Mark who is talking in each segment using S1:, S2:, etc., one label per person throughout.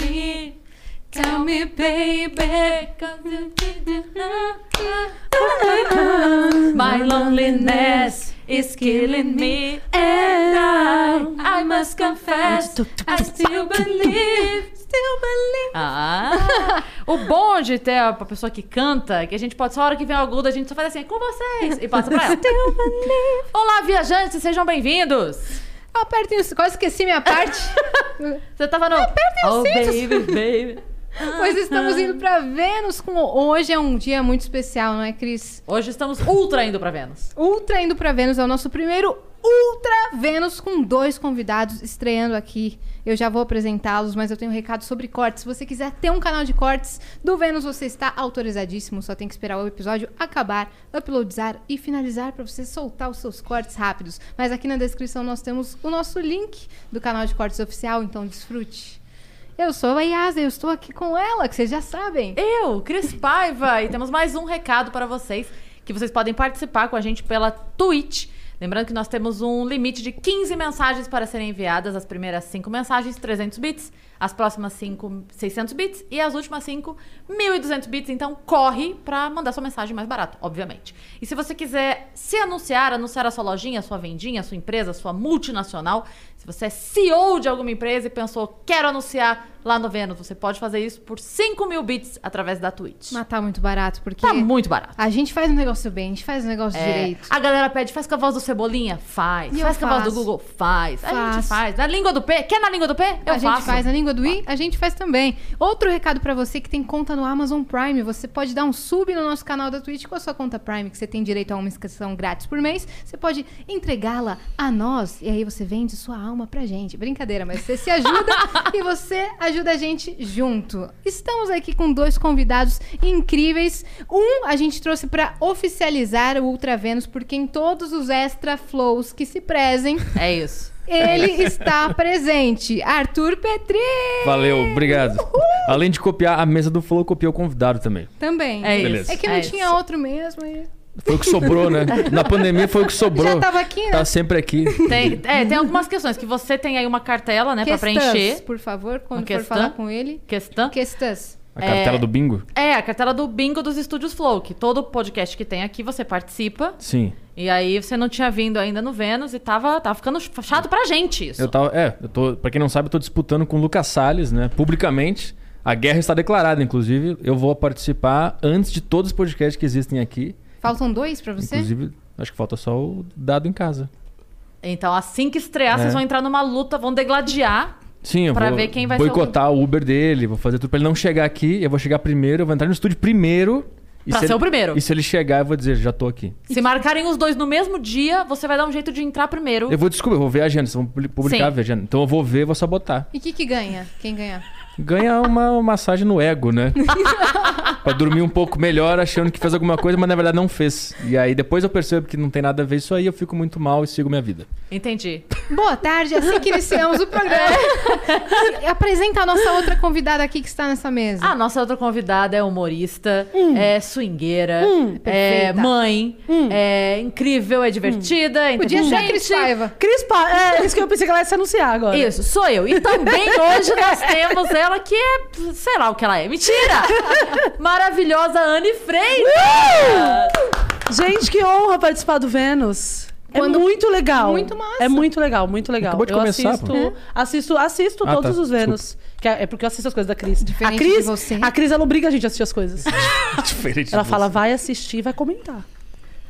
S1: me, tell me, baby, 'cause you did it. Uh, uh, uh, uh. My loneliness is killing me, and I, I must confess, I still believe, still believe.
S2: Ah. o bom de ter a pessoa que canta, que a gente pode, só a hora que vem o agudo, a gente só faz assim, com vocês, e passa pra ela. Olá, viajantes, sejam bem-vindos.
S3: Apertem os... Tá Quase esqueci minha parte.
S2: Você tava no...
S3: Apertem os
S2: oh,
S3: cintos.
S2: baby, baby.
S3: pois estamos indo pra Vênus com... Hoje é um dia muito especial, não é, Cris?
S2: Hoje estamos ultra indo pra Vênus.
S3: Ultra indo pra Vênus é o nosso primeiro Ultra Vênus com dois convidados estreando aqui. Eu já vou apresentá-los, mas eu tenho um recado sobre cortes. Se você quiser ter um canal de cortes do Vênus, você está autorizadíssimo. Só tem que esperar o episódio acabar, uploadizar e finalizar pra você soltar os seus cortes rápidos. Mas aqui na descrição nós temos o nosso link do canal de cortes oficial, então desfrute. Eu sou a Yasa e eu estou aqui com ela, que vocês já sabem.
S2: Eu, Cris Paiva, e temos mais um recado para vocês, que vocês podem participar com a gente pela Twitch. Lembrando que nós temos um limite de 15 mensagens para serem enviadas, as primeiras 5 mensagens, 300 bits, as próximas 5, 600 bits e as últimas 5, 1.200 bits. Então corre para mandar sua mensagem mais barata, obviamente. E se você quiser se anunciar, anunciar a sua lojinha, a sua vendinha, a sua empresa, a sua multinacional, se você é CEO de alguma empresa e pensou, quero anunciar lá no Vênus, você pode fazer isso por 5 mil bits através da Twitch.
S3: Mas tá muito barato, porque
S2: Tá muito barato.
S3: a gente faz um negócio bem, a gente faz um negócio
S2: É,
S3: direito.
S2: A galera pede, faz com a voz do Cebolinha? Faz.
S3: E eu
S2: faz com a voz do
S3: faço.
S2: Google? Faz. A gente
S3: Faço.
S2: faz. Na língua do P? Quer na língua do P? Eu
S3: a
S2: faço.
S3: gente faz né? na língua do I, a gente faz também. Outro recado pra você que tem conta no Amazon Prime, você pode dar um sub no nosso canal da Twitch com a sua conta Prime, que você tem direito a uma inscrição grátis por mês. Você pode entregá-la a nós e aí você vende sua alma pra gente. Brincadeira, mas você se ajuda e você ajuda a gente junto. Estamos aqui com dois convidados incríveis. Um a gente trouxe pra oficializar o Ultra Vênus, porque em todos os extra flows que se prezem,
S2: É isso.
S3: ele está presente. Arthur Petri!
S4: Valeu, obrigado. Além de copiar a mesa do Flow, copiou o convidado também.
S3: Também.
S2: É isso.
S4: Beleza.
S3: É que não
S2: É
S3: tinha
S2: isso.
S3: outro mesmo. e-
S4: Foi o que sobrou, né? Na pandemia foi o que sobrou.
S3: Já tava aqui, né?
S4: Tá sempre aqui.
S2: Tem, é, tem algumas questões que você tem aí uma cartela,
S5: É
S2: né, pra
S3: Questãs,
S2: preencher.
S3: por favor, quando
S2: Questão.
S3: for falar com ele.
S2: Questão.
S3: Questãs.
S4: A cartela
S2: É.
S4: do bingo?
S2: É, a cartela do bingo dos estúdios Flow, que todo podcast que tem aqui você participa.
S4: Sim.
S2: E aí você não tinha vindo ainda no Vênus e tava, tava ficando chato pra gente isso.
S4: Eu tava. É, eu tô. Pra quem não sabe, eu tô disputando com o Lucas Salles, né? Publicamente. A guerra está declarada, inclusive. Eu vou participar antes de todos os podcasts que existem aqui.
S3: Faltam dois pra você?
S4: Inclusive, acho que falta só o dado em casa.
S2: Então assim que estrear,
S4: É.
S2: vocês vão entrar numa luta, vão degladiar.
S4: Sim, eu
S2: Pra
S4: vou
S2: ver quem vai ser o-
S4: boicotar o Uber dele, vou fazer tudo pra ele não chegar aqui, eu vou chegar primeiro, eu vou entrar no estúdio primeiro. e
S2: Pra
S4: se
S2: ser
S4: ele-
S2: o primeiro.
S4: E se ele chegar, eu vou dizer, já tô aqui.
S2: Se marcarem os dois no mesmo dia, você vai dar um jeito de entrar primeiro.
S4: Eu vou descobrir, eu vou ver a agenda, vocês vão publi- publicar
S2: Sim.
S4: a agenda. Então eu vou ver, vou sabotar.
S3: E o que, que ganha? Quem ganhar?
S4: Ganha uma massagem no ego, né? pra dormir um pouco melhor, achando que fez alguma coisa, mas na verdade não fez. E aí depois eu percebo que não tem nada a ver isso aí, eu fico muito mal e sigo minha vida.
S2: Então Entendi.
S3: Boa tarde, é assim que iniciamos o programa. E Apresenta a nossa outra convidada aqui que está nessa mesa.
S5: Ah,
S2: A nossa outra convidada é humorista,
S5: Hum.
S2: é swingueira, é
S3: perfeita.
S2: mãe, é incrível, é divertida,
S5: Hum. é
S3: Podia ser a
S2: inteligente.
S3: Cris Paiva.
S5: Cris Pa... É isso que eu pensei que ela ia se anunciar agora.
S2: Isso, sou eu. E também hoje nós temos ela que é. sei lá o que ela é. Mentira! Maravilhosa Anne
S5: Uh!
S2: Freitas!
S5: Gente, que honra participar do Vênus.
S3: Quando-
S5: É muito legal.
S3: Muito massa.
S5: É muito legal, muito legal.
S4: Acabou de
S5: eu
S4: começar,
S5: assisto,
S4: pô.
S5: assisto, assisto
S4: Ah,
S5: todos
S4: tá.
S5: os Vênus. Que é é porque eu assisto as coisas da Cris.
S3: Diferente
S5: a Cris,
S3: de você.
S5: a Cris ela obriga a gente a assistir as coisas.
S4: Diferente de
S5: Ela fala,
S4: você.
S5: vai assistir, e vai comentar.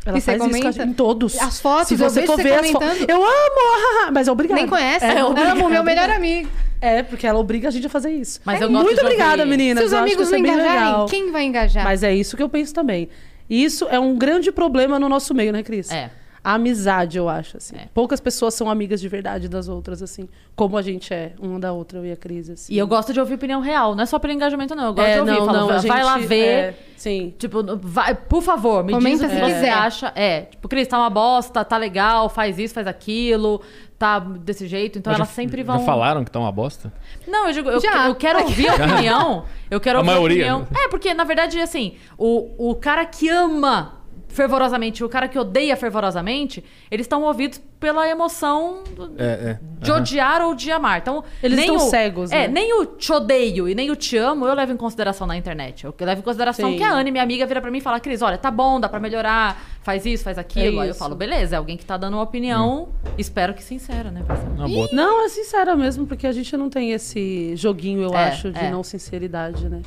S5: Ela
S3: E você
S5: faz isso com a
S3: comenta?
S5: gente- em todos.
S3: As fotos,
S5: Se
S3: eu
S5: você
S3: vejo
S5: for
S3: você
S5: ver as fo-
S3: comentando.
S5: Eu amo, mas é obrigada.
S3: Nem conhece?
S5: É, obrigada.
S3: Amo, meu melhor amigo.
S5: É, porque ela obriga a gente a fazer isso.
S2: Mas
S5: É,
S2: eu gosto
S5: Muito
S2: de
S5: obrigada,
S2: ouvir.
S5: meninas.
S3: Se os
S5: Eu acho que
S3: amigos
S5: isso é
S3: não
S5: bem legal.
S3: engajarem, quem vai engajar?
S5: Mas é isso que eu penso também. E Isso é um grande problema no nosso meio, né, Cris?
S2: É.
S5: A amizade, eu acho, assim.
S2: É.
S5: Poucas pessoas são amigas de verdade das outras, assim. Como a gente é uma da outra, eu e a Cris, assim.
S2: E eu gosto de ouvir opinião real, não é só pelo engajamento, não. Eu gosto
S5: É,
S2: de ouvir.
S5: não,
S2: falo,
S5: não,
S2: vai
S5: a gente-
S2: lá ver.
S5: é, sim.
S2: Tipo, vai, por favor, me
S3: Comenta
S2: diz o que
S3: se
S2: você
S3: quiser.
S2: acha. É, tipo, Cris, tá uma bosta, tá legal, faz isso, faz aquilo, tá desse jeito, então
S4: Mas já-
S2: elas sempre
S4: já
S2: vão.
S4: falaram que tá uma bosta?
S2: Não, eu digo, eu,
S3: Já.
S2: eu quero ouvir a opinião. Eu quero
S4: A
S2: ouvir
S4: maioria, né?
S2: a opinião. É, porque, na verdade, assim, o, o cara que ama fervorosamente e o cara que odeia fervorosamente, eles estão movidos pela emoção do-
S4: É, é.
S2: de odiar ou de amar. Então,
S5: Eles
S2: nem
S5: estão
S2: o-
S5: cegos,
S2: É,
S5: né?
S2: nem o te odeio e nem o te amo eu levo em consideração na internet. Eu levo em consideração
S5: Sim.
S2: que a Anne, minha amiga, vira pra mim e fala: Cris, olha, tá bom, dá pra melhorar, faz isso, faz aquilo.
S5: É
S2: Aí eu
S5: isso.
S2: falo: beleza, é alguém que tá dando uma opinião, espero que sincera, né? parceiro?
S4: Uma boa.
S5: Não, é sincera mesmo, porque a gente não tem esse joguinho, eu
S2: É,
S5: acho, de
S2: é.
S5: não sinceridade, né?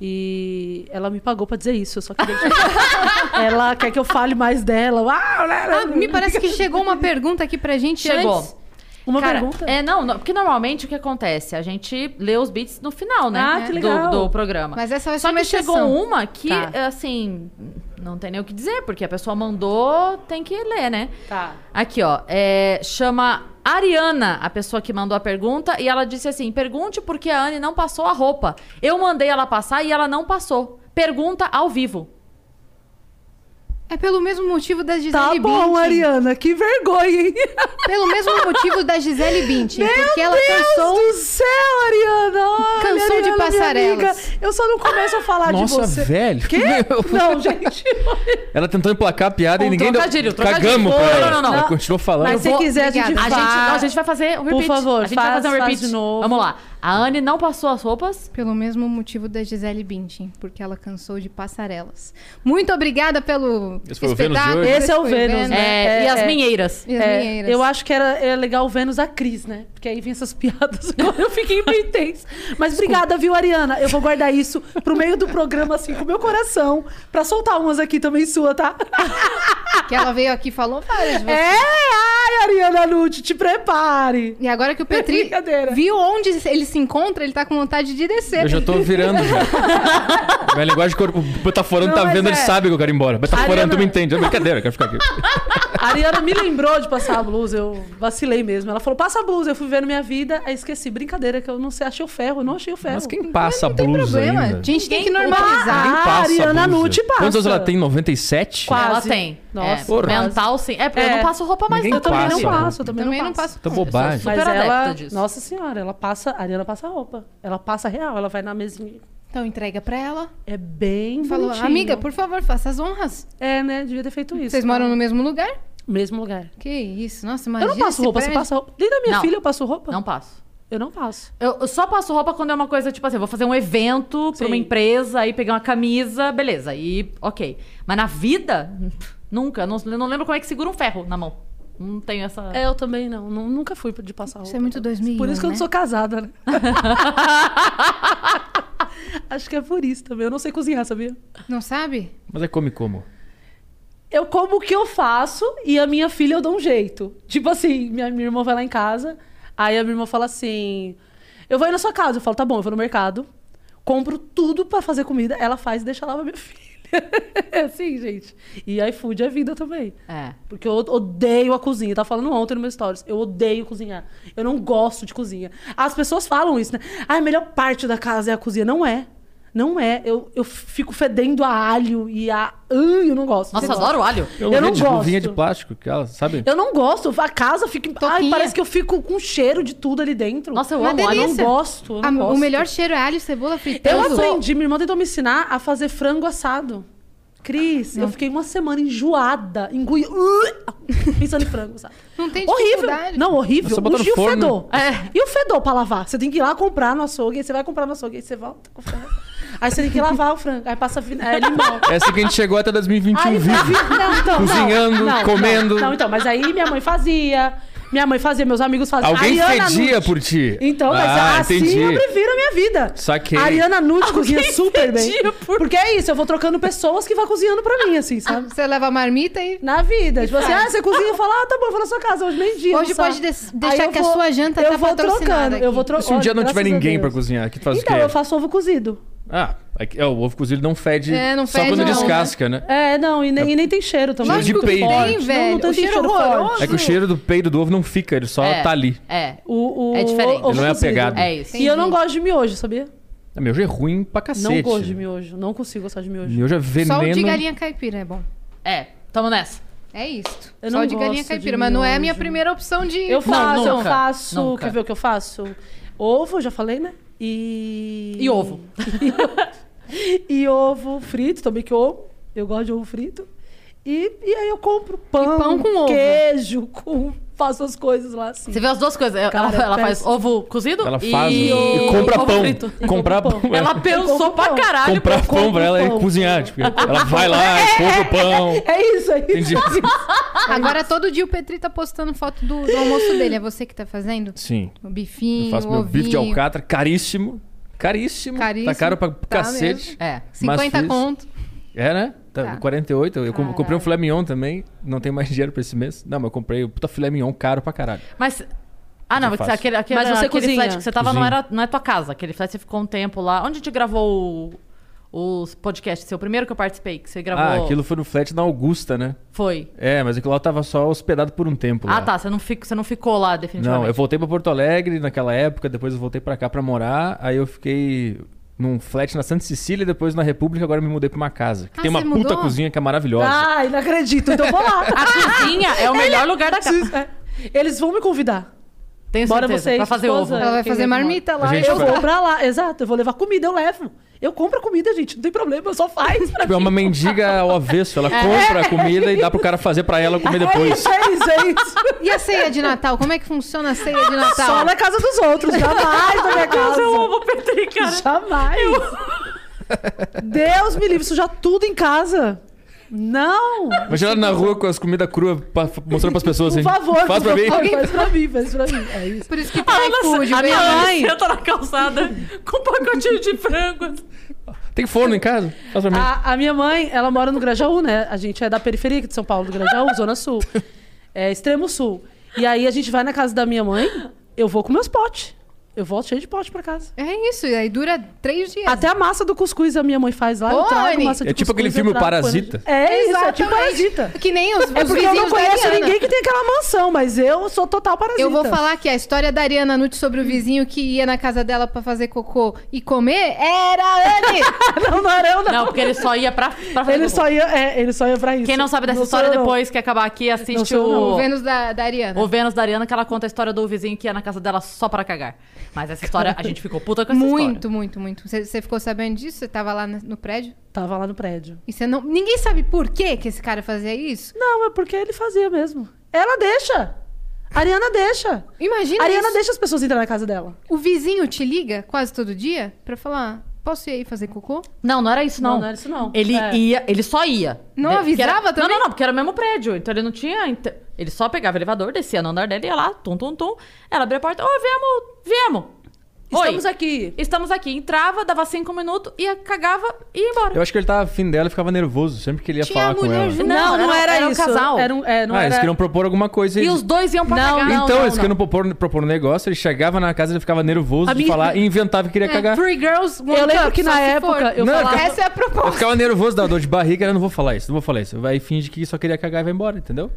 S5: E ela me pagou pra dizer isso, eu só queria que... Ela quer que eu fale mais dela. Ah, lá, lá,
S3: Ah, me parece que chegou uma pergunta aqui pra gente
S2: Chegou.
S3: antes.
S5: Uma
S2: Cara,
S5: pergunta.
S2: É, não, no- porque normalmente o que acontece? A gente lê os beats no final, né?
S5: Ah, que
S2: do-
S5: legal.
S2: Do, programa.
S3: Mas essa vai ser
S2: Só
S3: uma
S2: que
S3: exceção.
S2: chegou
S4: um.
S2: uma que,
S5: é Tá.
S2: assim, não tem nem o que dizer, porque a pessoa mandou, tem que ler, né?
S5: Tá.
S2: Aqui, ó. é, chama Ariana, a pessoa que mandou a pergunta, e ela disse assim: pergunte por que a Anne não passou a roupa. Eu mandei ela passar e ela não passou. Pergunta ao vivo.
S3: É pelo mesmo motivo da Gisele
S5: Tá
S3: Bündchen.
S5: bom, Ariana, que vergonha, hein?
S3: Pelo mesmo motivo da Gisele Bündchen. porque ela
S5: Meu
S3: cansou...
S5: Deus do céu, Ariana! Olha,
S3: Canção de
S5: Ariana, minha
S3: passarelas.
S5: amiga, Eu só não começo a falar
S4: Nossa,
S5: de você.
S4: velho.
S5: Quê? Não, gente.
S4: Ela tentou emplacar a piada e
S2: Um
S4: ninguém
S2: trocadilho,
S4: deu...
S2: trocadilho.
S4: Cagamos pra
S2: Não,
S4: ela.
S2: não, não, não.
S4: Ela continuou falando.
S5: Mas se
S2: vou-
S5: quiser, a gente
S3: Obrigada.
S2: A
S5: faz.
S2: gente, não, a gente vai fazer um
S5: Por
S2: repeat.
S5: favor,
S2: a gente vai
S5: faz-
S2: fazer um
S5: faz
S2: repeat.
S5: de novo.
S2: Vamos lá. A Anne não passou as roupas.
S3: Pelo mesmo motivo da Gisele Bündchen, porque ela cansou de passarelas. Muito obrigada pelo
S4: Esse foi o Vênus de hoje?
S3: Esse
S5: Esse é o
S3: foi
S5: Vênus,
S3: Vênus.
S5: né?
S2: É,
S5: É,
S2: e as
S5: é.
S2: minheiras.
S3: E as
S5: É,
S3: minheiras.
S5: eu acho que era é legal o Vênus da Cris, né? Porque aí vem essas piadas. Eu fiquei bem tensa. Mas obrigada, viu, Ariana? Eu vou guardar isso pro meio do programa, assim, com o meu coração. Pra soltar umas aqui também sua, tá?
S3: É. que ela veio aqui e falou várias de
S5: É!
S3: você.
S5: Ai, Ariana Nucci, te prepare!
S3: E agora que o Petri
S5: Brincadeira.
S3: viu onde ele se encontra, ele tá com vontade de descer.
S4: Eu já tô virando já. Minha linguagem corpo. O Botaforano
S5: Não,
S4: tá
S5: mas
S4: vendo,
S5: é.
S4: ele sabe que eu quero ir embora. Botaforano,
S5: Ariana-
S4: tu me entende. É brincadeira, eu quero ficar aqui.
S5: A Ariana me lembrou de passar a blusa, eu vacilei mesmo. Ela falou, passa a blusa. Eu fui ver na minha vida, aí esqueci. Brincadeira, que eu não sei, achei o ferro, eu não achei o ferro.
S4: Mas quem passa a
S3: Não tem
S4: blusa
S3: problema.
S4: ainda?
S3: A gente tem que
S5: Ninguém-
S3: normalizar.
S4: Ninguém
S5: Ah,
S4: passa
S5: Ariana
S4: a blusa.
S5: Nucci passa.
S4: Quantos anos ela tem? 97?
S5: Quase.
S2: Ela tem.
S5: Nossa,
S2: É,
S4: porra.
S2: mental, sim. É, porque eu
S5: É.
S2: não passo roupa mais
S4: Ninguém
S5: Eu também não
S4: passa.
S5: passo, eu também,
S3: Também
S5: não passo.
S4: Tá bobagem.
S2: Super
S5: Mas
S2: adepta
S5: ela,
S2: disso.
S5: nossa senhora, ela passa, a Ariana passa roupa. Ela passa real, ela vai na mesinha.
S3: Então entrega pra ela.
S5: É bem
S3: Falou,
S5: bonitinho.
S3: amiga, por favor, faça as honras.
S5: É, né? Devia ter feito isso.
S3: Vocês moram no mesmo lugar?
S5: mesmo lugar.
S3: Que isso, nossa,
S5: Eu
S3: imagina
S5: não passo
S3: esse
S5: roupa, você
S3: prédio.
S5: passa roupa. Nem da minha
S2: Não.
S5: filha eu passo roupa.
S2: Não passo.
S5: Eu não passo.
S2: Eu eu só passo roupa quando é uma coisa, tipo assim, eu vou fazer um evento pra
S5: Sim.
S2: uma empresa, aí pegar uma camisa, beleza, aí ok. Mas na vida, nunca. Não, não lembro como é que segura um ferro na mão. Não tenho essa.
S5: É, eu também não. Nu- Nunca fui de passar roupa.
S3: Isso é muito 2001,
S5: Por isso que eu
S3: né?
S5: não sou casada, um, né? Acho que é por isso também. Eu não sei cozinhar, sabia?
S3: Não sabe?
S4: Mas é come como?
S5: Eu como o que eu faço e a minha filha eu dou um jeito. Tipo assim, minha, minha irmã vai lá em casa, aí a minha irmã fala assim: Eu vou ir na sua casa. Eu falo: Tá bom, eu vou no mercado, compro tudo pra fazer comida. Ela faz e deixa lá pra minha filha. É assim, gente. E iFood é vida também.
S2: É.
S5: Porque eu odeio a cozinha. Eu tava falando ontem no meu stories. Eu odeio cozinhar. Eu não gosto de cozinha. As pessoas falam isso, né? Ah, a melhor parte da casa é a cozinha. Não é. Não é. Eu, eu fico fedendo a alho e a. Ai, eu não gosto.
S2: Nossa,
S5: Você gosta?
S2: adoro alho.
S4: Eu,
S5: não
S4: de
S5: gosto.
S4: luvinha de plástico, que ela, sabe?
S5: Eu não gosto. A casa fica. Ai,
S3: Toquinha.
S5: parece que eu fico com cheiro de tudo ali dentro.
S2: Nossa, eu
S3: Uma
S2: amo alho.
S5: eu não
S3: delícia.
S5: gosto. eu não
S3: A- o
S5: gosto.
S3: melhor cheiro é alho e cebola fritada.
S5: Eu aprendi, minha irmã tentou me ensinar a fazer frango assado. Cris, eu fiquei uma semana enjoada, engolindo, pensando em frango, sabe?
S3: Não tem
S5: horrível.
S3: dificuldade.
S5: Não, horrível.
S4: Só bota
S5: O
S4: no
S5: Gil
S4: tá forno.
S5: fedor.
S2: É.
S5: E o fedor pra lavar? Você tem que ir lá comprar no açougue, aí você vai comprar no açougue, aí você volta com o frango. Aí você tem que lavar o frango, aí passa vi- é, limão.
S4: É assim que a gente chegou até 2021
S5: Aí
S4: vivo.
S5: Não, então, não,
S4: Cozinhando,
S5: não,
S4: comendo.
S5: Não, não, então, mas aí minha mãe fazia, minha mãe fazia, meus amigos faziam.
S4: Alguém
S5: Ariana
S4: fedia
S5: Nucci.
S4: por ti.
S5: Então, mas
S4: ah,
S5: assim
S4: entendi.
S5: eu prefiro a minha vida.
S4: Saquei.
S5: A Ariana Nucci cozinha super bem.
S2: fedia por-
S5: Porque é isso, eu vou trocando pessoas que vai cozinhando pra mim, assim, sabe?
S3: Ah, Você leva a marmita e
S5: Na vida. Tipo assim, ah, você cozinha e fala, ah, tá bom, eu vou na sua casa hoje, meio-dia.
S3: Hoje
S5: almoçar.
S3: pode des-
S5: Aí
S3: deixar
S5: eu
S3: que a sua janta
S5: eu
S3: tá
S5: vou
S3: patrocinada
S5: trocando,
S3: aqui.
S5: Eu vou trocando.
S4: Se um dia não tiver ninguém pra
S5: pra
S4: cozinhar, o que tu faz
S5: Então,
S4: o quê?
S5: eu faço ovo cozido.
S4: Ah, aqui, é, o ovo cozido não fede,
S3: É, não
S4: só
S3: fede
S4: quando
S3: não,
S4: descasca, né?
S5: É, não, e nem, e nem tem cheiro também.
S4: Cheiro de
S3: Lógico que
S4: peido.
S3: tem,
S4: Não,
S3: velho.
S5: não tem
S3: o cheiro,
S5: cheiro
S3: horroroso.
S4: É que o cheiro do peido do ovo não fica, ele só
S2: É.
S4: tá ali.
S2: É.
S5: O, o-
S2: É diferente.
S5: ovo
S4: Ele não é
S5: cozido.
S4: apegado.
S2: É isso.
S5: E eu não
S3: Entendi.
S5: gosto de miojo, sabia?
S4: É, meu, já é ruim pra cacete.
S5: Não gosto de miojo. Não consigo gostar de miojo.
S4: Miojo é veneno.
S3: Só o de galinha caipira é bom.
S2: É. Tamo nessa.
S3: É isto.
S5: Eu
S3: Só
S5: não
S3: de galinha
S5: gosto de
S3: caipira, mas não é a minha
S5: miojo.
S3: primeira opção de.
S5: Eu faço, eu
S2: nunca,
S5: faço.
S2: nunca.
S5: Quer ver o que eu faço? Ovo, já falei, né? E.
S2: E ovo.
S5: e ovo frito, também que ovo. Eu gosto de ovo frito. E, e aí eu compro pão,
S3: pão com ovo.
S5: queijo, com. Faço as coisas lá assim.
S2: Você vê as duas coisas. Ela-
S5: Cara,
S2: ela ela faz
S5: péssimo.
S2: ovo cozido
S4: Ela
S2: e,
S4: faz e,
S2: ovo
S4: compra pão.
S2: frito.
S4: Comprar
S5: compra
S4: pão. é.
S5: pão.
S2: Ela pensou
S5: compra
S2: pra
S5: pão.
S2: caralho.
S4: comprar
S5: pô,
S4: pão
S5: compra
S4: pra ela
S5: pão.
S4: e cozinhar. Tipo, ela vai lá, compra o pão.
S5: É isso aí.
S4: Entendi.
S3: Agora todo dia o Petri tá postando foto do, do almoço dele. É você que tá fazendo?
S4: Sim.
S3: O
S4: Eu
S3: bifinho,
S4: faço
S3: o
S4: meu
S3: ovinho.
S4: bife de alcatra, caríssimo. Caríssimo.
S3: Caríssimo.
S4: Tá caro pra
S3: Tá
S4: cacete.
S2: É.
S4: Mas
S3: 50
S4: fiz.
S3: conto.
S4: É, né? Tá,
S3: Tá.
S4: 48. Eu com- comprei
S3: Caralho.
S4: um filé mignon também. Não tem mais dinheiro pra esse mês. Não, mas eu comprei o puta filé mignon caro pra caralho.
S2: Mas. Ah, não,
S4: Mas
S2: aquele,
S4: eu faço.
S2: aquele, aquele,
S5: Mas você cozinha?
S2: flat que você tava não,
S4: Cozinho.
S2: era, não é tua casa. Aquele flat você ficou um tempo lá. Onde a gente gravou o, os podcast seu? O primeiro que eu participei, que você gravou.
S4: Ah, aquilo foi no flat na Augusta, né?
S2: Foi.
S4: É, mas aquilo lá eu tava só hospedado por um tempo.
S2: Ah,
S4: lá.
S2: tá. Você não, fica, você não ficou lá, definitivamente.
S4: Não, eu voltei pra Porto Alegre naquela época, depois eu voltei pra cá pra morar, aí eu fiquei num flat na Santa Cecília, depois na República, agora eu me mudei pra uma casa. Que
S3: Ah,
S4: tem uma
S3: você
S4: puta
S3: mudou?
S4: cozinha que é maravilhosa.
S5: Ai, não acredito. Então eu vou lá.
S2: A cozinha é o melhor lugar da casa.
S5: É. Eles vão me convidar.
S2: Tenho
S5: Bora
S2: tá. certeza.
S5: vocês,
S2: pra fazer ovo.
S5: esposa.
S3: Ela vai
S5: quem
S3: fazer
S5: vai tomar?
S3: marmita lá.
S4: A gente
S3: eu
S5: eu
S4: vai.
S5: vou pra lá, exato. Eu vou levar comida, eu levo. Eu compro a comida, gente. Não tem problema, eu só faz. pra
S4: Tipo, é
S5: mim.
S4: uma mendiga ao avesso. Ela compra a comida e dá pro cara fazer pra ela comer
S5: É
S4: depois.
S5: isso, é isso, é isso.
S3: E a ceia de Natal? Como é que funciona a ceia de Natal?
S5: Só na casa dos outros, jamais na minha casa.
S2: Tá, Eu amo o Petri, cara.
S5: Jamais. Deus me livre, sujar tudo em casa. Não.
S4: Imagina ela na rua com as comidas cruas, pa- fa- mostrando pras pessoas
S5: Por
S4: assim.
S5: favor,
S4: Faz pra
S5: por
S4: mim.
S5: favor, faz pra mim, faz pra mim. É isso.
S3: Por isso que tem iFood,
S2: a
S3: vem
S2: minha
S3: lá.
S2: mãe senta na calçada com um pacotinho de frango.
S4: Tem forno em casa? Faz pra mim.
S5: A, a minha mãe, ela mora no Grajaú, né? A gente é da periferia aqui de São Paulo, do Grajaú, Zona Sul. É, extremo Sul. E aí a gente vai na casa da minha mãe, eu vou com meus potes. Eu volto cheio de pote pra casa.
S3: É isso, e aí dura três dias.
S5: Até a massa do cuscuz a minha mãe faz lá,
S3: Ô,
S5: eu trago
S3: Anne!
S5: massa de
S4: É tipo
S5: cuscuz,
S4: aquele filme
S5: eu trago
S4: Parasita.
S5: pano- É isso, é
S3: Exatamente.
S5: tipo Parasita.
S3: Que nem os,
S5: É
S3: os
S5: porque eu não
S3: vizinhos da
S5: conheço
S3: Ariana.
S5: ninguém que tem aquela mansão, mas eu sou total parasita.
S3: Eu vou falar que a história da Ariana Nutt sobre o vizinho que ia na casa dela pra fazer cocô e comer era a Anne.
S5: não, não era eu, não.
S2: Não, porque ele só ia pra, pra fazer
S5: Ele
S2: ovo.
S5: só ia, é, ele só ia pra isso.
S2: Quem não sabe dessa
S5: Não sou
S2: história,
S5: eu, não.
S2: depois que acabar aqui,
S5: Não
S2: assiste
S5: sou eu, não.
S3: o
S2: o...
S3: Vênus da, da Ariana.
S2: O Vênus da Ariana, que ela conta a história do vizinho que ia na casa dela só pra cagar. Mas essa história, a gente ficou puta com essa história.
S3: Muito, muito, muito. Você- Você ficou sabendo disso? Você tava lá na- no prédio?
S5: Tava lá no prédio.
S3: E você não. Ninguém sabe por que que esse cara fazia isso?
S5: Não, é porque ele fazia mesmo. Ela deixa. A Ariana deixa.
S3: Imagina
S5: A Ariana
S3: isso.
S5: deixa as pessoas entrar na casa dela.
S3: O vizinho te liga quase todo dia pra falar: posso ir aí fazer cocô?
S2: Não, não era isso, não.
S5: Não, não era isso, não.
S2: Ele
S5: É.
S2: ia, ele só ia.
S3: Não
S2: De- que era-
S3: avisava também?
S2: Não, não, não, porque era o mesmo prédio. Então ele não tinha. inte- Ele só pegava o elevador, descia no andar dela, ia lá, tum, tum, tum. Ela abria a porta, ô, viemos, viemos. Oi,
S5: Estamos aqui.
S2: Estamos aqui. Entrava, dava cinco minutos, ia, cagava e ia embora.
S4: Eu acho que ele tava afim dela e ficava nervoso sempre que ele ia
S3: Tinha
S4: falar
S3: a
S4: com
S3: mulher
S4: ela.
S3: junto.
S2: Não, era- era um casal.
S5: Era um, é, não
S4: ah, eles
S5: era...
S4: queriam propor alguma coisa.
S2: E
S4: eles-
S2: os dois iam pra
S5: Ah, Não,
S2: cagar.
S4: então, eles
S2: não.
S4: queriam propor, propor um negócio, ele chegava na casa, ele ficava nervoso
S5: A
S4: de
S5: minha- É.
S4: falar e inventava que queria cagar.
S3: Three girls, one
S5: Eu lembro
S3: cup,
S5: que
S3: Então, só
S5: na
S3: se
S5: época
S3: for.
S5: eu
S4: Não,
S5: falava...
S4: cara,
S3: Essa é a
S4: Eu
S3: proposta.
S4: ficava nervoso, dava dor de barriga, eu não vou falar isso, não vou falar isso. Vai finge que só queria cagar e vai embora, entendeu?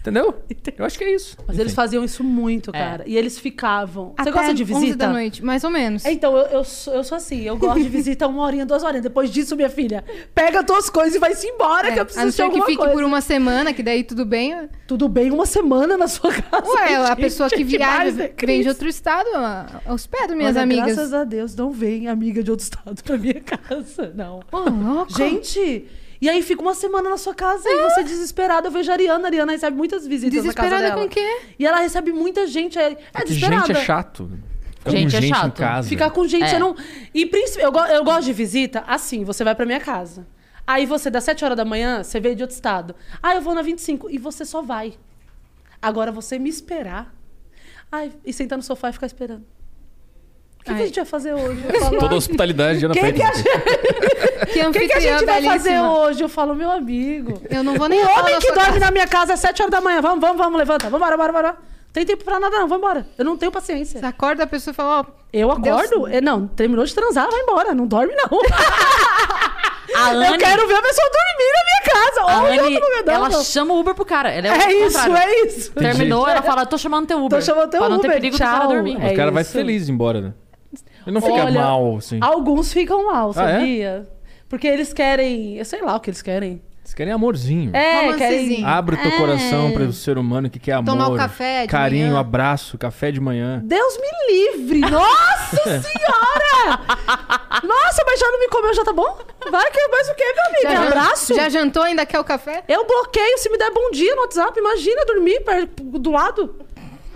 S4: Entendeu? Eu acho que é isso.
S5: Mas eles faziam isso muito, cara. E eles ficavam... Você gosta de
S3: 11 É. da
S5: visita?
S3: noite, mais ou menos.
S5: Então, eu, eu, sou, eu sou assim, eu gosto de visita uma horinha, duas horinhas. Depois disso, minha filha, pega tuas coisas e vai-se embora,
S3: É,
S5: que eu
S3: a não
S5: preciso de
S3: ser que
S5: alguma
S3: fique
S5: coisa.
S3: por um- uma semana, que daí tudo bem.
S5: Tudo bem uma semana na sua casa.
S3: Ué, é a
S5: gente,
S3: pessoa que
S5: gente,
S3: viaja,
S5: mais, né,
S3: vem
S5: Cris?
S3: de outro estado, ah, hospedo minhas
S5: Olha,
S3: amigas.
S5: Graças a Deus, não vem amiga de outro estado pra minha casa, não.
S3: Ô, louco.
S5: Gente, e aí fica uma semana na sua casa e você é desesperada. Eu vejo a Ariana, a Ariana recebe muitas visitas na casa
S3: Desesperada
S5: dela.
S3: com o quê?
S5: E ela recebe muita gente, é, é
S4: É que
S5: desesperada.
S4: gente é chato. Ficar
S2: Gente
S4: com
S2: é
S4: gente em
S2: chato.
S4: casa.
S5: Ficar com gente,
S2: É.
S5: eu não. E principalmente, eu, go- eu gosto de visita assim: você vai pra minha casa. Aí você, das 7 horas da manhã, você veio de outro estado. Ah, eu vou na 25. E você só vai. Agora você me esperar. Ai, e sentar no sofá e ficar esperando. O que, que
S3: Ai.
S5: a gente vai fazer hoje? Eu falo,
S4: Toda a
S5: "Ai,
S4: hospitalidade de Ana
S5: Quem que
S4: Freitas.
S5: a gente,
S3: Que
S5: quem que a
S3: anfitriã
S5: gente vai fazer
S3: belíssima.
S5: hoje? Eu falo, meu amigo.
S3: Eu não vou
S5: O
S3: nem falar
S5: homem
S3: na
S5: que
S3: sua
S5: dorme
S3: casa.
S5: na minha casa às 7 horas da manhã. Vamos, vamos, vamos, levanta. Vamos embora, bora, bora. Não tem tempo pra nada, não. Vamos embora. Eu não tenho paciência.
S3: Você acorda a pessoa e fala, ó,
S5: Eu acordo. eh, Não, terminou de transar, vai embora. Não dorme, não.
S2: A Anne,
S5: Eu quero ver a pessoa dormir na minha casa.
S2: a
S5: Ou em
S2: Anne
S5: outro lugar. Não,
S2: ela
S5: não.
S2: chama o Uber pro cara. Ela é, o
S5: É isso,
S2: contrário.
S5: é isso.
S4: Tem
S2: Terminou,
S4: jeito.
S2: ela fala, tô chamando teu Uber.
S5: Tô chamando teu
S2: pra não ter
S5: Uber,
S2: perigo do cara
S5: tchau.
S2: dormir.
S4: O
S5: É
S4: cara vai
S5: isso.
S4: feliz embora, né? Ele não fica
S5: Olha,
S4: mal, assim.
S5: Alguns ficam mal,
S4: Ah, é?
S5: sabia? Porque eles querem... Eu sei lá o que eles querem.
S4: Vocês querem amorzinho.
S5: É, querem...
S3: Romancezinho.
S4: Abre o teu
S5: É. um
S4: coração para o ser humano que quer amor.
S3: Tomar o café de
S4: Carinho,
S3: manhã.
S4: abraço, café de manhã.
S5: Deus me livre! Nossa senhora! Nossa, mas já não me comeu, já tá bom? Vai que mais o quê, meu amigo? Um
S3: jan-
S5: abraço?
S3: Já jantou, ainda quer o café?
S5: Eu bloqueio se me der bom dia no WhatsApp. Imagina dormir per- do lado.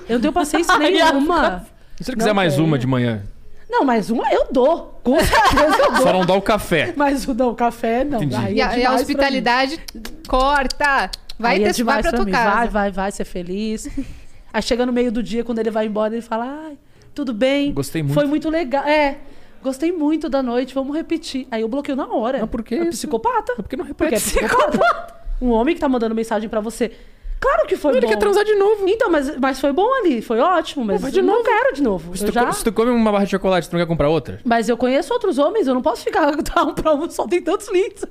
S5: Eu não tenho paciência nenhuma.
S4: E se ele quiser mais
S5: quero.
S4: uma de manhã,
S5: Não, mas uma eu dou. Com certeza eu
S4: só
S5: dou.
S4: não dá o café.
S5: Mas o não, café não.
S4: Entendi.
S5: Aí
S3: E a, e a
S5: é demais pra mim.
S3: hospitalidade corta. Vai,
S5: Aí
S3: ter,
S5: é
S3: vai
S5: demais
S3: pra tua
S5: mim.
S3: casa.
S5: Vai, vai, vai ser feliz. Aí chega no meio do dia, quando ele vai embora, ele fala: Ai, tudo bem.
S4: Gostei muito."
S5: Foi muito legal. É, gostei muito da noite, vamos repetir. Aí eu bloqueio na hora.
S4: Mas por que
S5: É
S4: isso?
S5: psicopata.
S4: Mas por que não repete?
S5: Porque é psicopata. Um homem que tá mandando mensagem pra você. Claro que foi bom. Ele quer transar de novo. Então, mas, mas foi bom ali, foi ótimo. Mas eu não quero de novo.
S4: Se
S5: Eu
S4: tu,
S5: já...
S4: co- se tu come uma barra de chocolate, tu não quer comprar outra?
S5: Mas eu conheço outros homens, eu não posso ficar dar um pra um, só tem tantos links.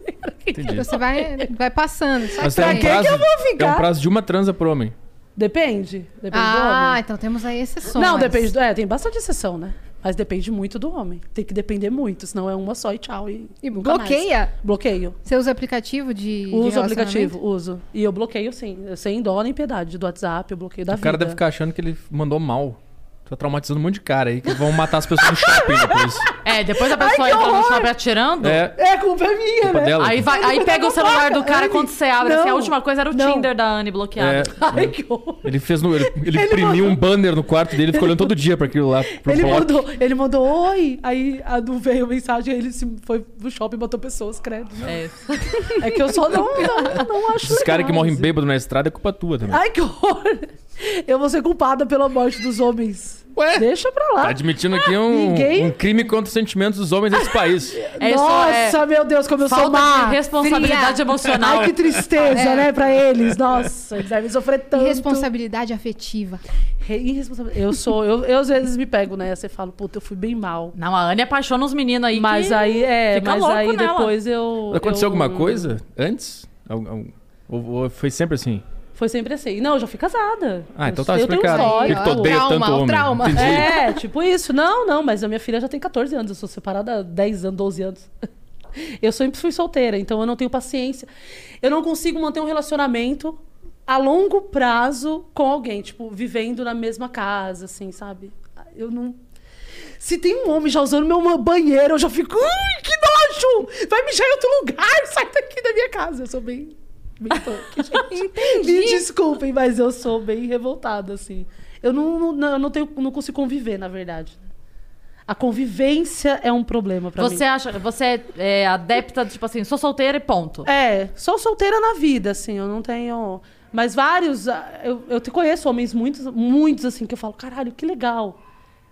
S4: Entendi.
S3: Você vai, vai passando. sai
S4: Mas
S3: pra
S4: é um
S3: aí.
S4: prazo,
S5: eu vou ficar?
S4: É um prazo de uma transa por homem.
S5: Depende. Depende do homem.
S3: Ah, então temos aí exceções.
S5: Não, depende. Do, é, tem bastante exceção, né? Mas depende muito do homem. Tem que depender muito, senão é uma só e tchau. E,
S3: E
S5: nunca
S3: bloqueia?
S5: mais. Bloqueio.
S3: Você usa aplicativo de. de
S5: Uso o
S3: relacionamento?
S5: aplicativo, uso. E eu bloqueio sim, sem dó nem piedade. Do WhatsApp, eu bloqueio da
S4: O cara
S5: vida.
S4: deve ficar achando que ele mandou mal. Tá traumatizando um monte de cara aí, que vão matar as pessoas no shopping depois.
S2: É, depois a pessoa entra no shopping atirando.
S4: É,
S5: É, a culpa é minha,
S4: culpa
S5: né?
S4: dela.
S2: Aí, vai, aí pega o celular do cara quando você abre. Assim, a
S5: Não.
S2: última coisa era o
S5: Não.
S2: Tinder da Anne
S4: É,
S2: bloqueado.
S5: Ai, que horror.
S4: ele fez no, ele, ele imprimiu um banner no quarto dele, ficou olhando todo dia pra aquilo lá. Pro
S5: Ele
S4: bloco.
S5: mandou, ele mandou oi, aí a não veio a mensagem, aí ele se foi pro shopping e botou pessoas, credo.
S2: É.
S5: É que eu só não, não, não acho
S4: Esses caras que
S5: legal,
S4: morrem
S5: assim.
S4: bêbado na estrada é culpa tua também.
S5: Ai, que horror! Eu vou ser culpada pela morte dos homens.
S4: Ué?
S5: Deixa pra lá.
S4: Tá admitindo aqui um,
S5: Ninguém-
S4: um crime contra os sentimentos dos homens desse país.
S2: É isso,
S5: Nossa, meu Deus, como eu sou
S2: Falta É.
S5: má.
S2: de responsabilidade emocional.
S5: Ai, que tristeza, né, pra eles. Nossa, eles devem sofrer tanto.
S3: Irresponsabilidade afetiva.
S5: Re- irresponsabilidade. Eu sou, eu, eu às vezes me pego nessa e falo, puta, eu fui bem mal.
S2: Não, a Anne apaixona os meninos aí.
S5: Mas
S2: que...
S5: aí, é,
S2: fica
S5: mas
S2: louco né,
S5: aí
S2: nela.
S5: depois eu...
S4: Aconteceu
S5: eu-
S4: alguma coisa antes? Al- al- Ou, ou foi sempre assim?
S5: Foi sempre assim. Não, eu já fui casada.
S4: Ah, então tá
S5: eu tenho um
S4: explicado.
S5: história. Ah,
S4: Ele
S3: ó,
S4: te
S3: o
S4: odeia
S3: trauma,
S4: tanto
S3: o
S4: homem.
S3: trauma.
S4: Entendi.
S5: É, tipo isso. Não, não, mas a minha filha já tem 14 anos. Eu sou separada há 10 anos, 12 anos. Eu sempre fui solteira, então eu não tenho paciência. Eu não consigo manter um relacionamento a longo prazo com alguém, tipo, vivendo na mesma casa, assim, sabe? Eu não. Se tem um homem já usando meu banheiro, eu já fico. Ui, que nojo! Vai mijar em outro lugar, sai daqui da minha casa. Eu sou bem. bem toque, gente. Me desculpem, mas eu sou bem revoltada, assim. Eu não, não, eu não, tenho, não consigo conviver, na verdade. A convivência é um problema pra mim.
S2: Você acha. Você é adepta, tipo assim, sou solteira e ponto.
S5: É, sou solteira na vida, assim, eu não tenho. Mas vários. ah, Eu, eu te conheço homens, muitos, muitos, assim, que eu falo, caralho, que legal.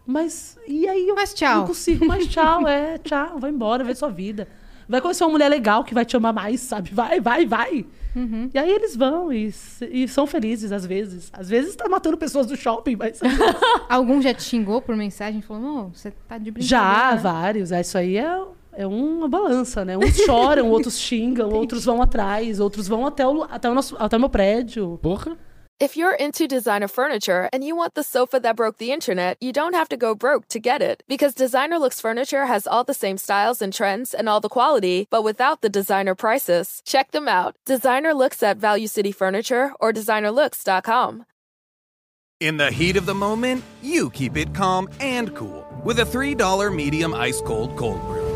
S5: Mas. E aí eu
S3: Mas tchau.
S5: não consigo, mas tchau, é, tchau, vai embora, vê sua vida. Vai conhecer uma mulher legal que vai te amar mais, sabe? Vai, vai, vai.
S3: Uhum.
S5: E aí eles vão e, s- e são felizes às vezes. Às vezes tá matando pessoas do shopping, mas.
S3: Algum já te xingou por mensagem? Falou, não, você tá de brincadeira.
S5: Já,
S3: né?"
S5: vários. É, Isso aí é, é uma balança, né? Uns choram, outros xingam, outros vão atrás, outros vão até o, até o, nosso, até o meu prédio.
S4: Porra.
S6: If you're into designer furniture and you want the sofa that broke the internet, you don't have to go broke to get it. Because Designer Looks Furniture has all the same styles and trends and all the quality, but without the designer prices. Check them out. Designer Looks at Value City Furniture or designerlooks.com.
S7: In the heat of the moment, you keep it calm and cool with a $3 medium ice cold cold brew.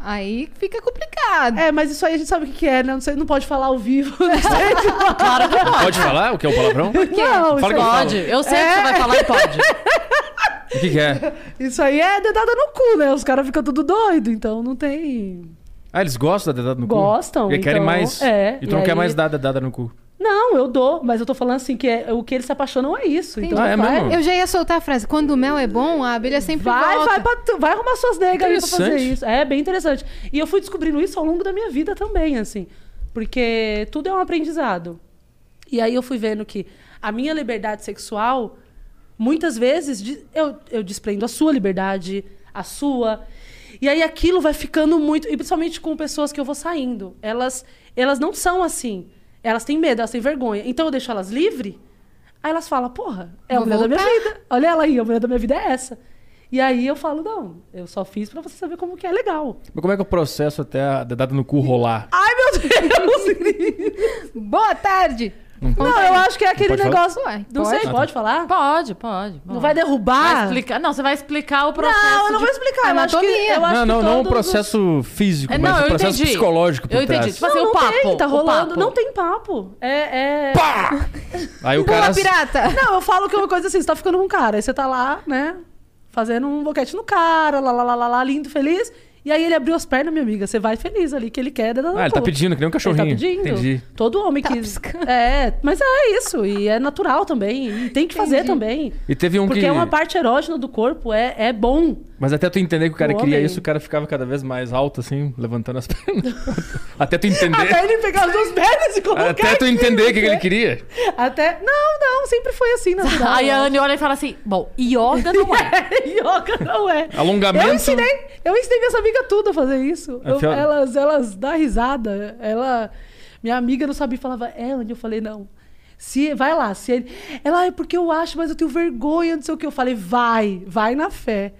S3: Aí fica complicado.
S5: É, mas isso aí a gente sabe o que, que é, né? Não, sei, não pode falar ao vivo. Não, sei.
S4: Pode falar o que é o palavrão? Fala
S5: não isso,
S4: que eu falo.
S2: Pode. Eu sei que você
S5: É.
S2: vai falar e pode.
S4: O que, que é?
S5: isso aí é dedada no cu, né? Os caras ficam tudo doido, então não tem.
S4: Ah, eles gostam da dedada no cu?
S5: Gostam,
S4: E querem
S5: então,
S4: mais.
S5: é,
S4: e tu
S5: e
S4: não quer
S5: aí-
S4: mais dar dedada no cu.
S5: Não, eu dou, mas eu tô falando assim que é- o que eles se apaixonam é isso. Então
S4: Ah, é
S5: vai,
S4: mesmo?
S3: Eu já ia soltar a frase, quando o mel é bom, a abelha sempre
S5: Vai,
S3: volta.
S5: vai, pra tu- vai arrumar suas negas aí pra fazer
S4: Interessante.
S5: isso. É bem interessante. E eu fui descobrindo isso ao longo da minha vida também, assim. Porque tudo é um aprendizado. E aí eu fui vendo que a minha liberdade sexual Muitas vezes de- eu, eu desprendo a sua liberdade, a sua. E aí aquilo vai ficando muito. E principalmente com pessoas que eu vou saindo. Elas, elas não são assim. Elas têm medo, elas têm vergonha. Então eu deixo elas livre. Aí elas falam, porra, é a
S3: Vou
S5: mulher da minha
S3: voltar.
S5: vida. Olha ela aí, a mulher da minha vida é essa. E aí eu falo, não, eu só fiz pra você saber como que é legal.
S4: Mas como é que é o processo até a dedada no cu rolar?
S5: Ai, meu Deus!
S3: Boa tarde!
S5: não, eu acho que é aquele
S4: Pode falar?
S5: negócio.
S3: Ué,
S5: não
S3: pode?
S5: sei, pode falar?
S2: Pode, pode.
S5: Não vai
S2: Vai
S5: derrubar?
S2: explicar. Não, você vai explicar o processo.
S5: Não, eu não
S2: de-
S5: vou explicar. Eu acho que,
S3: Anatomia.
S5: eu acho
S4: não,
S5: que
S4: não, não o
S5: todos os-
S4: processo físico,
S2: É,
S4: mas
S2: não,
S4: o
S2: eu
S4: processo
S2: entendi.
S4: psicológico por
S2: Eu entendi.
S4: trás.
S2: Tipo assim, o
S5: não,
S2: papo.
S5: Tem, tá
S2: o
S5: rolando.
S2: papo.
S5: Não tem papo. É. é-
S4: Aí o
S3: Boa,
S4: cara
S3: pirata!
S5: Não, eu falo que é uma coisa assim, você tá ficando com um cara, aí você tá lá, né? Fazendo um boquete no cara, lá, lá, lá, lá, lá, lindo, feliz. E aí ele abriu as pernas, minha amiga. Você vai feliz ali, que ele quer. dá- dá-
S4: Ah, ele tá
S5: pô.
S4: pedindo, que nem um cachorrinho.
S5: Ele tá pedindo.
S4: Entendi.
S5: Todo homem
S2: Tá
S5: que.
S3: piscando.
S5: É, mas é isso. E é natural também. E tem que fazer também.
S4: E teve um
S5: Porque
S4: que.
S5: é uma parte erógena do corpo, é, é bom.
S4: Mas até tu entender que o cara
S5: O
S4: queria
S5: homem-
S4: isso, o cara ficava cada vez mais alto, assim, levantando as pernas. até tu entender.
S5: Até ele pegar as duas pernas e colocar.
S4: Até tu
S5: aqui,
S4: entender o que, que
S5: né?
S4: ele queria.
S5: Até. Não, não, sempre foi assim, na verdade.
S2: Aí a Anne olha e fala assim: Bom, yoga não é.
S5: Yoga não é.
S4: Alongamento.
S5: Eu ensinei, eu ensinei minhas amigas tudo a fazer isso.
S4: É
S5: Eu-
S4: pior-
S5: elas, elas dão risada. Ela, minha amiga não sabia, falava, é onde eu falei, não. Se, vai lá, se ele. Ela, é porque eu acho, mas eu tenho vergonha, não sei o que. Eu falei, vai, vai na fé.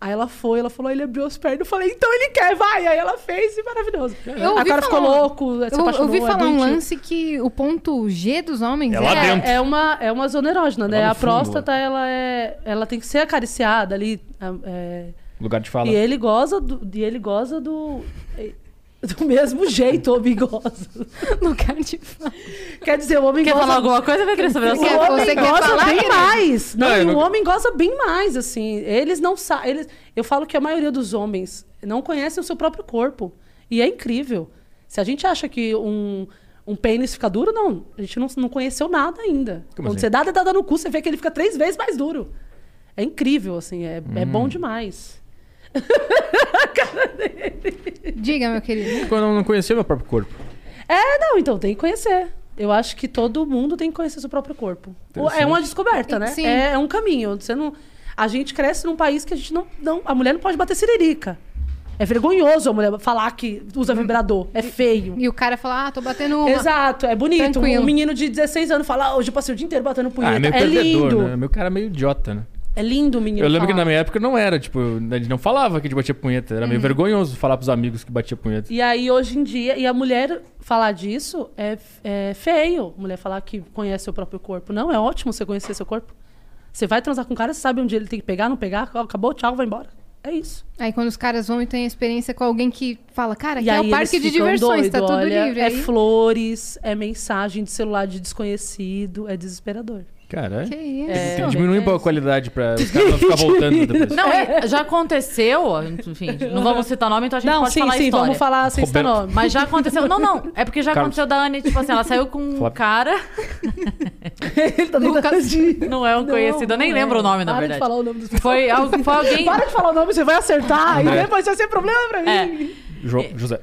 S5: Aí ela foi, ela falou, ele abriu as pernas. Eu falei, então ele quer, vai. Aí ela fez e maravilhoso.
S3: Eu ouvi
S5: Agora ficou
S3: falar-
S5: louco, se
S3: Eu eu
S5: apaixonou,
S3: ouvi
S5: é
S3: falar um
S5: doentio.
S3: lance que o ponto G dos homens
S4: É lá
S5: É,
S4: dentro.
S5: é uma, é uma zona erógena,
S4: Lá
S5: né?
S4: no
S5: A
S4: fundo,
S5: próstata, ela, é, ela tem que ser acariciada ali. é,
S4: Lugar de fala.
S5: e ele goza do. E ele goza do. Do mesmo jeito, o homem goza.
S3: lugar de fala.
S5: Quer dizer, o homem
S2: Quer
S5: goza.
S2: falar alguma coisa? Vai querer saber o
S5: o
S3: Quer-
S2: assunto.
S5: homem
S3: você quer
S5: goza
S3: falar,
S5: bem
S3: querido?
S5: mais. Não,
S4: Não, eu
S5: e o
S4: não-
S5: homem goza bem mais, assim. Eles não sabem. Eles... Eu falo que a maioria dos homens não conhecem o seu próprio corpo. E é incrível. Se a gente acha que um, um pênis fica duro, não. A gente não, não conheceu nada ainda.
S4: Como
S5: Quando
S4: assim?
S5: você dá dedada no cu, você vê que ele fica três vezes mais duro. É incrível, assim. É, é
S4: Hum.
S5: bom demais.
S3: Diga, meu querido.
S4: Quando eu não conhecia meu próprio corpo.
S5: É, não, então tem que conhecer. Eu acho que todo mundo tem que conhecer seu próprio corpo. O- É uma descoberta, né?
S3: Sim.
S5: É, é um caminho. Você não, a gente cresce num país que a gente não, não. A mulher não pode bater siririca. É vergonhoso a mulher falar que usa vibrador. É feio.
S3: E o cara fala, ah, tô batendo uma.
S5: Exato, é bonito.
S3: Tranquilo.
S5: Um menino de 16 anos fala, "Ah, hoje eu passei o dia inteiro batendo punheta.
S4: Ah, é meio
S5: é
S4: perdedor,
S5: lindo.
S4: né? Meu cara é meio idiota, né?
S5: É lindo o menino.
S4: Eu lembro que
S5: falar.
S4: na minha época não era, tipo, a gente não falava que a gente batia punheta. Era meio vergonhoso falar pros amigos que batia punheta.
S5: Uhum. E aí, hoje em dia, e a mulher falar disso é, é feio. Mulher falar que conhece seu próprio corpo. Não, é ótimo você conhecer seu corpo. Você vai transar com um cara, você sabe onde ele tem que pegar, não pegar, acabou, tchau, vai embora. É isso.
S3: Aí quando os caras vão e têm experiência com alguém que fala, cara, aqui
S5: e
S3: é
S5: aí
S3: o parque
S5: eles
S3: de
S5: ficam
S3: diversões,
S5: doido,
S3: tá tudo
S5: olha,
S3: livre.
S5: É
S3: aí,
S5: flores, é mensagem de celular de desconhecido, é desesperador.
S4: Caralho.
S3: que isso?
S5: É.
S4: Tem que diminuir um pouco a qualidade pra os caras não ficar voltando depois.
S2: Não, é, já aconteceu, enfim, não vamos citar nome, então a gente
S5: Não,
S2: pode
S5: sim,
S2: falar a
S5: sim,
S2: história.
S5: vamos falar sem citar
S4: Roberto.
S5: nome.
S2: Mas já aconteceu. Não, não. É porque já
S4: Carlos.
S2: aconteceu da Anne, tipo assim, ela saiu com um
S4: Flávio.
S2: cara.
S5: Ele tá tentando
S2: Lucas-
S5: de-
S2: Não é um
S5: Não,
S2: conhecido, eu nem
S5: não
S2: lembro
S5: é.
S2: o nome, na
S5: Para de
S2: verdade.
S5: falar o nome dos-
S2: Foi, al- foi alguém.
S5: Para de falar o nome, você vai acertar,
S4: É.
S5: e depois vai ser problema pra mim.
S2: É.
S4: Jo- José.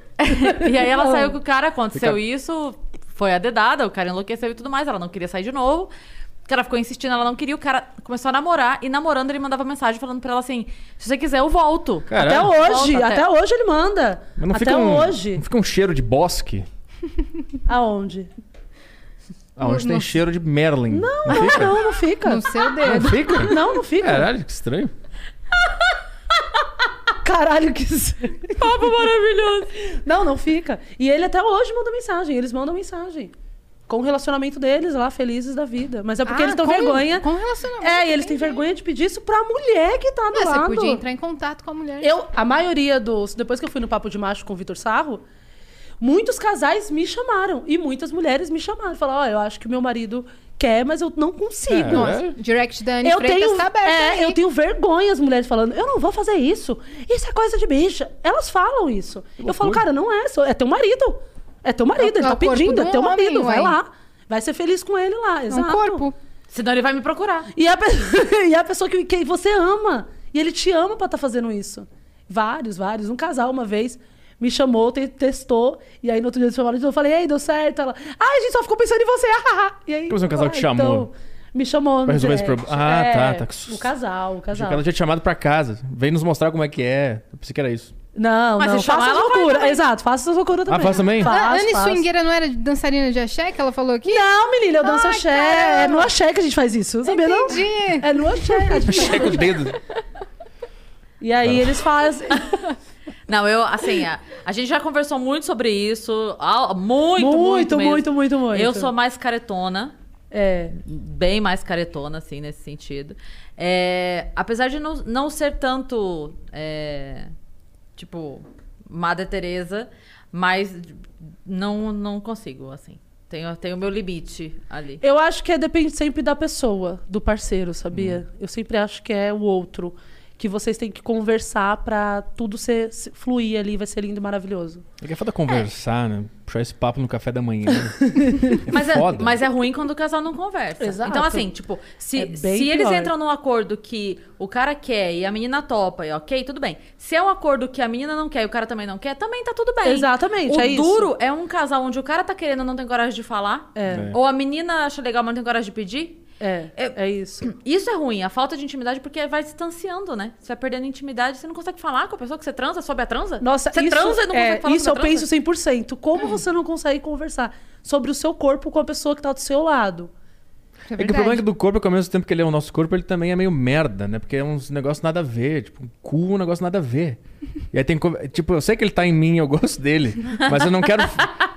S2: E aí ela saiu com o cara, aconteceu
S4: Fica-
S2: isso, foi a dedada, o cara enlouqueceu e tudo mais, ela não queria sair de novo. O cara ficou insistindo, ela não queria, o cara começou a namorar e namorando ele mandava mensagem falando pra ela assim: se você quiser, eu volto.
S5: Até
S4: Caralho.
S5: hoje,
S2: Volta até-
S5: até hoje ele manda.
S4: Mas não
S5: até
S4: fica um,
S5: hoje.
S4: Não fica um cheiro de bosque?
S5: Aonde?
S4: Aonde
S3: Não-
S4: Ah, tem cheiro de Merlin. Não, fica?
S5: Não, não fica.
S3: No seu dedo.
S4: Não fica?
S5: Não, não fica.
S4: Caralho, que estranho.
S5: Caralho, que papo maravilhoso. Não, não fica. E ele até hoje manda mensagem. Eles mandam mensagem. Com o relacionamento deles lá, felizes da vida. Mas é porque
S3: Ah,
S5: eles têm
S3: com-
S5: vergonha.
S3: Com relacionamento.
S5: É, e eles têm vergonha de pedir isso pra mulher que tá do
S3: Ah, Você
S5: lado.
S3: podia entrar em contato com a mulher.
S5: Eu, a maioria dos. Depois que eu fui no Papo de Macho com o Vitor Sarro, muitos casais me chamaram. E muitas mulheres me chamaram. Falaram: Ó, eu acho que o meu marido quer, mas eu não consigo.
S4: Nossa.
S3: O Direct da Anne
S5: Eu
S3: Freitas
S5: tenho,
S3: tá aberto
S5: é,
S3: aí.
S5: eu tenho vergonha as mulheres falando, eu não vou fazer isso. Isso é coisa de bicha. Elas falam isso. Eu falo, cara, não é, só- é teu marido. É teu marido,
S3: É o-
S5: ele
S3: é
S5: tá
S3: o corpo
S5: pedindo,
S3: de
S5: é
S3: um
S5: teu
S3: homem,
S5: marido, vai
S3: ué.
S5: lá. Vai ser feliz com ele lá,
S3: É
S5: exato.
S3: um corpo.
S2: Senão ele vai me procurar.
S5: E a, pe- e a pessoa que, que você ama. E ele te ama pra estar fazendo isso. Vários, vários. Um casal uma vez me chamou, te- testou. E aí no outro dia eles chamaram de novo. Eu falei, ei, deu certo. Ela, ai, a gente só ficou pensando em você. ah, ah, ah." e aí,
S4: Como assim um casal
S5: eu
S4: te
S5: falei, "Ah,
S4: chamou?
S5: então." Me chamou no
S4: Pra resolver esse
S5: direct.
S4: problema. Ah,
S5: É,
S4: tá, tá. Que susto.
S5: O casal, o
S4: Achei
S5: casal.
S4: que ela tinha te chamado pra casa. Vem nos mostrar como é que é. Eu pensei que era isso.
S5: Não,
S2: Mas
S5: não.
S2: se chamar,
S5: Faça
S2: ela vai
S5: loucura. Exato, faça suas loucuras também.
S4: faz Ah, também?
S5: Faz,
S3: A Anne
S5: faz.
S3: Swingueira não era dançarina de axé que ela falou aqui?
S5: Não, menina, eu danço
S3: Ai,
S5: axé.
S3: caramba.
S5: É no axé que a gente faz isso. Não sabia, não?
S3: Entendi.
S5: É no axé. a gente faz.
S4: Chega o dedo.
S5: e
S4: Tá.
S5: aí eles fazem.
S2: Não, eu, assim, a, a gente já conversou muito sobre isso. ah, Muito, muito,
S5: Muito,
S2: mesmo.
S5: muito, muito, muito.
S2: Eu sou mais caretona.
S5: É.
S2: bem mais caretona, assim, nesse sentido. É, apesar de não, não ser tanto, é, tipo, Madre Teresa, mas não, não consigo, assim. Tenho, tenho meu limite ali.
S5: Eu acho que é, depende sempre da pessoa, do parceiro, sabia?
S2: Uhum.
S5: Eu sempre acho que é o outro. Que vocês têm que conversar pra tudo ser, se- fluir ali, vai ser lindo e maravilhoso.
S4: É que é foda conversar, né? Puxar esse papo no café da manhã. É
S2: Mas é,
S4: foda.
S2: mas é ruim quando o casal não conversa.
S5: Exato.
S2: Então, assim, tipo, se,
S5: É bem
S2: se eles
S5: pior.
S2: entram num acordo que o cara quer e a menina topa, e ok, tudo bem. Se é um acordo que a menina não quer e o cara também não quer, também tá tudo bem.
S5: Exatamente,
S2: O
S5: é isso.
S2: duro é um casal onde o cara tá querendo e não tem coragem de falar.
S4: É.
S2: Ou a menina acha legal, mas não tem coragem de pedir.
S5: É,
S2: Eu-
S5: é, isso.
S2: Isso é ruim, a falta de intimidade, porque vai distanciando, né? Você vai perdendo intimidade, você não consegue falar com a pessoa que você transa, sobe a transa.
S5: Nossa,
S2: você
S5: isso,
S2: transa e não
S5: é,
S2: consegue falar
S5: isso
S2: sobre
S5: eu
S2: a transa? Uhum.
S5: penso 100%. Como você não consegue conversar sobre o seu corpo com a pessoa que tá do seu lado?
S3: É
S4: É que o problema é que
S3: verdade.
S4: do corpo, é que ao mesmo tempo que ele é o nosso corpo, ele também é meio merda, né? Porque é uns negócios nada a ver. Tipo, um cu, um negócio nada a ver. E aí tem. co- Tipo, eu sei que ele tá em mim, eu gosto dele. Mas eu não quero.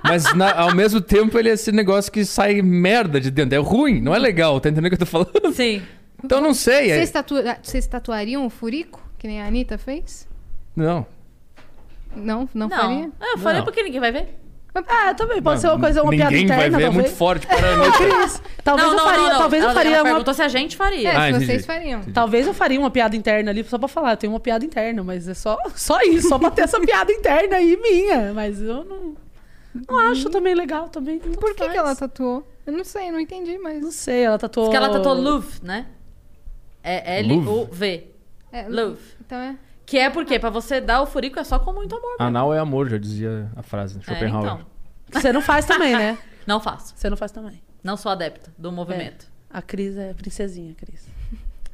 S4: Mas na- ao mesmo tempo, ele é esse negócio que sai merda de dentro. É ruim, não é legal. Tá entendendo o que eu tô falando?
S2: Sim.
S4: Então não sei. é-
S3: Vocês, tatua- vocês tatuariam o furico? Que nem a Anitta fez?
S4: Não.
S3: Não, não, faria?
S2: Não. Ah, Eu falei
S4: Não.
S2: porque ninguém vai ver.
S5: Ah, também, pode
S4: é
S5: ser uma coisa, uma piada
S4: Ninguém
S5: interna,
S4: vai ver, é
S5: talvez.
S4: muito forte para a Anitta.
S5: Cris, talvez
S2: não,
S5: eu
S2: não,
S5: faria,
S2: não, não.
S5: talvez
S2: ela,
S5: eu faria
S2: ela
S5: uma
S2: perguntou se a gente faria.
S3: É,
S4: Ah,
S3: se
S4: entendi.
S3: vocês fariam.
S5: Talvez eu faria uma piada interna ali só pra falar, tem uma piada interna, mas é só, só isso, só pra ter essa piada interna aí minha. Mas eu não, não acho também legal também.
S3: Por que, que ela tatuou? Eu não sei, eu não entendi, mas.
S5: Não sei, ela tatuou.
S2: Porque tá- ela tatuou Louvre, né? É L-U-V.
S3: É,
S2: Louvre.
S3: Então é.
S2: Que é porque pra você dar o furico é só com muito amor. né?
S4: Anal é amor, já dizia a frase.
S2: é,
S4: Schopenhauer.
S2: então.
S5: Você não faz também, né?
S2: Não faço.
S5: Você não faz também.
S2: Não sou adepta do movimento.
S5: A Cris é princesinha, Cris.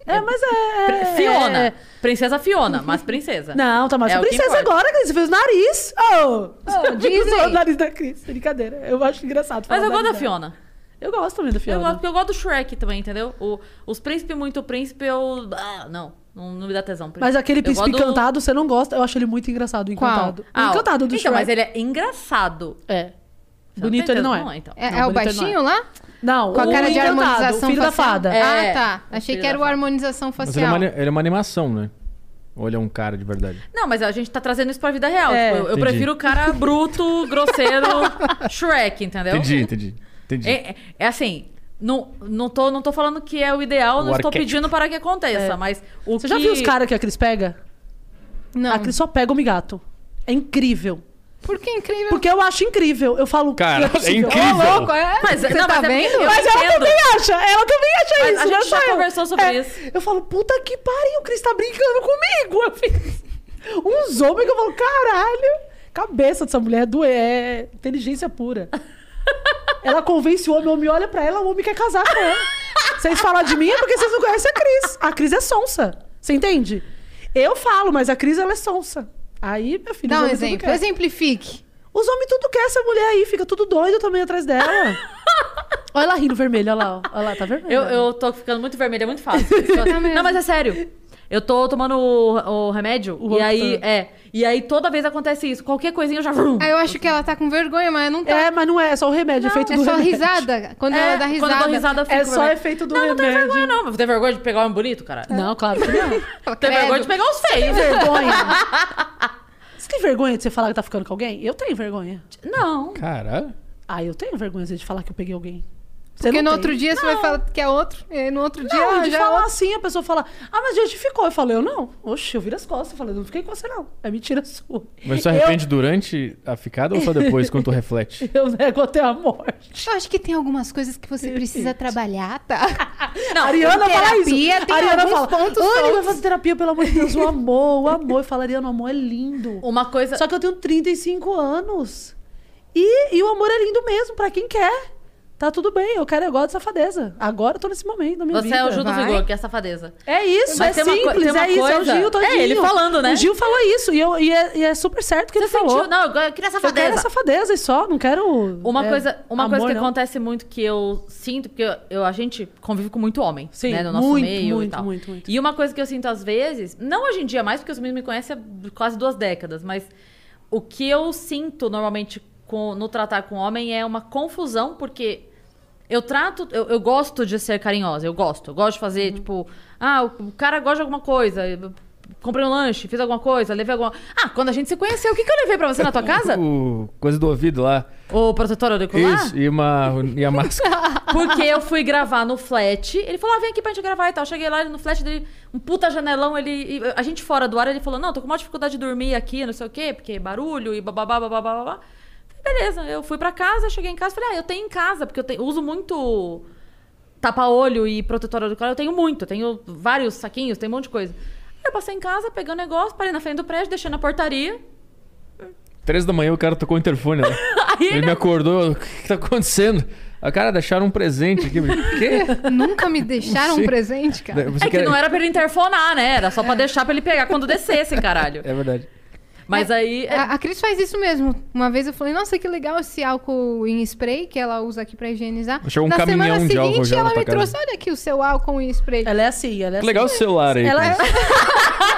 S5: É, mas é.
S2: Fiona.
S5: é-
S2: Princesa Fiona, mas princesa.
S5: Não, tá mais
S2: É o que
S5: princesa
S2: importa.
S5: agora, Cris. Você fez o nariz. Oh!
S3: Disney.
S5: O nariz da Cris. Brincadeira. Eu acho
S2: Mas
S5: engraçado. falar
S2: eu
S5: o
S2: gosto da
S5: nariz dela.
S2: Fiona.
S5: Eu gosto também da Fiona.
S2: Eu gosto, porque eu gosto do Shrek também, entendeu? O- os príncipes muito príncipe, eu. Ah, não, não, não me dá tesão.
S5: Mas aquele
S2: Eu
S5: príncipe
S2: gosto do-
S5: encantado, você não gosta? Eu acho ele muito engraçado, o
S3: Qual?
S5: encantado.
S2: Ah,
S5: o encantado do
S2: Então,
S5: Shrek.
S2: mas ele é engraçado.
S5: É.
S2: Você
S5: Bonito
S2: tá
S5: ele não
S2: entendendo?
S5: é.
S2: então.
S3: É,
S5: Não,
S3: é o
S5: bonito ele
S3: baixinho
S5: não
S3: lá?
S5: Não,
S3: Com a
S5: o
S3: cara de
S5: encantado,
S3: harmonização
S5: o filho da
S3: facial?
S5: fada.
S2: É.
S3: Ah, tá. Achei
S2: filho
S3: que
S2: da
S3: era o
S2: fada.
S3: harmonização
S4: Mas ele é,
S3: facial.
S4: uma, ele é uma animação, né? Ou ele é um cara de verdade?
S2: Não, mas a gente tá trazendo isso pra vida real.
S5: É.
S2: Tipo, eu, eu
S4: Entendi.
S2: prefiro o cara bruto, grosseiro, Shrek, entendeu?
S4: Entendi, entendi. Entendi.
S2: um- É, é- é assim. Não, não, tô, não tô falando que é o ideal,
S4: O
S2: não estou
S4: arquétipo.
S2: pedindo para que aconteça, mas o
S5: É. Você
S2: que...
S5: já viu os caras que a Cris pega?
S3: Não.
S5: A Cris só pega o migato. É incrível.
S3: Por que incrível?
S5: Porque eu acho incrível. Eu falo.
S4: Cara,
S5: não
S4: é
S5: possível.
S4: incrível.
S3: Ô, louco, é?
S2: Mas,
S3: Você
S2: não,
S3: tá
S2: mas é porque
S3: vendo?
S2: eu
S5: Mas ela
S2: entendo.
S5: também acha. Ela também acha
S2: Mas
S5: isso.
S2: a gente
S5: não é só
S2: já
S5: eu.
S2: conversou sobre
S5: É.
S2: isso.
S5: Eu falo, puta que pariu, o Cris tá brincando comigo. Eu fiz uns homens que eu falo, caralho. Cabeça dessa mulher é doer, é inteligência pura. Ela convence o homem, o homem olha pra ela, o homem quer casar com ela. Vocês falam de mim é porque vocês não conhecem a Cris. A Cris é sonsa. Você entende? Eu falo, mas a Cris ela é sonsa. Aí, meu filho,
S3: Dá
S5: os
S3: um
S5: homens tudo
S3: exemplo.
S5: quer.
S3: Exemplifique.
S5: Os homens tudo quer essa mulher aí, fica tudo doido também atrás dela. olha ela rindo vermelho, olha lá, ó. olha lá, tá vermelho.
S2: Eu, eu tô ficando muito vermelha, é muito fácil. não, mas é sério. Eu tô tomando o, o remédio
S5: O
S2: e aí,
S5: Roctan.
S2: é, e aí toda vez acontece isso. Qualquer coisinha eu já.
S3: Ah, eu acho que ela tá com vergonha, mas não tá.
S5: É, mas não é, é só o remédio, é feito
S3: É
S5: do
S3: só
S5: remédio.
S3: risada. Quando ela dá risada.
S2: É, Quando eu dou risada, eu fico
S5: É só
S2: vermelha.
S5: efeito do
S2: não, Não, não
S5: remédio.
S2: tem vergonha, não. Mas Tem vergonha de pegar um bonito, cara?
S5: Não, claro que não.
S3: Fala,
S2: Tem
S3: "Credo".
S2: vergonha de pegar os
S5: Tem
S2: feios.
S5: vergonha. Você tem vergonha de você falar que tá ficando com alguém? Eu tenho vergonha.
S2: Não.
S4: Caralho.
S5: Ah, eu tenho vergonha às vezes, de falar que eu peguei alguém. Você
S3: Porque no
S5: não tem.
S3: outro dia você vai falar que é outro. E no outro dia
S5: Não,
S3: ah,
S5: de
S3: já é
S5: falar
S3: outro.
S5: assim, a pessoa fala, ah, mas justificou. Eu falo, eu não. Oxe, eu viro as costas. Eu falo, eu não fiquei com você, não. É mentira sua.
S4: Mas você arrepende durante a ficada ou só depois, quando tu reflete?
S5: Eu, eu nego até a morte.
S3: Eu acho que tem algumas coisas que você precisa trabalhar, tá?
S2: Não,
S5: Ariana
S3: em
S5: fala isso.
S3: terapia tem
S5: Ariana
S3: alguns
S5: fala,
S3: pontos
S5: Anne, vai
S3: soltos."
S5: fazer terapia, pelo amor de Deus. O amor, o amor. Eu falo, Ariana, o amor é lindo.
S2: Uma coisa.
S5: Só que eu tenho 35 anos. E, e o amor é lindo mesmo, pra quem quer. Tá tudo bem, eu quero, eu gosto de safadeza. Agora eu tô nesse momento da minha
S2: Você
S5: vida.
S2: é o Gil do
S3: vai.
S2: Vigor, que é safadeza.
S5: É isso,
S2: Mas
S5: é
S2: tem uma co-
S5: simples,
S2: tem uma
S5: é isso, é o
S2: coisa-
S5: Gil todinho.
S2: É, ele falando, né?
S5: O Gil falou isso, e, eu- e é, e é super certo o que
S2: Você
S5: ele falou.
S2: sentiu? Não, eu queria
S5: Eu quero é
S2: safadeza.
S5: safadeza e só, não quero...
S2: Uma
S5: é,
S2: coisa, uma
S5: amor,
S2: coisa que
S5: não.
S2: acontece muito que eu sinto, porque eu, eu- a gente convive com muito homem,
S5: Sim,
S2: né, no nosso
S5: muito,
S2: meio e
S5: muito,
S2: tal.
S5: muito, muito.
S2: E uma coisa que eu sinto às vezes, não hoje em dia mais, porque os meninos me conhecem há quase duas décadas, mas o que eu sinto normalmente com- no tratar com homem é uma confusão, porque eu trato, eu, eu gosto de ser carinhosa, eu gosto. Eu gosto de
S5: Uhum.
S2: fazer, tipo, ah, o, o cara gosta de alguma coisa. eu Comprei um lanche, fiz alguma coisa, levei alguma. Ah, quando a gente se conheceu, o que, que eu levei pra você na tua casa?
S4: O coisa do ouvido lá.
S2: O protetor auricular?
S4: Isso, e, uma, e a máscara.
S2: Porque eu fui gravar no flat. Ele falou, ah, vem aqui pra gente gravar e tal. Cheguei lá, ele no flat dele, um puta janelão, ele... e a gente fora do ar, ele falou, não, tô com uma dificuldade de dormir aqui, não sei o quê, porque barulho e bababá, bababá, babá. Beleza, eu fui pra casa, cheguei em casa, falei, ah, eu tenho em casa, porque eu tenho- uso muito tapa-olho e protetor auricular, eu tenho muito, eu tenho vários saquinhos, tem um monte de coisa. Aí eu passei em casa, peguei um negócio, parei na frente do prédio, deixei na portaria.
S4: Três da manhã o cara tocou o interfone lá.
S2: Aí
S4: Ele me acordou. O que, que tá acontecendo? A cara, deixaram um presente aqui. Quê?
S3: Nunca me deixaram um
S4: Sim.
S3: presente, cara.
S4: Você
S2: É que
S4: quer-
S2: não era pra ele interfonar, né? Era só pra deixar pra ele pegar quando descesse, caralho.
S4: É verdade.
S2: Mas aí. é-
S3: A, a Cris faz isso mesmo. Uma vez eu falei, nossa, que legal esse álcool em spray que ela usa aqui pra higienizar.
S4: Chegou um
S3: Na semana
S4: caminhão de
S3: seguinte,
S4: álcool já
S3: ela
S4: lá pra
S3: me
S4: casa.
S3: trouxe, olha aqui o seu álcool em spray.
S5: Ela é assim, ela é
S4: Que legal o celular aí.
S5: assim. Ela é...
S4: Cris.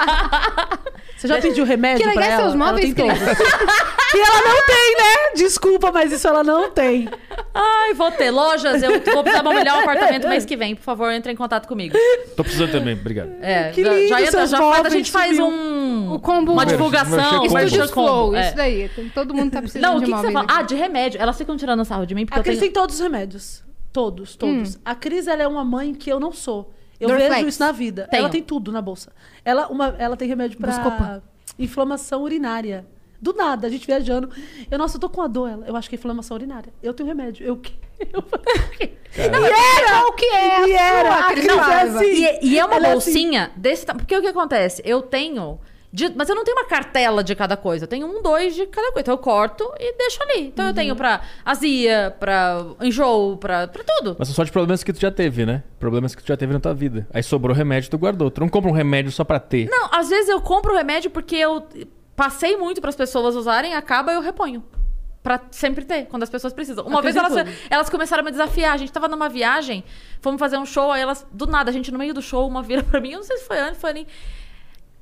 S5: Você já pediu remédio
S3: Que
S5: pra
S3: legal
S5: ela?
S3: seus móveis,
S5: ela tem
S3: Cris.
S5: todos. E ela não tem, né? Desculpa, mas isso ela não tem.
S2: Ai, vou ter lojas, eu vou precisar mobiliar um apartamento mês que vem. Por favor, entre em contato comigo.
S4: Tô precisando também, obrigado.
S2: É,
S5: Que
S2: já,
S5: lindo,
S2: já, entra,
S5: seus
S2: já faz, a
S5: móveis
S2: gente faz
S5: subiu.
S2: um.
S3: O combo
S2: Uma
S4: Meu-
S2: divulgação,
S4: meu
S2: um
S4: combo.
S3: Estúdio
S2: merchan
S3: Flow,
S2: combo. é.
S3: isso daí. Tem- Todo mundo tá precisando
S2: Não, o
S3: de
S2: que, que você
S3: móveis
S2: fala?
S3: aqui.
S2: Ah, de remédio. Elas ficam tirando sarro de mim porque
S5: A
S2: eu
S5: Cris
S2: tenho.
S5: tem todos os remédios. Todos, todos. A Cris, ela é uma mãe que eu não sou. Eu
S3: Dorflex.
S5: vejo isso na vida.
S2: Tenho.
S5: Ela tem tudo na bolsa. Ela, uma, ela tem remédio pra
S3: Buscopan.
S5: inflamação urinária. Do nada, a gente viajando. Eu, nossa, eu tô com a dor. Ela, eu acho que é inflamação urinária. Eu tenho remédio. Eu que. Eu falei, o quê?
S3: E era! Qual que é?
S5: E era,
S3: Sua,
S5: a
S3: Cris
S5: Cris é
S3: Paiva.
S5: assim.
S2: E, e é uma
S5: Ela é
S2: bolsinha desse tamanho. Porque o que acontece? Eu tenho. de- mas eu não tenho uma cartela de cada coisa. Eu tenho um, dois de cada coisa. Então eu corto e deixo ali. Então
S5: Uhum.
S2: eu tenho pra azia, pra enjoo, pra, pra tudo.
S4: Mas são só de problemas que tu já teve, né? Problemas que tu já teve na tua vida. Aí sobrou remédio, tu guardou. Tu não compra um remédio só pra ter.
S2: Não, às vezes eu compro o remédio porque eu passei muito pras pessoas usarem, acaba eu reponho. Pra sempre ter, quando as pessoas precisam. Uma vez
S5: Acredito
S2: elas,
S5: em tudo.
S2: elas começaram a me desafiar. A gente tava numa viagem, fomos fazer um show, aí elas, do nada, a gente no meio do show, uma vira pra mim, eu não sei se foi Anne, foi Anne.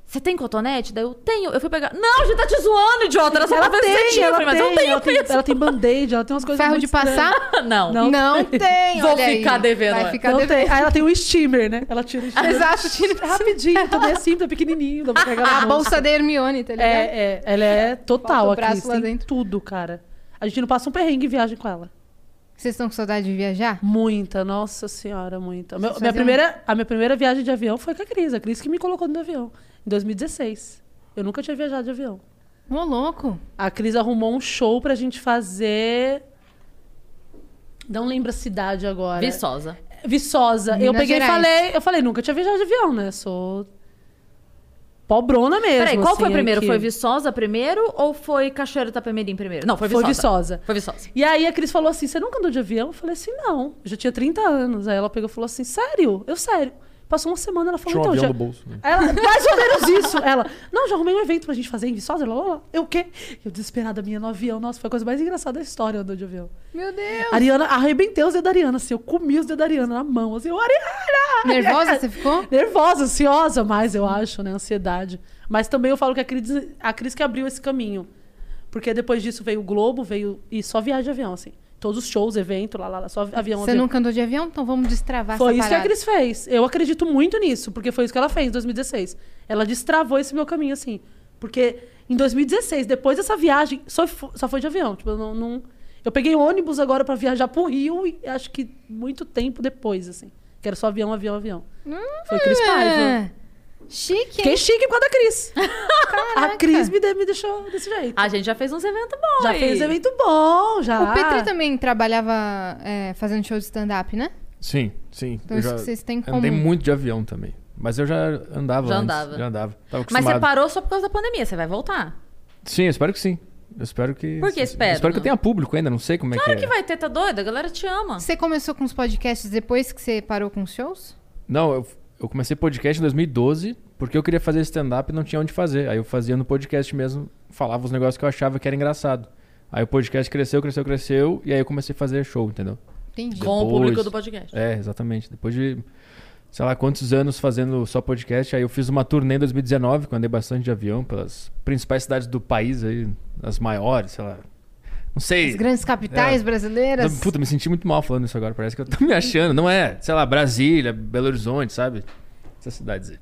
S2: Você tem cotonete? Daí eu tenho. Eu fui pegar. Não, a gente tá te zoando, idiota. Era só
S5: Ela
S2: pra ver se você
S5: tem,
S2: tinha. Eu
S5: ela
S2: falei, mas eu
S5: tem,
S2: tenho
S5: ela tem,
S2: isso.
S5: ela tem band-aid, ela tem umas coisas
S3: Ferro
S5: muito
S3: de
S5: estranhas.
S3: passar?
S2: Não.
S5: Não.
S3: Não, tem,
S2: Vou
S3: olha aí.
S2: ficar devendo,
S3: Vai
S2: é.
S3: ficar
S5: Não
S3: devendo.
S5: tem. Aí ela tem o steamer, né? Ela tira o steamer.
S3: Exato.
S5: Rapidinho, tudo é simples, é pequenininho. Dá pra pegar na
S3: A
S5: mão.
S3: bolsa da Hermione, tá ligado?
S5: É, é, ela é total
S3: Falta o
S5: aqui.
S3: braço lá
S5: Tem
S3: dentro.
S5: tudo, cara. A gente não passa um perrengue em viagem com ela.
S3: Vocês estão com saudade de viajar?
S5: Muita, nossa senhora, muita. Meu-
S3: Vocês
S5: minha
S3: faziam-
S5: primeira, a minha primeira viagem de avião foi com a Cris. A Cris que me colocou no avião, em 2016. Eu nunca tinha viajado de avião.
S3: Ô, louco.
S5: A Cris arrumou um show pra gente fazer. Não lembro a cidade agora.
S2: Viçosa.
S5: Viçosa. eu
S3: Minas
S5: peguei
S3: Gerais.
S5: e falei, eu falei, nunca tinha viajado de avião, né? Sou pobrona mesmo.
S2: Peraí, qual
S5: assim,
S2: foi primeiro?
S5: aqui.
S2: Foi Viçosa primeiro ou foi Cachoeira Itapemirim primeiro? Não, foi
S5: Foi
S2: Viçosa.
S5: Viçosa.
S2: Foi Viçosa.
S5: E aí a Cris falou assim: você nunca andou de avião? Eu falei assim, não. Eu já tinha 30 anos. Aí ela pegou e falou assim: sério? Eu sério. Passou uma semana, ela falou,
S4: Tinha um avião
S5: então. já...
S4: no bolso. né?
S5: Ela, mais ou menos isso. Ela, não, já arrumei um evento pra gente fazer em Viçosa. Lá, lá, lá. Eu o quê? Eu desesperada, minha no avião. Nossa, foi a coisa mais engraçada da história andou de avião.
S3: Meu Deus.
S5: A Ariana, arrebentei os dedos da Ariana, assim. Eu comi os dedos da Ariana na mão, assim. Eu, Ariana!
S3: Nervosa você ficou?
S5: nervosa, ansiosa mais, eu acho, né? Ansiedade. Mas também eu falo que a Cris, a Cris que abriu esse caminho. Porque depois disso veio o Globo, veio. E só viagem de avião, assim. Todos os shows, evento, lá, lá, lá, só avião,
S3: Você
S5: avião.
S3: nunca andou de avião? Então vamos destravar
S5: Foi
S3: essa
S5: isso que a
S3: parada.
S5: Cris fez. Eu acredito muito nisso, porque foi isso que ela fez em 2016. Ela destravou esse meu caminho, assim. Porque em 2016, depois dessa viagem, só, fo- só foi de avião. Tipo, eu não, não- Eu peguei ônibus agora pra viajar pro Rio e acho que muito tempo depois, assim. Que era só avião, avião, avião. Foi Cris Paiva.
S3: Ah, Chique,
S5: Fiquei
S3: hein?
S5: chique por causa da Cris.
S3: Caraca.
S5: A Cris me, de- me deixou desse jeito.
S2: A gente já fez uns eventos bons.
S5: já
S2: hein?
S5: fez evento bom, já.
S3: O Petri também é trabalhava é, fazendo show de stand-up, né?
S4: Sim, sim.
S3: Então
S4: Eu
S3: isso
S4: já
S3: que vocês têm em
S4: Andei
S3: comum.
S4: muito de avião também. Mas eu já andava
S2: Já
S4: antes,
S2: andava.
S4: Já andava. Tava
S2: Mas você
S4: acostumado.
S2: parou só por causa da pandemia, você vai voltar.
S4: Sim, eu espero que sim. Eu espero que.
S2: Por que espero?
S4: Eu espero que eu
S2: Não.
S4: tenha público ainda, não sei como é
S2: Claro
S4: que é.
S2: que vai ter, tá doida? A galera te ama.
S3: Você começou com os podcasts depois que você parou com os shows?
S4: Não, eu, eu comecei podcast em 2012 porque eu queria fazer stand-up e não tinha onde fazer. Aí eu fazia no podcast mesmo, falava os negócios que eu achava que era engraçado. Aí o podcast cresceu, cresceu, cresceu, e aí eu comecei a fazer show, entendeu?
S3: Entendi.
S2: Com o
S4: Depois.
S2: público do podcast.
S4: É, exatamente. Depois de, sei lá, quantos anos fazendo só podcast, aí eu fiz uma turnê em 2019, que eu andei bastante de avião pelas principais cidades do país aí, as maiores, sei lá. Não sei.
S3: As grandes capitais
S4: É.
S3: brasileiras.
S4: Puta, me senti muito mal falando isso agora, parece que eu tô me achando. Não é, sei lá, Brasília, Belo Horizonte, sabe? Essas cidades aí.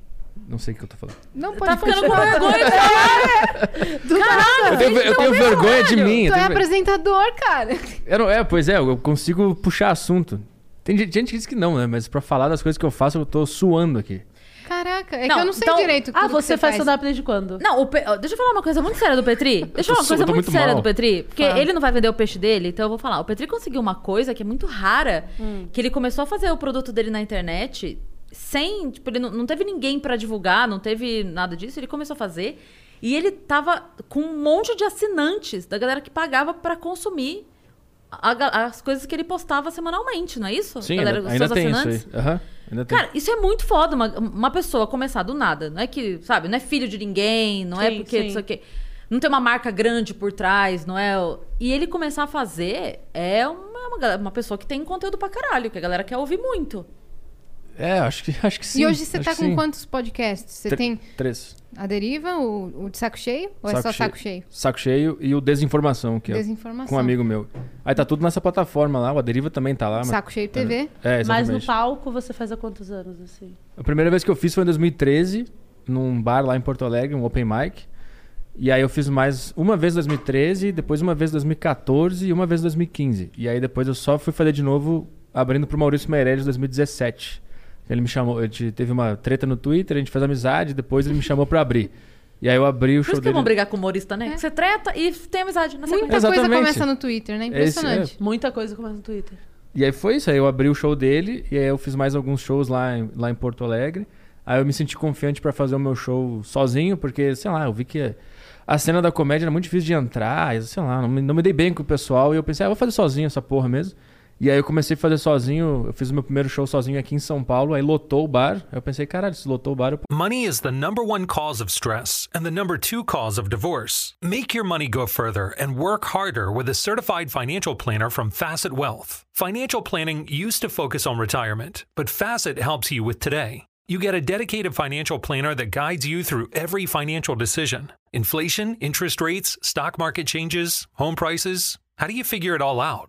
S4: Não sei o que eu tô falando.
S3: Não pode
S2: Tá ficando com
S3: continuar.
S2: vergonha de
S4: Eu tenho, eu tenho vergonha de mim. eu
S3: Tu é
S4: tenho ver-
S3: apresentador, cara.
S4: Eu não- é, pois é, eu consigo puxar assunto. Tem gente gente que diz que não, né? Mas pra falar das coisas que eu faço, eu tô suando aqui.
S3: Caraca, é
S2: Não,
S3: que eu não sei
S2: então-
S3: direito.
S5: Ah,
S3: tudo que
S5: você faz
S3: faz
S5: stand-up desde quando?
S2: Não, o Pe- ó, deixa eu falar uma coisa muito séria do Petri. Deixa eu falar uma
S4: tô su-
S2: coisa
S4: eu tô
S2: muito,
S4: muito
S2: séria
S4: mal.
S2: do Petri. Porque ele não vai vender o peixe dele, então eu vou falar. O Petri conseguiu uma coisa que é muito rara, que ele começou a fazer o produto dele na internet sem... Tipo, ele não, não teve ninguém pra divulgar, não teve nada disso. Ele começou a fazer e ele tava com um monte de assinantes da galera que pagava pra consumir a ga- as coisas que ele postava semanalmente, não é isso?
S4: Sim,
S2: galera,
S4: ainda,
S2: os
S4: ainda
S2: seus
S4: tem
S2: assinantes.
S4: isso aí. Aham, ainda tem.
S2: Cara, isso é muito foda, uma, uma pessoa começar do nada. Não é que, sabe, não é filho de ninguém, não é
S5: Sim,
S2: porque
S5: sim.
S2: não sei o quê. Não tem uma marca grande por trás, não é? o- E ele começar a fazer é uma, uma, gal- uma pessoa que tem conteúdo pra caralho, que a galera quer ouvir muito.
S4: É, acho que, acho que sim.
S3: E hoje você
S4: acho
S3: tá
S4: que
S3: com
S4: sim.
S3: quantos podcasts? Você
S4: Tre-
S3: tem
S4: Três.
S3: a deriva, o, o de saco cheio? Ou é só saco cheio?
S4: Saco cheio e o Desinformação, que é
S3: Desinformação.
S4: com um amigo meu. Aí tá tudo nessa plataforma lá, o Aderiva também tá lá. mas-
S3: Saco Cheio TV.
S4: É,
S5: Mas no
S4: exatamente.
S5: palco você faz há quantos anos, assim?
S4: A primeira vez que eu fiz foi em 2013, num bar lá em Porto Alegre, um open mic. E aí eu fiz mais uma vez em 2013, depois uma vez em 2014 e uma vez em 2015. E aí depois eu só fui fazer de novo abrindo pro Maurício Meirelles em 2017. Ele me chamou, a gente teve uma treta no Twitter, a gente fez amizade, depois ele me chamou pra abrir. E aí eu abri o
S2: Por
S4: show
S2: isso que é
S4: dele.
S2: bom brigar com humorista,
S5: É.
S2: né? Que Você treta e tem amizade. Na
S3: Muita
S2: sequência.
S3: coisa
S4: Exatamente. é.
S3: começa no Twitter, né? Impressionante.
S5: Muita coisa começa no Twitter.
S4: E aí foi isso, aí eu abri o show dele e aí eu fiz mais alguns shows lá em, lá em Porto Alegre. Aí eu me senti confiante pra fazer o meu show sozinho, porque, sei lá, eu vi que a cena da comédia era muito difícil de entrar, e, sei lá, não me, não me dei bem com o pessoal. E eu pensei, ah, eu vou fazer sozinho essa porra mesmo. E aí eu comecei a fazer sozinho, eu fiz o meu primeiro show sozinho aqui em São Paulo, aí lotou o bar. Aí eu pensei, caralho, se lotou o bar, eu
S8: Money is the number one cause of stress and the number two cause of divorce. Make your money go further and work harder with a certified financial planner from Facet Wealth. Financial planning used to focus on retirement, but Facet helps you with today. You get a dedicated financial planner that guides you through every financial decision inflation, interest rates, stock market changes, home prices. How do you figure it all out?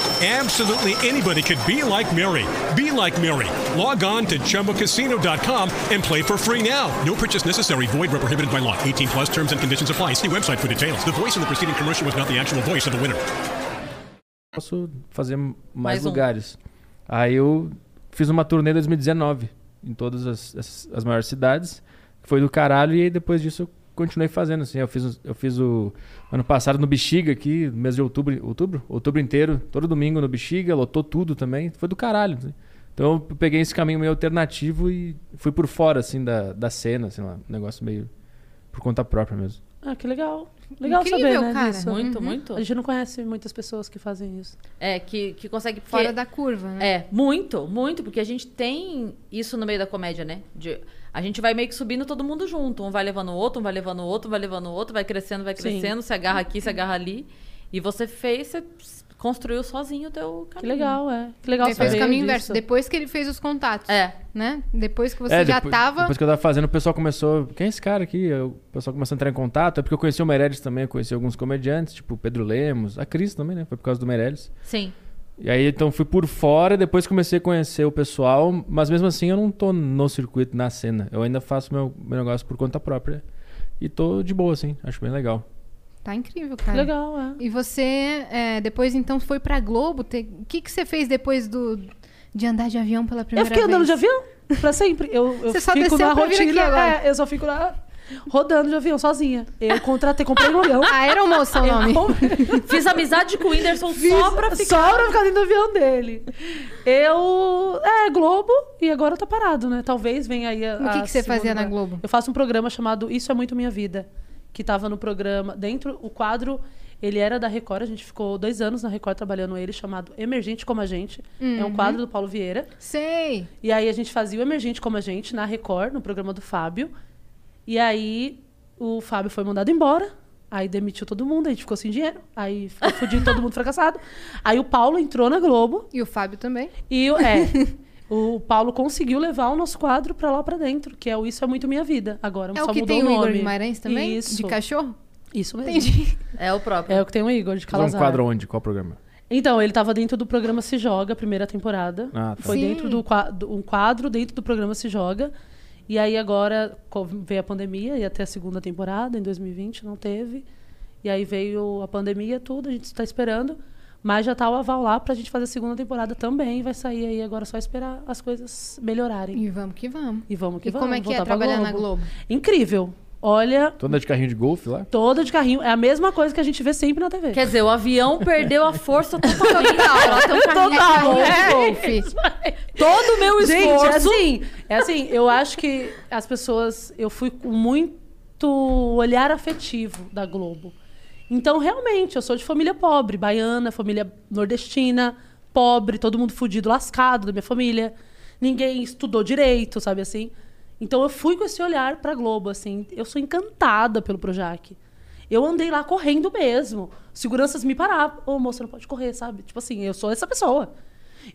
S9: Absolutely anybody could be like Mary. Be like Mary. Log on to ChumboCasino.com and play for free now. No purchase necessary. Void where prohibited by law. 18 plus terms and conditions apply. See website for details. The voice in the preceding commercial was not the actual voice of the winner.
S4: posso fazer mais,
S2: Mais um.
S4: lugares. Aí eu fiz uma turnê em 2019 em todas as, as, as maiores cidades. Foi do caralho e aí depois disso eu continuei fazendo. Assim, eu fiz, os- eu fiz o ano passado no Bexiga aqui, no mês de outubro, outubro, outubro inteiro, todo domingo no Bexiga, lotou tudo também. Foi do caralho. assim. Então eu peguei esse caminho meio alternativo e fui por fora assim da, da cena, assim lá, um negócio meio por conta própria mesmo.
S5: Ah, que legal. Legal
S3: Incrível,
S5: saber, né,
S3: cara. Uhum.
S5: disso.
S2: Muito, muito.
S5: A gente não conhece muitas pessoas que fazem isso.
S2: É, que, que consegue... porque-
S3: Fora da curva, né?
S2: É, muito, muito, porque a gente tem isso no meio da comédia, né? De- a gente vai meio que subindo todo mundo junto. Um vai levando o outro, um vai levando o outro, um vai levando o outro, vai crescendo, vai
S5: Sim.
S2: crescendo, se agarra aqui, se agarra ali. E você fez, você construiu sozinho o teu caminho.
S5: Que legal, é. Que legal
S3: Ele fez o
S5: saber
S3: caminho
S5: disso.
S3: inverso. Depois que ele fez os contatos.
S2: É.
S3: Né? Depois que você
S4: É,
S3: já
S4: depois,
S3: tava.
S4: Depois que eu tava fazendo, o pessoal começou. Quem é esse cara aqui? Eu- O pessoal começou a entrar em contato. É porque eu conheci o Meirelles também, eu conheci alguns comediantes, tipo o Pedro Lemos, a Cris também, né? Foi por causa do Meirelles.
S2: Sim.
S4: E aí, então, fui por fora, depois comecei a conhecer o pessoal, mas mesmo assim eu não tô no circuito, na cena. Eu ainda faço meu, meu negócio por conta própria. E tô de boa, assim. Acho bem legal.
S3: Tá incrível, cara.
S5: Legal, é.
S3: E você, é, depois então, foi pra Globo. ter- O que, que você fez depois do... de andar de avião pela primeira
S5: Eu fiquei andando
S3: vez?
S5: de avião pra sempre. Eu, eu
S3: Você só
S5: fico
S3: desceu
S5: na
S3: pra vir aqui
S5: rotina.
S3: agora.
S5: É, eu só fico lá rodando de avião sozinha. Eu contratei, comprei um avião.
S3: A aeromoça é o nome.
S2: Fiz amizade com o Whindersson só pra ficar.
S5: Só pra ficar dentro do avião dele. Eu. É, Globo, e agora tá parado, né? Talvez venha aí a.
S3: O que
S5: a
S3: que você
S5: segunda-
S3: fazia na Globo?
S5: Eu faço um programa chamado Isso é Muito Minha Vida, que tava no programa. Dentro, o quadro, ele era da Record, a gente ficou dois anos na Record trabalhando ele, chamado Emergente Como a Gente. É
S2: Uhum.
S5: um quadro do Paulo Vieira.
S3: Sei.
S5: E aí a gente fazia o Emergente como a gente na Record, no programa do Fábio. E aí o Fábio foi mandado embora. Aí demitiu todo mundo, a gente ficou sem dinheiro. Aí ficou fudido, todo mundo fracassado. Aí o Paulo entrou na Globo
S3: E o Fábio também.
S5: e o- é, o Paulo conseguiu levar o nosso quadro pra lá pra dentro, que é o Isso é Muito Minha Vida. Agora
S3: É
S5: só
S3: o que
S5: mudou
S3: tem o Igor
S5: nome.
S3: Guimarães também?
S5: Isso.
S3: De cachorro?
S5: Isso mesmo.
S3: Entendi.
S2: É o próprio.
S5: É o que tem o Igor de
S4: Fazer um
S5: Calazar.
S4: quadro onde? Qual programa?
S5: Então, ele tava dentro do programa Se Joga, primeira temporada.
S4: Ah, tá.
S5: Foi
S3: Sim.
S5: dentro do qua- do- um quadro dentro do programa Se Joga. E aí agora co- veio a pandemia e até a segunda temporada, em 2020, não teve. E aí veio a pandemia, tudo, a gente está esperando. Mas já tá o aval lá pra gente fazer a segunda temporada também. Vai sair aí agora, só esperar as coisas melhorarem.
S3: E vamos que vamos.
S5: E vamos que
S3: E
S5: vamos.
S3: como é que é
S5: voltar pra
S3: trabalhar na Globo?
S5: Incrível. Olha,
S4: Tô andando de carrinho de golfe lá?
S5: toda de carrinho. É a mesma coisa que a gente vê sempre na TV.
S2: Quer dizer, o avião perdeu a força totalmente.
S3: Ela tem um carrinho de
S5: é.
S2: É
S3: golfe.
S2: Todo o meu
S5: Gente,
S2: esforço.
S5: é assim, é assim, eu acho que as pessoas. Eu fui com muito olhar afetivo da Globo. Então, realmente, eu sou de família pobre, baiana, família nordestina, pobre, todo mundo fudido, lascado da minha família. Ninguém estudou direito, sabe assim? Então, eu fui com esse olhar pra Globo, assim. Eu sou encantada pelo Projac. Eu andei lá correndo mesmo. Seguranças me paravam. Ô, moça, não pode correr, sabe? Tipo assim, eu sou essa pessoa.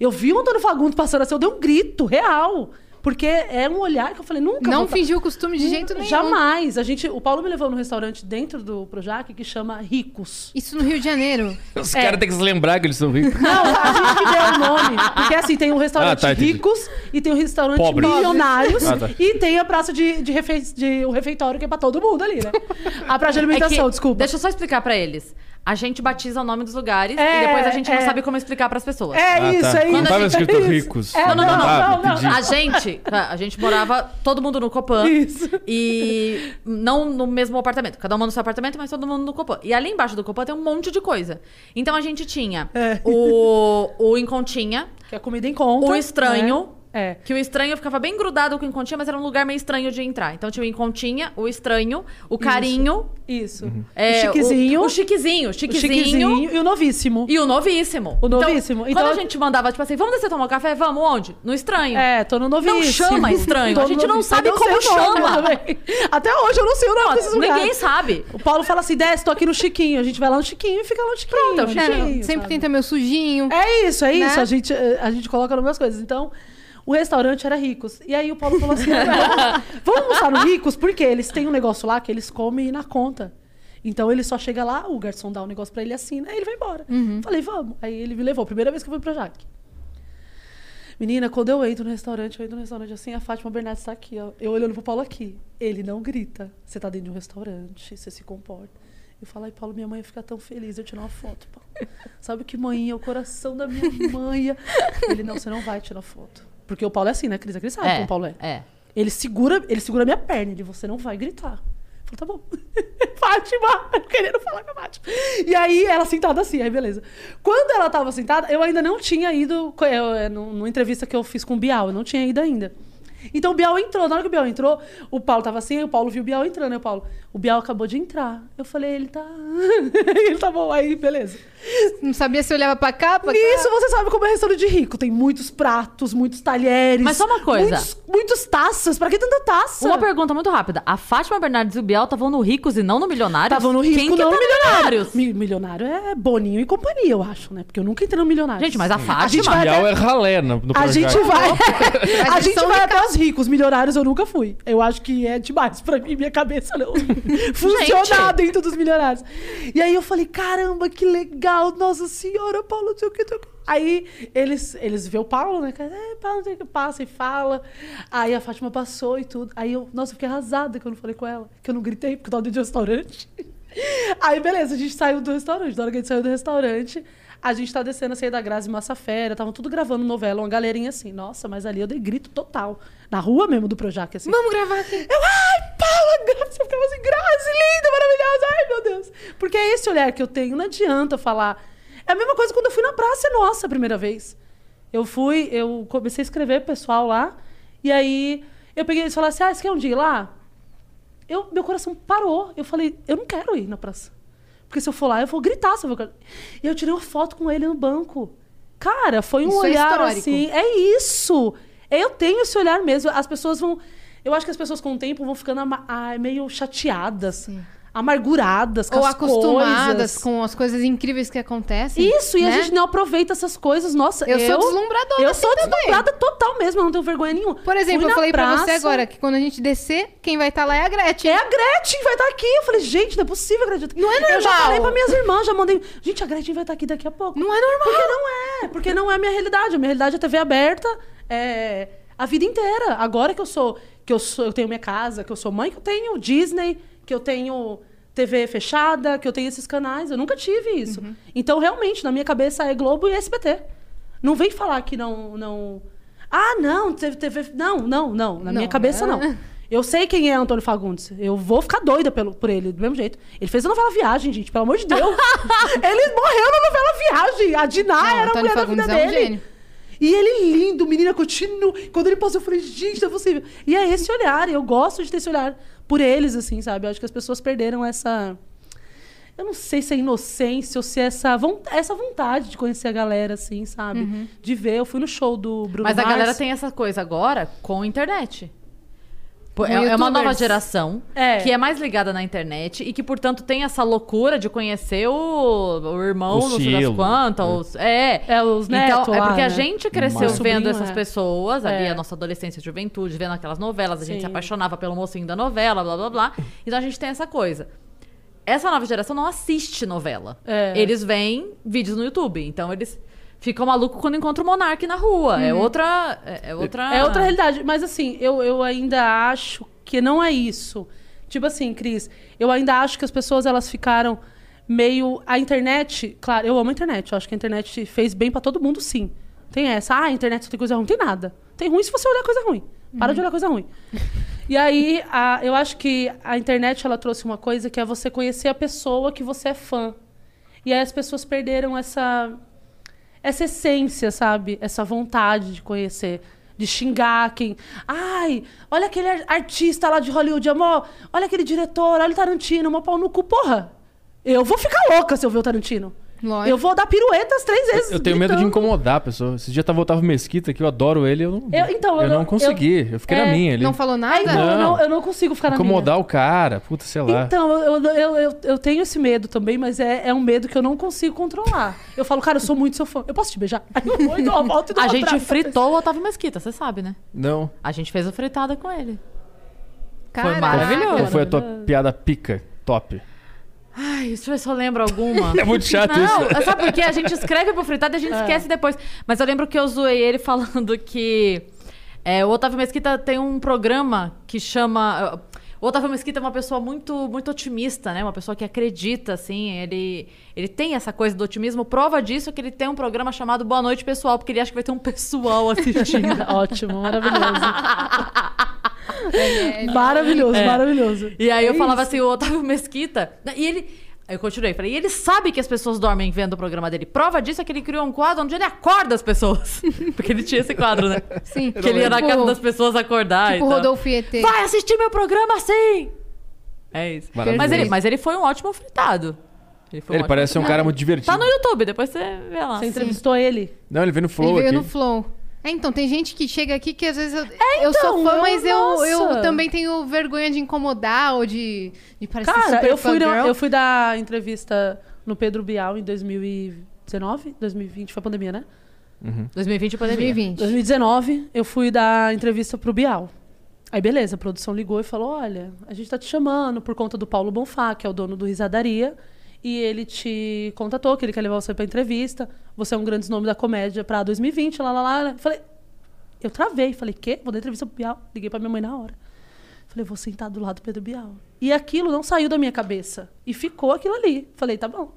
S5: Eu vi o Antônio Fagundes passando assim, eu dei um grito real. Porque é um olhar que eu falei, nunca.
S3: Não
S5: vou tá-
S3: fingiu o costume de jeito nenhum.
S5: Jamais. A gente, o Paulo me levou num restaurante dentro do Projac que chama Ricos.
S3: Isso no Rio de Janeiro.
S4: Os caras têm que se lembrar que eles são ricos.
S5: Não, a gente que deu o nome. Porque assim, tem um restaurante
S4: Ah, tá, entendi.
S5: Ricos e tem um restaurante
S4: Pobres.
S5: Milionários.
S4: Ah, tá.
S5: E tem a praça de, de, refe... de o refeitório que é pra todo mundo ali, né? A praça de
S2: É que-
S5: alimentação, desculpa.
S2: Deixa eu só explicar pra eles. A gente batiza o nome dos lugares
S5: É,
S2: e depois a gente
S5: é.
S2: não sabe como explicar pras pessoas.
S5: É
S4: Ah,
S5: isso,
S4: tá.
S5: é isso.
S4: Não tava
S5: é
S4: escrito
S5: isso.
S4: ricos.
S5: É, não, não, não, não, não.
S4: entendi.
S2: A gente, né, a gente morava todo mundo no Copan.
S5: Isso.
S2: E não no mesmo apartamento. Cada uma no seu apartamento, mas todo mundo no Copan. E ali embaixo do Copan tem um monte de coisa. Então a gente tinha
S5: É.
S2: o, o Encontinha,
S5: Que a comida em conta.
S2: o Estranho.
S5: né? É.
S2: Que o estranho ficava bem grudado com o encontinha, mas era um lugar meio estranho de entrar. Então tinha o encontinha, o estranho, o carinho,
S5: Isso.
S2: é,
S5: o chiquezinho.
S2: o, o chiquezinho,
S5: o
S2: chiquezinho,
S5: chiquezinho e o novíssimo.
S2: e o novíssimo.
S5: O novíssimo.
S2: Então,
S5: Então-
S2: quando a gente mandava, tipo assim, vamos descer tomar um café? Vamos, onde? No estranho.
S5: É, tô no novíssimo.
S2: Não chama estranho,
S5: Tô
S2: a
S5: no
S2: gente não
S5: novíssimo.
S2: sabe
S5: Eu
S2: como
S5: sei o nome
S2: chama.
S5: também. Até hoje eu não sei o nome desses
S2: Ninguém
S5: lugares.
S2: sabe.
S5: O Paulo fala assim, desce, tô aqui no Chiquinho. A gente vai lá no Chiquinho e fica lá no Chiquinho.
S2: Pronto, é o
S5: no
S2: Chiquinho.
S5: Chiquinho,
S3: Sempre
S5: Então, sabe?
S3: tem também o sujinho.
S5: É isso, é
S3: Né?
S5: isso. A gente, eh, a gente coloca no mesmo as coisas. Então, o restaurante era Ricos. E aí o Paulo falou assim: "Vamos- vamos almoçar no Ricos, porque eles têm um negócio lá que eles comem na conta. Então ele só chega lá, o garçom dá um negócio pra ele assina, aí ele vai embora. Falei, vamos. Aí ele me levou, primeira vez que eu fui pra Jaque. Menina, quando eu entro no restaurante, eu entro no restaurante assim, a Fátima Bernardes tá aqui, ó. Eu olhando pro Paulo aqui. Ele não grita. Você tá dentro de um restaurante, você se comporta. Eu falo, ai, Paulo, minha mãe fica tão feliz, eu tirar uma foto, Paulo. Sabe que mãe é o coração da minha mãe. Ele, não, você não vai tirar foto. Porque o Paulo é assim, né, Cris? A Cris sabe como o Paulo é.
S2: é.
S5: Ele segura, ele segura minha perna, ele, você não vai gritar. Eu falo, tá bom. Fátima, eu querendo falar com a Fátima. E aí, ela sentada assim, aí beleza. Quando ela tava eh, sentada, eu ainda não tinha ido, co- eu, é, no- numa entrevista que eu fiz com o Bial, eu não tinha ido ainda. Então o Bial entrou. Na hora que o Bial entrou, o Paulo tava assim, o Paulo viu o Bial entrando, né? O Paulo, o Bial acabou de entrar. Eu falei, ele tá. ele tá bom aí, beleza.
S3: Não sabia se olhava pra cá, pra cá.
S5: Nisso você sabe como é restaurante de rico. Tem muitos pratos, muitos talheres.
S2: Mas só uma coisa.
S5: Muitos, muitos taças. Pra que tanta taça?
S2: Uma pergunta muito rápida. A Fátima Bernardes e o Biel estavam no Ricos e não no Milionários?
S5: Estavam no risco,
S2: Quem que
S5: não
S2: tá
S5: no milionários. Mi- milionário é Boninho e companhia, eu acho, né? Porque eu nunca entrei no milionário.
S2: Gente, mas a Fátima-
S5: gente vai
S4: Bial
S5: até-
S4: é ralé no, no
S5: a gente
S4: projeto.
S5: vai, a
S3: eles
S5: gente
S3: são
S5: vai até os ricos, milionários eu nunca fui. Eu acho que é demais pra mim, minha cabeça não funcionar dentro dos milionários. E aí eu falei, caramba, que legal, nossa senhora, Paulo, não sei o que. não sei o que. Aí eles, eles vê o Paulo, né? cara, É, Paulo, não sei o que, passa e fala. Aí a Fátima passou e tudo. Aí eu, nossa, eu fiquei arrasada que eu não falei com ela, que eu não gritei, porque eu tava dentro de um restaurante. Aí, beleza, a gente saiu do restaurante. Na hora que a gente saiu do restaurante, a gente tá descendo a saída da Grazi Massa Fera. Estavam tudo gravando novela, uma galerinha assim. Nossa, mas ali eu dei grito total. Na rua mesmo do Projac, assim.
S3: Vamos gravar aqui.
S5: Eu, ai, Paula, Grazi, eu ficava assim, Grazi, linda, maravilhosa, ai, meu Deus. Porque é esse olhar que eu tenho, não adianta falar. É a mesma coisa quando eu fui na Praça Nossa a primeira vez. Eu fui, eu comecei a escrever pessoal lá, e aí eu peguei eles e falaram assim, ah, você quer um dia ir lá? Eu, meu coração parou, eu falei, eu não quero ir na praça. Porque se eu for lá, eu vou gritar. Se eu for... E eu tirei uma foto com ele no banco. Cara, foi um
S3: Isso é
S5: olhar
S3: histórico.
S5: assim, é isso. Eu tenho esse olhar mesmo. As pessoas vão. Eu acho que as pessoas com o tempo vão ficando ama- ah, meio chateadas, amarguradas, com
S3: Ou
S5: as
S3: acostumadas
S5: coisas.
S3: com as coisas incríveis que acontecem.
S5: Isso, e a
S3: né?
S5: gente não aproveita essas coisas. Nossa, eu,
S3: Eu sou deslumbradora
S5: Eu
S3: assim
S5: sou
S3: também.
S5: deslumbrada total mesmo, eu não tenho vergonha nenhuma.
S3: Por exemplo,
S5: Fui
S3: eu
S5: na
S3: falei pra você
S5: praça,
S3: agora que quando a gente descer, quem vai estar lá é a Gretchen.
S5: É a Gretchen vai estar aqui. Eu falei, gente, não é possível, acredito.
S3: Não é
S5: Eu já
S3: normal.
S5: falei pra minhas irmãs, já mandei. Gente, a Gretchen vai estar aqui daqui a pouco.
S3: Não é normal.
S5: Porque não é, porque não é a minha realidade. A minha realidade é TV aberta é, a vida inteira. Agora que eu sou, que eu sou, eu tenho minha casa, que eu sou mãe, que eu tenho Disney, que eu tenho TV fechada, que eu tenho esses canais. Eu nunca tive isso.
S3: Uhum.
S5: Então, realmente, na minha cabeça é Globo e SBT. Não vem falar que não. não... Ah, não, teve TV. Não, não, não. Na
S3: Não,
S5: minha cabeça,
S3: né?
S5: não. Eu sei quem é Antônio Fagundes. Eu vou ficar doida pelo, por ele, do mesmo jeito. Ele fez a novela Viagem, gente, pelo amor de Deus. ele morreu na novela Viagem. A Diná
S3: Não,
S5: era a
S3: Antônio
S5: mulher
S3: Fagundes
S5: da
S3: é
S5: vida
S3: um
S5: dele.
S3: gênio.
S5: E ele é lindo, menina, continua. Quando ele passou, eu falei, gente, não é possível. E é esse olhar, e eu gosto de ter esse olhar por eles, assim, sabe? Eu acho que as pessoas perderam essa. Eu não sei se é inocência ou se é essa, von- essa vontade de conhecer a galera, assim, sabe?
S3: Uhum.
S5: De ver. Eu fui no show do Bruno
S2: Mas a galera
S5: Mars.
S2: tem essa coisa agora com internet. Pô,
S3: Com
S2: É, é uma
S3: youtubers.
S2: nova geração
S5: É.
S2: que é mais ligada na internet e que, portanto, tem essa loucura de conhecer o, o irmão,
S4: O
S2: não sei das
S4: Cielo,
S2: quantas. os- É.
S5: É, os
S2: Então,
S5: netos
S2: é
S5: lá,
S2: porque a
S5: né?
S2: gente cresceu
S5: Mas-
S2: vendo
S5: Sobrinho,
S2: essas
S5: é.
S2: pessoas ali,
S5: É.
S2: a nossa adolescência, juventude, vendo aquelas novelas, a gente se
S5: Sim.
S2: apaixonava pelo mocinho da novela, blá blá blá. Então a gente tem essa coisa. Essa nova geração não assiste novela.
S5: É.
S2: Eles veem vídeos no YouTube. Então eles ficam malucos quando encontram o Monark na rua. É outra. É, é outra.
S5: É outra realidade. Mas assim, eu, eu ainda acho que não é isso. Tipo assim, Cris, eu ainda acho que as pessoas elas ficaram meio. A internet, claro, eu amo a internet. Eu acho que a internet fez bem pra todo mundo, sim. Tem essa, ah, a internet só tem coisa ruim. Não Tem nada. Tem ruim se você olhar coisa ruim. Para de olhar coisa ruim. E aí, a- eu acho que a internet ela trouxe uma coisa que é você conhecer a pessoa que você é fã. E aí as pessoas perderam essa essa essência, sabe? Essa vontade de conhecer, de xingar quem. Ai, olha aquele ar- artista lá de Hollywood, amor. Olha aquele diretor, olha o Tarantino, mó pau no cu. Porra, eu vou ficar louca se eu ver o Tarantino.
S3: Lógico.
S5: Eu vou dar piruetas três vezes.
S4: Eu tenho medo de
S5: gritando.
S4: incomodar a pessoa. Esse dia tava o Otávio Mesquita, que eu adoro ele, eu não,
S5: Eu- então, eu
S4: não,
S5: não-
S4: consegui. Eu, fiquei na
S5: é,
S4: minha ali.
S3: Não falou
S5: É,
S3: nada?
S5: então, Eu,
S4: Não.
S5: não, eu não consigo ficar na minha.
S4: Incomodar é? o cara, puta, sei lá.
S5: Então, eu, eu, eu, eu- eu tenho esse medo também, mas é, é um medo que eu não consigo controlar. Eu falo, cara, eu sou muito seu fã. Eu posso te beijar? Aí eu vou e dou uma volta e dou
S2: A
S5: um
S2: gente
S5: abraço.
S2: fritou o Otávio Mesquita, você sabe, né?
S4: não.
S2: A gente fez a fritada com ele.
S3: Caraca.
S2: maravilhoso.
S3: tipo,
S4: Qual foi a tua piada pica? Top.
S2: Ai, se eu só lembro alguma.
S4: É muito chato
S2: Não,
S4: isso.
S2: sabe por quê? A gente escreve pro fritado e a gente esquece depois. Mas eu lembro que eu zoei ele falando que é, o Otávio Mesquita tem um programa que chama. O Otávio Mesquita é uma pessoa muito, muito otimista, né? Uma pessoa que acredita, assim. Ele, ele tem essa coisa do otimismo. Prova disso é que ele tem um programa chamado Boa Noite Pessoal, porque ele acha que vai ter um pessoal assistindo.
S5: Ótimo, maravilhoso.
S3: É,
S5: maravilhoso, maravilhoso.
S2: E aí eu
S5: É
S2: falava assim, o Otávio Mesquita. E ele. Aí eu continuei. Falei, e ele sabe que as pessoas dormem vendo o programa dele. Prova disso é que ele criou um quadro onde ele acorda as pessoas. Porque ele tinha esse quadro, né?
S3: Sim.
S2: que ele ia na
S3: Tipo-
S2: casa das pessoas acordar
S3: Tipo
S2: e tal.
S3: Rodolfo e ET.
S2: Vai assistir meu programa sim! É isso.
S4: Maravilhoso.
S2: Mas ele, mas ele foi um ótimo fritado. Ele, foi um
S4: Ele
S2: ótimo
S4: parece ser um cara muito divertido.
S2: Tá no YouTube, depois você vê lá.
S5: Você entrevistou ele?
S4: Não, ele veio no
S3: Ele
S4: Flow
S3: veio
S4: aqui.
S3: no Flow. É, então, tem gente que chega aqui que às vezes eu, eu
S5: então,
S3: sou fã,
S5: eu-
S3: mas eu, eu
S5: nossa.
S3: também tenho vergonha de incomodar ou de, de parecer
S5: Cara,
S3: super
S5: eu fui, na-
S3: fangirl.
S5: eu fui dar entrevista no Pedro Bial em 2019, 2020, foi a pandemia, né?
S2: 2020
S3: um
S2: é pandemia.
S3: 2020.
S5: 2019, eu fui dar entrevista pro Bial. Aí, beleza, a produção ligou e falou: Olha, a gente tá te chamando por conta do Paulo Bonfá, que é o dono do Risadaria, e ele te contatou que ele quer levar você pra entrevista. Você é um grande nome da comédia pra 2020, lá, lá, lá. Eu Falei, eu travei, falei: Quê? Vou dar entrevista pro Bial. Liguei pra minha mãe na hora. Falei, vou sentar do lado do Pedro Bial. E aquilo não saiu da minha cabeça. E ficou aquilo ali. Falei, tá bom.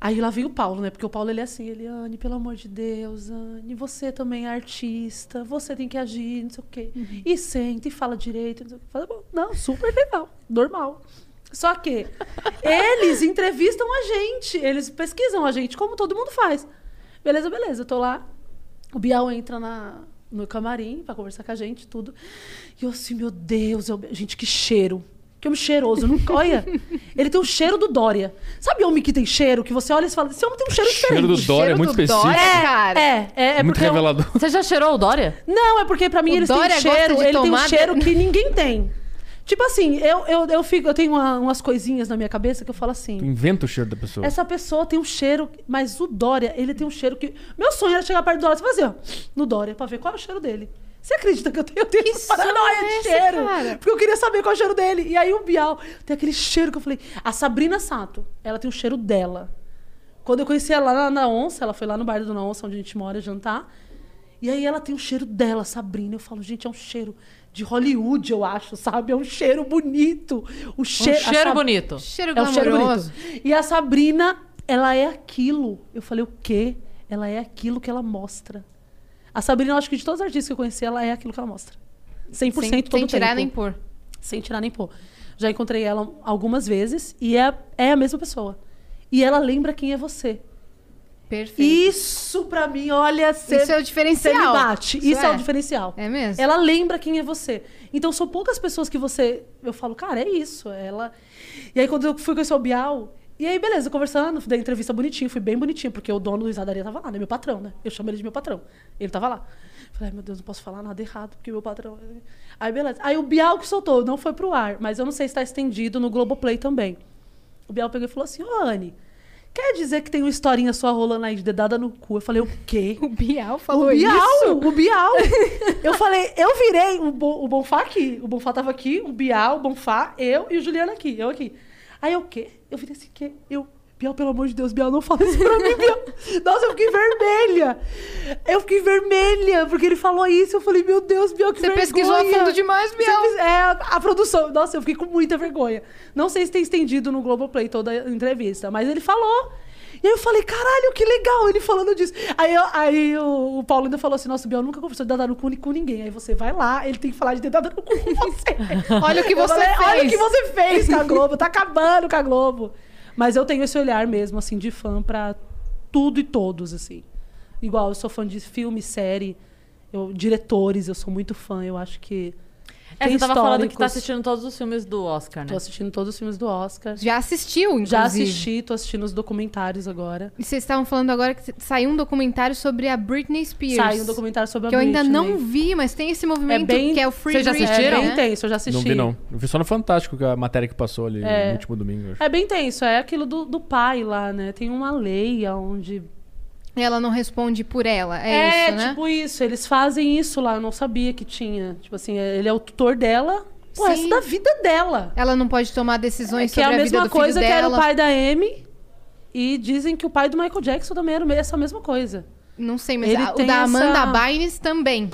S5: Aí lá vem o Paulo, né? Porque o Paulo ele é assim, ele, Anne, pelo amor de Deus, Anne, você também é artista, você tem que agir, não sei o quê. E senta e fala direito, não sei o quê. Fala, bom, não, super legal, normal. Só que eles entrevistam a gente, eles pesquisam a gente, como todo mundo faz. Beleza, beleza, eu tô lá. O Bial entra na, no camarim pra conversar com a gente, tudo. E eu assim, meu Deus, eu- gente, que cheiro. Que homem cheiroso, eu não olha. Ele tem o cheiro do Dória. Sabe homem que tem cheiro? Que você olha e você fala, esse homem tem um cheiro diferente.
S4: cheiro do Dória é muito
S3: do
S4: específico.
S3: Dória, cara.
S5: É, é, é
S4: muito
S5: porque eu-
S4: revelador.
S2: Você já cheirou o Dória?
S5: não, é porque pra mim
S3: O
S5: eles
S3: Dória
S5: têm
S3: gosta
S5: cheiro,
S3: de
S5: ele tem um
S3: tomar-
S5: cheiro que ninguém tem. Tipo assim, eu, eu, eu, fico, eu tenho uma- umas coisinhas na minha cabeça que eu falo assim.
S4: Tu inventa o cheiro da pessoa.
S5: Essa pessoa tem um cheiro, mas o Dória, ele tem um cheiro que. Meu sonho era chegar perto do Dória e fazer, ó, no Dória, pra ver qual é o cheiro dele. Você acredita que eu tenho, eu tenho essa paranoia
S3: sonho é
S5: de
S3: esse,
S5: cheiro?
S3: cara?
S5: Porque eu queria saber qual é o cheiro dele. E aí o Bial tem aquele cheiro que eu falei. A Sabrina Sato, ela tem o cheiro dela. Quando eu conheci ela lá na Onça, ela foi lá no bar do Na Onça, onde a gente mora, jantar. E aí ela tem o cheiro dela, Sabrina. Eu falo, gente, é um cheiro de Hollywood, eu acho, sabe? É um cheiro bonito. O
S2: Um
S5: cheiro, a
S3: assim,
S2: cheiro
S5: Sab-
S2: bonito.
S3: Cheiro
S5: é um cheiro
S3: glamouroso.
S5: bonito. E a Sabrina, ela é aquilo. Eu falei, o quê? Ela é aquilo que ela mostra. A Sabrina, eu acho que de todos os artistas que eu conheci, ela é aquilo que ela mostra. 100% todo
S3: sem, sem tirar
S5: tempo.
S3: nem pôr.
S5: Sem tirar nem pôr. Já encontrei ela algumas vezes e é, é a mesma pessoa. E ela lembra quem é você.
S3: Perfeito.
S5: Isso pra mim, olha, cê,
S3: Isso é o diferencial.
S5: cê me bate. Isso, é.
S3: é.
S5: o diferencial.
S3: É mesmo?
S5: Ela lembra quem é você. Então são poucas pessoas que você. Eu falo, cara, é isso. Ela. E aí quando eu fui conhecer o Bial. E aí, beleza, conversando, dei entrevista bonitinho, fui bem bonitinho, porque o dono do Risadaria tava lá, né? Meu patrão, né? Eu chamo ele de meu patrão. Ele tava lá. Falei, ai, meu Deus, não posso falar nada errado, porque meu patrão. é Aí, beleza. Aí o Bial que soltou, não foi pro ar, mas eu não sei se tá estendido no Globoplay também. O Biel pegou e falou assim: Ô, Anne, quer dizer que tem uma historinha sua rolando aí de dedada no cu? Eu falei: O quê?
S3: O Bial
S5: O
S3: falou
S5: Bial,
S3: isso.
S5: o Bial. Eu falei, eu virei o, Bo, o Bonfá aqui. O Bonfá tava aqui, o Bial, o Bonfá, eu e o Juliano aqui, eu aqui. Aí eu, o quê? Eu virei assim, quê? Eu, Bial, pelo amor de Deus, Bial, não fala isso pra mim, Bial. Nossa, eu fiquei vermelha. Eu fiquei vermelha, porque ele falou isso. Eu falei, meu Deus, Bial, que
S3: Você
S5: vergonha.
S3: pesquisou a fundo demais, Biel.
S5: Você fez- É, a- a produção. Nossa, eu fiquei com muita vergonha. Não sei se tem estendido no Globoplay toda a entrevista, mas ele falou. E aí eu falei, caralho, que legal ele falando disso. Aí, eu- aí o, o Paulo ainda falou assim, nossa, o Biel nunca conversou de dadar no cu ni- com ninguém. Aí você vai lá, ele tem que falar de ter dado no cu com você.
S3: Olha o que
S5: Eu
S3: você
S5: falei, Olha o
S3: fez."
S5: que você fez com a Globo, tá acabando com a Globo. Mas eu tenho esse olhar mesmo, assim, de fã pra tudo e todos, assim. Igual, eu sou fã de filme, série, eu, diretores, eu sou muito fã, eu acho que...
S2: É,
S5: tem
S2: você tava falando que tá
S5: históricos.
S2: assistindo todos os filmes do Oscar, né?
S5: Tô assistindo todos os filmes do Oscar.
S3: Já assistiu, inclusive.
S5: Já assisti, tô assistindo os documentários agora.
S3: E vocês estavam falando agora que saiu um documentário sobre a Britney Spears.
S5: Saiu um documentário sobre a
S3: Que eu ainda
S5: Britney.
S3: não vi, mas tem esse movimento
S5: É bem-
S3: que é o Free
S2: Vocês já
S3: Britney,
S5: É
S2: assistiram?
S5: bem
S3: né?
S5: tenso, eu já assisti.
S4: Não vi, não. Eu vi só no Fantástico que a matéria que passou ali no último domingo. eu acho.
S5: É bem tenso, é aquilo do, do pai lá, né? Tem uma lei onde.
S3: E ela não responde por ela. É, isso, né?
S5: tipo isso, eles fazem isso lá, eu não sabia que tinha. Tipo assim, ele é o tutor dela, o
S3: Sim.
S5: resto da vida dela.
S3: Ela não pode tomar
S5: É
S3: decisões
S5: que é a
S3: sobre a, vida
S5: mesma
S3: do
S5: coisa que
S3: filho
S5: era
S3: dela.
S5: o pai da Amy. E dizem que o pai do Michael Jackson também era essa mesma coisa.
S3: Não sei, mas
S5: Ele
S3: a- o
S5: tem
S3: da Amanda
S5: essa-
S3: Bynes também.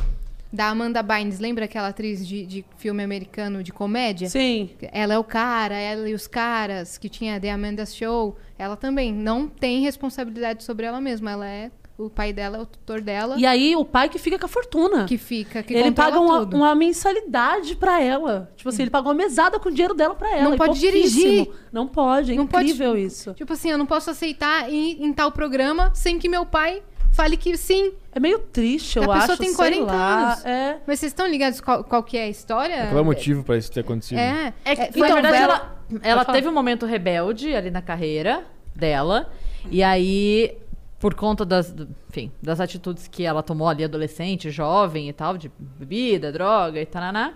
S3: Da Amanda Bynes, lembra aquela atriz de, de filme americano de comédia?
S5: Sim.
S3: Ela é o cara, ela e os caras que tinha The Amanda Show. Ela também não tem responsabilidade sobre ela mesma. Ela é O pai dela é o tutor dela.
S5: E aí o pai que fica com a fortuna.
S3: que fica, que
S5: ele
S3: controla
S5: paga uma,
S3: tudo.
S5: uma mensalidade pra ela. Tipo assim, ele paga uma mesada com o dinheiro dela pra ela.
S3: Não
S5: e
S3: pode dirigir.
S5: pouquíssimo. Não pode, é
S3: Não pode-
S5: incrível isso.
S3: Tipo assim, eu não posso aceitar ir em tal programa sem que meu pai fale que sim.
S5: É meio triste, eu
S3: a
S5: acho.
S3: pessoa tem
S5: sei
S3: 40
S5: lá.
S3: anos.
S5: É.
S3: Mas vocês estão ligados qual, qual que é a história?
S4: Qual é o motivo pra isso ter acontecido?
S3: É.
S2: É, que, na
S3: é, então,
S2: verdade,
S3: ela-
S2: ela, ela teve um momento rebelde ali na carreira dela. E aí, por conta das, do- enfim, das atitudes que ela tomou ali, adolescente, jovem e tal, de bebida, droga e taraná.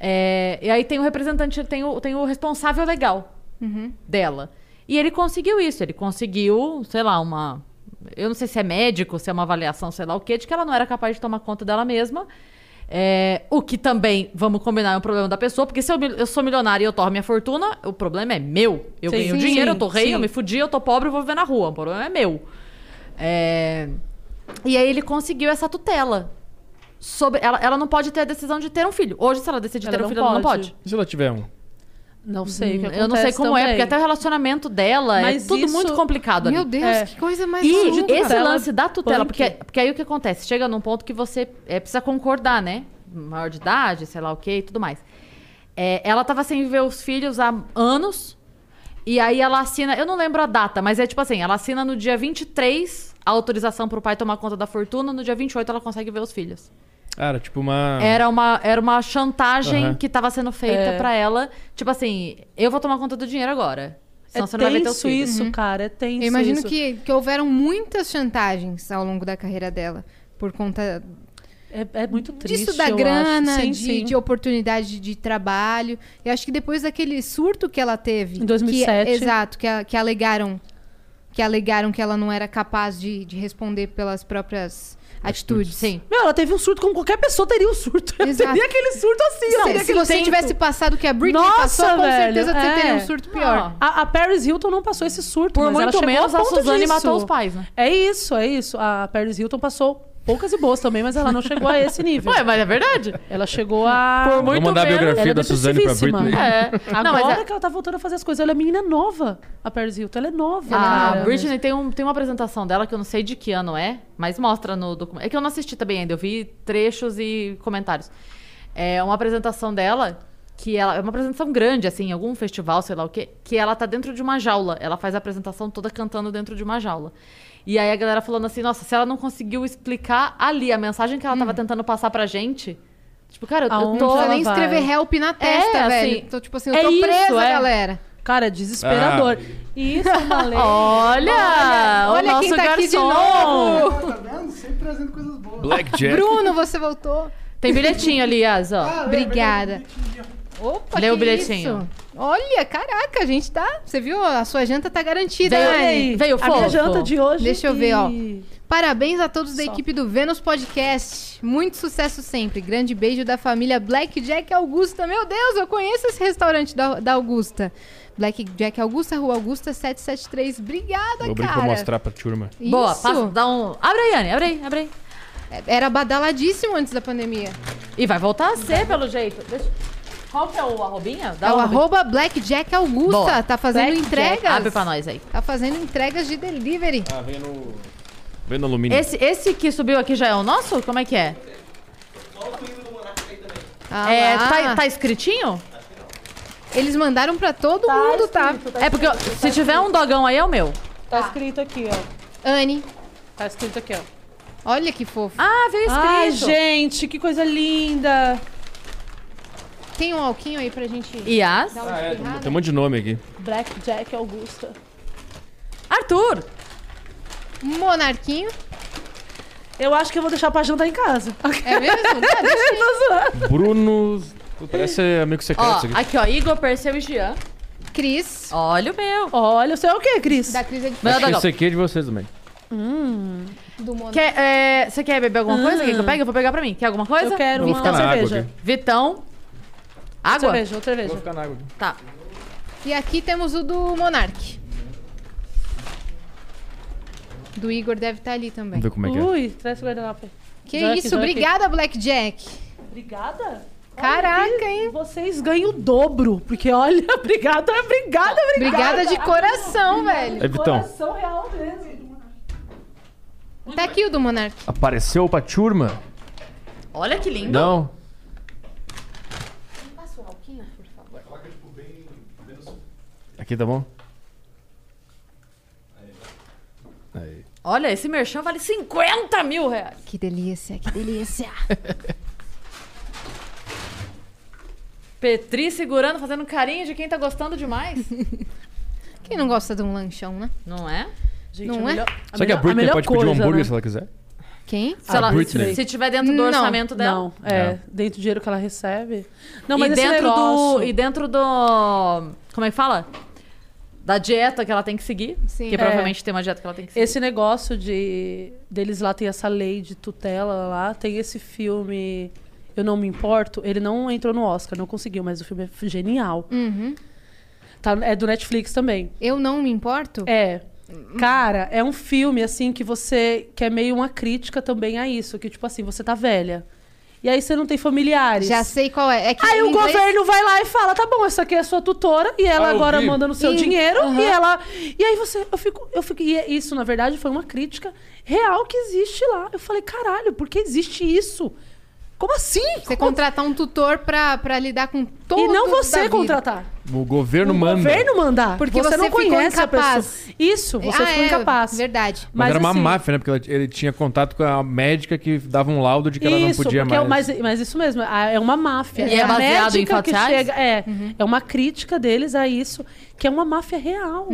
S2: é, e aí tem o representante, tem o, tem o responsável legal
S3: Uhum.
S2: dela. E ele conseguiu isso, ele conseguiu, sei lá, uma. Eu não sei se é médico, se é uma avaliação, sei lá o quê, de que ela não era capaz de tomar conta dela mesma. É, o que também, vamos combinar, é um problema da pessoa, porque se eu, mil- eu sou milionária e eu torno minha fortuna, o problema é meu. Eu
S5: Sim.
S2: ganho
S5: Sim,
S2: dinheiro, eu tô rei,
S5: sim.
S2: eu me fudi, eu tô pobre, eu vou viver na rua. O problema é meu. É, E aí ele conseguiu essa tutela. Sobre, ela, ela não pode ter a decisão de ter um filho. Hoje, se ela decidir
S5: Ela
S2: ter um
S5: não
S2: filho, ela não
S5: pode.
S2: pode.
S4: E se ela tiver um?
S5: Não sei o
S3: Hum,
S5: que acontece
S2: Eu não sei como é,
S5: também.
S2: porque até o relacionamento dela
S5: Mas
S2: é tudo
S5: isso-
S2: muito complicado ali.
S3: Meu Deus,
S5: É.
S3: que coisa mais
S2: E
S3: maluca.
S2: esse
S5: Tutela,
S2: lance da tutela,
S5: punk.
S2: porque, porque aí o que acontece? Chega num ponto que você é, precisa concordar, né? Maior de idade, sei lá o quê e tudo mais. É, ela tava sem ver os filhos há anos. E aí ela assina, eu não lembro a data, mas é tipo assim, ela assina no dia 23 a autorização pro pai tomar conta da fortuna, no dia 28 ela consegue ver os filhos.
S4: Ah, Era tipo uma.
S2: Era uma, era uma chantagem
S4: Aham.
S2: que tava sendo feita
S5: É.
S2: pra ela. Tipo assim, eu vou tomar conta do dinheiro agora. Senão
S5: É
S2: você não vai ver teus
S5: tenso
S2: filhos.
S5: isso, cara. É tenso
S3: uhum. Eu imagino
S5: isso.
S3: que, que houveram muitas chantagens ao longo da carreira dela. Por conta
S5: É, é muito triste,
S3: disso da
S5: eu
S3: grana,
S5: acho. Sim,
S3: de,
S5: sim.
S3: de oportunidade de trabalho. Eu acho que depois daquele surto que ela teve.
S5: Em 2007.
S3: que- exato, que, a- que alegaram. Que alegaram que ela não era capaz de, de responder pelas próprias atitudes.
S2: Sim.
S5: Meu, ela teve um surto como qualquer pessoa teria um surto. Eu
S3: Exato.
S5: teria aquele surto assim. eu
S3: Se-
S5: teria
S3: se
S5: aquele
S3: você
S5: tento.
S3: tivesse passado o que a Britney
S5: Nossa,
S3: passou, com
S5: velho,
S3: certeza você
S5: é.
S3: teria um surto pior.
S5: A, a Paris Hilton não passou esse surto.
S2: Por
S5: mas ela
S2: muito
S5: chegou
S2: menos
S5: ao
S2: a
S5: ponto
S2: Suzane
S5: disso.
S2: matou os pais, né?
S5: É isso, é isso. A Paris Hilton passou poucas e boas também, mas ela não chegou a esse nível.
S2: Ué, mas é verdade.
S5: Ela chegou a.
S2: Por muito
S4: Vou mandar a
S2: menos.
S4: biografia
S5: Ela é
S4: da Suzane pra
S5: depressivíssima.
S4: Britney.
S2: É.
S5: Agora
S2: Não, mas é-
S5: que ela tá voltando a fazer as coisas. Ela é menina nova, a Paris Hilton. Ela é nova.
S3: Ah,
S2: A
S5: cara.
S2: Britney tem, um, tem uma apresentação dela que eu não sei de que ano é, mas mostra no documento. É que eu não assisti também ainda, eu vi trechos e comentários. É uma apresentação dela que ela é uma apresentação grande assim, em algum festival, sei lá o quê, que ela tá dentro de uma jaula. Ela faz a apresentação toda cantando dentro de uma jaula. E aí a galera falando assim: "Nossa, se ela não conseguiu explicar ali a mensagem que ela tava tentando passar pra gente". Tipo, cara, eu, eu
S5: Hum. Aonde
S2: tô
S3: Não precisa nem
S5: vai.
S3: escrever help na testa,
S2: É,
S3: velho.
S2: assim,
S3: Tô tipo assim, eu
S2: é
S3: tô
S2: isso,
S3: presa,
S2: é.
S3: galera.
S5: Cara, é desesperador.
S4: Ah.
S5: Isso, é uma lei.
S2: Olha,
S3: olha
S2: o nosso
S3: quem tá
S2: garçom.
S3: aqui de novo.
S10: Tá vendo? Sempre trazendo coisas boas.
S7: É.
S4: Blackjack.
S3: Bruno, você voltou.
S2: Tem bilhetinho ali, Yas, ó.
S3: Obrigada. Opa,
S2: Lê
S3: que
S2: o bilhetinho.
S3: isso? Olha, caraca, a gente tá. Você viu? A sua janta tá garantida,
S2: Veio-
S3: né?
S2: Ei, veio
S5: a minha
S2: fofo.
S5: janta de hoje.
S3: Deixa eu ver, ó.
S5: e-
S3: Parabéns a todos da
S5: Só.
S3: equipe do Vênus Podcast. Muito sucesso sempre. Grande beijo da família Blackjack Augusta. Meu Deus, eu conheço esse restaurante da, da Augusta. Blackjack Augusta, Rua Augusta 773. Obrigada,
S4: Vou abrir
S3: cara.
S4: pra mostrar pra turma.
S3: Isso.
S2: Boa, passa, dá um. Abre aí, Anne, abre aí, abre aí.
S3: Era badaladíssimo antes da pandemia.
S2: E vai voltar a ser, pelo jeito. Deixa- Qual que é o arrobinha? Dá
S3: é o
S2: um arrobinha.
S3: arroba Blackjack Augusta.
S2: Boa.
S3: Tá fazendo
S2: Black
S3: entregas.
S2: Jack. Abre pra nós aí.
S3: Tá fazendo entregas de delivery.
S4: Ah, vem no. Vem no alumínio.
S2: Esse, esse que subiu aqui já é o nosso? Como é que é?
S3: Ah
S2: é
S3: lá.
S2: tá, tá escritinho?
S3: Eles mandaram pra todo mundo, tá?
S2: É porque eu- se tiver um dogão aí é o meu.
S5: Tá escrito aqui, ó.
S3: Anne,
S5: Tá escrito aqui, ó.
S3: olha que fofo.
S2: Ah, veio escrito.
S5: Ai, gente, que coisa linda.
S3: Tem um alquinho aí pra gente.
S2: Yas.
S3: dar uma espirrada?
S4: Tem um monte de nome aqui.
S5: Blackjack Augusta.
S2: Arthur.
S3: um Monarquinho.
S5: Eu acho que eu vou deixar pra jantar em casa.
S3: É mesmo? Não, deixa aí.
S4: Bruno. Pô, Parece amigo secreto
S2: Ó,
S4: isso É, aqui.
S2: aqui ó, Igor, Perseu e Jean.
S3: Cris.
S2: Olha o meu.
S5: Olha, o seu é o quê, Cris?
S3: Da Cris é de-
S2: Meu
S4: Acho que
S2: dogão.
S4: esse aqui é de vocês também.
S3: do Monarquinho.
S2: Quer, é, você quer beber alguma coisa? Quer que eu pegue? Eu vou pegar pra mim. Quer alguma coisa?
S5: Eu quero
S4: Eu vou
S5: uma
S4: ficar na água
S5: cerveja.
S4: aqui.
S2: Vitão. Água?
S5: Cerveja, outra cerveja.
S4: ficar na água aqui.
S2: Tá.
S3: E aqui temos o do Monark. Do Igor deve estar ali também.
S4: Vamos ver como é que é.
S5: Ui, traz o guardanapo aí.
S3: Que
S5: Joga aqui,
S3: isso,
S5: joga aqui.
S3: obrigada, Blackjack.
S5: Obrigada.
S3: Caraca, hein?
S5: Vocês ganham o dobro, porque olha, obrigada, obrigada, obrigada.
S3: Obrigada de coração, velho.
S4: É Vitão.
S5: Coração real mesmo.
S3: Tá aqui o do Monark.
S4: Apareceu pra turma?
S2: Olha que lindo.
S4: Não? Aqui tá bom? Aí.
S2: Olha, esse merchan vale 50 mil reais.
S3: Que delícia, que delícia.
S2: Petri segurando, fazendo carinho de quem tá gostando demais.
S3: Quem não gosta de um lanchão, né?
S2: Não é?
S3: Gente, não
S5: a
S3: é?
S5: melhor-
S4: Só que a Britney
S5: melhor
S4: pode pedir um
S5: coisa,
S4: hambúrguer
S5: né?
S4: se ela quiser.
S3: Quem?
S2: Se, ela-
S4: Britney.
S2: se tiver dentro do
S3: Não,
S2: orçamento dela.
S5: Não, é,
S4: É.
S5: dentro do dinheiro que ela recebe. Não,
S2: e
S5: mas esse
S2: dentro
S5: negócio...
S2: do. E dentro do. Como é que fala? Da dieta que ela tem que seguir.
S3: Sim.
S2: Que provavelmente tem uma dieta que ela tem que seguir.
S5: É. Esse negócio de deles lá tem essa lei de tutela lá, tem esse filme Eu não me importo, ele não entrou no Oscar, não conseguiu, mas o filme é f- genial.
S3: Uhum.
S5: Tá, é do Netflix também.
S3: Eu não me importo?
S5: É. Cara, é um filme assim que você que é meio uma crítica também a isso, que tipo assim, você tá velha. E aí você não tem familiares.
S3: Já sei qual é. é que
S5: Aí
S3: em
S5: o
S3: inglês-
S5: governo vai lá e fala: tá bom, essa aqui é a sua tutora, e ela
S4: Ah, eu
S5: agora
S4: vi.
S5: manda no seu
S3: Ih,
S5: dinheiro,
S3: aham.
S5: e ela. E aí você. Eu fico. Eu fico e é- isso, na verdade, foi uma crítica real que existe lá. Eu falei: caralho, por que existe isso? Como assim?
S3: Você
S5: Como- assim?"
S3: contratar um tutor pra, pra lidar com todo
S5: E não
S3: da
S5: você
S3: vida.
S5: contratar.
S4: O governo
S5: o
S4: manda.
S5: governo mandar.
S3: Porque você
S5: não
S3: ficou
S5: conhece
S3: incapaz.
S5: a pessoa. Isso, você
S3: ah,
S5: ficou
S3: é,
S5: incapaz.
S3: Verdade.
S4: Mas, era uma
S5: assim,
S4: máfia, né? Porque ela- ele tinha contato com a médica que dava um laudo de que ela não
S5: Isso,
S4: podia
S5: porque é
S4: mais.
S5: o- mas, mas isso mesmo, a- é uma máfia.
S2: E é
S5: a
S2: baseado em
S5: médica que
S2: fatos reais?
S5: chega- É, é uma crítica deles a isso, que é uma máfia real.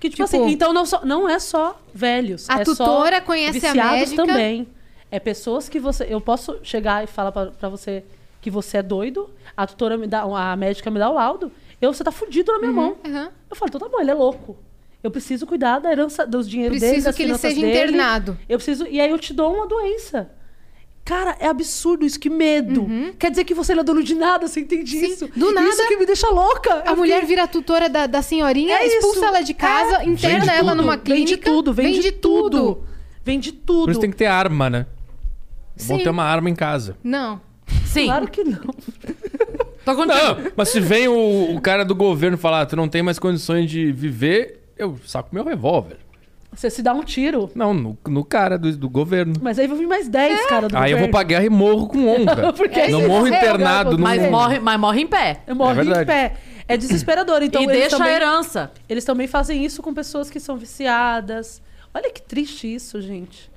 S5: Que, tipo,
S3: Tipo-
S5: assim, então não, só- não é só velhos.
S3: A
S5: é só
S3: tutora conhece a
S5: viciados
S3: médica.
S5: também. É pessoas que você. Eu posso chegar e falar pra, pra você que você é doido, a tutora me dá. A médica me dá o laudo, eu, você tá fudido na minha mão.
S3: Aham.
S5: Eu falo, então tá bom, ele é louco. Eu preciso cuidar da herança dos dinheiros
S3: Preciso
S5: dele, das
S3: que ele
S5: finanças
S3: seja
S5: dele.
S3: internado.
S5: Eu preciso. E aí eu te dou uma doença. Cara, é absurdo isso, que medo. Quer dizer que você não é dono de nada, você entende
S3: Uhum. Sim,
S5: isso?
S3: do nada-
S5: Isso que me deixa louca.
S3: A mulher vira a tutora da, da senhorinha,
S5: É
S3: expulsa
S5: isso. É.
S3: ela de casa, interna ela
S4: tudo.
S3: numa
S5: vende
S3: clínica.
S5: tudo, vende,
S3: vende
S5: tudo. Vende tudo.
S4: Por isso tem que ter arma, né? É bom
S3: Sim.
S4: ter uma arma em casa.
S3: Não.
S2: Sim.
S5: Claro que não.
S2: Tô
S4: Não,
S2: contando.
S4: mas se vem o, o cara do governo falar, "Ah, tu não tem mais condições de viver, eu saco meu revólver.
S5: Você se dá um tiro.
S4: Não, no, no cara do, do governo.
S5: Mas aí vai vir mais 10,
S3: É.
S5: cara, do
S4: Aí eu vou
S5: governo.
S4: pra guerra e morro com honra.
S5: Porque
S4: não
S5: isso
S4: morro
S5: é
S4: internado.
S5: o que
S4: Não...
S2: Mas morre, mas morre em pé.
S5: Eu morri
S4: verdade.
S5: em pé. É desesperador. Então
S2: e
S5: eles
S2: deixa
S5: também-
S2: a herança.
S5: Eles também fazem isso com pessoas que são viciadas. Olha que triste isso, gente.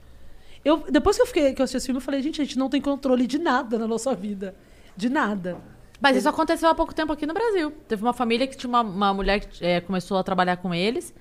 S5: Eu, depois que eu, fiquei, que eu assisti esse filme, eu falei, gente, a gente não tem controle de nada na nossa vida. De nada.
S2: Mas isso aconteceu há pouco tempo aqui no Brasil. Teve uma família que tinha uma, uma mulher que eh, começou a trabalhar com eles.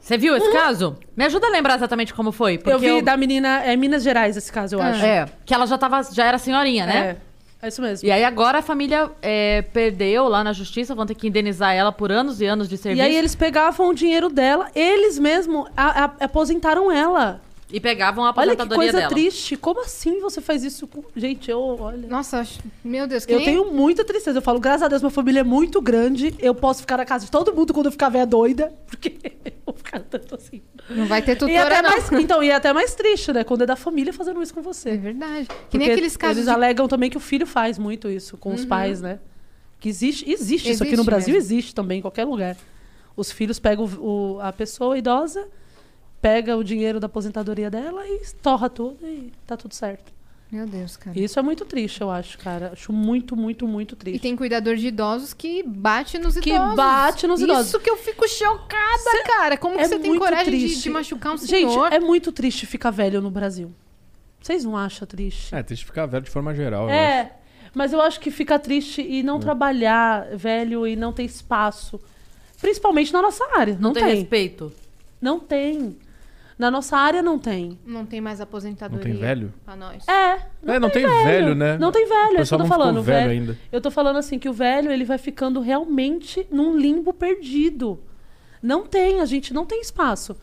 S2: Você viu esse caso? Me ajuda a lembrar exatamente como foi. Porque
S5: Uhum. eu vi da menina, é em Minas Gerais esse caso, eu acho.
S2: É, que ela já, tava, já era senhorinha, né?
S5: É, é isso mesmo.
S2: E aí agora a família eh, perdeu lá na justiça, vão ter que indenizar ela por anos e anos de
S5: E,
S2: serviço.
S5: aí eles pegavam o dinheiro dela, eles mesmo a- a- aposentaram ela.
S2: E pegavam a
S5: Olha que
S2: aposentadoria
S5: coisa
S2: dela.
S5: triste. Como assim você faz isso com. Gente, eu. Olha.
S3: Nossa, acho- meu Deus, que
S5: Eu
S3: nem-
S5: tenho muita tristeza. Eu falo, graças a Deus, minha família é muito grande. Eu posso ficar na casa de todo mundo quando eu ficar velha doida. Porque eu vou ficar tanto assim.
S3: Não vai ter
S5: E até
S3: tutora, não.
S5: mais, então, e é até mais triste, né? Quando é da família fazendo isso com
S3: É
S5: você.
S3: verdade. Que
S5: Porque
S3: nem aqueles casos
S5: Eles
S3: de Uhum.
S5: alegam também que o filho faz muito isso com os pais, né? Que existe, existe, isso aqui
S3: Existe
S5: no Brasil,
S3: mesmo.
S5: existe também, em qualquer lugar. Os filhos pegam o- o- a pessoa idosa, pega o dinheiro da aposentadoria dela e torra tudo e tá tudo certo.
S3: Meu Deus, cara.
S5: E isso é muito triste, eu acho, cara. Acho muito, muito, muito triste.
S3: E tem cuidador de idosos que bate nos
S5: Que
S3: idosos.
S5: bate nos idosos.
S3: Isso que eu fico chocada, cara. Como que
S5: é
S3: você tem
S5: muito
S3: coragem de,
S5: triste.
S3: de machucar um
S5: Gente,
S3: senhor?
S5: é muito triste ficar velho no Brasil. Vocês não acham triste?
S4: É, tem que ficar velho de forma geral. eu acho. É.
S5: É, mas eu acho que fica triste e não trabalhar velho e não ter espaço. Principalmente na nossa área. Não,
S2: Não tem,
S5: tem.
S2: respeito.
S5: Não tem. Na nossa área não tem.
S3: Não tem mais aposentadoria.
S4: Não tem velho?
S3: Pra nós.
S5: É.
S4: É, não tem velho, né?
S5: Não tem
S4: O
S5: velho, é isso que
S4: pessoal
S5: eu tô
S4: não ficou
S5: falando.
S4: velho
S5: velho.
S4: ainda.
S5: Eu tô falando assim que o velho ele vai ficando realmente num limbo perdido. Não tem, a gente não tem espaço.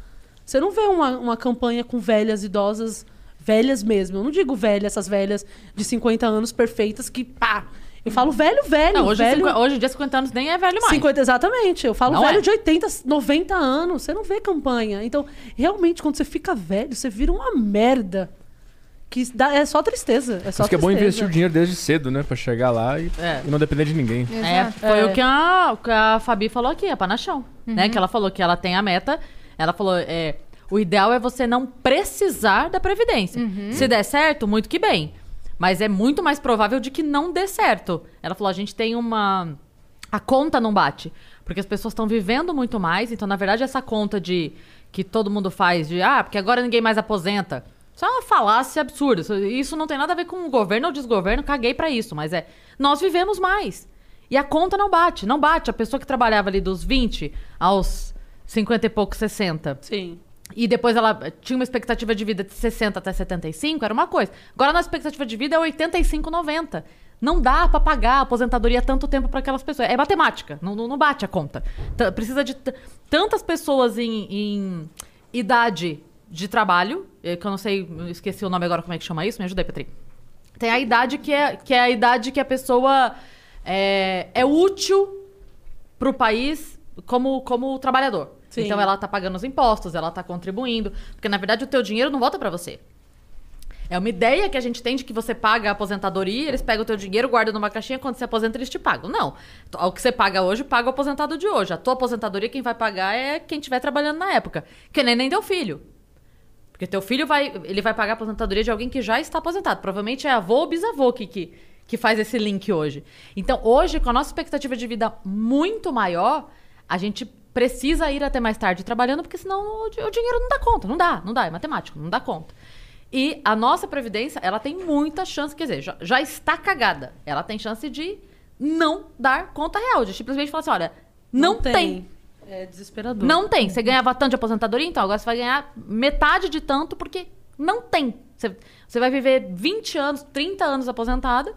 S5: Você não vê uma, uma campanha com velhas idosas, velhas mesmo. Eu não digo velha, essas velhas de 50 anos perfeitas que pá. Eu falo velho, velho,
S2: Não, hoje,
S5: velho.
S2: cinqu- hoje em dia 50 anos nem é velho mais.
S5: 50, exatamente. Eu falo
S2: Não
S5: velho
S2: é.
S5: de 80, 90 anos. Você não vê campanha. Então, realmente, quando você fica velho, você vira uma merda. Que dá- é só tristeza. É só
S4: Por isso que é bom
S5: tristeza.
S4: investir o dinheiro desde cedo, né? Pra chegar lá e,
S2: É.
S4: e não depender de ninguém.
S2: É,
S3: Exato.
S2: foi
S5: É.
S2: o que a, o que a Fabi falou aqui, a Panachão, né? Que ela falou que ela tem a meta. Ela falou, é, O ideal é você não precisar da Previdência. Se der certo, muito que bem. Mas é muito mais provável de que não dê certo. Ela falou: a gente tem uma. A conta não bate. Porque as pessoas estão vivendo muito mais. Então, na verdade, essa conta de que todo mundo faz de ah, porque agora ninguém mais aposenta. Isso é uma falácia absurda. Isso, isso não tem nada a ver com o governo ou desgoverno, caguei pra isso. Mas é, nós vivemos mais. E a conta não bate, não bate. A pessoa que trabalhava ali dos 20 aos 50 e pouco, 60.
S5: Sim.
S2: E depois ela tinha uma expectativa de vida de 60 até 75, era uma coisa. Agora a nossa expectativa de vida é 85, 90. Não dá pra pagar a aposentadoria tanto tempo pra aquelas pessoas. É matemática, não, não não bate a conta. T- precisa de t- tantas pessoas em, em idade de trabalho, eh, que eu não sei, eu esqueci o nome agora como é que chama isso, me ajuda aí, Petri. Tem a idade que é, que é a idade que a pessoa é, é útil pro país como, como trabalhador.
S5: Sim.
S2: Então ela tá pagando os impostos, ela tá contribuindo. Porque, na verdade, o teu dinheiro não volta pra você. É uma ideia que a gente tem de que você paga a aposentadoria, eles pegam o teu dinheiro, guardam numa caixinha, quando você aposenta, eles te pagam. Não. O que você paga hoje, paga o aposentado de hoje. A tua aposentadoria, quem vai pagar é quem estiver trabalhando na época. Que nem, nem teu filho. Porque teu filho vai, ele vai pagar a aposentadoria de alguém que já está aposentado. Provavelmente é avô ou bisavô que, que, que faz esse link hoje. Então, hoje, com a nossa expectativa de vida muito maior, a gente precisa ir até mais tarde trabalhando, porque senão o, di- o dinheiro não dá conta. Não dá, não dá. É matemático, não dá conta. E a nossa previdência, ela tem muita chance, quer dizer, já, já está cagada. Ela tem chance de não dar conta real, de simplesmente falar assim, olha, não, tem.
S5: É desesperador.
S2: Não tem. Você ganhava tanto de aposentadoria, então agora você vai ganhar metade de tanto, porque não tem. Você, você vai viver 20 anos, 30 anos aposentada,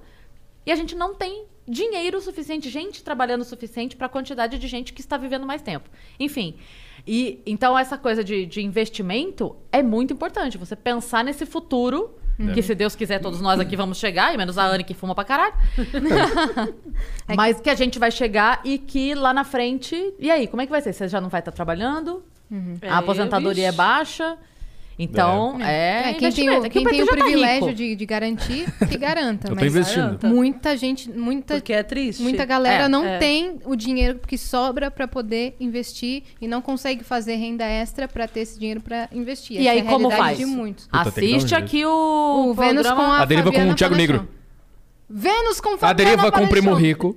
S2: e a gente não tem dinheiro suficiente, gente trabalhando o suficiente para a quantidade de gente que está vivendo mais tempo. Enfim. E então essa coisa de, de investimento é muito importante. Você pensar nesse futuro. Que se Deus quiser, todos nós aqui vamos chegar, e menos a Anne que fuma pra caralho.
S3: É
S2: Mas que a gente vai chegar e que lá na frente. E aí, como é que vai ser? Você já não vai estar trabalhando?
S3: Uhum.
S2: A aposentadoria é
S5: vixe.
S2: baixa. Então, é.
S3: É, quem tem
S2: investimento.
S3: o,
S2: É que
S3: quem tem o
S2: Pedro já tá
S3: privilégio
S2: rico.
S3: de, de garantir, que garanta.
S4: Eu tô
S3: mas
S4: investindo.
S3: muita gente, muita,
S5: Porque é triste.
S3: muita galera
S2: É,
S3: não
S5: é.
S3: tem o dinheiro que sobra pra poder investir e não consegue fazer renda extra pra ter esse dinheiro pra investir.
S2: E
S3: Essa é
S2: aí,
S3: a
S2: como
S3: realidade
S2: faz?
S3: de muitos.
S4: Puta, tem que dar um
S2: Assiste
S4: jeito.
S2: aqui o.
S3: O Vênus com
S2: programa-
S3: a,
S4: A deriva com
S3: Fabiana
S4: o Thiago
S3: Panachon.
S4: Negro.
S3: Vênus com
S4: A
S3: Fabiana
S4: deriva com o primo
S3: Panachon.
S4: rico.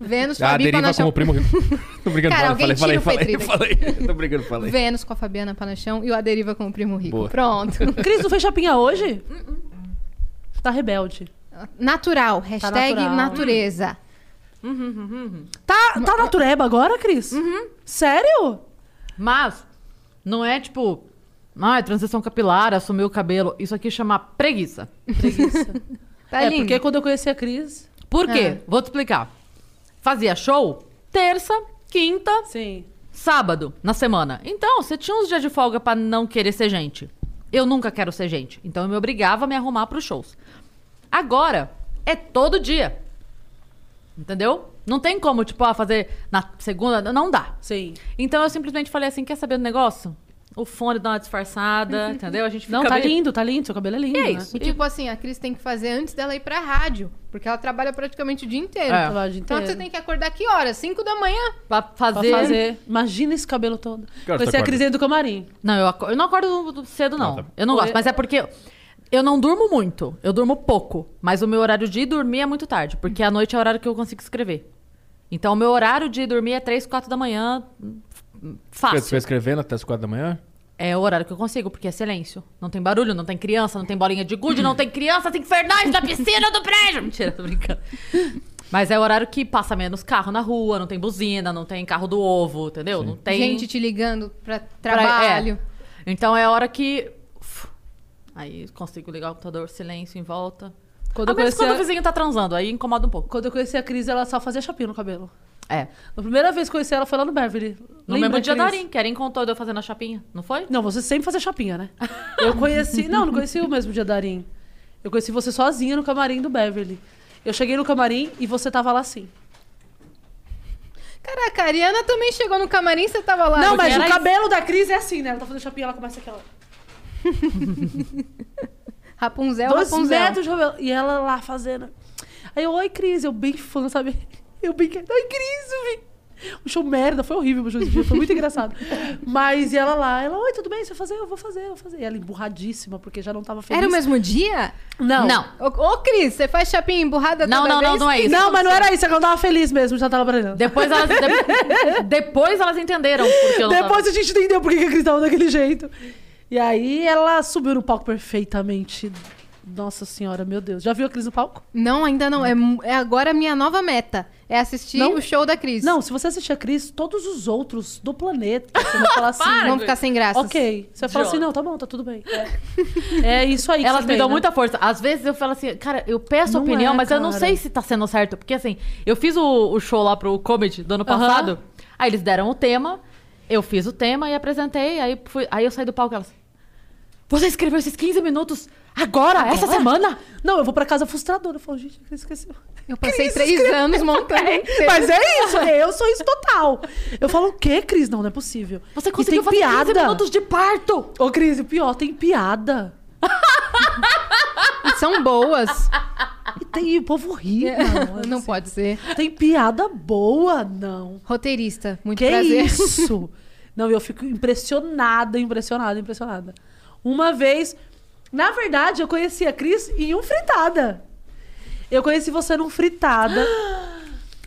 S3: Vênus,
S4: A
S3: Fabi
S4: deriva
S3: Panachon.
S4: com o primo rico. Tô brincando,
S3: Cara,
S4: falei,
S3: alguém tira
S4: falei,
S3: o
S4: falei,
S3: Petri
S4: falei, falei. Tô brincando, falei.
S3: Vênus com a Fabiana Panachão e o A Deriva com o Primo Rico.
S4: Boa.
S3: Pronto.
S5: Cris, não fez chapinha hoje?
S2: Hum,
S5: Tá rebelde.
S3: Natural. Hashtag
S5: Tá natural.
S3: natureza.
S5: Tá, tá natureba agora, Cris?
S2: Uhum.
S5: Sério?
S2: Mas, não é tipo. Ah, é transição capilar, assumiu o cabelo. Isso aqui chama preguiça.
S3: Tá
S5: é,
S3: lindo.
S5: porque quando eu conheci a Cris...
S2: Por quê?
S3: Ah.
S2: Vou te explicar. Fazia show terça, quinta,
S5: Sim.
S2: sábado na semana. Então, você tinha uns dias de folga pra não querer ser gente. Eu nunca quero ser gente. Então eu me obrigava a me arrumar pros shows. Agora é todo dia. Entendeu? Não tem como, tipo, ah, fazer na segunda, não dá.
S5: Sim.
S2: Então eu simplesmente falei assim, quer saber do negócio? O fone dá uma disfarçada, entendeu? A gente fica
S5: Não, tá
S2: meio-
S5: lindo, tá lindo. Seu cabelo é lindo,
S2: E é
S5: né?
S2: isso.
S3: E tipo assim, a Cris tem que fazer antes dela ir pra rádio. Porque ela trabalha praticamente o dia inteiro.
S2: É.
S5: Trabalha o dia
S3: Então
S5: inteiro.
S3: você tem que acordar que horas? 5 da manhã?
S2: Pra
S5: Pra
S2: fazer...
S5: fazer... Imagina esse cabelo todo.
S4: hora
S5: Vai
S4: você
S5: ser a
S4: acorda?
S5: Cris dentro do camarim.
S2: Não, eu, aco- eu não acordo do- cedo, não.
S4: Ah, tá.
S2: Eu não gosto. Mas é porque eu não durmo muito. Eu durmo pouco. Mas o meu horário de ir dormir é muito tarde. Porque à noite é o horário que eu consigo escrever. Então, o meu horário de ir dormir é 3, 4 da manhã. f-
S4: Você vai
S2: Fácil.
S4: escrevendo até as quatro da manhã?
S2: É o horário que eu consigo, porque é silêncio. Não tem barulho, não tem criança, não tem bolinha de gude, não tem criança, tem Fernandes na piscina do prédio. Mentira, tô brincando. Mas é o horário que passa menos carro na rua, não tem buzina, não tem carro do ovo, entendeu? Não tem.
S3: Gente te ligando pra
S2: Pra-
S3: trabalho.
S2: é. Então é a hora que. uf, Aí consigo ligar o computador, silêncio em volta.
S5: Quando
S2: a
S5: eu,
S2: menos
S5: conheci
S2: quando
S5: a...
S2: o vizinho tá transando, aí incomoda um pouco.
S5: quando eu conheci a Cris, ela só fazia chapinha no cabelo.
S2: É.
S5: A primeira vez que eu conheci ela foi lá no Beverly.
S2: No
S5: Lembra,
S2: mesmo dia da
S5: Cris?
S2: Arim, que a Arim contou de eu fazendo a chapinha, não foi?
S5: Não, você sempre fazia chapinha, né? Eu conheci. Não, não conheci o mesmo dia da Arim. Eu conheci você sozinha no camarim do Beverly. Eu cheguei no camarim e você tava lá assim.
S3: Caraca, a Ariana também chegou no camarim, você tava lá.
S5: não, mas
S3: Porque
S5: o
S3: ela-
S5: cabelo da Cris é assim, né? Ela tá fazendo chapinha, ela começa aquela.
S3: Rapunzel,
S5: dois
S3: Rapunzel.
S5: metros de cabelo. E ela lá fazendo. Aí eu, oi, Cris, eu bem fã, sabe? Eu bem. Oi, Cris, eu bem. Um show merda, foi horrível meu show esse dia, foi muito engraçado. Mas e ela lá, ela, oi, tudo bem? Você vai fazer? Eu vou fazer, eu vou fazer. E ela emburradíssima, porque já não tava feliz.
S3: Era o mesmo dia?
S5: Não.
S3: Não. Ô, ô, Cris, você faz chapinha emburrada
S2: Não,
S3: toda
S2: não, não,
S3: vez?
S2: não é isso.
S5: Não, mas não era isso, é que eu não tava feliz mesmo, já tava brilhando.
S2: Depois elas, de- depois elas entenderam porque eu não
S5: Depois
S2: tava-
S5: a gente entendeu por que que a Cris tava daquele jeito. E aí ela subiu no palco perfeitamente. Nossa senhora, meu Deus. Já viu a Cris no palco?
S3: Não, ainda não. É, mu- é agora a minha nova meta. É assistir
S5: Não.
S3: o show da Cris.
S5: Não, se você assistir a Cris, todos os outros do planeta você vai falar assim.
S2: Para,
S5: "Não,
S3: Vamos ficar sem graça.
S5: Ok. Você fala assim, não, tá bom, tá tudo bem. É, É isso aí. que
S2: Elas
S5: você
S2: me
S5: tem,
S2: dão
S5: né?
S2: muita força. Às vezes eu falo assim, cara, eu peço
S5: Não
S2: opinião,
S5: é,
S2: mas eu não
S5: cara.
S2: sei se tá sendo certo. Porque assim, eu fiz o, o show lá pro Comedy do ano passado, aí eles deram o tema, eu fiz o tema e apresentei, aí, fui- aí eu saí do palco e elas. Você escreveu esses 15 minutos agora, essa semana?
S5: Ah, Não, eu vou pra casa frustradora. Eu falo, gente, a Cris esqueceu.
S3: Eu passei três anos montando. um inteiro.
S5: Mas é isso, eu sou isso total. Eu falo, o quê, Cris? Não, não é possível.
S2: Você
S5: E
S2: conseguiu
S5: tem
S2: fazer
S5: piada.
S2: 15 minutos de parto!
S5: Ô, Cris, o pior, tem piada.
S3: E São boas.
S5: E tem e o povo ri,
S2: É.
S5: mano.
S3: Não pode ser.
S5: Tem piada boa, não.
S3: Roteirista, muito
S5: Que
S3: prazer.
S5: isso? Não, eu fico impressionada, impressionada, impressionada. Uma vez, na verdade, eu conheci a Cris em um fritada. Eu conheci você num fritada.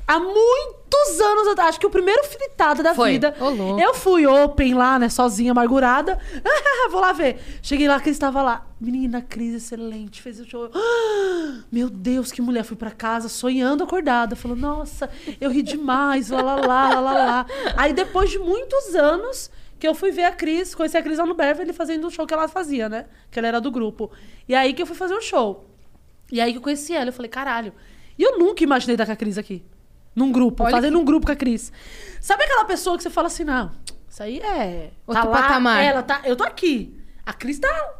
S5: Há muitos anos atrás, acho que o primeiro fritada da
S2: Foi.
S5: vida.
S3: Ô, louco.
S5: eu fui open lá, né, sozinha, amargurada. Vou lá ver. Cheguei lá, a Cris tava lá. Menina, Cris, excelente, fez o show. Meu Deus, que mulher. Fui pra casa sonhando acordada. Falou, nossa, eu ri demais, lá, lá, lá, lá, lá, lá. Aí depois de muitos anos que eu fui ver a Cris, conheci a Cris lá no Beverly fazendo um show que ela fazia, né? Que ela era do grupo. E aí que eu fui fazer o show. E aí que eu conheci ela, eu falei, caralho. E eu nunca imaginei dar com a Cris aqui. Num grupo, fazendo um grupo com a Cris. Sabe aquela pessoa que você fala assim, não, isso aí é.
S3: Outro patamar.
S5: Ela tá. Eu tô aqui. A Cris tá.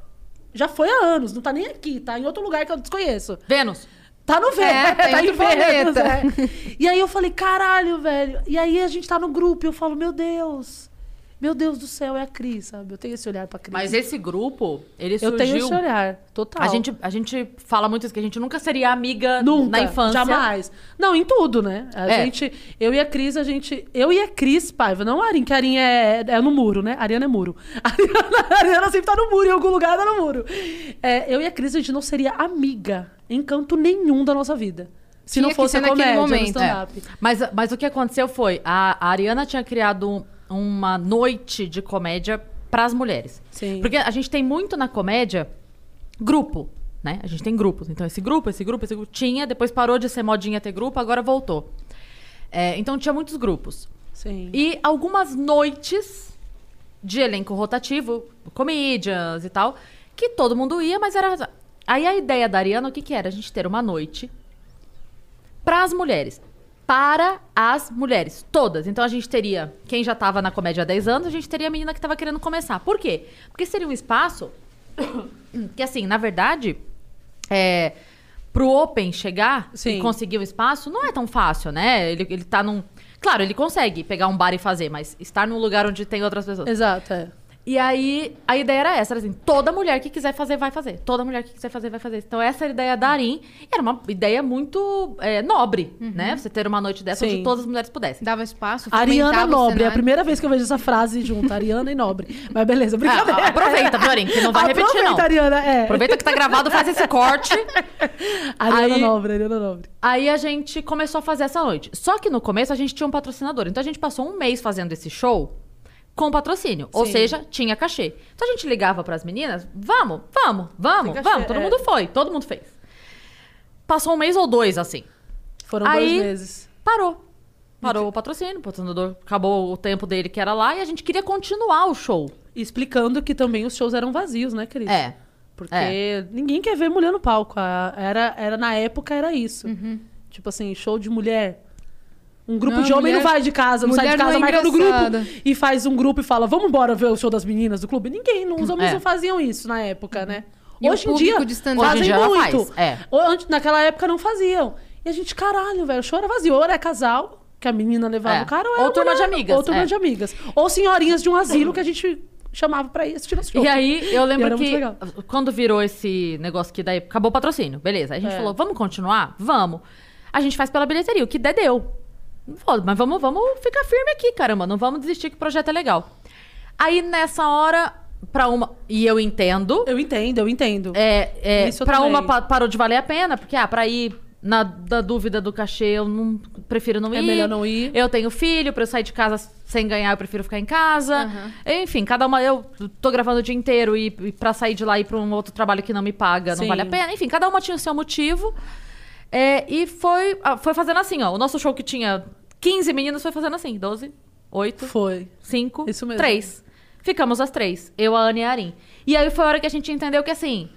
S5: Já foi há anos, não tá nem aqui, tá em outro lugar que eu desconheço.
S2: Vênus,
S5: Tá no Vênus,
S3: É, tá em
S5: tá em
S3: outro
S5: Vênus.
S3: planeta.
S5: é. E aí eu falei, caralho, velho. E aí a gente tá no grupo e eu falo, meu Deus. Meu Deus do céu, é a Cris, sabe? Eu tenho esse olhar pra Cris.
S2: mas esse grupo, ele
S5: eu
S2: surgiu...
S5: tenho esse olhar, total.
S2: A gente, a gente fala muito isso, que a gente nunca seria amiga
S5: Nunca,
S2: na infância.
S5: Jamais. Não, em tudo, né? A
S2: É.
S5: gente, eu e a Cris, a gente. Eu e a Cris Paiva, não a Arin, que a Arin é, é no muro, né? A Ariana é muro. A Ariana, a Ariana sempre tá no muro, em algum lugar tá no muro. É, eu e a Cris, a gente não seria amiga em canto nenhum da nossa vida. Se
S3: Tinha
S5: não
S3: que
S5: fosse
S3: ser
S5: a
S3: naquele
S5: comédia,
S3: momento,
S5: o stand-up.
S2: Mas, mas o que aconteceu foi, a, a Ariana tinha criado um- uma noite de comédia para as mulheres.
S5: Sim.
S2: Porque a gente tem muito na comédia grupo, né? A gente tem grupos. Então, esse grupo, esse grupo, esse grupo tinha, depois parou de ser modinha ter grupo, agora voltou. É, então tinha muitos grupos.
S5: Sim.
S2: E algumas noites de elenco rotativo, comedians e tal, que todo mundo ia, mas era. Aí a ideia da Ariana, o que, que era? A gente ter uma noite para as mulheres. Para as mulheres, todas. Então a gente teria, quem já estava na comédia há 10 anos, a gente teria a menina que estava querendo começar. Por quê? Porque seria um espaço que, assim, na verdade, é, pro Open chegar
S5: Sim.
S2: e conseguir um espaço não é tão fácil, né? Ele, ele tá num. Claro, ele consegue pegar um bar e fazer, mas estar num lugar onde tem outras pessoas.
S5: Exato, é.
S2: E aí, a ideia era essa, era assim, toda mulher que quiser fazer, vai fazer. Toda mulher que quiser fazer, vai fazer. Então, essa era a ideia da Arim, e era uma ideia muito é, nobre, né? Você ter uma noite dessa
S5: Sim.
S2: onde todas as mulheres pudessem.
S3: Dava espaço.
S5: Ariana
S3: fomentava o
S5: Nobre, é a
S3: cenário.
S5: primeira vez que eu vejo essa frase junto, Ariana e Nobre. Mas beleza, brincadeira.
S2: Ah, aproveita, viu, Arim, que não vai repetir,
S5: Aproveita,
S2: não.
S5: Ariana, é.
S2: Aproveita que tá gravado, faz esse corte.
S5: Ariana
S2: Aí-
S5: Nobre, Ariana Nobre.
S2: Aí a gente começou a fazer essa noite. Só que no começo a gente tinha um patrocinador. Então a gente passou um mês fazendo esse show com patrocínio. Ou seja, tinha cachê. Então a gente ligava pras meninas: vamos, vamos, vamos,
S5: Tem cachê,
S2: vamos. Todo
S5: é.
S2: mundo foi, todo mundo fez. Passou um mês ou dois assim.
S5: Foram
S2: Aí-
S5: dois meses.
S2: Parou. Parou o patrocínio, o patrocinador acabou o tempo dele que era lá e a gente queria continuar o show.
S5: Explicando que também os shows eram vazios, né, Cris?
S2: É.
S5: Porque
S2: É.
S5: ninguém quer ver mulher no palco. A- Era, era, na época era isso.
S2: Uhum.
S5: Tipo assim, show de mulher. Um grupo
S3: Não,
S5: de homem
S3: mulher-
S5: não vai de casa, não sai de
S3: mulher
S5: casa,
S3: não é
S5: marca no
S3: engraçada.
S5: grupo e faz um grupo e fala: vamos embora ver o show das meninas do clube. Ninguém, não- os homens
S2: É.
S5: não faziam isso na época, né?
S3: E o
S5: hoje em
S3: público
S5: dia
S3: de stand-up
S5: fazem
S2: hoje em dia
S5: muito.
S2: faz, é.
S5: Ou antes- naquela época não faziam. E a gente, caralho, velho, o show era vazio. Ou era casal, que a menina levava
S2: É.
S5: o cara, ou era
S2: Ou turma
S5: mulher,
S2: de amigas,
S5: Ou turma
S2: é.
S5: de amigas. Ou senhorinhas de um asilo que a gente chamava pra ir assistir no show.
S2: E aí, eu
S5: E era
S2: lembro
S5: muito
S2: que
S5: legal.
S2: quando virou esse negócio que daí acabou o patrocínio, beleza. Aí a gente
S5: É.
S2: falou, vamos continuar? Vamos. A gente faz pela bilheteria, o que der, deu. Pô, mas vamos, vamos ficar firme aqui, caramba. Não vamos desistir que o projeto é legal. Aí nessa hora, pra uma. E eu entendo.
S5: Eu entendo, eu entendo.
S2: É, é,
S5: Isso eu
S2: pra
S5: também.
S2: uma pa- parou de valer a pena, porque, ah, pra ir. Na da dúvida do cachê, eu não, prefiro não
S5: É
S2: ir.
S5: melhor não ir.
S2: Eu tenho filho, pra eu sair de casa sem ganhar, eu prefiro ficar em casa. Enfim, cada uma. Eu tô gravando o dia inteiro e, e pra sair de lá e ir pra um outro trabalho que não me paga, não
S5: Sim.
S2: vale a pena. Enfim, cada uma tinha o seu motivo. É, e foi, ah, foi fazendo assim, ó. O nosso show que tinha 15 meninas foi fazendo assim: 12, 8,
S5: Foi.
S2: 5,
S5: Isso mesmo.
S2: 3. Ficamos as três, eu, a Ana e a Arin. E aí foi a hora que a gente entendeu que assim.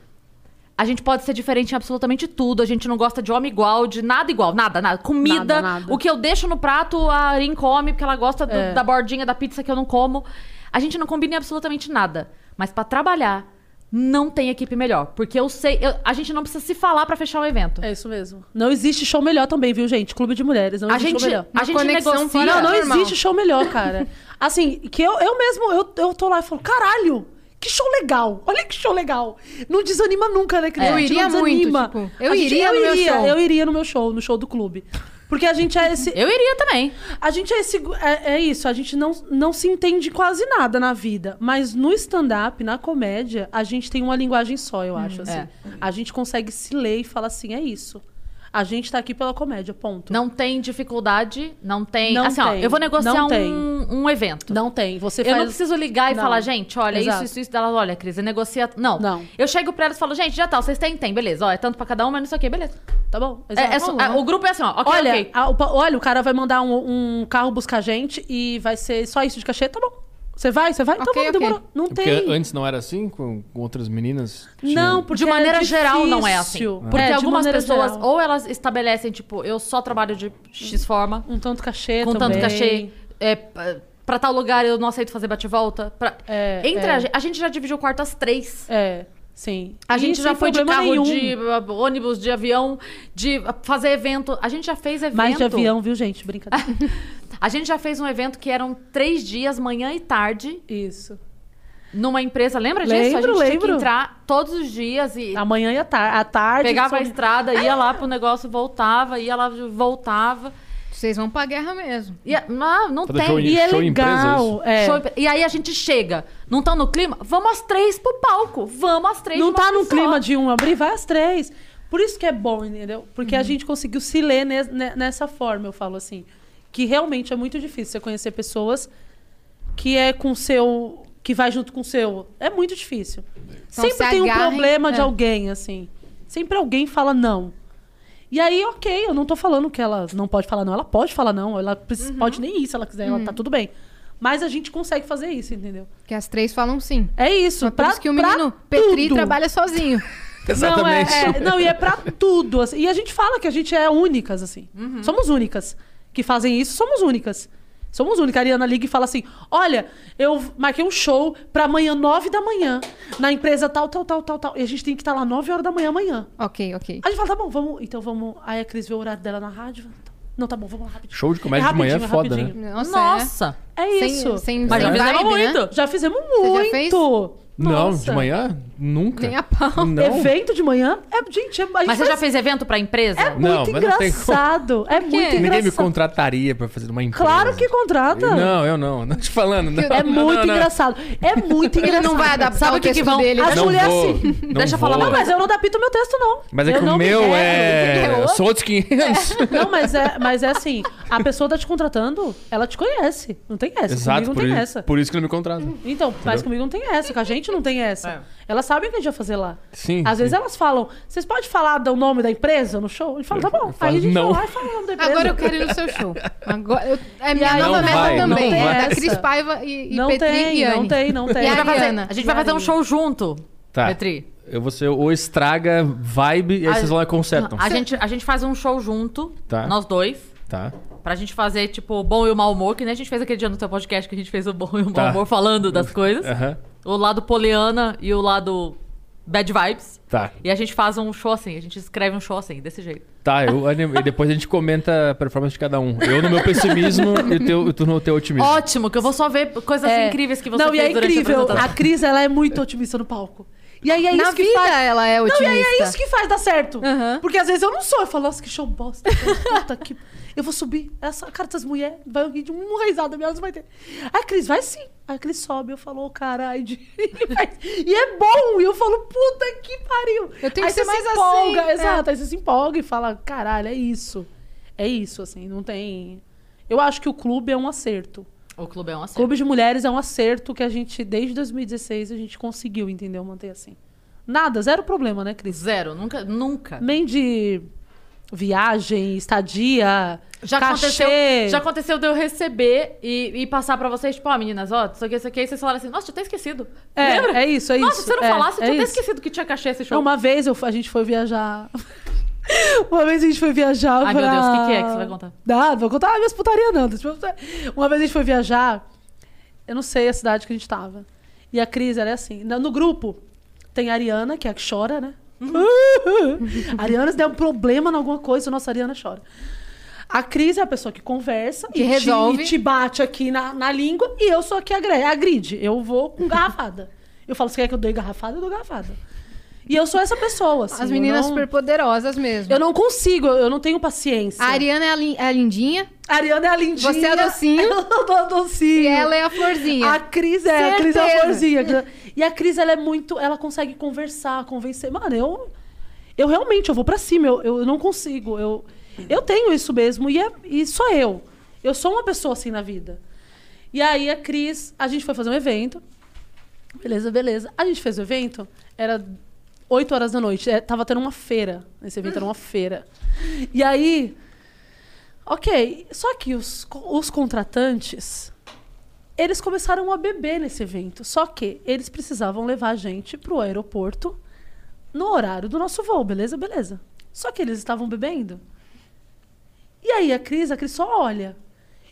S2: A gente pode ser diferente em absolutamente tudo. A gente não gosta de homem igual, de nada igual, nada, nada. Comida,
S5: Nada, nada.
S2: o que eu deixo no prato, a Arin come, porque ela gosta do-
S5: É.
S2: da bordinha da pizza que eu não como. A gente não combina em absolutamente nada. Mas pra trabalhar, não tem equipe melhor. Porque eu sei. eu- a gente não precisa se falar pra fechar o evento.
S5: É isso mesmo. Não existe show melhor também, viu, gente? Clube de mulheres. Não
S2: A
S5: existe
S2: gente,
S5: show é melhor.
S2: a gente
S3: conexão
S2: negocia.
S3: fora
S5: Não, não
S3: normal.
S5: existe show melhor, cara. Assim, que eu, eu mesmo, eu, eu tô lá e falo, caralho, que show legal. Olha que show legal. Não desanima nunca, né, Cris?
S3: É.
S5: A
S3: Eu
S5: gente
S3: iria
S5: não
S3: muito,
S5: desanima.
S3: tipo, eu
S5: A gente-
S3: iria no meu
S5: iria,
S3: show.
S5: Eu iria no meu show, no show do clube. Porque a gente é esse...
S2: Eu iria também.
S5: A gente é, esse, é, é isso, a gente não, não se entende quase nada na vida. Mas no stand-up, na comédia, a gente tem uma linguagem só, eu acho. assim.
S2: é.
S5: A gente consegue se ler e falar assim: é isso. A gente tá aqui pela comédia, ponto.
S2: Não tem dificuldade, não tem.
S5: Não
S2: assim, ó,
S5: tem,
S2: eu vou negociar
S5: não tem.
S2: um, um evento.
S5: Não tem. Você
S2: Eu
S5: faz.
S2: não preciso ligar e
S5: Não.
S2: falar, gente, olha,
S5: Exato.
S2: isso, isso, isso. Dela, olha, Cris, negocia. Não.
S5: Não.
S2: Eu chego pra elas e falo, gente, já tá, vocês têm, tem, beleza. Ó, é tanto pra cada um, mas não sei o quê, beleza.
S5: Tá bom?
S2: É, é só-
S5: Vamos lá.
S2: é, o grupo é assim, ó, ok,
S5: olha, ah,
S2: ok.
S5: a- o, pa- olha, o cara vai mandar um, um carro buscar a gente e vai ser só isso de cachê, tá bom. Você vai, você vai? Então
S3: Ok,
S5: vamos,
S3: ok.
S5: demorou. Não
S4: É Porque
S5: tem.
S4: antes não era assim com, com outras meninas? Tinha-
S5: Não, porque
S2: de maneira
S5: é
S2: geral não é assim.
S5: difícil.
S2: Porque
S5: É, de
S2: algumas
S5: maneira
S2: pessoas,
S5: geral.
S2: ou elas estabelecem, tipo, eu só trabalho de X forma,
S5: Um tanto cachê
S2: com
S5: também.
S2: tanto cachê. É, pra- pra tal lugar eu não aceito fazer bate-volta. Pra...
S5: É,
S2: Entre
S5: é.
S2: a, gente, a gente já dividiu o quarto às três.
S5: É, sim.
S2: A
S5: E
S2: gente já
S5: sem
S2: foi de
S5: problema
S2: carro,
S5: nenhum.
S2: de uh, ônibus, de avião, de uh, fazer evento. A gente já fez evento.
S5: Mais de avião, viu, gente? Brincadeira.
S2: A gente já fez um evento que eram três dias, manhã e tarde,
S5: Isso.
S2: numa empresa. Lembra disso? a
S5: Lembro,
S2: gente tinha
S5: lembro.
S2: que entrar todos os dias e
S5: Amanhã e à, tar à tarde.
S2: pegava a
S5: sobre-
S2: estrada, ia lá pro negócio, voltava, ia lá, voltava.
S3: Vocês vão pra guerra mesmo.
S2: E, a- não, não
S4: Fazer
S2: tem.
S4: show em-
S5: E é
S4: Show empresa,
S5: legal.
S4: isso?
S5: é.
S2: Show- E aí a gente chega, não tá no clima? Vamos às três pro palco. Vamos às três. de
S5: Não
S2: uma
S5: tá num
S2: vez só.
S5: clima de um abrir, vai às três. Por isso que é bom, entendeu? Porque
S3: Uhum.
S5: a gente conseguiu se ler ne- ne- nessa forma, eu falo assim. Que realmente é muito difícil você conhecer pessoas que é com o seu. que vai junto com o seu. É muito difícil. Sempre
S3: Então, se
S5: tem um
S3: agarrem,
S5: problema de
S3: é.
S5: alguém, assim. Sempre alguém fala não. E aí, ok, eu não tô falando que ela não pode falar não. Ela pode falar não, ela precis-
S3: Uhum.
S5: pode nem ir se ela quiser, ela tá tudo bem. Mas a gente consegue fazer isso, entendeu?
S3: Que as três falam sim.
S5: É isso.
S3: Só por isso que o menino
S5: pra
S3: Petri
S5: tudo.
S3: trabalha sozinho.
S5: Não, é,
S4: Exatamente.
S5: é- não, e é pra tudo. assim. E a gente fala que a gente é únicas, assim.
S3: Uhum.
S5: Somos únicas. Que fazem isso, somos únicas. Somos únicas. A Ariana liga e fala assim: olha, eu marquei um show pra amanhã, nove da manhã, na empresa tal, tal, tal, tal, tal. E a gente tem que estar lá nove horas da manhã amanhã.
S3: Ok, ok.
S5: Aí a gente fala, tá bom, vamos. Então vamos. Aí a Cris vê o horário dela na rádio. Não, tá bom, vamos lá rapidinho.
S4: Show de comédia
S5: É
S4: de manhã é
S5: rapidinho,
S4: foda,
S5: rapidinho.
S4: né?
S3: Nossa,
S2: Nossa.
S5: É
S3: é.
S5: isso.
S3: Sem, sem,
S2: Mas já
S3: sem
S2: fizemos
S3: vibe, né?
S2: muito.
S5: Já fizemos
S3: já
S5: muito.
S3: fez?
S4: Não, de
S5: Nossa.
S4: manhã? Nunca.
S3: Nem a pau.
S4: Não.
S5: Evento de manhã? É, gente, é, a gente
S2: Mas você já fez evento pra empresa?
S5: É
S4: Não,
S5: muito
S4: mas não tem como.
S5: engraçado. É muito engraçado.
S4: Ninguém me contrataria pra fazer uma empresa.
S5: Claro que contrata.
S4: Não, eu não. Não te falando. Não,
S5: É
S4: não,
S5: muito
S4: não, não.
S5: engraçado. É muito
S3: Ele
S5: engraçado.
S3: não vai adaptar
S2: Sabe
S3: o
S2: o que que
S3: texto
S2: vão-
S3: dele.
S5: As
S4: Não
S5: mulheres
S4: vou,
S5: assim.
S4: não
S2: Deixa eu falar
S4: vou.
S5: Não, mas eu não adapto meu texto, não.
S4: Mas é
S5: eu
S4: que o
S5: não me
S4: meu
S5: nego.
S4: é...
S3: outro.
S4: Sou outros 500.
S5: Não, mas é, mas é assim, a pessoa tá te contratando, ela te conhece. Não tem essa.
S4: Exato,
S5: comigo
S4: por
S5: não tem
S4: isso,
S5: essa.
S4: por isso que não me contratam.
S5: Então, mas comigo não tem essa, com a gente não tem essa.
S3: É.
S5: Elas sabem o que a gente vai fazer lá.
S4: Sim, sim.
S5: Às vezes é elas falam, vocês podem falar do nome da empresa no show? E fala, tá bom.
S4: falo,
S5: Aí a gente
S4: não.
S5: vai lá e fala o nome da empresa.
S3: Agora eu quero ir no seu show. Agora, eu, é minha
S4: aí-
S3: nova
S4: Tá Não
S3: meta
S4: vai, não
S3: também.
S5: tem
S3: é da
S5: essa.
S3: Cris Paiva e, e
S5: Não
S3: Petri
S5: tem,
S3: e Anne.
S5: não tem, não tem.
S3: E
S2: A gente vai fazer-
S3: Ariana.
S2: a gente vai fazer um show junto,
S4: Tá.
S2: Petri.
S4: Eu vou ser ou estraga vibe e aí vocês vão lá e consertam.
S2: A gente, a gente faz um show junto,
S4: Tá.
S2: nós dois.
S4: Tá.
S2: Pra gente fazer, tipo, o bom e o mau humor, que nem a gente fez aquele dia no teu podcast que a gente fez o bom e o mau
S4: Tá.
S2: humor falando das coisas.
S4: Aham.
S2: O lado poliana e o lado bad vibes.
S4: Tá.
S2: E a gente faz um show assim, a gente escreve um show assim, desse jeito.
S4: Tá, eu animo- e depois a gente comenta a performance de cada um. Eu no meu pessimismo e o teu- e tu no teu otimismo.
S2: Ótimo, que eu vou só ver coisas
S5: É.
S2: incríveis que você
S5: Não,
S2: fez
S5: e é
S2: durante a
S5: incrível. A
S2: apresentação.
S5: Cris, ela é muito otimista no palco. E aí é
S3: Na
S5: isso que
S3: vida
S5: faz.
S3: ela é
S5: Não, e aí
S3: otimista.
S5: é isso que faz dar certo. Porque às vezes eu não sou. Eu falo, nossa, que show bosta. Puta que... Eu vou subir. Essa, cara, essas mulheres vai rir de uma risada minha, elas não vai ter. Aí a Cris, vai sim. Aí a Cris sobe, eu falo, ô, caralho. E vai- e é bom. E eu falo, puta que pariu.
S3: Eu tenho
S5: Aí
S3: que ser
S5: você
S3: mais
S5: se empolga,
S3: assim, é.
S5: exato. Aí você se empolga e fala, caralho, é isso. É isso, assim, não tem. Eu acho que o clube é um acerto.
S2: O clube é um acerto.
S5: Clube de Mulheres é um acerto que a gente, desde 2016, a gente conseguiu, entendeu? Manter assim. Nada, zero problema, né, Cris?
S2: Zero, nunca, nunca.
S5: Nem de viagem, estadia,
S2: Já
S5: cachê.
S2: aconteceu, já aconteceu de eu receber e, e passar pra vocês, tipo, ó, meninas, ó, isso aqui, isso aqui. E vocês falaram assim, nossa, tinha até esquecido.
S5: É,
S2: Lembra?
S5: é isso, é
S2: nossa,
S5: isso.
S2: se você não
S5: é,
S2: falasse, eu
S5: é
S2: tinha até
S5: isso.
S2: esquecido que tinha cachê esse show.
S5: Não, Uma vez eu, fu- a gente foi viajar. Uma vez a gente foi viajar.
S2: Ai, meu
S5: pra-
S2: Deus, o que que é que você vai contar?
S5: Nada, vou contar ah, minhas putaria, não. deixa eu contar. Uma vez a gente foi viajar, eu não sei a cidade que a gente tava. E a Cris, ela é assim. No no grupo, tem a Ariana, que é a que chora, né? a Ariana, se der um problema em alguma coisa, nossa, a Ariana chora. A Cris é a pessoa que conversa
S3: Que
S5: e te-
S3: resolve.
S5: e te bate aqui na, na língua e eu sou aqui a, gre- a grid. Eu vou com garrafada. Eu falo, você quer que eu dê garrafada? Eu dou garrafada. E eu sou essa pessoa. Assim,
S3: As meninas
S5: eu não,
S3: superpoderosas mesmo.
S5: eu não consigo, eu eu não tenho paciência.
S3: A Ariana é a, lin- é a lindinha
S5: A Ariana é a lindinha.
S3: Você é a docinho.
S5: Eu sou a docinho.
S3: e ela é a florzinha.
S5: A Cris é, a Cris é a
S3: Certeza.
S5: florzinha. E a Cris, ela é muito. Ela consegue conversar, convencer. Mano, eu. Eu realmente, eu vou pra cima, eu, eu não consigo. Eu, eu tenho isso mesmo, e, é, e sou eu. Eu sou uma pessoa assim na vida. E aí a Cris, a gente foi fazer um evento. Beleza, beleza. A gente fez o evento, era 8 horas da noite. É, tava tendo uma feira. Esse evento era uma feira. E aí. Ok, só que os, co- os contratantes, eles começaram a beber nesse evento. Só que eles precisavam levar a gente pro aeroporto no horário do nosso voo, beleza? Beleza. Só que eles estavam bebendo. E aí a Cris, a Cris só olha.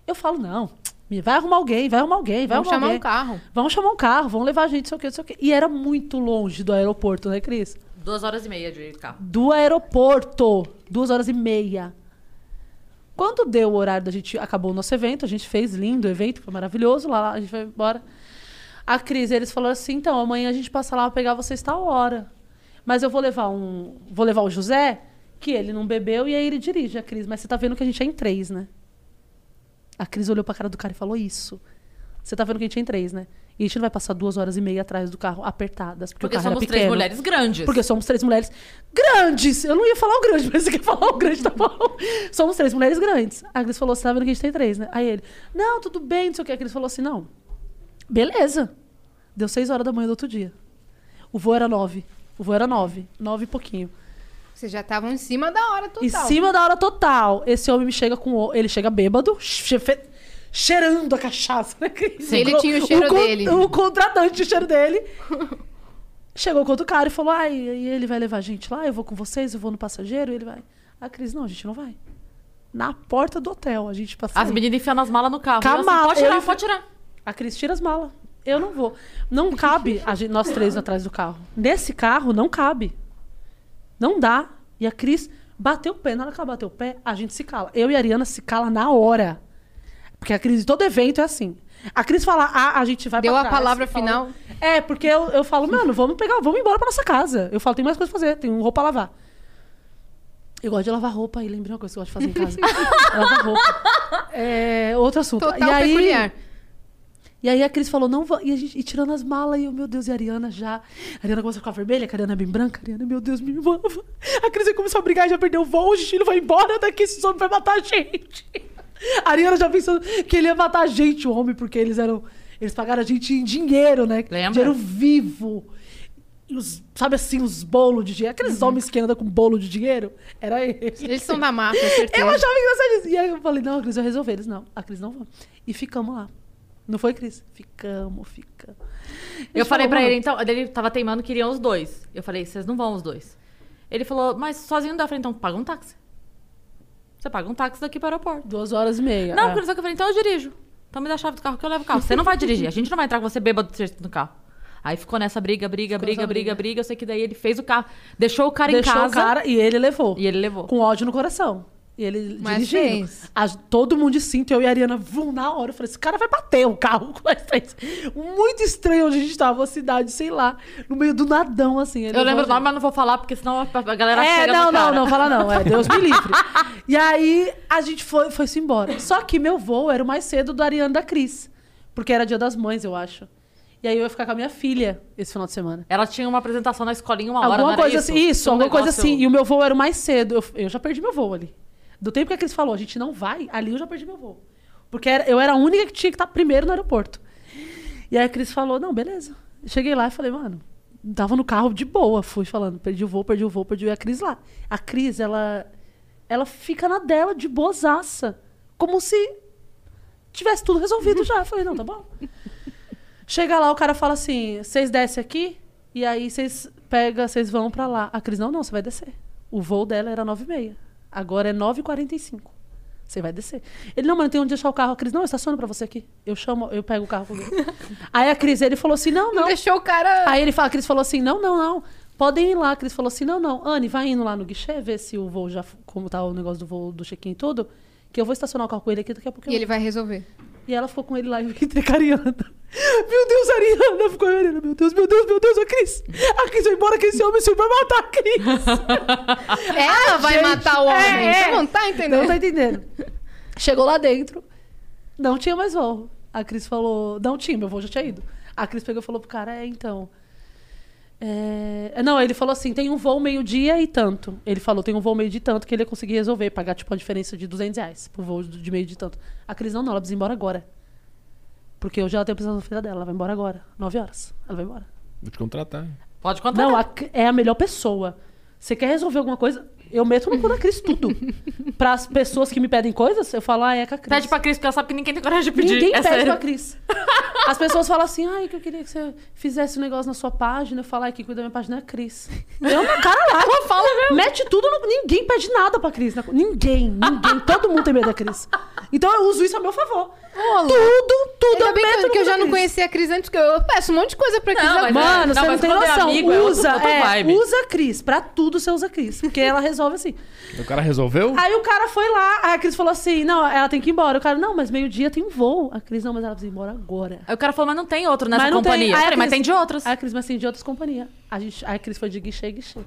S5: Eu falo, não, me vai arrumar alguém, vai arrumar alguém, vai
S3: Vamos
S5: arrumar
S3: chamar
S5: alguém.
S3: um carro.
S5: Vão chamar um carro, vão levar a gente, sei o quê, sei o quê. E era muito longe do aeroporto, né, Cris?
S2: Duas horas e meia de carro.
S5: Do aeroporto. Duas horas e meia. Quando deu o horário da gente. Acabou o nosso evento, a gente fez lindo o evento, foi maravilhoso. Lá, lá, a gente foi embora. A Cris, eles falaram assim: então, amanhã a gente passa lá pra pegar vocês tal hora. Mas eu vou levar um. Vou levar o José, que ele não bebeu, e aí ele dirige a Cris. Mas você tá vendo que a gente é em três, né? A Cris olhou pra cara do cara e falou isso. Você tá vendo que a gente é em três, né? E a gente não vai passar duas horas e meia atrás do carro apertadas, porque,
S2: Porque
S5: o carro era
S2: somos três
S5: pequeno."
S2: mulheres grandes.
S5: Porque somos três mulheres grandes. Eu não ia falar o grande, mas você quer falar o grande, tá bom? Somos três mulheres grandes. A Cris falou, você tá vendo que a gente tem três, né? Aí ele, não, tudo bem, não sei o que. A Cris falou assim, não. Beleza. Deu seis horas da manhã do outro dia. O voo era nove. O voo era nove. Nove e pouquinho.
S3: Vocês já estavam em cima da hora total.
S5: Em cima da hora total. Esse homem me chega com... o- Ele chega bêbado, chefe- cheirando a cachaça, né, Cris?
S3: Ele
S5: con-
S3: tinha o cheiro
S5: con-
S3: dele.
S5: O contratante, o cheiro dele. Chegou com outro cara e falou, ai, e ele vai levar a gente lá, eu vou com vocês, eu vou no passageiro, e ele vai... A Cris, não, a gente não vai. Na porta do hotel, a gente passa...
S2: As meninas enfiando as malas no carro.
S5: Com a
S2: Eu assim,
S5: mala,
S2: pode tirar,
S5: eu-
S2: pode tirar.
S5: A Cris tira as malas. Eu não vou. Não cabe a gente- nós três atrás do carro. Nesse carro, não cabe. Não dá. E a Cris bateu o pé. Na hora que ela bateu o pé, a gente se cala. Eu e a Ariana se cala na hora. Porque a Cris, todo evento é assim. A Cris fala, ah, a gente vai
S3: Deu
S5: pra
S3: a
S5: trás,
S3: palavra
S5: fala-
S3: final.
S5: É, porque eu, eu falo, mano, vamos pegar, vamos embora pra nossa casa. Eu falo, tem mais coisa pra fazer, tem roupa a lavar. Eu gosto de lavar roupa aí, lembrei uma coisa que eu gosto de fazer em casa. lavar roupa. É outro assunto.
S3: Total
S5: e aí,
S3: peculiar.
S5: e aí a Cris falou, não va- E, a gente, e tirando as malas, e eu, meu Deus, e a Ariana já. A Ariana começa a ficar vermelha, que a Ariana é bem branca. A Ariana, meu Deus, me mama. A Cris já começou a brigar, já perdeu o voo, o Gigino vai embora daqui, esse homem vai matar a gente. A Ariana já pensando que ele ia matar a gente, o homem, porque eles eram. Eles pagaram a gente em dinheiro, né?
S2: Lembra?
S5: Dinheiro vivo. E os- sabe assim, os bolos de dinheiro. Aqueles homens que andam com bolo de dinheiro. Era eles.
S3: Eles são da
S2: Ah,
S3: máfia, certeza.
S5: Eu achava engraçado isso. E aí eu falei, não, a Cris vai resolver. Eles, não, a Cris não vai. E ficamos lá. Não foi, Cris? Ficamos, ficamos.
S2: Eu
S5: Eles
S2: falei
S5: falaram,
S2: pra
S5: "Mano,
S2: ele, então, ele tava teimando que iriam os dois. Eu falei, vocês não vão os dois. Ele falou, mas sozinho não dá. Eu falei, então paga um táxi. Você paga um táxi daqui para o aeroporto.
S5: Duas horas e meia.
S2: Não,
S5: é.
S2: porque não sei o que. Eu falei, então eu dirijo. Então me dá a chave do carro que eu levo o carro. Você não vai dirigir, a gente não vai entrar com você bêbado no carro. Aí ficou nessa briga, briga, briga,
S5: nessa
S2: briga,
S5: briga.
S2: briga. Eu sei que daí ele fez o carro, deixou o cara
S5: Deixou
S2: em casa
S5: o cara e ele levou.
S2: e ele levou.
S5: Com ódio no coração. E ele
S3: Mas
S5: dirigindo.
S3: fez.
S5: A- todo mundo de cinto, eu e a Ariana, vum, na hora. Eu falei, esse cara vai bater o carro com nós três. Muito estranho onde a gente tava, uma cidade, sei lá, no meio do nadão, assim. Ele
S2: Eu lembro o
S5: falou,
S2: nome, mas não vou falar, porque senão a galera
S5: é,
S2: chega
S5: não,
S2: no
S5: não,
S2: cara.
S5: não, fala não. É, Deus me livre. e aí a gente foi, foi-se embora. Só que meu voo era o mais cedo do Ariane da Cris. Porque era dia das mães, eu acho. E aí eu ia ficar com a minha filha esse final de semana.
S2: Ela tinha uma apresentação na escolinha uma hora, não
S5: Alguma
S2: era
S5: coisa
S2: isso?
S5: assim. Isso,
S2: Um
S5: alguma coisa
S2: negócio-
S5: assim. E o meu voo era o mais cedo. Eu, eu já perdi meu voo ali. Do tempo que a Cris falou, a gente não vai, ali eu já perdi meu voo. Porque era- eu era a única que tinha que estar primeiro no aeroporto. E aí a Cris falou, não, beleza. Cheguei lá e falei, mano, tava no carro de boa, fui falando, perdi o voo, perdi o voo, perdi o voo. E a Cris lá. A Cris, ela, ela fica na dela, de boazaça. Como se tivesse tudo resolvido já. Eu falei, não, tá bom. Chega lá, o cara fala assim: vocês descem aqui e aí vocês pega, vocês vão pra lá. A Cris, não, não, você vai descer. O voo dela era 9h30. Agora é 9h45. Você vai descer. Ele, não, mas não tem onde deixar o carro. A Cris, não, eu estaciono pra você aqui. Eu chamo, eu pego o carro comigo. aí a Cris, ele falou assim: não, não.
S3: Deixou o cara.
S5: Aí ele fala, a Cris falou assim: não, não, não. Podem ir lá. A Cris falou assim: não, não. Anne, vai indo lá no guichê, ver se o voo já. f- Como tá o negócio do voo do check-in e tudo. Que eu vou estacionar o carro com ele aqui daqui a pouco. eu
S3: E ele vai resolver.
S5: e ela ficou com ele lá e eu entrei com a Ariana. Meu Deus, Ariana! Ficou a Ariana, meu Deus, meu Deus, meu Deus, a Cris! A Cris vai embora que esse homem esse homem vai matar a Cris! Ah,
S3: Ela vai matar o homem. Você não tá
S5: é, Não
S3: entendendo?
S5: tá entendendo. Chegou lá dentro, não tinha mais voo. A Cris falou, não tinha, meu voo já tinha ido. A Cris pegou e falou pro cara, é, então... é, Não, ele falou assim, tem um voo meio-dia e tanto. Ele falou, tem um voo meio-dia e tanto que ele ia conseguir resolver, pagar tipo a diferença de 200 reais pro voo de meio-dia e tanto. A Cris, não, não, ela precisa ir embora agora. Porque hoje ela tem a presença filha dela, ela vai embora agora, 9 horas. Ela vai embora.
S4: Vou te contratar.
S2: Pode contar. né?
S5: Não, a C- é a melhor pessoa. Você quer resolver alguma coisa? Eu meto no cu da Cris tudo. Para as pessoas que me pedem coisas, eu falo, ah, é com a Cris.
S2: Pede pra Cris, porque ela sabe que ninguém tem coragem de pedir.
S5: Ninguém
S2: é
S5: pede
S2: sério.
S5: pra Cris. As pessoas falam assim, ai, que eu queria que você fizesse um negócio na sua página. Eu falo, ai, quem cuida da minha página é a Cris. Eu na cara lá. Ela fala mesmo. Mete tudo, no- ninguém pede nada pra Cris. na co- Ninguém, ninguém. Todo mundo tem medo da Cris. Então eu uso isso a meu favor. Tudo, tudo
S3: Ainda
S5: eu
S3: bem
S5: meto
S3: que,
S5: no
S3: que eu
S5: cu da
S3: já não
S5: Cris.
S3: conhecia a Cris antes, que eu peço um monte de coisa pra Cris.
S2: Não,
S3: agora.
S2: mas-
S5: Mano,
S2: não,
S5: você não
S2: mas
S5: tem
S2: quando é
S5: noção.
S2: amigo, é outra-
S5: usa,
S2: outra
S5: é,
S2: vibe.
S5: usa a Cris. Pra tudo você usa a Cris. Porque ela resolve assim.
S4: O cara resolveu?
S5: Aí o cara foi lá, aí a Cris falou assim: não, ela tem que ir embora. O cara, não, mas meio-dia tem um voo. A Cris, não, mas ela precisa ir embora agora.
S2: Aí o cara falou, mas não tem outro nessa
S5: mas não
S2: companhia.
S5: Tem. Aí a
S2: Peraí, mas
S5: Cris-
S2: tem de outros.
S5: Aí a Cris, mas tem de outras companhias. A, gente, aí a Cris foi de guichê, guichê.